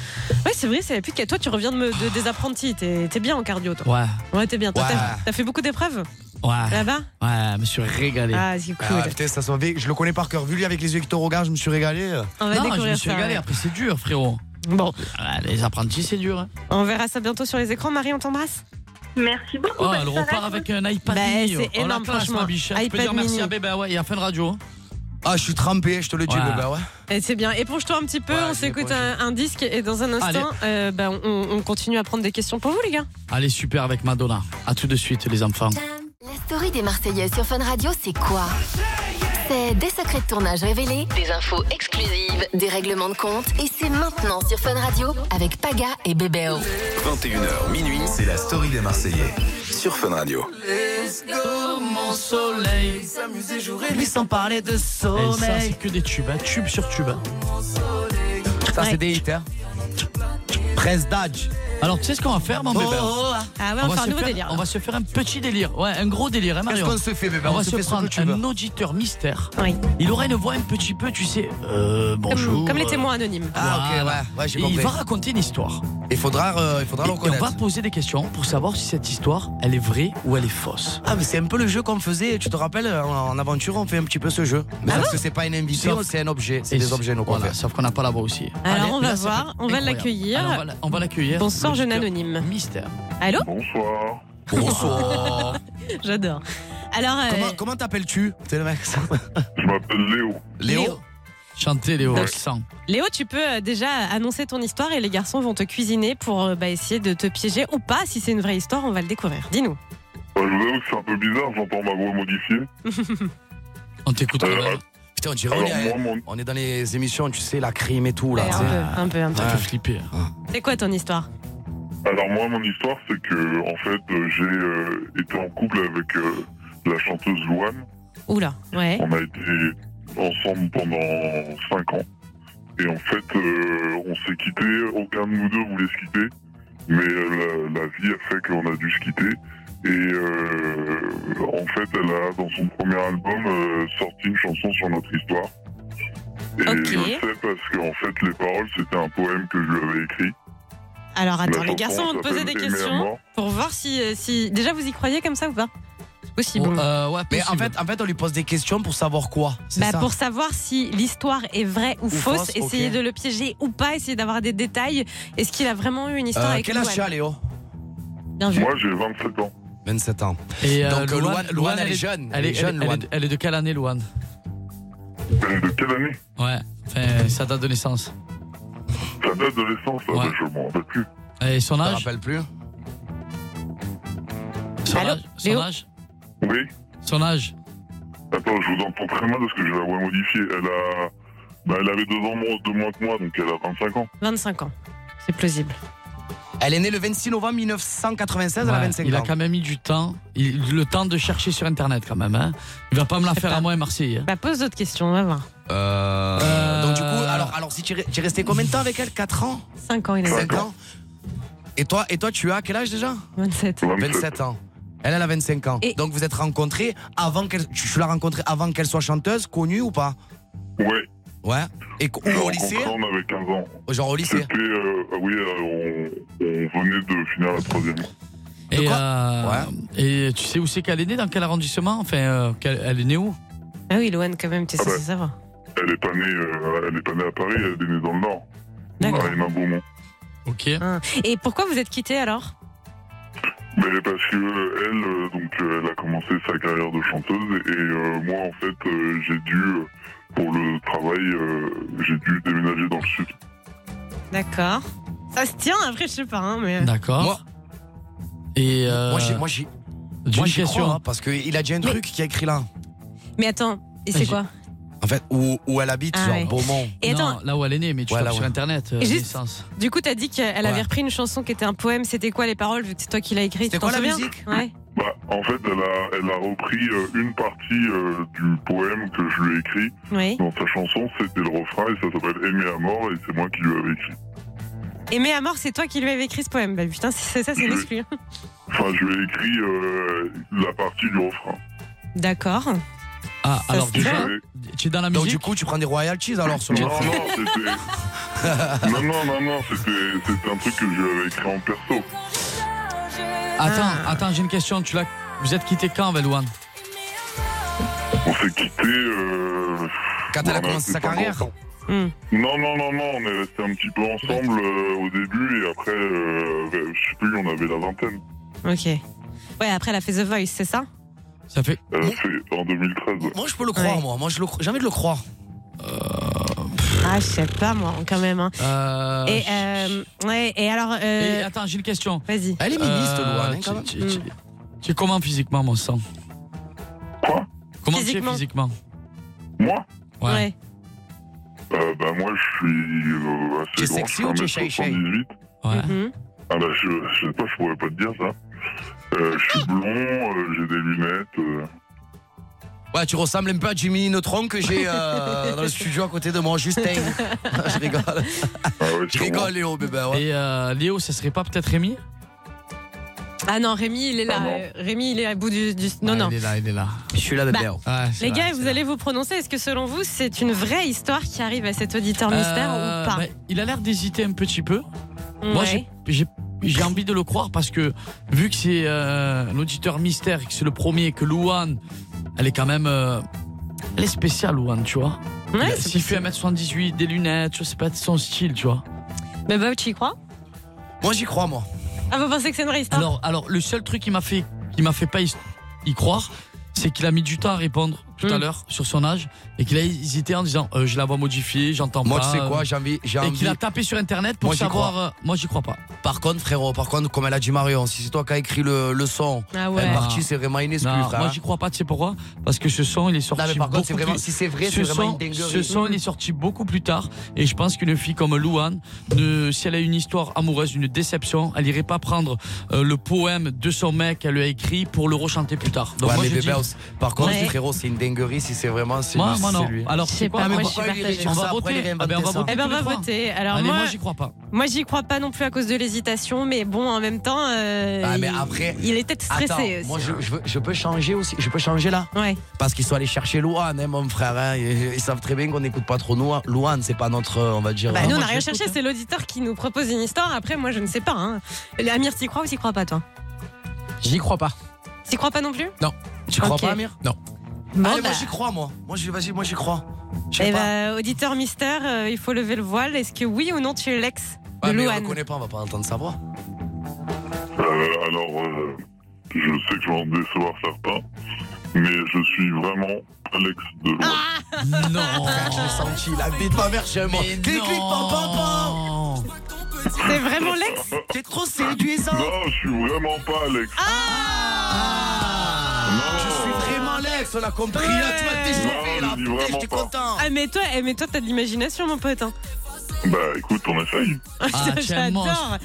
Speaker 5: Ouais, c'est vrai. C'est plus qu'à toi, tu reviens de, me- de- des apprentis. T'es t'es bien en cardio, toi.
Speaker 4: Ouais,
Speaker 5: Ouais, t'es bien. Toi,
Speaker 6: Ouais.
Speaker 5: T'as t'as fait beaucoup d'épreuves
Speaker 4: ouais,
Speaker 5: là-bas.
Speaker 4: ouais, je me suis régalé.
Speaker 5: Ah, c'est cool.
Speaker 6: Ah, putain, ça se voit. Je le connais par cœur. Vu lui avec les yeux qui te regardent, je me suis régalé.
Speaker 5: On va
Speaker 4: non,
Speaker 5: découvrir
Speaker 4: je me suis
Speaker 5: ça.
Speaker 4: régalé, après c'est dur frérot.
Speaker 5: ouais. Bon,
Speaker 4: Ah, les apprentis c'est dur. hein.
Speaker 5: on verra ça bientôt sur les écrans. Marie, on t'embrasse.
Speaker 7: Merci beaucoup.
Speaker 4: Oh,
Speaker 7: bonne
Speaker 4: elle
Speaker 7: soirée à
Speaker 4: repart
Speaker 7: vous.
Speaker 4: avec un iPad
Speaker 5: Bah,
Speaker 4: mini.
Speaker 5: c'est
Speaker 4: Oh, la
Speaker 5: énorme,
Speaker 4: classe,
Speaker 5: franchement.
Speaker 4: ma biche. Tu peux
Speaker 5: iPad
Speaker 4: dire merci
Speaker 5: mini.
Speaker 4: à Bébé ouais, et à Fun Radio.
Speaker 6: Ah, je suis trempé, je te le dis,
Speaker 4: Ouais.
Speaker 6: bah ouais.
Speaker 5: Et Eh, c'est bien, éponge-toi un petit peu,
Speaker 6: Ouais,
Speaker 5: on
Speaker 6: je
Speaker 5: s'écoute
Speaker 6: m'éponge.
Speaker 5: un, un disque et dans un instant, euh, bah, on, on continue à prendre des questions pour vous les gars.
Speaker 4: Allez, super avec Madonna. À tout de suite, les enfants.
Speaker 3: La story des Marseillais sur Fun Radio, c'est quoi C'est des secrets de tournage révélés, des infos exclusives, des règlements de compte, et c'est maintenant sur Fun Radio avec Paga et Bébéo.
Speaker 1: 21h minuit, c'est la story des Marseillais sur Fun Radio.
Speaker 4: mon soleil. S'amuser jour et nuit sans parler de sommeil. Eh, ça, c'est que des tubes, hein, tube sur tube. hein.
Speaker 6: Ça, c'est des hits, hein. Presse d'âge.
Speaker 4: Alors, tu sais ce qu'on va faire,
Speaker 6: Oh,
Speaker 4: mon bébé
Speaker 5: Ah ouais, on,
Speaker 4: on,
Speaker 5: fait
Speaker 4: va
Speaker 5: un
Speaker 4: se
Speaker 5: nouveau
Speaker 4: faire,
Speaker 5: délire.
Speaker 4: on va se faire un petit délire. Ouais, un gros délire, hein,
Speaker 6: Qu'est-ce
Speaker 4: Marion
Speaker 6: qu'on se fait, bébé
Speaker 4: on, va se,
Speaker 6: fait sur
Speaker 4: prendre
Speaker 6: YouTube.
Speaker 4: un auditeur mystère.
Speaker 5: Oui.
Speaker 4: Il aura une voix un petit peu, tu sais. Euh, bonjour. euh,
Speaker 5: Comme, comme les témoins anonymes.
Speaker 6: Ah, ok,
Speaker 4: Voilà.
Speaker 6: ouais, ouais, j'ai
Speaker 4: Et il
Speaker 6: compris.
Speaker 4: va raconter une histoire.
Speaker 6: Il faudra, euh, il faudra
Speaker 4: Et-
Speaker 6: le
Speaker 4: et on va
Speaker 6: reconnaître.
Speaker 4: poser des questions pour savoir si cette histoire, elle est vraie ou elle est fausse.
Speaker 6: Ah, mais c'est un peu le jeu qu'on faisait, tu te rappelles, en, en aventure, on fait un petit peu ce jeu. Ah Mais sauf que c'est pas une invitation,
Speaker 4: Sauf-
Speaker 6: c'est un objet, c'est
Speaker 4: Et
Speaker 6: des objets, nos
Speaker 4: voilà,
Speaker 6: confrères.
Speaker 4: Sauf qu'on n'a pas la voix aussi.
Speaker 5: Alors,
Speaker 4: Allez,
Speaker 5: on va
Speaker 4: là, ça
Speaker 5: voir,
Speaker 4: peut être
Speaker 5: on va
Speaker 4: incroyable.
Speaker 5: l'accueillir.
Speaker 4: Alors, on va la- On va l'accueillir.
Speaker 5: Bonsoir, jeune
Speaker 4: L'auditeur
Speaker 5: anonyme.
Speaker 4: Mystère.
Speaker 5: Allô
Speaker 11: Bonsoir.
Speaker 6: Bonsoir.
Speaker 5: J'adore. Alors, euh,
Speaker 6: Comment comment t'appelles-tu T'es le mec, ça.
Speaker 11: Je m'appelle Léo.
Speaker 6: Léo
Speaker 4: Chantez Léo,
Speaker 5: Ouais.
Speaker 4: accent.
Speaker 5: Léo, tu peux euh, déjà annoncer ton histoire et les garçons vont te cuisiner pour euh, bah, essayer de te piéger ou pas. Si c'est une vraie histoire, on va le découvrir. Dis-nous.
Speaker 11: Bah, je vous avoue que c'est un peu bizarre, j'entends ma voix modifiée.
Speaker 4: On t'écoute.
Speaker 11: Euh,
Speaker 4: Ronald.
Speaker 6: Putain, on dirait, on
Speaker 11: alors,
Speaker 6: est,
Speaker 11: moi, mon...
Speaker 6: on est dans les émissions, tu sais, Euh, la crime et tout, là.
Speaker 5: Ouais,
Speaker 6: tu
Speaker 5: un,
Speaker 6: sais.
Speaker 5: peu, un peu, un peu.
Speaker 4: Ça fait flipper.
Speaker 5: C'est quoi ton histoire
Speaker 11: Alors moi, mon histoire, c'est que en fait, euh, j'ai euh, été en couple avec euh, la chanteuse Louane.
Speaker 5: Oula, ouais.
Speaker 11: On a été ensemble pendant 5 ans. Et en fait, euh, on s'est quitté. Aucun de nous deux voulait se quitter. Mais euh, la, la vie a fait qu'on a dû se quitter. Et euh, en fait, elle a, dans son premier album, euh, sorti une chanson sur notre histoire. Et je le sais parce qu'en fait, les paroles, c'était un poème que je lui avais écrit.
Speaker 5: Alors attends,
Speaker 11: La
Speaker 5: les garçons vont
Speaker 11: chanson
Speaker 5: te poser des
Speaker 11: s'appelle Aimer à
Speaker 5: questions
Speaker 11: mort.
Speaker 5: pour voir si, euh, si. Déjà, vous y croyez comme ça ou pas C'est
Speaker 4: Oh,
Speaker 5: possible.
Speaker 4: euh,
Speaker 6: mais en fait, en fait, on lui pose des questions pour savoir quoi. euh, c'est
Speaker 5: Bah,
Speaker 6: ça
Speaker 5: pour savoir si l'histoire est vraie ou,
Speaker 6: Ou
Speaker 5: fausse,
Speaker 6: fausse, ok.
Speaker 5: essayer de le piéger ou pas, essayer d'avoir des détails. Est-ce qu'il a vraiment eu une histoire
Speaker 6: Euh,
Speaker 5: avec
Speaker 6: quel âge
Speaker 5: Louane
Speaker 6: tu as, Léo
Speaker 5: Bien vu.
Speaker 11: j'ai 27 ans.
Speaker 6: 27 ans.
Speaker 4: Et euh,
Speaker 6: Donc,
Speaker 4: Louane-
Speaker 6: Louane- Louane, elle est jeune.
Speaker 4: Elle est jeune, Louane. Elle est de quelle année, Louane
Speaker 11: Euh, De quelle année
Speaker 4: Ouais, enfin, sa date de naissance.
Speaker 11: Ça date de l'essence, ça, mais je m'en rappelle plus.
Speaker 4: Et son
Speaker 6: Ah, Je te
Speaker 4: âge
Speaker 6: rappelle plus.
Speaker 4: Son âge Son âge
Speaker 11: Oui
Speaker 4: Son âge
Speaker 11: Attends, je vous entends très mal parce que j'ai la voix modifiée. Elle a. Bah, elle avait deux ans moins, deux moins que moi, donc elle a 25 ans.
Speaker 5: 25 ans. C'est plausible.
Speaker 6: Elle est née le 26 novembre 1996, elle a
Speaker 4: Ouais,
Speaker 6: 25
Speaker 4: il
Speaker 6: ans.
Speaker 4: a quand même eu du temps, il- le temps de chercher sur internet quand même. Hein. Il va pas me la faire à moi hein. et Marseille.
Speaker 5: Bah, pose d'autres questions, on va voir.
Speaker 6: Euh, Donc, du coup, alors, alors si tu es resté combien de temps avec elle 4 ans
Speaker 5: 5 ans, il a dit.
Speaker 6: 5 ans et toi, et toi, tu as quel âge déjà
Speaker 5: 27.
Speaker 6: 27 ans. Elle, elle a 25 ans. Donc vous êtes rencontrés avant qu'elle. Tu tu l'as rencontrée avant qu'elle soit chanteuse, connue ou pas
Speaker 11: Ouais.
Speaker 6: Ouais. Et qu- ou au lycée
Speaker 11: On avait 15 ans.
Speaker 6: Genre au lycée
Speaker 11: C'était. euh, ah oui, euh, on, on venait de finir la troisième.
Speaker 4: Et, euh, et tu sais où c'est qu'elle est née Dans quel arrondissement Enfin, euh, qu'elle- elle est née où
Speaker 5: Ah oui, Loane, quand même, tu sais savoir.
Speaker 11: Elle est pas née, euh, elle est pas née à Paris, elle est née dans le Nord.
Speaker 5: D'accord.
Speaker 11: À Emma Beaumont.
Speaker 4: Ok.
Speaker 5: Hein. Et pourquoi vous êtes quittés alors
Speaker 11: Mais parce que euh, elle, euh, donc, euh, elle a commencé sa carrière de chanteuse et euh, moi, en fait, euh, j'ai dû, euh, pour le travail, euh, j'ai dû déménager dans le sud.
Speaker 5: D'accord. Ça se tient, après, je sais pas, hein, mais.
Speaker 6: Ah,
Speaker 4: D'accord. Et euh,
Speaker 6: Moi, j'ai- moi, j'ai.
Speaker 4: J'ai
Speaker 6: Moi,
Speaker 4: une
Speaker 6: j'y
Speaker 4: question.
Speaker 6: crois, hein, parce qu'il a dit un truc qui a écrit là.
Speaker 5: Mais attends, et c'est quoi
Speaker 6: En fait, où, où elle habite,
Speaker 5: Ah
Speaker 6: genre
Speaker 5: ouais.
Speaker 6: Beaumont.
Speaker 5: Et attends-
Speaker 4: Non, là où elle est née, mais tu
Speaker 6: Ouais,
Speaker 4: tapes
Speaker 6: là où-
Speaker 4: sur internet. euh,
Speaker 5: Et juste-
Speaker 4: naissance.
Speaker 5: Du coup, t'as dit qu'elle avait repris une chanson qui était un poème. C'était quoi les paroles Vu que c'est toi qui l'as écrite.
Speaker 6: C'était
Speaker 5: t'en
Speaker 6: quoi la
Speaker 5: souviens
Speaker 6: musique
Speaker 5: Ouais.
Speaker 11: Bah, en fait, elle a, elle a repris euh, une partie euh, du poème que je lui ai écrit
Speaker 5: Oui.
Speaker 11: dans sa chanson. C'était le refrain et ça s'appelle Aimer à mort et c'est moi qui lui avais écrit.
Speaker 5: Aimé à mort, c'est toi qui lui avais écrit ce poème. Bah putain, c'est ça, c'est une exclu.
Speaker 11: Enfin, je lui ai écrit euh, la partie du refrain.
Speaker 5: D'accord.
Speaker 4: Ah, alors
Speaker 11: se
Speaker 4: déjà,
Speaker 11: tient.
Speaker 4: tu es dans la musique
Speaker 6: Donc, du coup, tu prends des royalties alors sur le
Speaker 11: non, non, c'était. non, non, non, non, c'était c'était un truc que je lui avais écrit en perso.
Speaker 4: Attends, attends, j'ai une question. Tu l'as, vous êtes quitté quand, Velouane
Speaker 11: On s'est quitté. Euh...
Speaker 6: Quand elle a commencé sa carrière
Speaker 11: Non, non, non, non, on est resté un petit peu ensemble euh, au début et après, euh, je sais plus, on avait la vingtaine.
Speaker 5: Ok. Ouais, après, elle a fait The Voice, c'est ça
Speaker 4: Ça fait.
Speaker 11: Elle a fait Euh, en 2013.
Speaker 6: Moi, je peux le croire, moi. Moi, je le crois. Jamais de le croire.
Speaker 5: Ah, je sais pas, moi, quand même. hein.
Speaker 4: Euh,
Speaker 5: Et, euh, ouais, et alors. euh,
Speaker 4: et attends, j'ai une question. Euh,
Speaker 5: Vas-y.
Speaker 6: Elle est ministre, Louane, hein, quand même.
Speaker 4: tu, tu- tu- tu es comment physiquement, mon sang Comment tu
Speaker 11: Physiquement
Speaker 4: es physiquement
Speaker 11: Moi
Speaker 4: Ouais.
Speaker 11: Euh, bah, moi, je suis euh, assez grand,
Speaker 4: sexy
Speaker 11: je
Speaker 4: ou t'es
Speaker 11: suis 1
Speaker 4: shy-shy
Speaker 11: 78.
Speaker 4: Ouais.
Speaker 5: Mhm.
Speaker 11: Ah, bah, je, je sais pas, je pourrais pas te dire ça. Euh, je suis blond, euh, j'ai des lunettes. euh.
Speaker 6: Ouais, tu ressembles un peu à Jimmy Neutron que j'ai euh, dans le studio à côté de moi, Justin. je rigole.
Speaker 11: ah
Speaker 6: je rigole, Léo, bébé. Ouais.
Speaker 4: Et euh, Léo, ça serait pas peut-être Rémi
Speaker 5: Ah non, Rémi, il est là.
Speaker 4: Ah bon
Speaker 5: euh, Rémi, il est à bout du. du-
Speaker 6: Ah,
Speaker 5: Non,
Speaker 4: Ouais,
Speaker 5: non.
Speaker 4: Il est là, il est là.
Speaker 6: Je suis là, bébé.
Speaker 5: Bah, Les gars, vous allez vous prononcer. Est-ce que selon vous, c'est une vraie histoire qui arrive à cet auditeur mystère ou pas
Speaker 4: ben, Il a l'air d'hésiter un petit peu. Euh, bah, Moi,
Speaker 5: Ouais.
Speaker 4: j'ai- j'ai j'ai envie de le croire parce que vu que c'est euh, un auditeur mystère et que c'est le premier, que Louane, elle est quand même. euh, elle est spéciale, Louane, Bah, tu vois.
Speaker 5: Ouais,
Speaker 4: Il a- S'il fait 1m78, des lunettes, tu vois, c'est pas son style, tu vois.
Speaker 5: Mais Bob, Bah, tu y crois
Speaker 6: Moi, j'y crois, moi.
Speaker 5: Ah, vous pensez que c'est une vraie histoire
Speaker 4: Alors, alors, le seul truc qui m'a fait, qui m'a fait pas y, y croire, c'est qu'il a mis du temps à répondre. tout
Speaker 5: Hmm.
Speaker 4: à l'heure sur son âge et qu'il a hésité en disant euh, je la vois modifiée, j'entends pas.
Speaker 6: Moi, tu sais quoi,
Speaker 4: euh,
Speaker 6: j'ai envie. j'ai
Speaker 4: Et
Speaker 6: envie-
Speaker 4: qu'il a tapé sur internet pour
Speaker 6: Moi, j'y
Speaker 4: savoir.
Speaker 6: crois.
Speaker 4: euh, moi, j'y crois pas.
Speaker 6: Par contre, frérot, par contre, comme elle a dit Marion, si c'est toi qui as écrit le, le son,
Speaker 4: Ah ouais.
Speaker 6: elle est partie, c'est vraiment une excuse,
Speaker 4: Non,
Speaker 6: frère.
Speaker 4: moi, j'y crois pas, tu sais pourquoi Parce que ce son, il est sorti.
Speaker 6: hein Non, mais par contre, c'est
Speaker 4: beaucoup
Speaker 6: vraiment-
Speaker 4: plus-
Speaker 6: si c'est vrai,
Speaker 4: ce
Speaker 6: c'est vraiment
Speaker 4: son-
Speaker 6: une dinguerie.
Speaker 4: Ce son, il est sorti beaucoup plus tard. Et je pense qu'une fille comme Louane, ne- si elle a une histoire amoureuse, une déception, elle irait pas prendre euh, le poème de son mec qu'elle lui a écrit pour le rechanter plus tard. Donc,
Speaker 6: Ouais,
Speaker 4: moi,
Speaker 6: mais
Speaker 4: je
Speaker 6: bébé
Speaker 4: dis-
Speaker 6: House, par contre,
Speaker 4: Ouais.
Speaker 6: frérot, c'est une dinguerie si c'est vraiment. c'est
Speaker 4: Moi,
Speaker 6: lui,
Speaker 4: moi,
Speaker 6: c'est
Speaker 4: non.
Speaker 6: lui.
Speaker 4: Alors,
Speaker 5: Je sais pas, moi, je suis partagée.
Speaker 4: on
Speaker 5: Ça,
Speaker 4: va
Speaker 5: après,
Speaker 4: voter.
Speaker 5: il réinvente
Speaker 4: Ah ben, on va
Speaker 5: ça.
Speaker 4: voter
Speaker 5: Eh ben,
Speaker 4: tous les
Speaker 5: on va
Speaker 4: trois.
Speaker 5: voter. Alors,
Speaker 4: Allez,
Speaker 5: moi-
Speaker 4: moi j'y crois pas.
Speaker 5: Moi, j'y crois pas non plus à cause de l'hésitation, mais bon, en même temps, euh,
Speaker 6: Ah, mais
Speaker 5: il-
Speaker 6: après.
Speaker 5: il, est peut-être stressé
Speaker 6: Attends,
Speaker 5: aussi.
Speaker 6: Moi, je, je veux- je peux changer aussi. Je peux changer là
Speaker 5: Ouais.
Speaker 6: Parce qu'ils sont allés chercher Louane, hein, mon frère. hein. Ils, ils savent très bien qu'on n'écoute pas trop Noua- Louane. C'est pas notre, euh, on va dire.
Speaker 5: Bah,
Speaker 6: euh,
Speaker 5: nous, on n'a rien cherché, c'est l'auditeur qui nous propose une histoire. Après, moi, je ne sais pas. Hein. Amir, t'y crois ou t'y crois pas, toi
Speaker 33: J'y crois pas.
Speaker 5: T'y crois pas non plus
Speaker 33: Non.
Speaker 6: Tu crois
Speaker 5: Ok.
Speaker 6: pas, Amir
Speaker 33: Non.
Speaker 6: Allez,
Speaker 5: bah.
Speaker 6: moi, j'y crois, moi. Moi, j'y- vas-y, moi, j'y crois. Je sais
Speaker 5: Eh
Speaker 6: pas.
Speaker 5: bah, auditeur mystère, euh, il faut lever le voile. Est-ce que oui ou non, tu es l'ex de
Speaker 6: Ouais, Ah, mais on
Speaker 5: Louane
Speaker 6: ne connaît pas, on va pas entendre sa voix.
Speaker 11: Euh, alors, euh, je sais que je vais en décevoir certains, mais je suis vraiment Alex de loin.
Speaker 6: Non, je l'ai senti, la vie de ma mère chez moi. Clic, clic, pam, pam, pam.
Speaker 5: C'est vraiment l'ex
Speaker 6: T'es trop séduisant.
Speaker 11: Non, je suis vraiment pas Alex.
Speaker 6: Je suis vraiment Lex, on a compris. Là, tu m'as déchiré, là. Putain, j'étais content.
Speaker 5: Ah, mais toi, eh, mais toi, t'as de l'imagination, mon pote. hein.
Speaker 11: Bah écoute, on essaye.
Speaker 5: Ah, J'adore.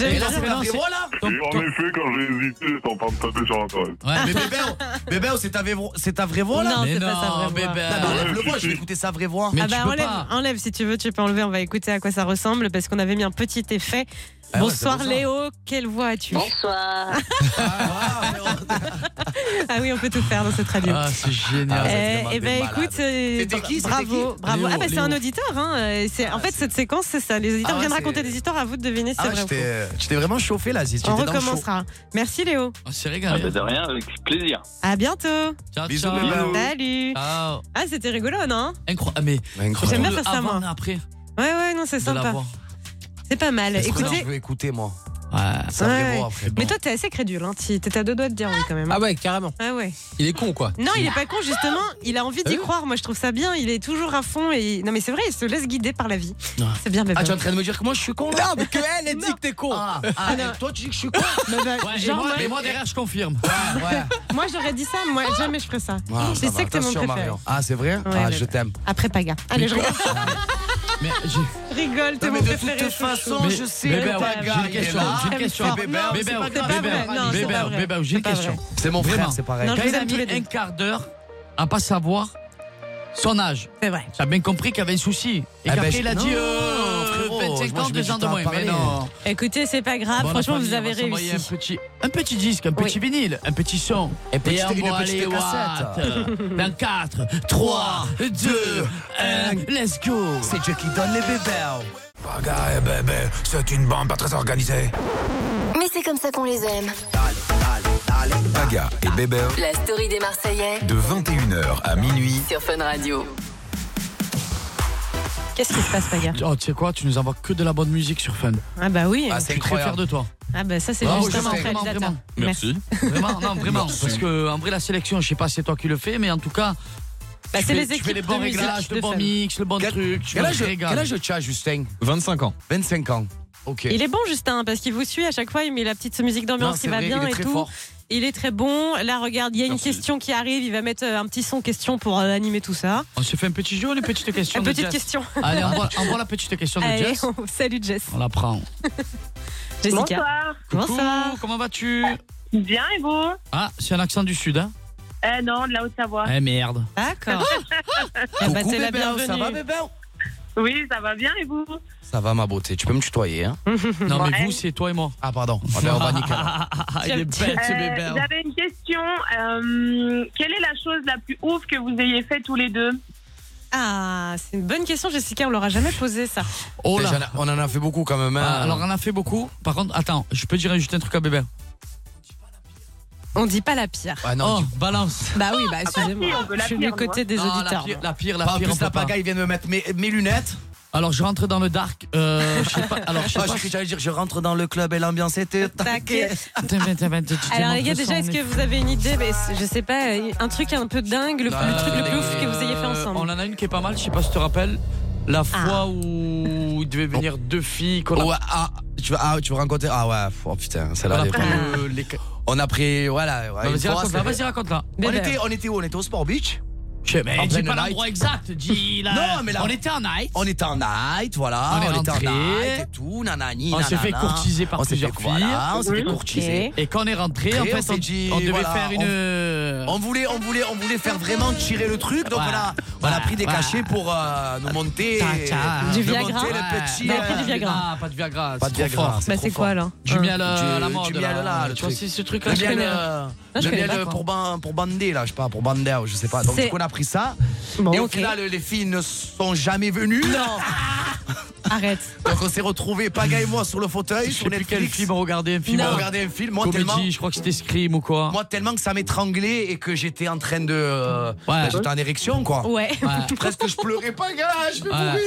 Speaker 5: J'aime
Speaker 6: Et là, c'est
Speaker 5: bien.
Speaker 6: parti, voilà.
Speaker 11: Et en effet, quand j'ai hésité, t'es en train de taper sur internet.
Speaker 6: Ouais, mais bébé, oh, bébé, oh, c'est ta vraie voix, c'est ta vraie voix là
Speaker 5: Non, c'est pas sa vraie voix.
Speaker 6: Non, mais enlève le voix, je vais écouter sa vraie voix.
Speaker 5: ben, ah bah enlève, enlève si tu veux, tu peux enlever, on va écouter à quoi ça ressemble parce qu'on avait mis un petit effet.
Speaker 6: Ah ouais,
Speaker 5: Bonsoir
Speaker 6: c'est pour ça.
Speaker 5: Léo, quelle voix as-tu
Speaker 34: Bonsoir.
Speaker 5: Ah oui, on peut tout faire dans cette radio.
Speaker 4: Ah, c'est génial.
Speaker 5: Eh eh ben écoute, euh,
Speaker 6: C'était qui, c'était
Speaker 5: bravo,
Speaker 6: qui
Speaker 5: bravo.
Speaker 6: Léo,
Speaker 5: ah bah c'est
Speaker 6: Léo.
Speaker 5: un auditeur. Hein. euh, c'est- en fait, cette séquence, c'est ça. Les auditeurs
Speaker 6: Ah ouais,
Speaker 5: viennent
Speaker 6: c'est-
Speaker 5: raconter des histoires à vous de deviner si
Speaker 6: Ah,
Speaker 5: c'est vrai.
Speaker 6: je
Speaker 5: ou faux.
Speaker 6: t'ai- je t'ai vraiment chauffé là, Ziz. tu
Speaker 5: On
Speaker 6: étais dans le show.
Speaker 5: recommencera. Merci Léo.
Speaker 4: On s'est régalé.
Speaker 34: Ah bah, de rien, avec plaisir.
Speaker 5: À bientôt.
Speaker 4: Bisous, ciao. Léo.
Speaker 5: Salut.
Speaker 4: Ah,
Speaker 5: Ah c'était rigolo, non
Speaker 4: incroyable. ah, Mais
Speaker 5: J'aime bien faire ça,
Speaker 4: Avant
Speaker 5: moi.
Speaker 4: et après
Speaker 5: Ouais ouais, non c'est
Speaker 4: de la
Speaker 5: sympa.
Speaker 4: voix.
Speaker 5: C'est pas mal.
Speaker 6: Parce que là,
Speaker 5: Écoutez,
Speaker 6: Je veux écouter, moi.
Speaker 4: Ouais.
Speaker 6: Sa
Speaker 5: Ouais,
Speaker 6: vraie
Speaker 5: ouais.
Speaker 6: voix après.
Speaker 5: Mais toi, t'es assez crédule, hein. T'y- T'es à deux doigts de dire oui quand même.
Speaker 33: Ah ouais, carrément.
Speaker 5: Ah ouais.
Speaker 33: Il est con, quoi.
Speaker 5: Non, il est pas con, justement. Il a envie d'y
Speaker 6: Ah
Speaker 5: croire. Moi, je trouve ça bien. Il est toujours à fond. Et... Non, mais c'est vrai, il se laisse guider par la vie. C'est bien, bébé.
Speaker 6: Ah, tu es en train de me dire que moi je suis con là
Speaker 33: Non, mais que elle, elle dit que t'es con.
Speaker 6: Ah, ah, et toi tu dis que je suis con
Speaker 5: Bah,
Speaker 4: Ouais, et
Speaker 5: Genre,
Speaker 4: moi-
Speaker 5: moi-
Speaker 4: mais moi derrière, je confirme.
Speaker 5: Moi, j'aurais dit ça. Moi, jamais je ferais ça.
Speaker 6: Ah,
Speaker 5: je
Speaker 6: ça
Speaker 5: sais
Speaker 6: va,
Speaker 5: que t'es mon
Speaker 6: attention,
Speaker 5: préféré.
Speaker 6: Marion. Ah, c'est vrai Ah,
Speaker 5: ouais,
Speaker 6: je
Speaker 5: ouais.
Speaker 6: t'aime.
Speaker 5: Après Paga. Allez, je rigole.
Speaker 4: Mais
Speaker 5: Oh,
Speaker 4: j'ai-
Speaker 5: rigole, t'es
Speaker 6: Non, mais
Speaker 5: mon
Speaker 6: de
Speaker 5: préféré.
Speaker 6: toute
Speaker 5: c'est chaud.
Speaker 6: façon, je sais
Speaker 4: Bébé,
Speaker 6: que
Speaker 4: ouais,
Speaker 6: Paga,
Speaker 4: j'ai une
Speaker 6: il est
Speaker 4: question,
Speaker 6: là.
Speaker 4: j'ai une question.
Speaker 6: Bébé,
Speaker 4: Bébé,
Speaker 6: bébé,
Speaker 5: Non,
Speaker 6: bébé,
Speaker 5: c'est pas vrai. Non, c'est
Speaker 4: Bébé,
Speaker 5: pas vrai.
Speaker 4: Bébé, j'ai une
Speaker 5: C'est pas
Speaker 4: question.
Speaker 5: vrai.
Speaker 6: C'est mon frère,
Speaker 4: Vraiment.
Speaker 6: c'est pareil.
Speaker 5: Non, je
Speaker 4: Quand
Speaker 5: vous
Speaker 4: il a
Speaker 5: aime tous
Speaker 4: mis
Speaker 5: les deux.
Speaker 4: un quart d'heure à pas savoir son âge,
Speaker 5: C'est vrai.
Speaker 4: t'as bien compris qu'il y avait un souci. Et
Speaker 6: Ah
Speaker 4: qu'après,
Speaker 6: ben, je-
Speaker 4: il a dit
Speaker 6: Non,
Speaker 4: euh,
Speaker 6: frérot,
Speaker 4: 25
Speaker 6: moi,
Speaker 4: ans,
Speaker 6: je me
Speaker 4: 2
Speaker 6: dis
Speaker 4: ans de
Speaker 6: t'en
Speaker 4: moins. Mais
Speaker 6: parler.
Speaker 4: non.
Speaker 5: Écoutez, c'est pas grave.
Speaker 4: Bon, la
Speaker 5: Ah, Franchement,
Speaker 4: famille,
Speaker 5: vous avez
Speaker 4: on va s'envoyer
Speaker 5: réussi.
Speaker 4: Un petit, un petit disque, un petit vinyle, un petit son.
Speaker 6: Et petite-
Speaker 4: on
Speaker 6: une
Speaker 4: va
Speaker 6: petite
Speaker 4: aller
Speaker 6: cassette.
Speaker 4: what Dans 4, 3, 2, 1, let's go
Speaker 6: C'est Dieu qui donne les bébés.
Speaker 1: Paga et bébé, c'est une bande pas très organisée.
Speaker 3: Mais c'est comme ça qu'on les aime.
Speaker 35: Paga et Bébé
Speaker 3: La story des Marseillais
Speaker 35: de 21h à minuit
Speaker 3: sur Fun Radio.
Speaker 5: Qu'est-ce qui se passe, Paga
Speaker 4: Oh, tu sais quoi, tu nous envoies que de la bonne musique sur Fun.
Speaker 5: Ah bah oui.
Speaker 6: Ah, c'est
Speaker 4: Je suis très fier
Speaker 6: incroyable.
Speaker 4: de toi.
Speaker 5: Ah bah ça, c'est
Speaker 4: Bravo,
Speaker 5: justement
Speaker 4: Justin.
Speaker 5: un
Speaker 4: Vraiment,
Speaker 5: réalisateur.
Speaker 4: vraiment.
Speaker 5: Merci.
Speaker 4: Vraiment, non, vraiment. Parce que, en vrai, la sélection, je sais pas si c'est toi qui le fais, mais en tout cas.
Speaker 5: Bah,
Speaker 4: tu
Speaker 5: c'est
Speaker 4: fais-
Speaker 5: les
Speaker 4: tu fais
Speaker 5: équipes
Speaker 4: les bons
Speaker 5: de musique
Speaker 4: réglages, le
Speaker 5: de
Speaker 4: bon
Speaker 5: Fun.
Speaker 4: mix, le bon truc. tu
Speaker 6: Quel
Speaker 4: me
Speaker 6: âge,
Speaker 4: régales.
Speaker 6: quel âge tu as, Justin
Speaker 36: 25 ans.
Speaker 6: 25 ans. Ok.
Speaker 5: Il est bon, Justin, parce qu'il vous suit à chaque fois. Il met la petite musique
Speaker 6: Non,
Speaker 5: d'ambiance
Speaker 6: c'est
Speaker 5: qui va
Speaker 6: vrai,
Speaker 5: bien
Speaker 6: il est
Speaker 5: et
Speaker 6: très
Speaker 5: tout.
Speaker 6: fort.
Speaker 5: Il est très bon. Là, regarde, il y a une question qui arrive. Il va mettre euh, un petit son question pour euh, animer tout ça.
Speaker 4: On se fait un petit jeu, une petite question.
Speaker 5: Une
Speaker 4: de
Speaker 5: petite
Speaker 4: Jess.
Speaker 5: question.
Speaker 4: Allez, envoie, envoie la petite question de
Speaker 5: Allez,
Speaker 4: Jess.
Speaker 5: on- salut Jess.
Speaker 4: On la prend.
Speaker 5: Jessica.
Speaker 7: Bonsoir.
Speaker 5: Bonsoir.
Speaker 4: Coucou, comment vas-tu
Speaker 7: Bien et vous
Speaker 4: Ah, c'est un accent du sud, hein
Speaker 7: Euh, non, de la Haute-Savoie.
Speaker 5: Ah.
Speaker 4: Eh merde.
Speaker 5: D'accord. Ah,
Speaker 6: Coucou,
Speaker 5: bah, c'est la
Speaker 6: bébé, ça va,
Speaker 5: bienvenue.
Speaker 6: bébé oh
Speaker 7: Oui, ça va bien et vous
Speaker 6: Ça va, ma beauté. Tu peux me tutoyer. Hein
Speaker 4: Non, mais
Speaker 7: Ouais.
Speaker 5: eh.
Speaker 4: vous, c'est toi et moi.
Speaker 6: ah, pardon. Ah, ben, on va nickel.
Speaker 4: Il est bête, ce
Speaker 7: Euh,
Speaker 4: bébé. oh.
Speaker 7: J'avais une question. Euh, quelle est la chose la plus ouf que vous ayez fait tous les deux
Speaker 5: Ah, c'est une bonne question, Jessica. On l'aura jamais posée ça.
Speaker 4: Oh
Speaker 6: Déjà,
Speaker 4: là.
Speaker 6: On en a fait beaucoup quand même. hein.
Speaker 4: Ah, Alors, on a fait beaucoup. Par contre, attends, je peux dire juste un truc à bébé.
Speaker 5: On dit pas la pire.
Speaker 6: Ah, non,
Speaker 4: Oh, balance.
Speaker 5: Bah oui, bah
Speaker 7: Ah, si,
Speaker 5: excusez-moi.
Speaker 7: on veut la
Speaker 5: Je suis
Speaker 7: pire,
Speaker 5: du côté des
Speaker 4: Non,
Speaker 5: auditeurs.
Speaker 4: La pire, la pire,
Speaker 6: Pas
Speaker 4: la
Speaker 6: en
Speaker 4: pire. on
Speaker 6: plus,
Speaker 4: peut
Speaker 6: la
Speaker 4: pas.
Speaker 6: pagaille vient de me mettre mes, mes lunettes.
Speaker 4: Alors je rentre dans le dark. Euh, je sais pas. Alors je sais
Speaker 6: Ah,
Speaker 4: pas.
Speaker 6: j'ai cru que j'allais dire, je rentre dans le club et l'ambiance était
Speaker 5: Taquet.
Speaker 6: taquée.
Speaker 5: Alors les gars, déjà, est-ce que vous avez une idée mais Je sais pas, euh, un truc un peu dingue,
Speaker 6: Bah,
Speaker 5: le, le truc le plus ouf que vous ayez fait ensemble.
Speaker 4: Ah,
Speaker 5: Ah.
Speaker 4: On en a une qui est pas mal, je sais pas si tu te rappelles. La fois où il devait venir deux filles qu'on a-
Speaker 6: Oh. Ouais, ah, tu vas, ah, tu vas rencontrer. Ah ouais, oh putain,
Speaker 4: on
Speaker 6: celle-là.
Speaker 4: a
Speaker 6: elle est
Speaker 4: pris
Speaker 6: pas mal.
Speaker 4: le- les ca-
Speaker 6: On a pris, voilà. ouais,
Speaker 4: Non,
Speaker 6: Ah, une
Speaker 4: Bah, Vas-y
Speaker 6: fois,
Speaker 4: raconte-la,
Speaker 6: c'était-
Speaker 4: vas-y raconte-la.
Speaker 6: On était, on était où On était au Sport Beach Je sais, mais
Speaker 4: En
Speaker 6: dis
Speaker 4: pleine
Speaker 6: pas
Speaker 4: night.
Speaker 6: l'endroit
Speaker 4: exact, dis la-
Speaker 6: Non, mais là,
Speaker 4: On était en night.
Speaker 6: On était en night, voilà.
Speaker 4: On est
Speaker 6: On, était en
Speaker 4: rentré.
Speaker 6: night et tout, nanani,
Speaker 4: On s'est
Speaker 6: nanana.
Speaker 4: fait courtiser par
Speaker 6: On s'est
Speaker 4: plusieurs
Speaker 6: fait-
Speaker 4: filles.
Speaker 6: Voilà, on s'est fait courtiser.
Speaker 4: Et quand on est rentré, en
Speaker 6: Après,
Speaker 4: fait,
Speaker 6: s'est
Speaker 4: on,
Speaker 6: dit,
Speaker 4: on devait
Speaker 6: voilà,
Speaker 4: faire
Speaker 6: on-
Speaker 4: une. euh,
Speaker 6: On voulait, on voulait, on voulait faire vraiment tirer le truc, donc
Speaker 4: Voilà.
Speaker 6: on a, on a
Speaker 4: Voilà.
Speaker 6: pris des
Speaker 4: Voilà.
Speaker 6: cachets pour euh, nous monter,
Speaker 4: Du
Speaker 6: nous
Speaker 4: Viagra.
Speaker 6: monter
Speaker 4: Ouais.
Speaker 6: le euh, petit.
Speaker 4: Vous avez pris du Viagra.
Speaker 6: euh,
Speaker 4: Ah, pas de Viagra.
Speaker 6: Pas de Viagra, c'est Bah, trop c'est quoi, fort. alors
Speaker 4: Du miel euh,
Speaker 6: Du-
Speaker 4: à la mode.
Speaker 6: du miel, là, le
Speaker 4: Tu vois,
Speaker 6: truc.
Speaker 4: c'est ce truc-là.
Speaker 6: Le
Speaker 4: je
Speaker 6: miel,
Speaker 4: connais.
Speaker 6: euh,
Speaker 4: Ah, je
Speaker 6: le
Speaker 4: connais
Speaker 6: miel
Speaker 4: pas, quoi.
Speaker 6: pour, ban- pour bander, là, je sais pas, pour bander, je sais pas. Donc,
Speaker 5: C'est-
Speaker 6: du coup, on a pris ça. et au
Speaker 5: ok.
Speaker 6: final, les filles ne sont jamais venues. Non
Speaker 5: Arrête.
Speaker 6: Donc, on s'est retrouvés, Paga et moi, sur le fauteuil,
Speaker 4: Je
Speaker 6: sur
Speaker 4: sais plus
Speaker 6: Netflix.
Speaker 4: quel film on regardait, un film.
Speaker 6: On
Speaker 4: euh,
Speaker 6: regardait un film, moi,
Speaker 4: comédie,
Speaker 6: tellement-
Speaker 4: je crois que c'était Scream ou quoi.
Speaker 6: Moi, tellement que ça m'étranglait et que j'étais en train de. euh, bah, J'étais en érection, quoi.
Speaker 5: Ouais.
Speaker 6: Ouais. Presque je pleurais pas, gars, je vais
Speaker 5: Ouais.
Speaker 6: mourir.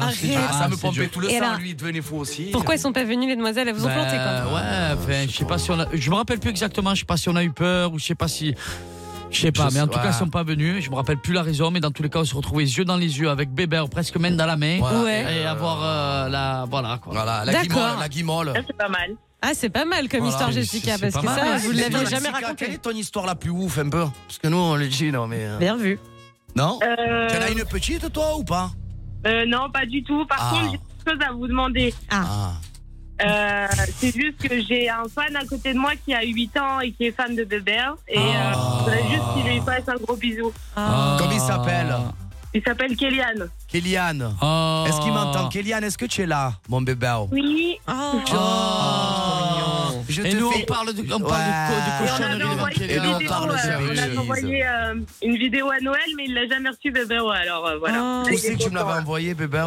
Speaker 5: Arrête.
Speaker 6: Ah, ça me pompait tout le
Speaker 5: Et
Speaker 6: sang,
Speaker 5: là-
Speaker 6: lui, il devenait fou aussi.
Speaker 5: Pourquoi ils sont pas venus les demoiselles Elles vous ont
Speaker 4: Bah,
Speaker 5: planté quoi.
Speaker 4: Ouais, enfin, je sais pas si on a. Je me rappelle plus exactement, je sais pas si on a eu peur ou je sais pas si. Je sais pas,
Speaker 6: Je
Speaker 4: mais en
Speaker 6: sais-
Speaker 4: tout cas,
Speaker 6: ouais.
Speaker 4: ils sont pas venus. Je me rappelle plus la raison, mais dans tous les cas, on se retrouvait yeux dans les yeux avec bébé, presque main dans la main.
Speaker 6: Voilà. Ouais.
Speaker 4: Et, avoir euh, la. Voilà, quoi.
Speaker 6: Voilà, la
Speaker 4: D'accord.
Speaker 6: guimole, la guimole.
Speaker 7: Ça, Eh, c'est pas mal.
Speaker 5: Ah, c'est pas mal comme
Speaker 6: Voilà,
Speaker 5: histoire,
Speaker 6: c'est-
Speaker 5: Jessica,
Speaker 6: c'est
Speaker 5: parce
Speaker 6: pas
Speaker 5: que
Speaker 6: mal.
Speaker 5: ça, vous ne l'aviez
Speaker 6: Jessica,
Speaker 5: jamais
Speaker 6: Quelle est
Speaker 5: raconté.
Speaker 6: ton histoire la plus ouf, un peu Parce que nous, on le dit, non, mais. euh,
Speaker 5: Bien vu.
Speaker 6: Non
Speaker 5: Euh,
Speaker 6: T'en as une petite, toi, ou pas
Speaker 7: Euh, non, pas du tout. Par
Speaker 6: Ah.
Speaker 7: contre, j'ai quelque chose à vous demander. Euh, c'est juste que j'ai un fan à côté de moi qui a 8 ans et qui est fan de Bébert. Et euh,
Speaker 6: Ah.
Speaker 7: je voudrais juste qu'il lui fasse un gros bisou.
Speaker 6: Comme il s'appelle
Speaker 7: Il s'appelle Kélian.
Speaker 6: Kéliane.
Speaker 4: Ah.
Speaker 6: Est-ce qu'il m'entend Kéliane, est-ce que tu es là, mon bébé
Speaker 7: Oui.
Speaker 6: Ah, Je
Speaker 4: Ah. Et
Speaker 6: te
Speaker 4: nous,
Speaker 6: fais-
Speaker 4: on parle de, on parle
Speaker 6: Ouais.
Speaker 4: de,
Speaker 7: Et on
Speaker 4: co- de
Speaker 7: avait
Speaker 4: cochonneries.
Speaker 7: envoyé une
Speaker 6: Kélian, on
Speaker 7: vidéo,
Speaker 6: parle de
Speaker 7: euh, on avait
Speaker 6: bêtises.
Speaker 7: envoyé euh, une vidéo à Noël, mais il l'a jamais reçu, Bébert. Alors euh, voilà.
Speaker 6: Où c'est que tu me l'avais envoyé, bébé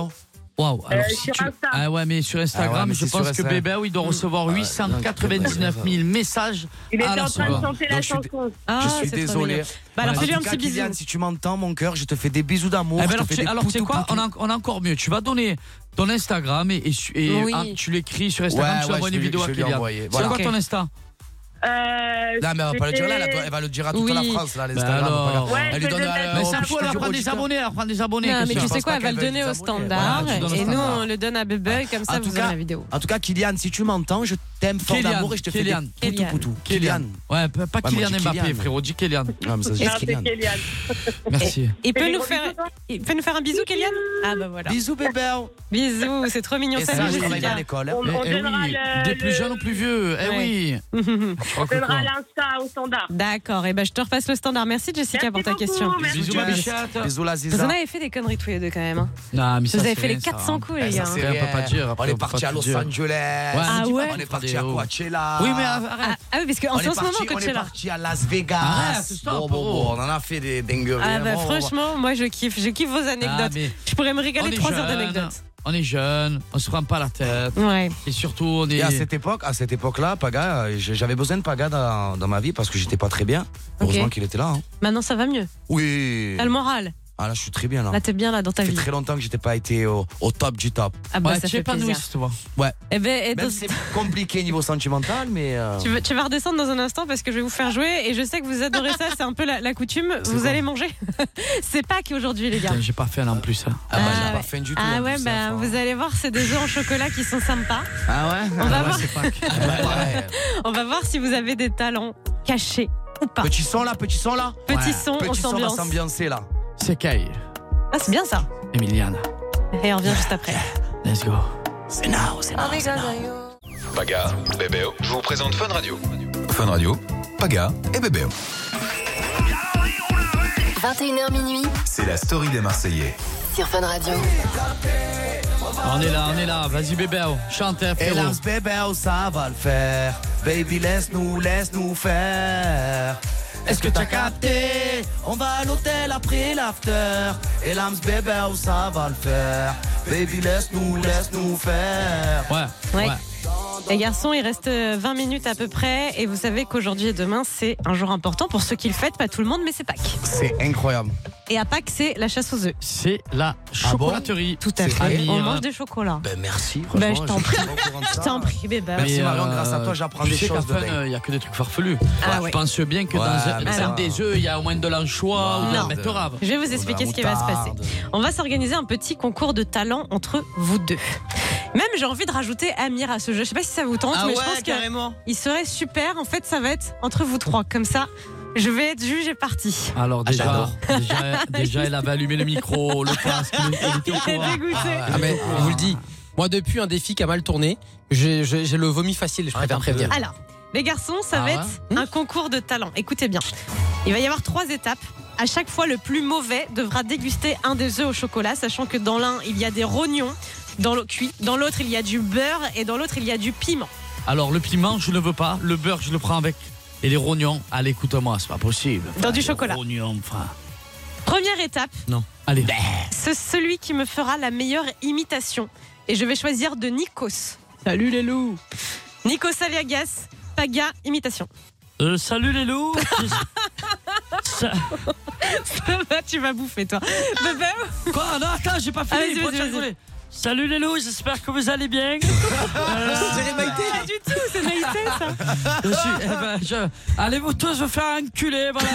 Speaker 4: Waouh, alors
Speaker 7: Euh,
Speaker 4: si
Speaker 7: sur
Speaker 4: tu...
Speaker 7: Insta.
Speaker 4: Ah ouais, mais sur Instagram,
Speaker 6: Ah ouais, mais
Speaker 4: je
Speaker 6: c'est
Speaker 4: pense
Speaker 6: sur
Speaker 4: que
Speaker 6: Insta.
Speaker 4: bébé, oui, il doit recevoir 899 000 messages.
Speaker 7: Il était
Speaker 6: Ah,
Speaker 4: à la
Speaker 7: en train de
Speaker 4: seconde.
Speaker 7: chanter la
Speaker 6: Donc, je suis-
Speaker 7: chanson.
Speaker 5: Ah,
Speaker 6: je suis
Speaker 5: c'est trop
Speaker 6: désolé.
Speaker 5: mignon. Bah, alors,
Speaker 6: En
Speaker 5: fais-lui
Speaker 6: tout
Speaker 5: un
Speaker 6: cas,
Speaker 5: petit bisou.
Speaker 6: Kylian, si tu m'entends, mon cœur, je te fais des bisous d'amour.
Speaker 4: Eh ben
Speaker 6: je te
Speaker 4: alors,
Speaker 6: fais
Speaker 4: tu,
Speaker 6: des
Speaker 4: alors, tu sais
Speaker 6: poutous,
Speaker 4: quoi
Speaker 6: poutous.
Speaker 4: on a, on a encore mieux. Tu vas donner ton Instagram et, et su- et,
Speaker 7: Oui.
Speaker 4: ah, tu l'écris sur Instagram,
Speaker 6: Ouais,
Speaker 4: tu
Speaker 6: ouais,
Speaker 4: envoies
Speaker 6: je
Speaker 4: une
Speaker 6: vais-
Speaker 4: vidéo
Speaker 6: je
Speaker 4: à
Speaker 6: vais lui
Speaker 4: Kylian.
Speaker 6: envoyer.
Speaker 4: C'est
Speaker 6: Voilà.
Speaker 4: quoi ton Insta
Speaker 7: Euh,
Speaker 6: Non, mais elle va pas le dire là, elle, doit-
Speaker 7: c'était-
Speaker 6: elle va le dire à toute
Speaker 4: Oui.
Speaker 6: la France, là,
Speaker 4: Bah
Speaker 6: l'Instagram.
Speaker 4: alors.
Speaker 6: on va regarder.
Speaker 7: Ouais,
Speaker 6: elle
Speaker 7: je vais le mettre.
Speaker 4: Mais
Speaker 6: au petit
Speaker 4: ça faut, elle va
Speaker 6: studio
Speaker 4: prendre des
Speaker 6: auditeur.
Speaker 4: abonnés, elle va prendre des abonnés.
Speaker 5: Non,
Speaker 4: qu'est-ce
Speaker 5: mais
Speaker 4: que
Speaker 5: tu
Speaker 4: tu
Speaker 5: sais
Speaker 4: penses
Speaker 5: quoi,
Speaker 4: pas
Speaker 5: elle va
Speaker 4: qu'elle
Speaker 5: le
Speaker 4: veuille
Speaker 5: donner
Speaker 4: des
Speaker 5: au
Speaker 4: abonnés
Speaker 5: standard
Speaker 4: Voilà, tu donnes au
Speaker 5: et nous
Speaker 4: standard.
Speaker 5: on le donne à Bebe, comme
Speaker 6: En
Speaker 5: ça
Speaker 6: tout
Speaker 5: vous
Speaker 6: cas-
Speaker 5: aurez la vidéo.
Speaker 6: En tout cas, Kylian, si tu m'entends, je t'aime fort
Speaker 4: Kylian,
Speaker 6: d'amour et je te fais des
Speaker 4: Kylian.
Speaker 6: poutous, poutous.
Speaker 4: Kylian. Ouais, pas pas
Speaker 6: Ouais, moi,
Speaker 4: Kylian
Speaker 6: je dis
Speaker 4: Mbappé,
Speaker 6: Kylian.
Speaker 4: frérot, dis Kylian.
Speaker 6: Ah, mais ça, c'est
Speaker 7: Non, c'est
Speaker 6: Kylian.
Speaker 7: Kélian.
Speaker 4: Merci.
Speaker 5: Il peut,
Speaker 7: Et
Speaker 5: nous
Speaker 7: gros
Speaker 5: faire,
Speaker 7: bisous, hein.
Speaker 5: il peut nous faire un bisou, Kélian Ah bah voilà.
Speaker 6: Bisous, bébé.
Speaker 5: Bisous, c'est trop mignon.
Speaker 6: Et ça,
Speaker 5: Salut
Speaker 6: je travaille
Speaker 5: Jessica.
Speaker 6: à l'école. hein.
Speaker 7: On,
Speaker 4: Eh,
Speaker 7: on
Speaker 4: eh
Speaker 7: donnera
Speaker 4: oui,
Speaker 7: le-
Speaker 4: des plus
Speaker 7: le-
Speaker 4: jeunes aux plus vieux, eh
Speaker 5: Ouais.
Speaker 4: oui. Je crois que
Speaker 7: on
Speaker 4: quoi.
Speaker 7: donnera l'Insta au standard.
Speaker 5: D'accord, et ben je te repasse le standard. Merci Jessica
Speaker 7: Merci
Speaker 5: pour ta
Speaker 7: beaucoup,
Speaker 5: question.
Speaker 7: merci.
Speaker 4: Bisous, ma bichette.
Speaker 6: Bisous, la
Speaker 5: Vous
Speaker 6: Ziza.
Speaker 5: en avez fait des conneries tous les deux quand même. hein.
Speaker 4: Non, mais ça,
Speaker 5: Vous avez
Speaker 4: c'est
Speaker 5: fait les
Speaker 4: rien, ça,
Speaker 5: 400
Speaker 4: hein.
Speaker 5: coups
Speaker 6: Eh,
Speaker 5: les
Speaker 6: ça,
Speaker 5: gars.
Speaker 6: c'est
Speaker 4: On peut
Speaker 6: rien.
Speaker 4: pas dire,
Speaker 6: On
Speaker 4: après,
Speaker 6: est
Speaker 4: on peut
Speaker 6: parti
Speaker 4: pas
Speaker 6: à
Speaker 4: tout
Speaker 6: Los
Speaker 4: dire.
Speaker 6: Angeles.
Speaker 4: Ouais,
Speaker 5: Ah
Speaker 4: dis pas
Speaker 5: ouais
Speaker 6: On est parti à
Speaker 4: Vidéo.
Speaker 6: Coachella.
Speaker 4: Oui, mais arrête.
Speaker 5: Ah oui, parce qu'en
Speaker 6: On
Speaker 5: ce
Speaker 6: est
Speaker 5: moment,
Speaker 6: parti- On est
Speaker 5: Coachella.
Speaker 6: parti à Las Vegas.
Speaker 4: Arrête, stop,
Speaker 6: Bon, bon,
Speaker 4: gros.
Speaker 6: bon, on en a fait des dingueries. hein,
Speaker 5: Ah bah
Speaker 6: Bon, bon, bon.
Speaker 5: franchement, moi je kiffe, je kiffe vos anecdotes.
Speaker 4: mais
Speaker 5: Je pourrais me
Speaker 4: on
Speaker 5: régaler
Speaker 4: est
Speaker 5: 3 heures
Speaker 4: jeunes,
Speaker 5: d'anecdotes.
Speaker 4: On est jeune, on se prend pas la tête.
Speaker 5: Ouais.
Speaker 4: Et surtout, on est.
Speaker 6: Et à cette époque, à cette époque-là, Paga, euh, je- j'avais besoin de Paga dans, dans ma vie parce que j'étais pas très bien. Heureusement qu'il était là. hein.
Speaker 5: Maintenant ça va mieux.
Speaker 6: Oui.
Speaker 5: T'as le moral.
Speaker 6: Ah là, je suis très bien là.
Speaker 5: Là t'es bien là dans ta
Speaker 6: Ça fait
Speaker 5: vie.
Speaker 6: très longtemps que j'étais pas été au, au top du top.
Speaker 5: Ah bah
Speaker 4: Ouais,
Speaker 5: ça
Speaker 4: tu es
Speaker 5: fait plaisir.
Speaker 4: épanouisse, toi.
Speaker 6: Ouais.
Speaker 5: Eh ben, et
Speaker 6: Même
Speaker 5: dans-
Speaker 6: si c'est compliqué niveau sentimental, mais. euh,
Speaker 5: Tu, veux- tu vas redescendre dans un instant parce que je vais vous faire jouer et je sais que vous adorez ça, c'est un peu la, la coutume.
Speaker 6: C'est
Speaker 5: Vous
Speaker 6: quoi
Speaker 5: allez manger. c'est Pâques aujourd'hui, les gars.
Speaker 4: Putain, J'ai pas fait un en plus. hein.
Speaker 6: Ah, bah, j'ai
Speaker 5: Ah
Speaker 6: pas
Speaker 5: ouais.
Speaker 6: faim du tout.
Speaker 5: Ah
Speaker 6: en
Speaker 5: ouais,
Speaker 6: plus,
Speaker 5: bah,
Speaker 6: hein,
Speaker 5: vous
Speaker 6: enfin.
Speaker 5: allez voir, c'est des œufs en chocolat qui sont sympas.
Speaker 6: Ah ouais
Speaker 5: On va, voir,
Speaker 4: Ouais, c'est Pâques.
Speaker 6: Ah ouais.
Speaker 5: on va voir si vous avez des talents cachés ou pas.
Speaker 6: Petit son là, petit son là.
Speaker 5: Petit
Speaker 4: ouais.
Speaker 5: son, on
Speaker 6: Petit son, on va
Speaker 5: s'ambiance.
Speaker 6: s'ambiancer là.
Speaker 4: C'est Kai,
Speaker 5: Ah, c'est bien ça.
Speaker 4: Emiliana.
Speaker 5: Et on revient juste après.
Speaker 4: Let's go.
Speaker 6: C'est now, c'est now.
Speaker 37: Paga, Bébéo, je vous présente Fun Radio.
Speaker 1: Fun Radio, Paga et Bébé.
Speaker 3: 21h minuit
Speaker 1: C'est la story des Marseillais.
Speaker 3: sur Fun Radio.
Speaker 4: On est là, on est là. Vas-y, bébé, oh. chante, hein,
Speaker 6: Et
Speaker 4: frérot.
Speaker 6: lance bébé, oh, ça va le faire. Baby, laisse-nous, laisse-nous faire. Est-ce que t'as capté On va à l'hôtel après l'after. Et l'âme bébé, oh, ça va le faire. Baby, laisse-nous, laisse-nous faire.
Speaker 4: Ouais,
Speaker 5: Ouais.
Speaker 4: ouais.
Speaker 5: Les garçons, il reste 20 minutes à peu près. Et vous savez qu'aujourd'hui et demain, c'est un jour important pour ceux qui le fêtent. Pas tout le monde, mais c'est Pâques.
Speaker 6: C'est incroyable.
Speaker 5: Et à Pâques, c'est la chasse aux œufs.
Speaker 4: C'est la chocolaterie.
Speaker 5: Tout à
Speaker 4: C'est hein.
Speaker 5: fait.
Speaker 4: vrai
Speaker 5: On
Speaker 38: hein.
Speaker 5: mange des chocolats.
Speaker 6: Ben merci,
Speaker 5: Ben,
Speaker 6: franchement.
Speaker 5: je t'en prie.
Speaker 6: suis pas au courant de
Speaker 5: Je
Speaker 6: ça.
Speaker 5: t'en prie, bébé.
Speaker 6: Merci
Speaker 4: Mais,
Speaker 6: Marion,
Speaker 4: euh,
Speaker 6: grâce à toi j'apprends
Speaker 4: tu
Speaker 6: des
Speaker 4: sais qu'à
Speaker 6: choses de
Speaker 4: Fun,
Speaker 6: dingue.
Speaker 4: euh, Il y a que des trucs farfelus.
Speaker 5: Ah
Speaker 4: Je
Speaker 5: ouais.
Speaker 4: pense bien que
Speaker 6: Ouais,
Speaker 4: dans, un-
Speaker 6: mais
Speaker 4: dans
Speaker 6: ça va.
Speaker 4: des œufs, il y a au moins de l'anchois ou de la
Speaker 5: Non.
Speaker 4: betterave.
Speaker 5: Je vais
Speaker 38: Oh,
Speaker 5: vous expliquer ce qui va se passer. On va s'organiser un petit concours de talent entre vous deux. Même j'ai envie de rajouter Amir à ce jeu. Je sais pas si ça vous tente,
Speaker 38: Ah
Speaker 5: mais
Speaker 38: ouais,
Speaker 5: je pense
Speaker 38: carrément.
Speaker 5: que il serait super. En fait, ça va être entre vous trois. Comme ça, je vais être juge et partie.
Speaker 4: Alors déjà,
Speaker 5: j'adore.
Speaker 4: déjà, déjà, elle avait allumé le micro, le casque, il était au courant.
Speaker 1: Ah, mais je vous le dis. Moi, depuis un défi qui a mal tourné, j'ai j'ai- j'ai le vomi facile,
Speaker 4: Ah,
Speaker 1: je préfère prévenir.
Speaker 5: Alors, les garçons,
Speaker 1: Ah
Speaker 5: ça va
Speaker 1: ouais
Speaker 5: être un concours de talent. Écoutez bien. Il va y avoir trois étapes. À chaque fois, le plus mauvais devra déguster un des œufs au chocolat, sachant que dans l'un, il y a des rognons, dans l'autre, cuit, dans l'autre, il y a du beurre et dans l'autre, il y a du piment.
Speaker 4: Alors le piment, je ne veux pas. Le beurre, je le prends avec. Et les rognons, allez, écoute-moi, c'est pas possible.
Speaker 5: Dans du
Speaker 4: les
Speaker 5: chocolat. Bah.
Speaker 4: Rognons, enfin.
Speaker 5: Première étape,
Speaker 4: Non. Allez.
Speaker 5: c'est celui qui me fera la meilleure imitation. Et je vais choisir de Nikos. Salut les loups Nikos Aliagas, Paga, imitation.
Speaker 4: Euh, salut les loups.
Speaker 5: Ça
Speaker 4: Ça-
Speaker 5: va, Bah, tu vas bouffer toi. Bah, Bebe
Speaker 4: Quoi Non, attends, j'ai pas fini.
Speaker 5: Ah, vas-y, vas-y,
Speaker 4: Pourquoi tu
Speaker 5: vas-y.
Speaker 4: rigoles Salut les loups, j'espère que vous allez bien.
Speaker 5: C'est Maïté Pas du tout, c'est hein. Maïté ça
Speaker 4: Je suis- eh ben, je- Allez-vous tous vous faire enculer, voilà.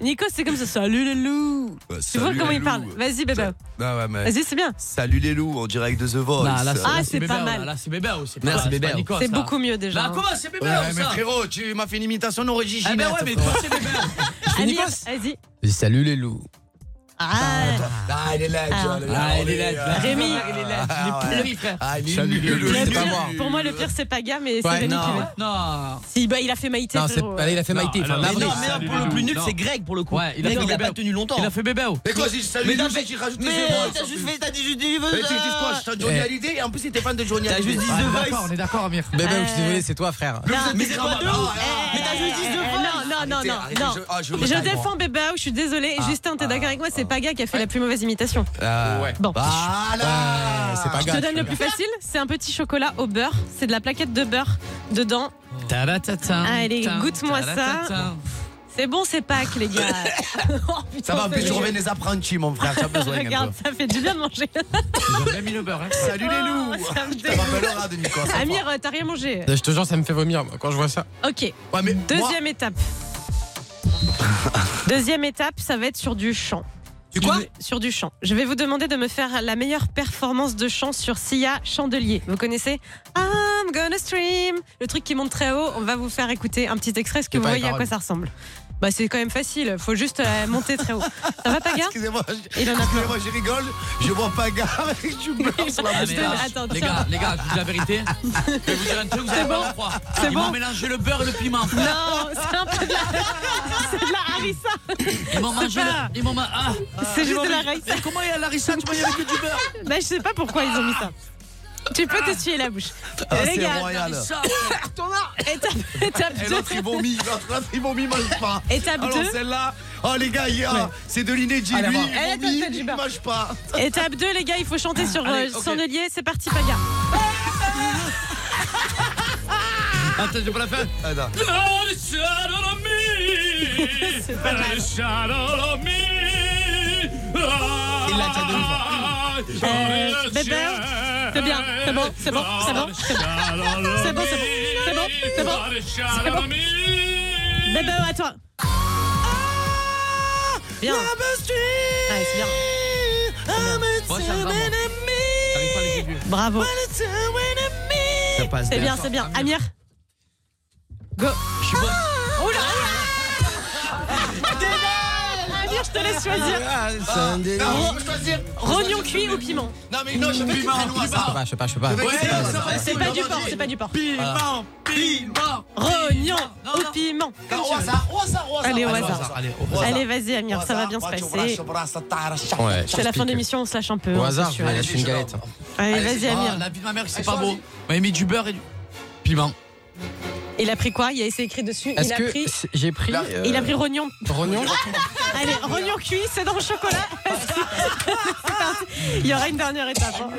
Speaker 5: Nikos, c'est comme ça. Salut les loups
Speaker 6: Bah,
Speaker 5: Tu vois
Speaker 6: salut
Speaker 5: comment
Speaker 6: les
Speaker 5: il parle
Speaker 6: loups.
Speaker 5: Vas-y, bébé.
Speaker 6: Non, ouais, mais-
Speaker 5: Vas-y, c'est bien.
Speaker 6: Salut les loups, on dirait de The Voice.
Speaker 4: Non, là,
Speaker 5: Ah, c'est pas
Speaker 4: Bébert,
Speaker 5: mal.
Speaker 4: Là, c'est bébé aussi.
Speaker 6: Non, c'est Bébert.
Speaker 5: C'est beaucoup mieux déjà.
Speaker 4: Là,
Speaker 5: hein.
Speaker 4: comment c'est bébé
Speaker 6: Ouais, mais
Speaker 4: ça
Speaker 6: frérot, tu m'as fait une imitation d'origine.
Speaker 4: Eh ben ouais, mais toi, c'est bébé.
Speaker 1: fais
Speaker 5: Amir,
Speaker 1: Nikos
Speaker 5: vas-y.
Speaker 1: Salut les loups.
Speaker 5: Ah,
Speaker 6: Ah, il est là,
Speaker 5: Ah.
Speaker 6: John,
Speaker 4: Ah, il est là,
Speaker 6: il est là.
Speaker 4: là.
Speaker 5: Rémi.
Speaker 4: Il est là.
Speaker 6: Ah,
Speaker 4: Il est
Speaker 6: ouais.
Speaker 4: pourri, frère.
Speaker 6: Ah, il est
Speaker 4: Salut,
Speaker 6: nul,
Speaker 4: les loups.
Speaker 6: c'est
Speaker 5: Le
Speaker 6: pas
Speaker 5: pire-
Speaker 6: moi.
Speaker 5: pour moi, le pire, c'est Paga, mais
Speaker 1: Ouais,
Speaker 5: c'est Rémi
Speaker 1: non.
Speaker 5: qui
Speaker 1: Ouais.
Speaker 5: va.
Speaker 4: Non.
Speaker 5: Si, bah, il a fait Maïté.
Speaker 1: Non, c'est-
Speaker 5: frérot.
Speaker 1: allez, il a fait
Speaker 4: Non,
Speaker 1: Maïté.
Speaker 4: alors,
Speaker 1: enfin,
Speaker 4: mais
Speaker 1: Mavrix.
Speaker 4: non,
Speaker 38: mais
Speaker 4: Salut,
Speaker 38: pour le
Speaker 4: les
Speaker 38: plus
Speaker 4: loups.
Speaker 38: nul,
Speaker 4: Non.
Speaker 38: c'est Greg pour le coup.
Speaker 4: Ouais, il a
Speaker 38: Greg,
Speaker 4: fait
Speaker 38: il a
Speaker 4: Bébert.
Speaker 38: pas tenu longtemps.
Speaker 4: Il a fait bébé.
Speaker 6: Mais quoi, si je salue
Speaker 38: Mais
Speaker 6: les
Speaker 38: t'as
Speaker 6: loups,
Speaker 38: fait-
Speaker 6: j'ai rajouté
Speaker 38: Mais
Speaker 6: The Voice,
Speaker 38: t'as
Speaker 6: en
Speaker 38: juste
Speaker 6: plus.
Speaker 38: fait, t'as dit juste dit.
Speaker 6: Mais tu tu dis quoi, je t'ai Johnny Hallyday et en plus, t'es fan de Johnny
Speaker 38: T'as
Speaker 6: Hallyday.
Speaker 38: juste dit
Speaker 6: Ah,
Speaker 38: The
Speaker 4: D'accord,
Speaker 38: Voice.
Speaker 4: on est d'accord, Amir.
Speaker 1: Bébé,
Speaker 5: Euh.
Speaker 1: je suis désolé, c'est toi, frère.
Speaker 38: Mais c'est pas de ouf. Mais t'as juste dit deux fois.
Speaker 5: Non, non, non,
Speaker 6: Arrêtez,
Speaker 5: non,
Speaker 6: arrêtez,
Speaker 5: non.
Speaker 6: je- ah, je
Speaker 5: Je,
Speaker 6: me calme, moi.
Speaker 5: défends Bébé, je suis désolée. Justin, t'es d'accord avec moi, c'est Paga qui a fait la plus mauvaise imitation.
Speaker 6: Ah,
Speaker 5: Bon.
Speaker 6: Voilà
Speaker 1: C'est pas
Speaker 5: Je te
Speaker 1: grave.
Speaker 5: donne le plus facile, c'est un petit chocolat au beurre, c'est de la plaquette de beurre dedans.
Speaker 4: Taratata.
Speaker 5: Allez, goûte-moi ça.
Speaker 4: Taratata.
Speaker 5: C'est bon, c'est Pâques, les gars. Oh, putain,
Speaker 6: Ça va, en plus,
Speaker 5: c'est
Speaker 6: je
Speaker 5: bon.
Speaker 6: reviens des apprentis, mon frère, t'as besoin un
Speaker 5: Regarde,
Speaker 6: peu.
Speaker 5: ça fait du bien de manger.
Speaker 4: Ils ont bien mis le beurre. hein.
Speaker 6: Salut les loups
Speaker 5: Oh, ça me
Speaker 6: Ça m'appellera de Nicolas. ça
Speaker 5: Amir, euh, t'as rien mangé.
Speaker 1: Je te jure, ça me fait vomir moi, quand je vois ça.
Speaker 5: Ok.
Speaker 6: va. Ouais, mais moi,
Speaker 5: Deuxième étape. Deuxième étape, ça va être sur du chant.
Speaker 6: Tu quoi
Speaker 5: Je vais- Sur du chant. Je vais vous demander de me faire la meilleure performance de chant sur Sia Chandelier. Vous connaissez I'm gonna stream Le truc qui monte très haut, on va vous faire écouter un petit extrait, ce que
Speaker 1: C'est
Speaker 5: vous
Speaker 1: pas les
Speaker 5: voyez à quoi
Speaker 1: paroles.
Speaker 5: ça ressemble. Bah c'est quand même facile, faut juste euh, monter très haut. Ça va Paga
Speaker 6: Excusez-moi, je-
Speaker 5: Il en a plein.
Speaker 6: excusez-moi, je rigole, je vois pas gars avec du beurre sur la
Speaker 4: Ah, mais
Speaker 6: moustache.
Speaker 4: là,
Speaker 5: Attends,
Speaker 4: les
Speaker 5: tiens.
Speaker 4: gars, les gars, je vous dis la vérité. Je vais vous dire un truc, vous allez pas le croire.
Speaker 5: C'est
Speaker 4: Ils
Speaker 5: bon.
Speaker 4: m'ont mélangé le beurre et le piment.
Speaker 5: Non, c'est un peu de la, c'est de la harissa.
Speaker 4: Ils m'ont mangé
Speaker 5: pas-
Speaker 4: le. Ils m'ont ma- ah,
Speaker 5: C'est
Speaker 4: ils
Speaker 5: juste
Speaker 4: m'ont
Speaker 5: de la
Speaker 4: mis-
Speaker 5: harissa.
Speaker 4: Mais comment il y a la harissa Tu m'as dit avec que du beurre
Speaker 5: Bah, je sais pas pourquoi ils ont mis ça. Tu peux t'essuyer la bouche.
Speaker 6: Ah,
Speaker 5: les
Speaker 6: c'est
Speaker 5: gars,
Speaker 6: royal.
Speaker 4: Harissa.
Speaker 5: étape, étape
Speaker 6: Et
Speaker 5: 2.
Speaker 6: l'autre il vomit, l'autre l'autre, il vomit, mange pas.
Speaker 5: Étape
Speaker 6: Alors
Speaker 5: deux.
Speaker 6: celle-là, oh les gars, il y a- c'est de l'inédit,
Speaker 1: Allez,
Speaker 6: lui,
Speaker 1: va.
Speaker 5: Allez,
Speaker 6: il
Speaker 5: attends,
Speaker 6: vomit,
Speaker 5: attends, du
Speaker 6: il
Speaker 5: beurre.
Speaker 6: mange pas.
Speaker 5: Étape 2, les gars, il faut chanter sur
Speaker 4: Allez,
Speaker 5: euh,
Speaker 4: ok.
Speaker 5: Chandelier. C'est parti, Paga.
Speaker 4: Attends, je vais pas la faire.
Speaker 6: Attends.
Speaker 5: C'est pas mal.
Speaker 4: Il
Speaker 6: l'a déjà deux fois.
Speaker 4: Ah,
Speaker 5: Euh, bébé, c'est bien. C'est bon, c'est bon, c'est bon. C'est bon, c'est bon, c'est bon, c'est bon. C'est bon. C'est bon. Bébé, à toi. Bien. Ouais, c'est bien.
Speaker 4: Moi, ça me va, moi. J'arrive pas à les aider.
Speaker 5: Bravo.
Speaker 38: Ça passe
Speaker 5: C'est bien, c'est bien. Amir. Go. Ah
Speaker 4: Je suis bon.
Speaker 5: Oula Amir, je te laisse choisir.
Speaker 1: Ah,
Speaker 6: Non, je peux choisir.
Speaker 5: Rognon cuit ou piment
Speaker 6: Non mais non, je vais plus très loin
Speaker 1: Je sais
Speaker 6: ça.
Speaker 1: pas, je sais pas, je sais pas.
Speaker 6: Ouais, ça va,
Speaker 5: C'est pas du porc, c'est pas du porc.
Speaker 4: Piment, piment.
Speaker 5: Rognon
Speaker 4: Non, non.
Speaker 5: au piment.
Speaker 6: Ah, Au hasard, au hasard, au hasard.
Speaker 5: Allez, au
Speaker 6: Allez, au
Speaker 5: hasard.
Speaker 6: hasard.
Speaker 4: Allez,
Speaker 6: Au
Speaker 5: Allez,
Speaker 6: hasard.
Speaker 5: vas-y, Amir, ça va bien se passer.
Speaker 1: Ouais, je
Speaker 5: C'est la fin
Speaker 1: t'explique.
Speaker 5: de l'émission, on se lâche un peu.
Speaker 1: Au
Speaker 5: hein,
Speaker 1: hasard,
Speaker 5: c'est
Speaker 1: je
Speaker 5: sûr.
Speaker 1: vais lâcher une galette.
Speaker 5: Allez,
Speaker 4: Allez,
Speaker 5: vas-y,
Speaker 4: c'est-
Speaker 5: Amir.
Speaker 4: Ah, La vie de ma mère, c'est
Speaker 6: Allez,
Speaker 4: pas beau.
Speaker 6: choisis.
Speaker 4: Il m'a mis du beurre et du piment.
Speaker 5: Il a pris quoi Il y a c'est écrit dessus. Il
Speaker 1: Est-ce
Speaker 5: a
Speaker 1: que
Speaker 5: pris.
Speaker 1: c'est- j'ai pris
Speaker 6: Là.
Speaker 1: euh,
Speaker 5: Il a pris rognon.
Speaker 1: rognon
Speaker 5: Allez, rognon cuit, c'est dans le chocolat. C'est parti. Il y aura une dernière étape. hein.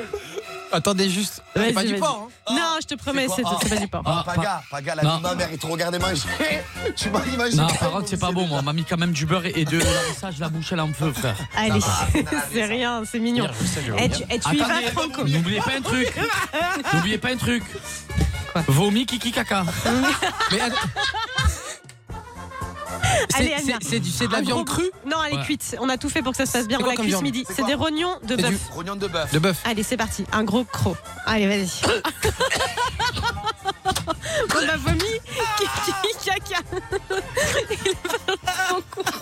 Speaker 39: Attendez juste.
Speaker 5: Vas-y,
Speaker 39: C'est pas du
Speaker 5: vas-y.
Speaker 39: porc. hein.
Speaker 5: Non, je te promets, c'est c'est pas du porc.
Speaker 4: Ah,
Speaker 40: Paga, Paga, la vie de
Speaker 4: Non.
Speaker 40: ma mère, il te regardait manger. Tu m'as imaginé.
Speaker 4: Non, par contre, c'est pas bon, moi. On m'a mis quand même du beurre et de l'amissage, la bouche, elle est en feu, frère.
Speaker 5: Allez,
Speaker 39: Ah, bah,
Speaker 5: c'est rien, c'est mignon. Et tu, eh, tu y vas,
Speaker 4: Attendez,
Speaker 5: Franco.
Speaker 4: N'oubliez pas un truc. N'oubliez pas un truc. Vomi, kiki, caca.
Speaker 39: Mais attends, C'est-
Speaker 5: Allez, Amina.
Speaker 39: c'est- c'est du- c'est de la
Speaker 5: Un
Speaker 39: viande
Speaker 5: gros-
Speaker 39: crue
Speaker 5: Non, elle est
Speaker 39: Ouais.
Speaker 5: cuite. On a tout fait pour que ça se passe bien.
Speaker 39: C'est
Speaker 5: On
Speaker 39: quoi
Speaker 5: l'a
Speaker 39: comme
Speaker 5: cuit ce
Speaker 39: viande
Speaker 5: midi.
Speaker 39: C'est
Speaker 5: C'est
Speaker 39: quoi
Speaker 5: des rognons de
Speaker 39: C'est du
Speaker 5: bœuf.
Speaker 40: Rognon de bœuf.
Speaker 39: De bœuf.
Speaker 5: Allez, c'est parti. Un gros croc. Allez, vas-y. On a vomi. Kiki, caca. Il est pas en courant.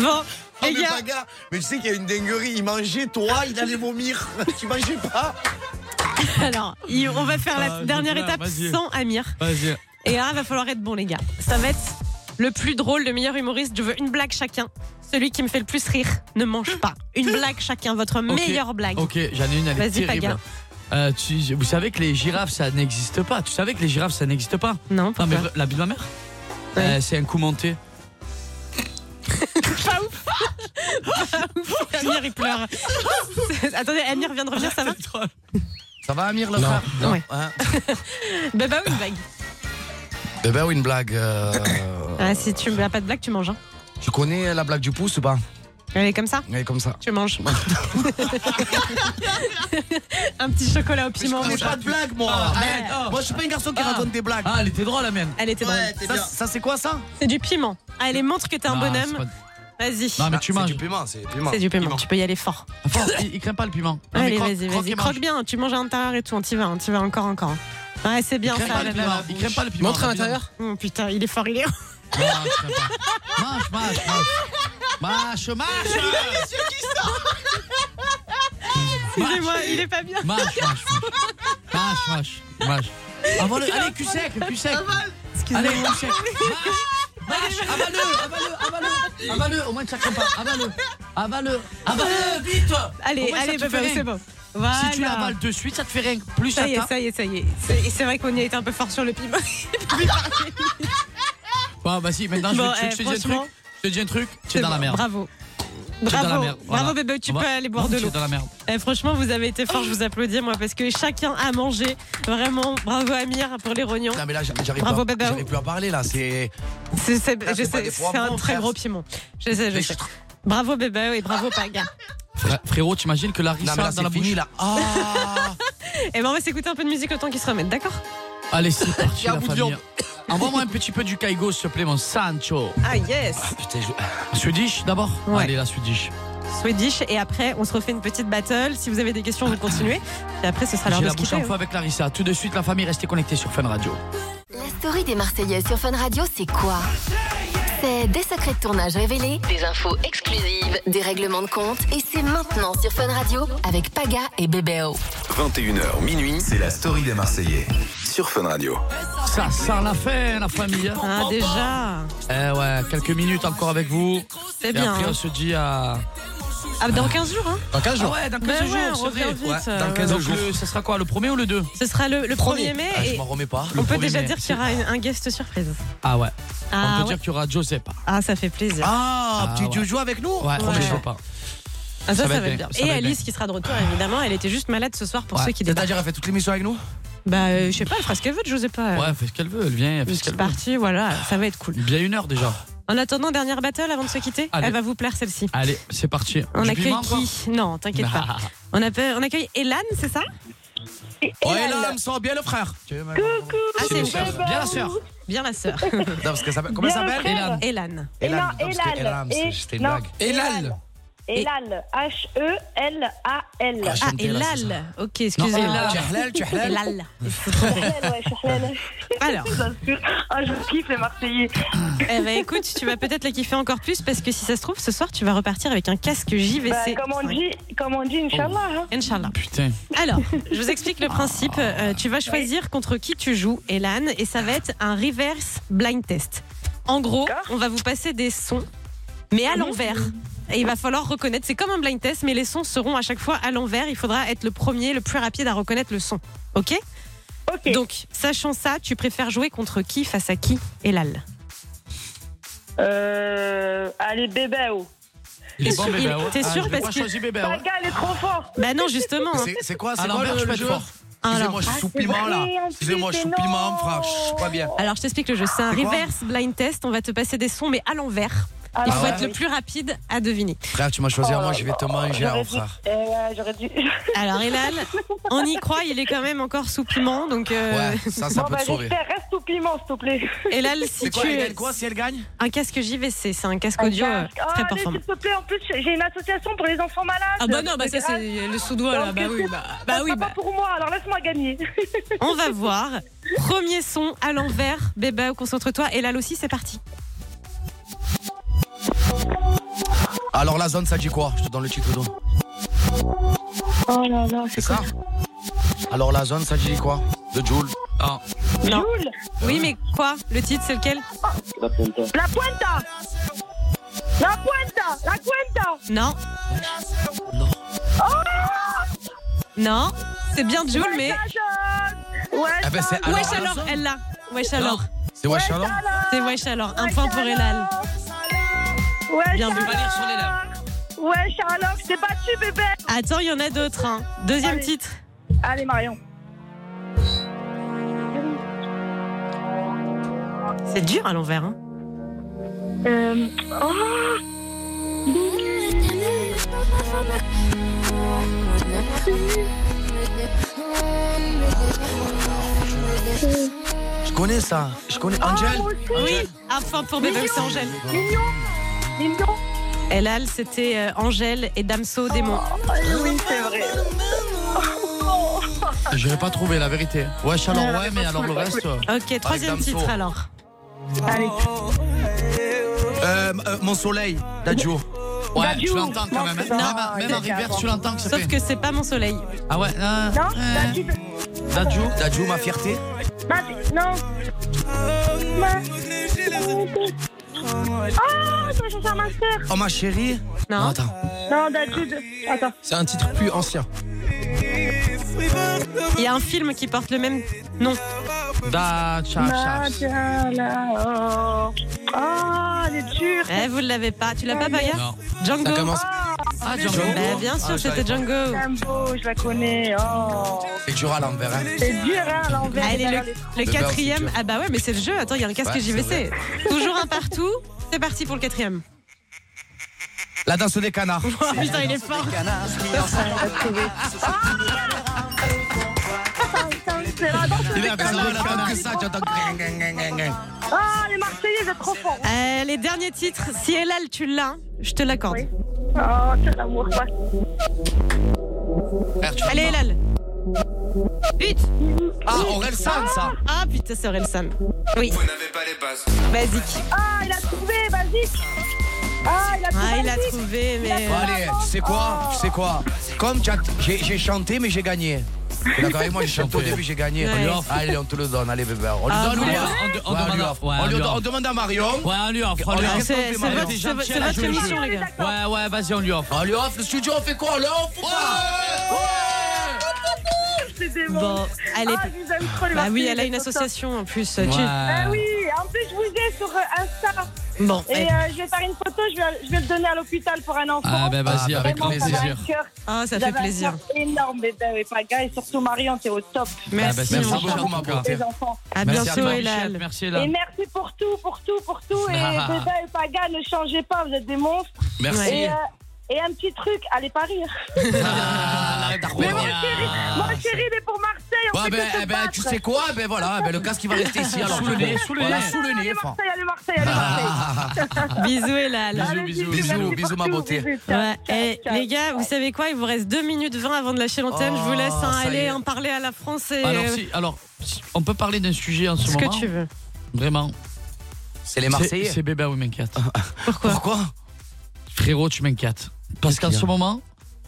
Speaker 5: Bon,
Speaker 40: Ah,
Speaker 5: les
Speaker 40: mais
Speaker 5: gars.
Speaker 40: Paga, mais tu sais qu'il y a une dinguerie. Il mangeait, toi, il allait vomir. tu mangeais pas.
Speaker 5: Alors, il- on va faire la
Speaker 40: Ah,
Speaker 5: dernière
Speaker 40: Nicolas,
Speaker 5: étape
Speaker 40: vas-y.
Speaker 5: sans Amir.
Speaker 4: Vas-y.
Speaker 5: Et là, va falloir être bon, les gars. Ça va être le plus drôle, le meilleur humoriste. Je veux une blague chacun. Celui qui me fait le plus rire ne mange pas. Une blague chacun, votre
Speaker 4: Ok.
Speaker 5: meilleure blague.
Speaker 4: Ok, j'en ai une, elle est
Speaker 5: Vas-y, Paga.
Speaker 4: terrible. Euh, tu- vous savez que les girafes, ça n'existe pas. Tu savais que les girafes, ça n'existe pas
Speaker 5: Non,
Speaker 4: mais vra- la vie de ma mère Euh, C'est un coup monté.
Speaker 5: Pas ouf. Pas ouf. Amir, il pleure. Attendez, Amir vient de revenir, ça va
Speaker 6: Ça va, Amir, le frère
Speaker 5: Non. Ouais.
Speaker 4: Ah.
Speaker 5: Bah, bah, oui, une blague.
Speaker 6: Eh ben oui, une blague. euh,
Speaker 5: Ah, si tu n'as pas de blague, tu manges. hein.
Speaker 6: tu connais la blague du pouce ou pas
Speaker 5: Elle est comme ça
Speaker 6: Elle est comme ça.
Speaker 5: Tu manges. Un petit chocolat au piment.
Speaker 40: connais pas de blague, moi.
Speaker 6: Ah,
Speaker 40: Arrête. Moi, je suis pas un garçon qui raconte des blagues.
Speaker 4: Ah, elle était drôle, la mienne.
Speaker 5: Elle était
Speaker 40: Ouais,
Speaker 5: drôle.
Speaker 40: t'es bien.
Speaker 6: c'est quoi ça
Speaker 5: C'est du piment. Allez, montre que t'es un
Speaker 4: Non,
Speaker 5: bonhomme.
Speaker 4: c'est
Speaker 5: Vas-y.
Speaker 4: Non,
Speaker 40: Ah,
Speaker 4: mais tu manges.
Speaker 6: C'est du piment, c'est du piment.
Speaker 5: C'est du piment. Tu peux y aller fort.
Speaker 4: Fort, il, il craint pas le piment. Non, mais
Speaker 5: Allez,
Speaker 4: croque-
Speaker 5: vas-y,
Speaker 4: croque et
Speaker 5: vas-y.
Speaker 4: mange.
Speaker 5: Croque bien. Tu manges à l'intérieur et tout. On t'y va. On t'y va encore, encore. Ouais, c'est bien
Speaker 4: Il crème
Speaker 5: ça.
Speaker 4: pas le
Speaker 5: la-
Speaker 4: piment.
Speaker 5: la-
Speaker 4: Il crème pas le piment.
Speaker 39: Montre à
Speaker 4: la viande.
Speaker 39: l'intérieur.
Speaker 5: Oh, putain, il est fort, il est.
Speaker 4: Non, je crème pas. Mange, mange, mange. Mange, mange.
Speaker 5: Excusez-moi, il est pas bien.
Speaker 4: Mâche, mâche, mâche. Mâche, mâche, mâche. Avale- Allez, cul sec, cul sec. Allez,
Speaker 5: Excusez-moi.
Speaker 4: cul sec. Mâche, mâche. Avale-le, avale-le, avale-le. Avale-le, au moins tu ne pas. Avale-le, avale-le, avale-le, vite. Au
Speaker 5: Allez,
Speaker 4: moins, ça
Speaker 5: allez,
Speaker 4: te fait
Speaker 5: papa,
Speaker 4: rien.
Speaker 5: c'est bon. Voilà.
Speaker 4: Si tu l'avales de suite, ça te fait rien. Plus
Speaker 5: ça y est,
Speaker 4: attends.
Speaker 5: ça y est, ça y est. C'est- et C'est vrai qu'on y a été un peu fort sur le piment.
Speaker 4: Bon, vas-y, maintenant je
Speaker 5: Bon,
Speaker 4: veux- tu veux que
Speaker 5: eh,
Speaker 4: je te dis un
Speaker 5: franchement,
Speaker 4: truc. Je te dis un truc, tu
Speaker 5: C'est
Speaker 4: es dans
Speaker 5: bon,
Speaker 4: la merde.
Speaker 5: Bravo.
Speaker 4: Tu es dans la
Speaker 5: Bravo,
Speaker 4: merde.
Speaker 5: bravo
Speaker 4: Voilà.
Speaker 5: bébé, tu
Speaker 4: On
Speaker 5: peux
Speaker 4: va-
Speaker 5: aller boire de
Speaker 4: Tu es
Speaker 5: l'eau.
Speaker 4: dans la merde.
Speaker 5: Eh, franchement, vous avez été fort, je vous applaudis, moi, parce que chacun a mangé. Vraiment, bravo Amir pour les rognons.
Speaker 6: Non, mais là, j'arrive
Speaker 5: Bravo,
Speaker 6: plus, à-
Speaker 5: Baba.
Speaker 6: j'arrive plus à parler, là. C'est.
Speaker 5: C'est c'est-
Speaker 6: Là,
Speaker 5: je
Speaker 6: c'est pas
Speaker 5: sais,
Speaker 6: des
Speaker 5: c'est
Speaker 6: poivrons,
Speaker 5: un très
Speaker 6: frère.
Speaker 5: gros piment. Je sais, je
Speaker 6: Mais
Speaker 5: sais. Bravo bébé et bravo Paga.
Speaker 4: Frère- Frérot, t'imagines que
Speaker 6: Non,
Speaker 4: Larissa
Speaker 6: mais là,
Speaker 4: dans la
Speaker 6: c'est
Speaker 4: bouche
Speaker 6: fini, là. Ah
Speaker 5: Et ben on va s'écouter un peu de musique le temps qu'ils se remettent, d'accord
Speaker 4: Allez, c'est parti,
Speaker 6: Et un
Speaker 4: la
Speaker 6: bout de
Speaker 4: famille.
Speaker 6: viande.
Speaker 4: Envoie-moi un petit peu du caigo, s'il te plaît, mon Sancho.
Speaker 5: Ah yes
Speaker 6: Putain, je.
Speaker 4: Swedish d'abord
Speaker 5: Ouais.
Speaker 4: Allez, la Swedish.
Speaker 5: Swedish et après on se refait une petite battle. Si vous avez des questions, vous continuez. Et après ce sera l'heure
Speaker 4: J'ai
Speaker 5: de hein.
Speaker 4: la
Speaker 5: se
Speaker 4: bouche
Speaker 5: quitter.
Speaker 4: en feu avec Larissa. Tout de suite, la famille, restez connectés sur Fun Radio.
Speaker 3: La story des Marseillais sur Fun Radio, c'est quoi C'est des secrets de tournage révélés, des infos exclusives, des règlements de compte, et c'est maintenant sur Fun Radio avec Paga et Bébéo.
Speaker 1: 21h minuit, c'est la story des Marseillais sur Fun Radio.
Speaker 4: Ça sent la fin, la famille. hein.
Speaker 5: Ah déjà
Speaker 4: Eh ouais, quelques minutes encore avec vous.
Speaker 5: Ah. C'est
Speaker 4: Et
Speaker 5: bien,
Speaker 4: après,
Speaker 5: hein.
Speaker 4: on se dit à.
Speaker 5: Ah dans 15 jours hein
Speaker 4: Dans 15 jours. ouais, dans 15
Speaker 5: Ben
Speaker 4: jours,
Speaker 5: ouais, on
Speaker 4: c'est vrai.
Speaker 5: revient vite,
Speaker 4: Ouais,
Speaker 5: euh,
Speaker 4: dans 15 jours. Le- ça sera quoi, le premier ou le 2
Speaker 5: Ce sera le, le 1er mai
Speaker 6: Ah, je
Speaker 5: et
Speaker 6: m'en remets pas.
Speaker 5: on
Speaker 4: le
Speaker 5: peut
Speaker 4: 1er
Speaker 5: déjà
Speaker 4: mai,
Speaker 5: dire qu'il y aura un, un guest surprise.
Speaker 4: Ah ouais.
Speaker 5: Ah,
Speaker 4: on peut
Speaker 5: ouais.
Speaker 4: dire qu'il y aura Joseph.
Speaker 5: Ah ça fait plaisir.
Speaker 6: Ah,
Speaker 4: Ah,
Speaker 6: tu, tu
Speaker 4: ouais.
Speaker 6: joues avec nous
Speaker 4: Ouais, on ne
Speaker 5: Ouais.
Speaker 4: joue pas.
Speaker 5: Ah, ça,
Speaker 4: ça
Speaker 5: ça,
Speaker 4: va
Speaker 5: va
Speaker 4: être
Speaker 5: être
Speaker 4: bien,
Speaker 5: bien.
Speaker 4: ça
Speaker 5: Et
Speaker 4: va être
Speaker 5: Alice
Speaker 4: bien.
Speaker 5: qui sera de retour, évidemment. Elle était juste malade ce soir pour
Speaker 4: Ouais.
Speaker 5: ceux qui débarquent.
Speaker 6: C'est-à-dire, elle fait toutes les missions avec nous
Speaker 5: Bah, euh, je sais pas, elle fera ce qu'elle veut, je sais pas.
Speaker 4: Ouais, elle fait ce qu'elle veut, elle vient, elle fait ce
Speaker 5: C'est
Speaker 4: qu'elle veut.
Speaker 5: parti, voilà, ça va être cool.
Speaker 4: Bien une heure déjà.
Speaker 5: En attendant, dernière battle avant de se quitter.
Speaker 4: Allez.
Speaker 5: Elle va vous plaire celle-ci.
Speaker 4: Allez, c'est parti.
Speaker 5: On
Speaker 4: Du
Speaker 5: accueille
Speaker 4: piment encore
Speaker 5: qui Non, t'inquiète pas.
Speaker 4: Bah. Ah,
Speaker 5: On, appelle- on accueille Elan, c'est ça Ah,
Speaker 6: Oh, et là, me sent bien le frère. Coucou.
Speaker 5: Ah, c'est
Speaker 6: le
Speaker 5: une-
Speaker 6: frère.
Speaker 4: Bien la sœur.
Speaker 5: Bien la sœur.
Speaker 6: Non, parce que ça s'appelle- Comment ça s'appelle
Speaker 5: Elan.
Speaker 6: Elan, non, parce que
Speaker 7: Elal.
Speaker 6: Elan, c'est-
Speaker 7: Et-
Speaker 6: c'était une
Speaker 7: non.
Speaker 6: blague.
Speaker 39: Elal.
Speaker 7: Elal. E H-E-L-A-L.
Speaker 6: Ah,
Speaker 5: Ah,
Speaker 6: Chantal, c'est
Speaker 5: Elal.
Speaker 6: ça.
Speaker 5: Ok, excusez-moi.
Speaker 6: Non, Elal. Tu es halal, tu es halal.
Speaker 5: Elal.
Speaker 7: Ouais, je suis Elal.
Speaker 5: Alors,
Speaker 7: Parce que, ah, je kiffe les Marseillais.
Speaker 5: eh ben, écoute, tu vas peut-être la kiffer encore plus parce que si ça se trouve, ce soir, tu vas repartir avec un casque JVC.
Speaker 7: Bah, comme on dit, comme on dit, Inch'Allah. hein.
Speaker 5: Inch'Allah.
Speaker 4: Putain.
Speaker 5: Alors, je vous explique le principe. Euh, tu vas choisir contre qui tu joues, Elan, et ça va être un reverse blind test. En gros, on va vous passer des sons, mais
Speaker 7: Mhm.
Speaker 5: à l'envers. Et il va falloir reconnaître. C'est comme un blind test, mais les sons seront à chaque fois à l'envers. Il faudra être le premier, le plus rapide à reconnaître le son. Ok
Speaker 7: Ok.
Speaker 5: Oh. Donc, sachant ça, tu préfères jouer contre qui face à qui, Elal
Speaker 7: Euh, allez, bébé. oh.
Speaker 4: Il est bon, Bébert, ouais.
Speaker 5: T'es
Speaker 4: Ah,
Speaker 5: sûr
Speaker 4: je l'ai
Speaker 5: parce que.
Speaker 4: pas choisi, Bébert, ouais.
Speaker 5: est trop fort. Bah non, justement.
Speaker 6: C'est- c'est quoi- c'est
Speaker 4: Ah,
Speaker 6: quoi
Speaker 4: l'envers,
Speaker 6: le
Speaker 4: je peux être
Speaker 6: jeu
Speaker 4: fort.
Speaker 6: Excusez-moi, je
Speaker 5: Alors.
Speaker 6: suis sous piment
Speaker 5: Ah,
Speaker 6: là.
Speaker 5: c'est vrai, en plus,
Speaker 6: Excusez-moi, je suis
Speaker 5: mais
Speaker 6: sous
Speaker 5: non.
Speaker 6: piment, frère. Je suis pas bien.
Speaker 5: Alors, je t'explique le jeu. C'est un
Speaker 6: Oh. C'est quoi
Speaker 5: reverse blind test. On va te passer des sons, mais à l'envers.
Speaker 6: Ah
Speaker 5: Il faut
Speaker 6: ouais.
Speaker 5: être le plus rapide à deviner.
Speaker 6: Frère, tu m'as choisi à moi, je vais te manger, hein, frère.
Speaker 7: Eh,
Speaker 5: Alors, Elal, on y croit, il est quand même encore sous piment. Donc, euh,
Speaker 6: Ouais, ça, ça Bon, peut te bah, sauver. j'espère,
Speaker 5: reste sous piment, s'il te plaît. Elal, si
Speaker 6: C'est quoi,
Speaker 5: tu.
Speaker 6: Elal, quoi, si elle gagne
Speaker 5: Un casque JVC, c'est un casque
Speaker 7: Un
Speaker 5: audio euh,
Speaker 7: casque. Ah,
Speaker 5: très
Speaker 7: allez,
Speaker 5: performant.
Speaker 7: S'il te plaît, en plus, j'ai une association pour les enfants malades.
Speaker 5: Ah bah non, bah ça,
Speaker 7: grave.
Speaker 5: c'est le sous-doigt, là.
Speaker 7: Donc,
Speaker 5: Bah oui,
Speaker 7: c'est-
Speaker 5: bah-
Speaker 7: ça
Speaker 5: bah
Speaker 7: sera
Speaker 5: oui,
Speaker 7: pas
Speaker 5: bah.
Speaker 7: pour moi, alors laisse-moi gagner.
Speaker 5: On va voir. Premier son à l'envers. Bébé, concentre-toi. Elal aussi, c'est parti.
Speaker 6: Alors, la zone, ça dit quoi Je te donne le titre d'eau.
Speaker 7: Oh là là, c'est
Speaker 6: ça Alors, la zone, ça dit quoi De Joule. Ah.
Speaker 5: Non. Oui, mais quoi Le titre, c'est lequel
Speaker 6: La
Speaker 7: La Puenta La Puenta La Puenta
Speaker 5: Non. Non. C'est bien Jules, mais.
Speaker 7: Ouais,
Speaker 6: Ah ben, c'est alors
Speaker 5: Wesh
Speaker 6: la
Speaker 5: alors,
Speaker 6: zone.
Speaker 5: elle l'a. Wesh alors.
Speaker 6: C'est Wesh alors
Speaker 5: C'est Wesh alors. Un point pour Elal.
Speaker 7: Wesh
Speaker 5: Bien vu.
Speaker 7: Ouais, Charlotte, t'es battu, bébé
Speaker 5: Attends, il y en a d'autres. hein. Deuxième
Speaker 7: Allez.
Speaker 5: titre.
Speaker 7: Allez, Marion.
Speaker 5: C'est dur à l'envers. Hein.
Speaker 7: Euh... Oh
Speaker 6: Je connais ça. Je connais Angel.
Speaker 5: Oui, enfin pour Bébé, c'est Angèle.
Speaker 7: Mignon Mignon
Speaker 5: Elal, c'était euh, Angèle et Damso, démon.
Speaker 7: Oui, c'est vrai.
Speaker 6: J'aurais pas trouvé la vérité. Wesh alors, ouais, mais alors le reste. euh,
Speaker 5: Ok, troisième
Speaker 6: avec Damso.
Speaker 5: titre alors.
Speaker 7: Allez.
Speaker 6: Euh, euh, mon soleil, Dadjo. Ouais,
Speaker 5: Dadju.
Speaker 6: tu l'entends quand même. hein.
Speaker 5: Non,
Speaker 6: Même, même en reverse, tu l'entends que
Speaker 5: Sauf
Speaker 6: c'était.
Speaker 5: que c'est pas mon soleil.
Speaker 6: Ah ouais,
Speaker 4: hein,
Speaker 6: euh,
Speaker 7: Non Dadju.
Speaker 6: Dadju, Dadju, ma fierté.
Speaker 7: Ma... Bah, Non Ma... Ah, tu vas chanter à ma sœur
Speaker 6: Oh ma chérie.
Speaker 5: Non.
Speaker 6: attends.
Speaker 7: Non, Dadju... de- Attends.
Speaker 41: C'est un titre plus ancien.
Speaker 5: Il y a un film qui porte le même nom.
Speaker 4: Da, cha, cha.
Speaker 7: Madala, oh. Ah, elle est dure
Speaker 5: Eh, vous ne l'avez pas. Tu l'as
Speaker 7: Euh,
Speaker 5: pas, Baya
Speaker 4: Non.
Speaker 5: Django.
Speaker 6: Ça commence.
Speaker 4: Ah, Django.
Speaker 5: Bah, bien sûr,
Speaker 6: Ah, je
Speaker 5: c'était
Speaker 6: savais
Speaker 5: Django.
Speaker 7: Jumbo, je la connais. Oh.
Speaker 6: C'est dur à l'envers. hein.
Speaker 7: C'est dur, hein, à l'envers.
Speaker 5: Allez, le, le
Speaker 6: Le beurre, c'est
Speaker 5: quatrième.
Speaker 6: dur.
Speaker 5: Ah bah ouais, mais c'est le jeu. Attends, il y a un casque
Speaker 6: Ouais,
Speaker 5: JVC. Toujours un partout. C'est parti pour le quatrième.
Speaker 6: La danse des canards.
Speaker 5: Oh putain, il est fort.
Speaker 7: C'est la danse
Speaker 6: Il est
Speaker 7: des
Speaker 6: avec ça,
Speaker 7: canards.
Speaker 6: il attend que ça, tu entends.
Speaker 7: Ah, les Marseillais, vous êtes trop forts.
Speaker 5: Euh, les derniers titres. Si Elal, tu l'as, je te l'accorde.
Speaker 7: Oh, quel amour.
Speaker 6: Frère, tu
Speaker 5: Allez,
Speaker 6: l'entends.
Speaker 5: Elal. Vite.
Speaker 6: Ah, Aurel San, ça.
Speaker 5: Ah putain, c'est Orelsan. Oui,
Speaker 42: n'avez pas les passes.
Speaker 5: basique.
Speaker 7: Ah, il a trouvé, basique. Ah, il a trouvé.
Speaker 5: Ah, il a
Speaker 7: basique.
Speaker 5: trouvé, mais.
Speaker 6: Bon, allez, tu sais quoi Tu sais quoi Comme tu as- j'ai j'ai chanté, mais j'ai gagné. T'es D'accord, avec moi j'ai chanté au début, j'ai gagné.
Speaker 5: Ouais.
Speaker 6: On lui offre. Allez, on te le donne, allez bébé. On lui
Speaker 4: Ah,
Speaker 6: donne ou
Speaker 4: vous
Speaker 6: pas
Speaker 4: voulez- on- on
Speaker 6: Ouais,
Speaker 4: demande-
Speaker 6: on lui offre.
Speaker 4: ouais,
Speaker 6: On
Speaker 4: on
Speaker 6: lui-
Speaker 4: lui offre.
Speaker 6: on demande à Marion.
Speaker 4: Ouais, on lui offre. on
Speaker 6: On
Speaker 4: lui
Speaker 6: lui
Speaker 4: offre.
Speaker 6: offre.
Speaker 5: C'est c'est
Speaker 6: Marion.
Speaker 5: votre, c'est votre- c'est votre émission, les gars.
Speaker 4: Ouais, ouais, vas-y, on lui offre.
Speaker 6: On lui offre le studio, on fait quoi On lui offre ou pas
Speaker 7: C'est des bons.
Speaker 5: Bon, allez.
Speaker 7: Ah, je vous aime trop, les
Speaker 5: Bah oui,
Speaker 7: Marseillais,
Speaker 5: elle a
Speaker 7: vous
Speaker 5: une
Speaker 7: êtes trop
Speaker 5: association en plus. Tu-
Speaker 4: Ouais.
Speaker 7: forts. Ah oui, en plus, je vous ai sur euh, Insta.
Speaker 5: Bon, eh.
Speaker 7: Et
Speaker 6: ben,
Speaker 7: euh, je vais faire une photo, je vais, je vais le donner à l'hôpital pour un enfant.
Speaker 4: Ah, ben vas-y,
Speaker 6: Ah, bah,
Speaker 4: avec
Speaker 6: avec
Speaker 4: plaisir.
Speaker 6: plaisir.
Speaker 7: Cœur.
Speaker 5: Ah, ça
Speaker 7: Vous
Speaker 5: fait
Speaker 7: avez un
Speaker 5: plaisir.
Speaker 7: cœur énorme, mais ben, Paga, et surtout Marion, t'es au top.
Speaker 5: Merci,
Speaker 4: Ah, bah,
Speaker 5: mon
Speaker 4: merci
Speaker 5: cher.
Speaker 4: beaucoup.
Speaker 6: ma
Speaker 4: Merci.
Speaker 6: beauté.
Speaker 7: Les enfants.
Speaker 5: À
Speaker 6: Merci à
Speaker 5: bientôt,
Speaker 6: toi,
Speaker 5: Elal.
Speaker 4: Michel, Merci,
Speaker 7: Et
Speaker 4: Hélène.
Speaker 7: merci pour tout, pour tout, pour tout. Et
Speaker 4: Ah.
Speaker 7: Bébé et Paga, ne changez pas, vous êtes des monstres.
Speaker 4: Merci.
Speaker 5: Ouais.
Speaker 7: Et, euh, et un petit truc, allez pas rire.
Speaker 4: Ah, la
Speaker 7: Mais
Speaker 4: daronne.
Speaker 7: mon chéri, mon chéri, il est pour Marseille. On
Speaker 6: Ah, Ouais,
Speaker 7: fait
Speaker 6: ben,
Speaker 7: que se
Speaker 6: eh ben,
Speaker 7: battre.
Speaker 6: tu sais quoi Ben voilà, ben, le casque il va rester ici. Alors,
Speaker 4: Sous le nez, sous le
Speaker 6: Voilà,
Speaker 4: nez.
Speaker 6: sous le nez,
Speaker 7: Allez
Speaker 6: franc.
Speaker 7: Marseille, allez Marseille, allez Marseille.
Speaker 5: Bisous, Elal.
Speaker 4: Bisous,
Speaker 7: Allez,
Speaker 4: bisous,
Speaker 6: Ah, bisous,
Speaker 7: merci
Speaker 6: bisous, ma
Speaker 7: partout,
Speaker 6: beauté.
Speaker 7: bisous, ciao,
Speaker 5: Ouais,
Speaker 7: ciao,
Speaker 5: eh,
Speaker 7: ciao,
Speaker 5: les gars,
Speaker 7: ciao.
Speaker 5: vous savez quoi Il vous reste 2 minutes 20 avant de lâcher l'antenne. je vous laisse hein,
Speaker 6: Oh, ça y
Speaker 5: aller
Speaker 6: est.
Speaker 5: en parler à la France et
Speaker 4: Alors,
Speaker 5: euh,
Speaker 4: si, alors, si, on peut parler d'un sujet en ce,
Speaker 5: ce
Speaker 4: moment.
Speaker 5: que tu veux.
Speaker 4: Vraiment.
Speaker 6: C'est les
Speaker 4: C'est-
Speaker 6: Marseillais.
Speaker 4: C'est bébé, oui, m'inquiète.
Speaker 5: Pourquoi
Speaker 6: Pourquoi
Speaker 4: Frérot, tu m'inquiètes. Parce
Speaker 6: Qu'est-ce
Speaker 4: qu'en
Speaker 6: qu'il y a
Speaker 4: ce moment,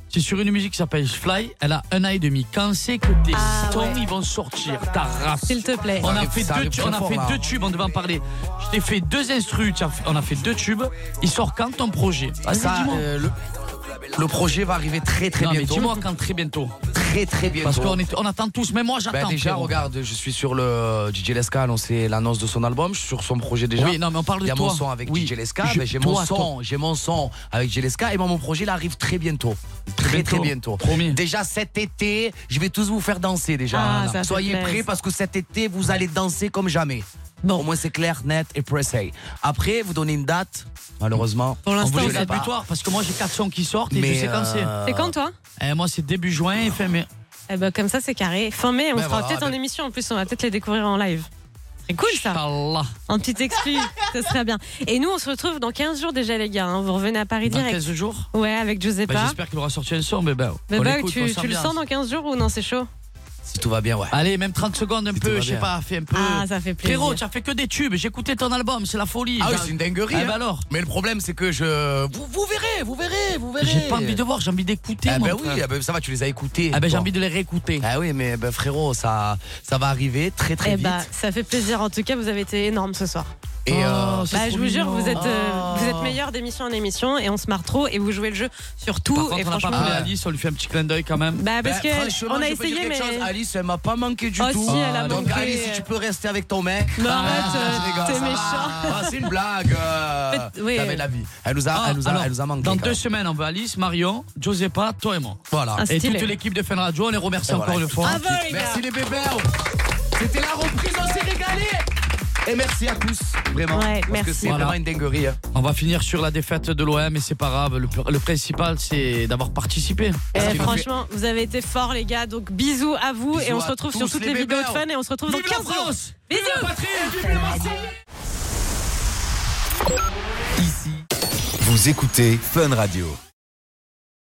Speaker 4: c'est sur une musique qui s'appelle Fly. Elle a un an et demi. Quand c'est que tes
Speaker 5: Ah,
Speaker 4: sons
Speaker 5: ouais.
Speaker 4: ils vont sortir, ta race.
Speaker 5: S'il te plaît.
Speaker 4: On a
Speaker 6: arrive-
Speaker 4: fait,
Speaker 6: ça
Speaker 4: deux,
Speaker 6: arrive
Speaker 4: tu-
Speaker 6: très
Speaker 4: on a
Speaker 6: fort,
Speaker 4: fait
Speaker 6: là.
Speaker 4: deux tubes, on devait en parler. Je t'ai fait deux instrus, tu as fait- on a fait deux tubes. Il sort quand ton projet
Speaker 6: Ah, ça,
Speaker 4: Dis-moi.
Speaker 6: euh, le, le projet va arriver très très
Speaker 4: Non, mais
Speaker 6: bientôt.
Speaker 4: dis-moi quand très bientôt.
Speaker 6: très très bientôt.
Speaker 4: Parce qu'on est- on attend tous, même moi j'attends.
Speaker 6: Bah, déjà,
Speaker 4: frérot.
Speaker 6: regarde, je suis sur le euh, DJ Lesca a annoncé l'annonce de son album, je suis sur son projet déjà.
Speaker 4: Oui, non, mais on parle de
Speaker 6: Il y a mon
Speaker 4: toi.
Speaker 6: son avec
Speaker 4: Oui.
Speaker 6: DJ Lesca,
Speaker 4: Je-
Speaker 6: bah, j'ai mon
Speaker 4: toi, toi.
Speaker 6: son, j'ai mon son avec DJ Lesca et moi, mon projet là arrive très bientôt. Très très bientôt. Déjà cet été, je vais tous vous faire danser déjà.
Speaker 4: Ah, ça fait
Speaker 6: Soyez
Speaker 4: plaisir.
Speaker 6: prêts parce que cet été, vous allez danser comme jamais. Au moins c'est clair, net et pressé. Après, vous donnez une date, malheureusement.
Speaker 4: Pour l'instant,
Speaker 6: on vous
Speaker 4: on
Speaker 6: le
Speaker 4: a
Speaker 6: dit pas.
Speaker 4: butoir parce que moi j'ai 4 sons qui sortent et
Speaker 6: Mais,
Speaker 4: je sais quand c'est.
Speaker 6: euh,
Speaker 5: C'est quand toi
Speaker 4: Eh, Moi c'est début juin et fin mai.
Speaker 5: Eh ben, Comme ça, c'est carré. Fin mai, on
Speaker 4: Ben
Speaker 5: fera
Speaker 4: voilà,
Speaker 5: peut-être
Speaker 4: ben- Ah.
Speaker 5: en émission. En plus, on va peut-être les découvrir en live. C'est cool ça. Un petit exclu, ce serait bien. Et nous, on se retrouve dans 15 jours déjà, les gars. hein. Vous revenez à Paris
Speaker 4: Dans
Speaker 5: direct.
Speaker 4: 15 jours
Speaker 5: Ouais, avec Giuseppa.
Speaker 4: Bah, J'espère qu'il aura sorti un son, mais bah,
Speaker 5: Mais
Speaker 4: on
Speaker 5: bah,
Speaker 4: l'écoute, on
Speaker 5: tu,
Speaker 4: sent
Speaker 5: tu le
Speaker 4: bien.
Speaker 5: sens dans 15 jours ou non, c'est chaud
Speaker 6: Si tout va bien, ouais. Ah
Speaker 4: Allez, même 30 secondes un
Speaker 6: tout
Speaker 4: peu,
Speaker 6: va
Speaker 4: je sais
Speaker 6: bien.
Speaker 4: pas, fais un peu.
Speaker 5: Ah, ça fait plaisir.
Speaker 4: Frérot, tu as fait que des tubes, j'ai écouté ton album, c'est la folie.
Speaker 6: Ah oui,
Speaker 4: Genre-
Speaker 6: c'est une dinguerie.
Speaker 4: Eh
Speaker 6: hein.
Speaker 4: ben alors
Speaker 6: Mais le problème, c'est que je. Vous, vous verrez, vous verrez, vous verrez.
Speaker 4: J'ai pas envie de voir, j'ai envie d'écouter.
Speaker 6: Ah
Speaker 4: moi,
Speaker 6: ben oui,
Speaker 4: frère.
Speaker 6: ah ben ça va, tu les as écoutés.
Speaker 4: Ah ben, j'ai
Speaker 6: toi.
Speaker 4: envie de les réécouter.
Speaker 6: Ah oui, mais ben, frérot, ça, ça va arriver très très
Speaker 5: Eh
Speaker 6: vite.
Speaker 5: bah, ça fait plaisir. En tout cas, vous avez été énorme ce soir.
Speaker 6: Et, euh,
Speaker 5: Bah, je vous jure, vous êtes, euh, vous êtes meilleurs d'émission en émission et on se marre trop et vous jouez le jeu sur tout.
Speaker 4: Par
Speaker 5: et
Speaker 4: contre, on n'a pas
Speaker 5: franchement,
Speaker 4: appelé Alice, on lui fait un petit clin d'œil quand même.
Speaker 5: Bah, parce
Speaker 6: Ben,
Speaker 5: que
Speaker 6: franchement,
Speaker 5: on a
Speaker 6: je peux dire
Speaker 5: essayé, mais.
Speaker 6: quelque chose, Alice, elle m'a pas manqué du
Speaker 5: Oh,
Speaker 6: tout.
Speaker 5: si, elle a
Speaker 6: Donc,
Speaker 5: manqué.
Speaker 6: Alice, si tu peux rester avec ton mec. Ah,
Speaker 5: Non, arrête,
Speaker 6: je
Speaker 5: euh,
Speaker 6: rigole,
Speaker 5: t'es
Speaker 6: ça va.
Speaker 5: méchant.
Speaker 6: Ah, c'est une blague. euh,
Speaker 5: Peut- oui,
Speaker 6: T'avais
Speaker 5: oui.
Speaker 6: de la vie. Elle nous a,
Speaker 4: Ah,
Speaker 6: elle nous a,
Speaker 4: alors,
Speaker 6: elle nous a manqué.
Speaker 4: Dans
Speaker 6: quand
Speaker 4: deux
Speaker 6: même.
Speaker 4: semaines, on va Alice, Marion, Josépa, toi et moi.
Speaker 6: Voilà.
Speaker 5: Ah,
Speaker 4: Et
Speaker 6: stylé.
Speaker 4: toute l'équipe de Fun Radio, on les remercie
Speaker 6: Et
Speaker 4: encore
Speaker 6: voilà.
Speaker 4: une fois.
Speaker 6: Bravo, les gars. Merci, les bébés. C'était la reprise, on s'est régalé. Et merci à tous, vraiment.
Speaker 5: Ouais,
Speaker 6: parce que
Speaker 5: merci.
Speaker 6: c'est
Speaker 4: Voilà.
Speaker 6: vraiment une dinguerie. hein.
Speaker 5: bah.
Speaker 4: On va finir sur la défaite de l'OM, mais c'est pas grave. Le, le principal, c'est d'avoir participé.
Speaker 5: Eh,
Speaker 4: Parce que-
Speaker 5: franchement, vous avez été forts, les gars. Donc, bisous à vous. et
Speaker 4: Bisous
Speaker 5: on se
Speaker 4: à
Speaker 5: retrouve
Speaker 4: tous
Speaker 5: sur toutes les,
Speaker 4: les
Speaker 5: vidéos de
Speaker 4: bébés.
Speaker 5: fun. Et on se retrouve
Speaker 4: Vive
Speaker 5: dans
Speaker 4: la
Speaker 5: 15 jours.
Speaker 4: France
Speaker 5: Bisous.
Speaker 1: Vous écoutez Fun Radio.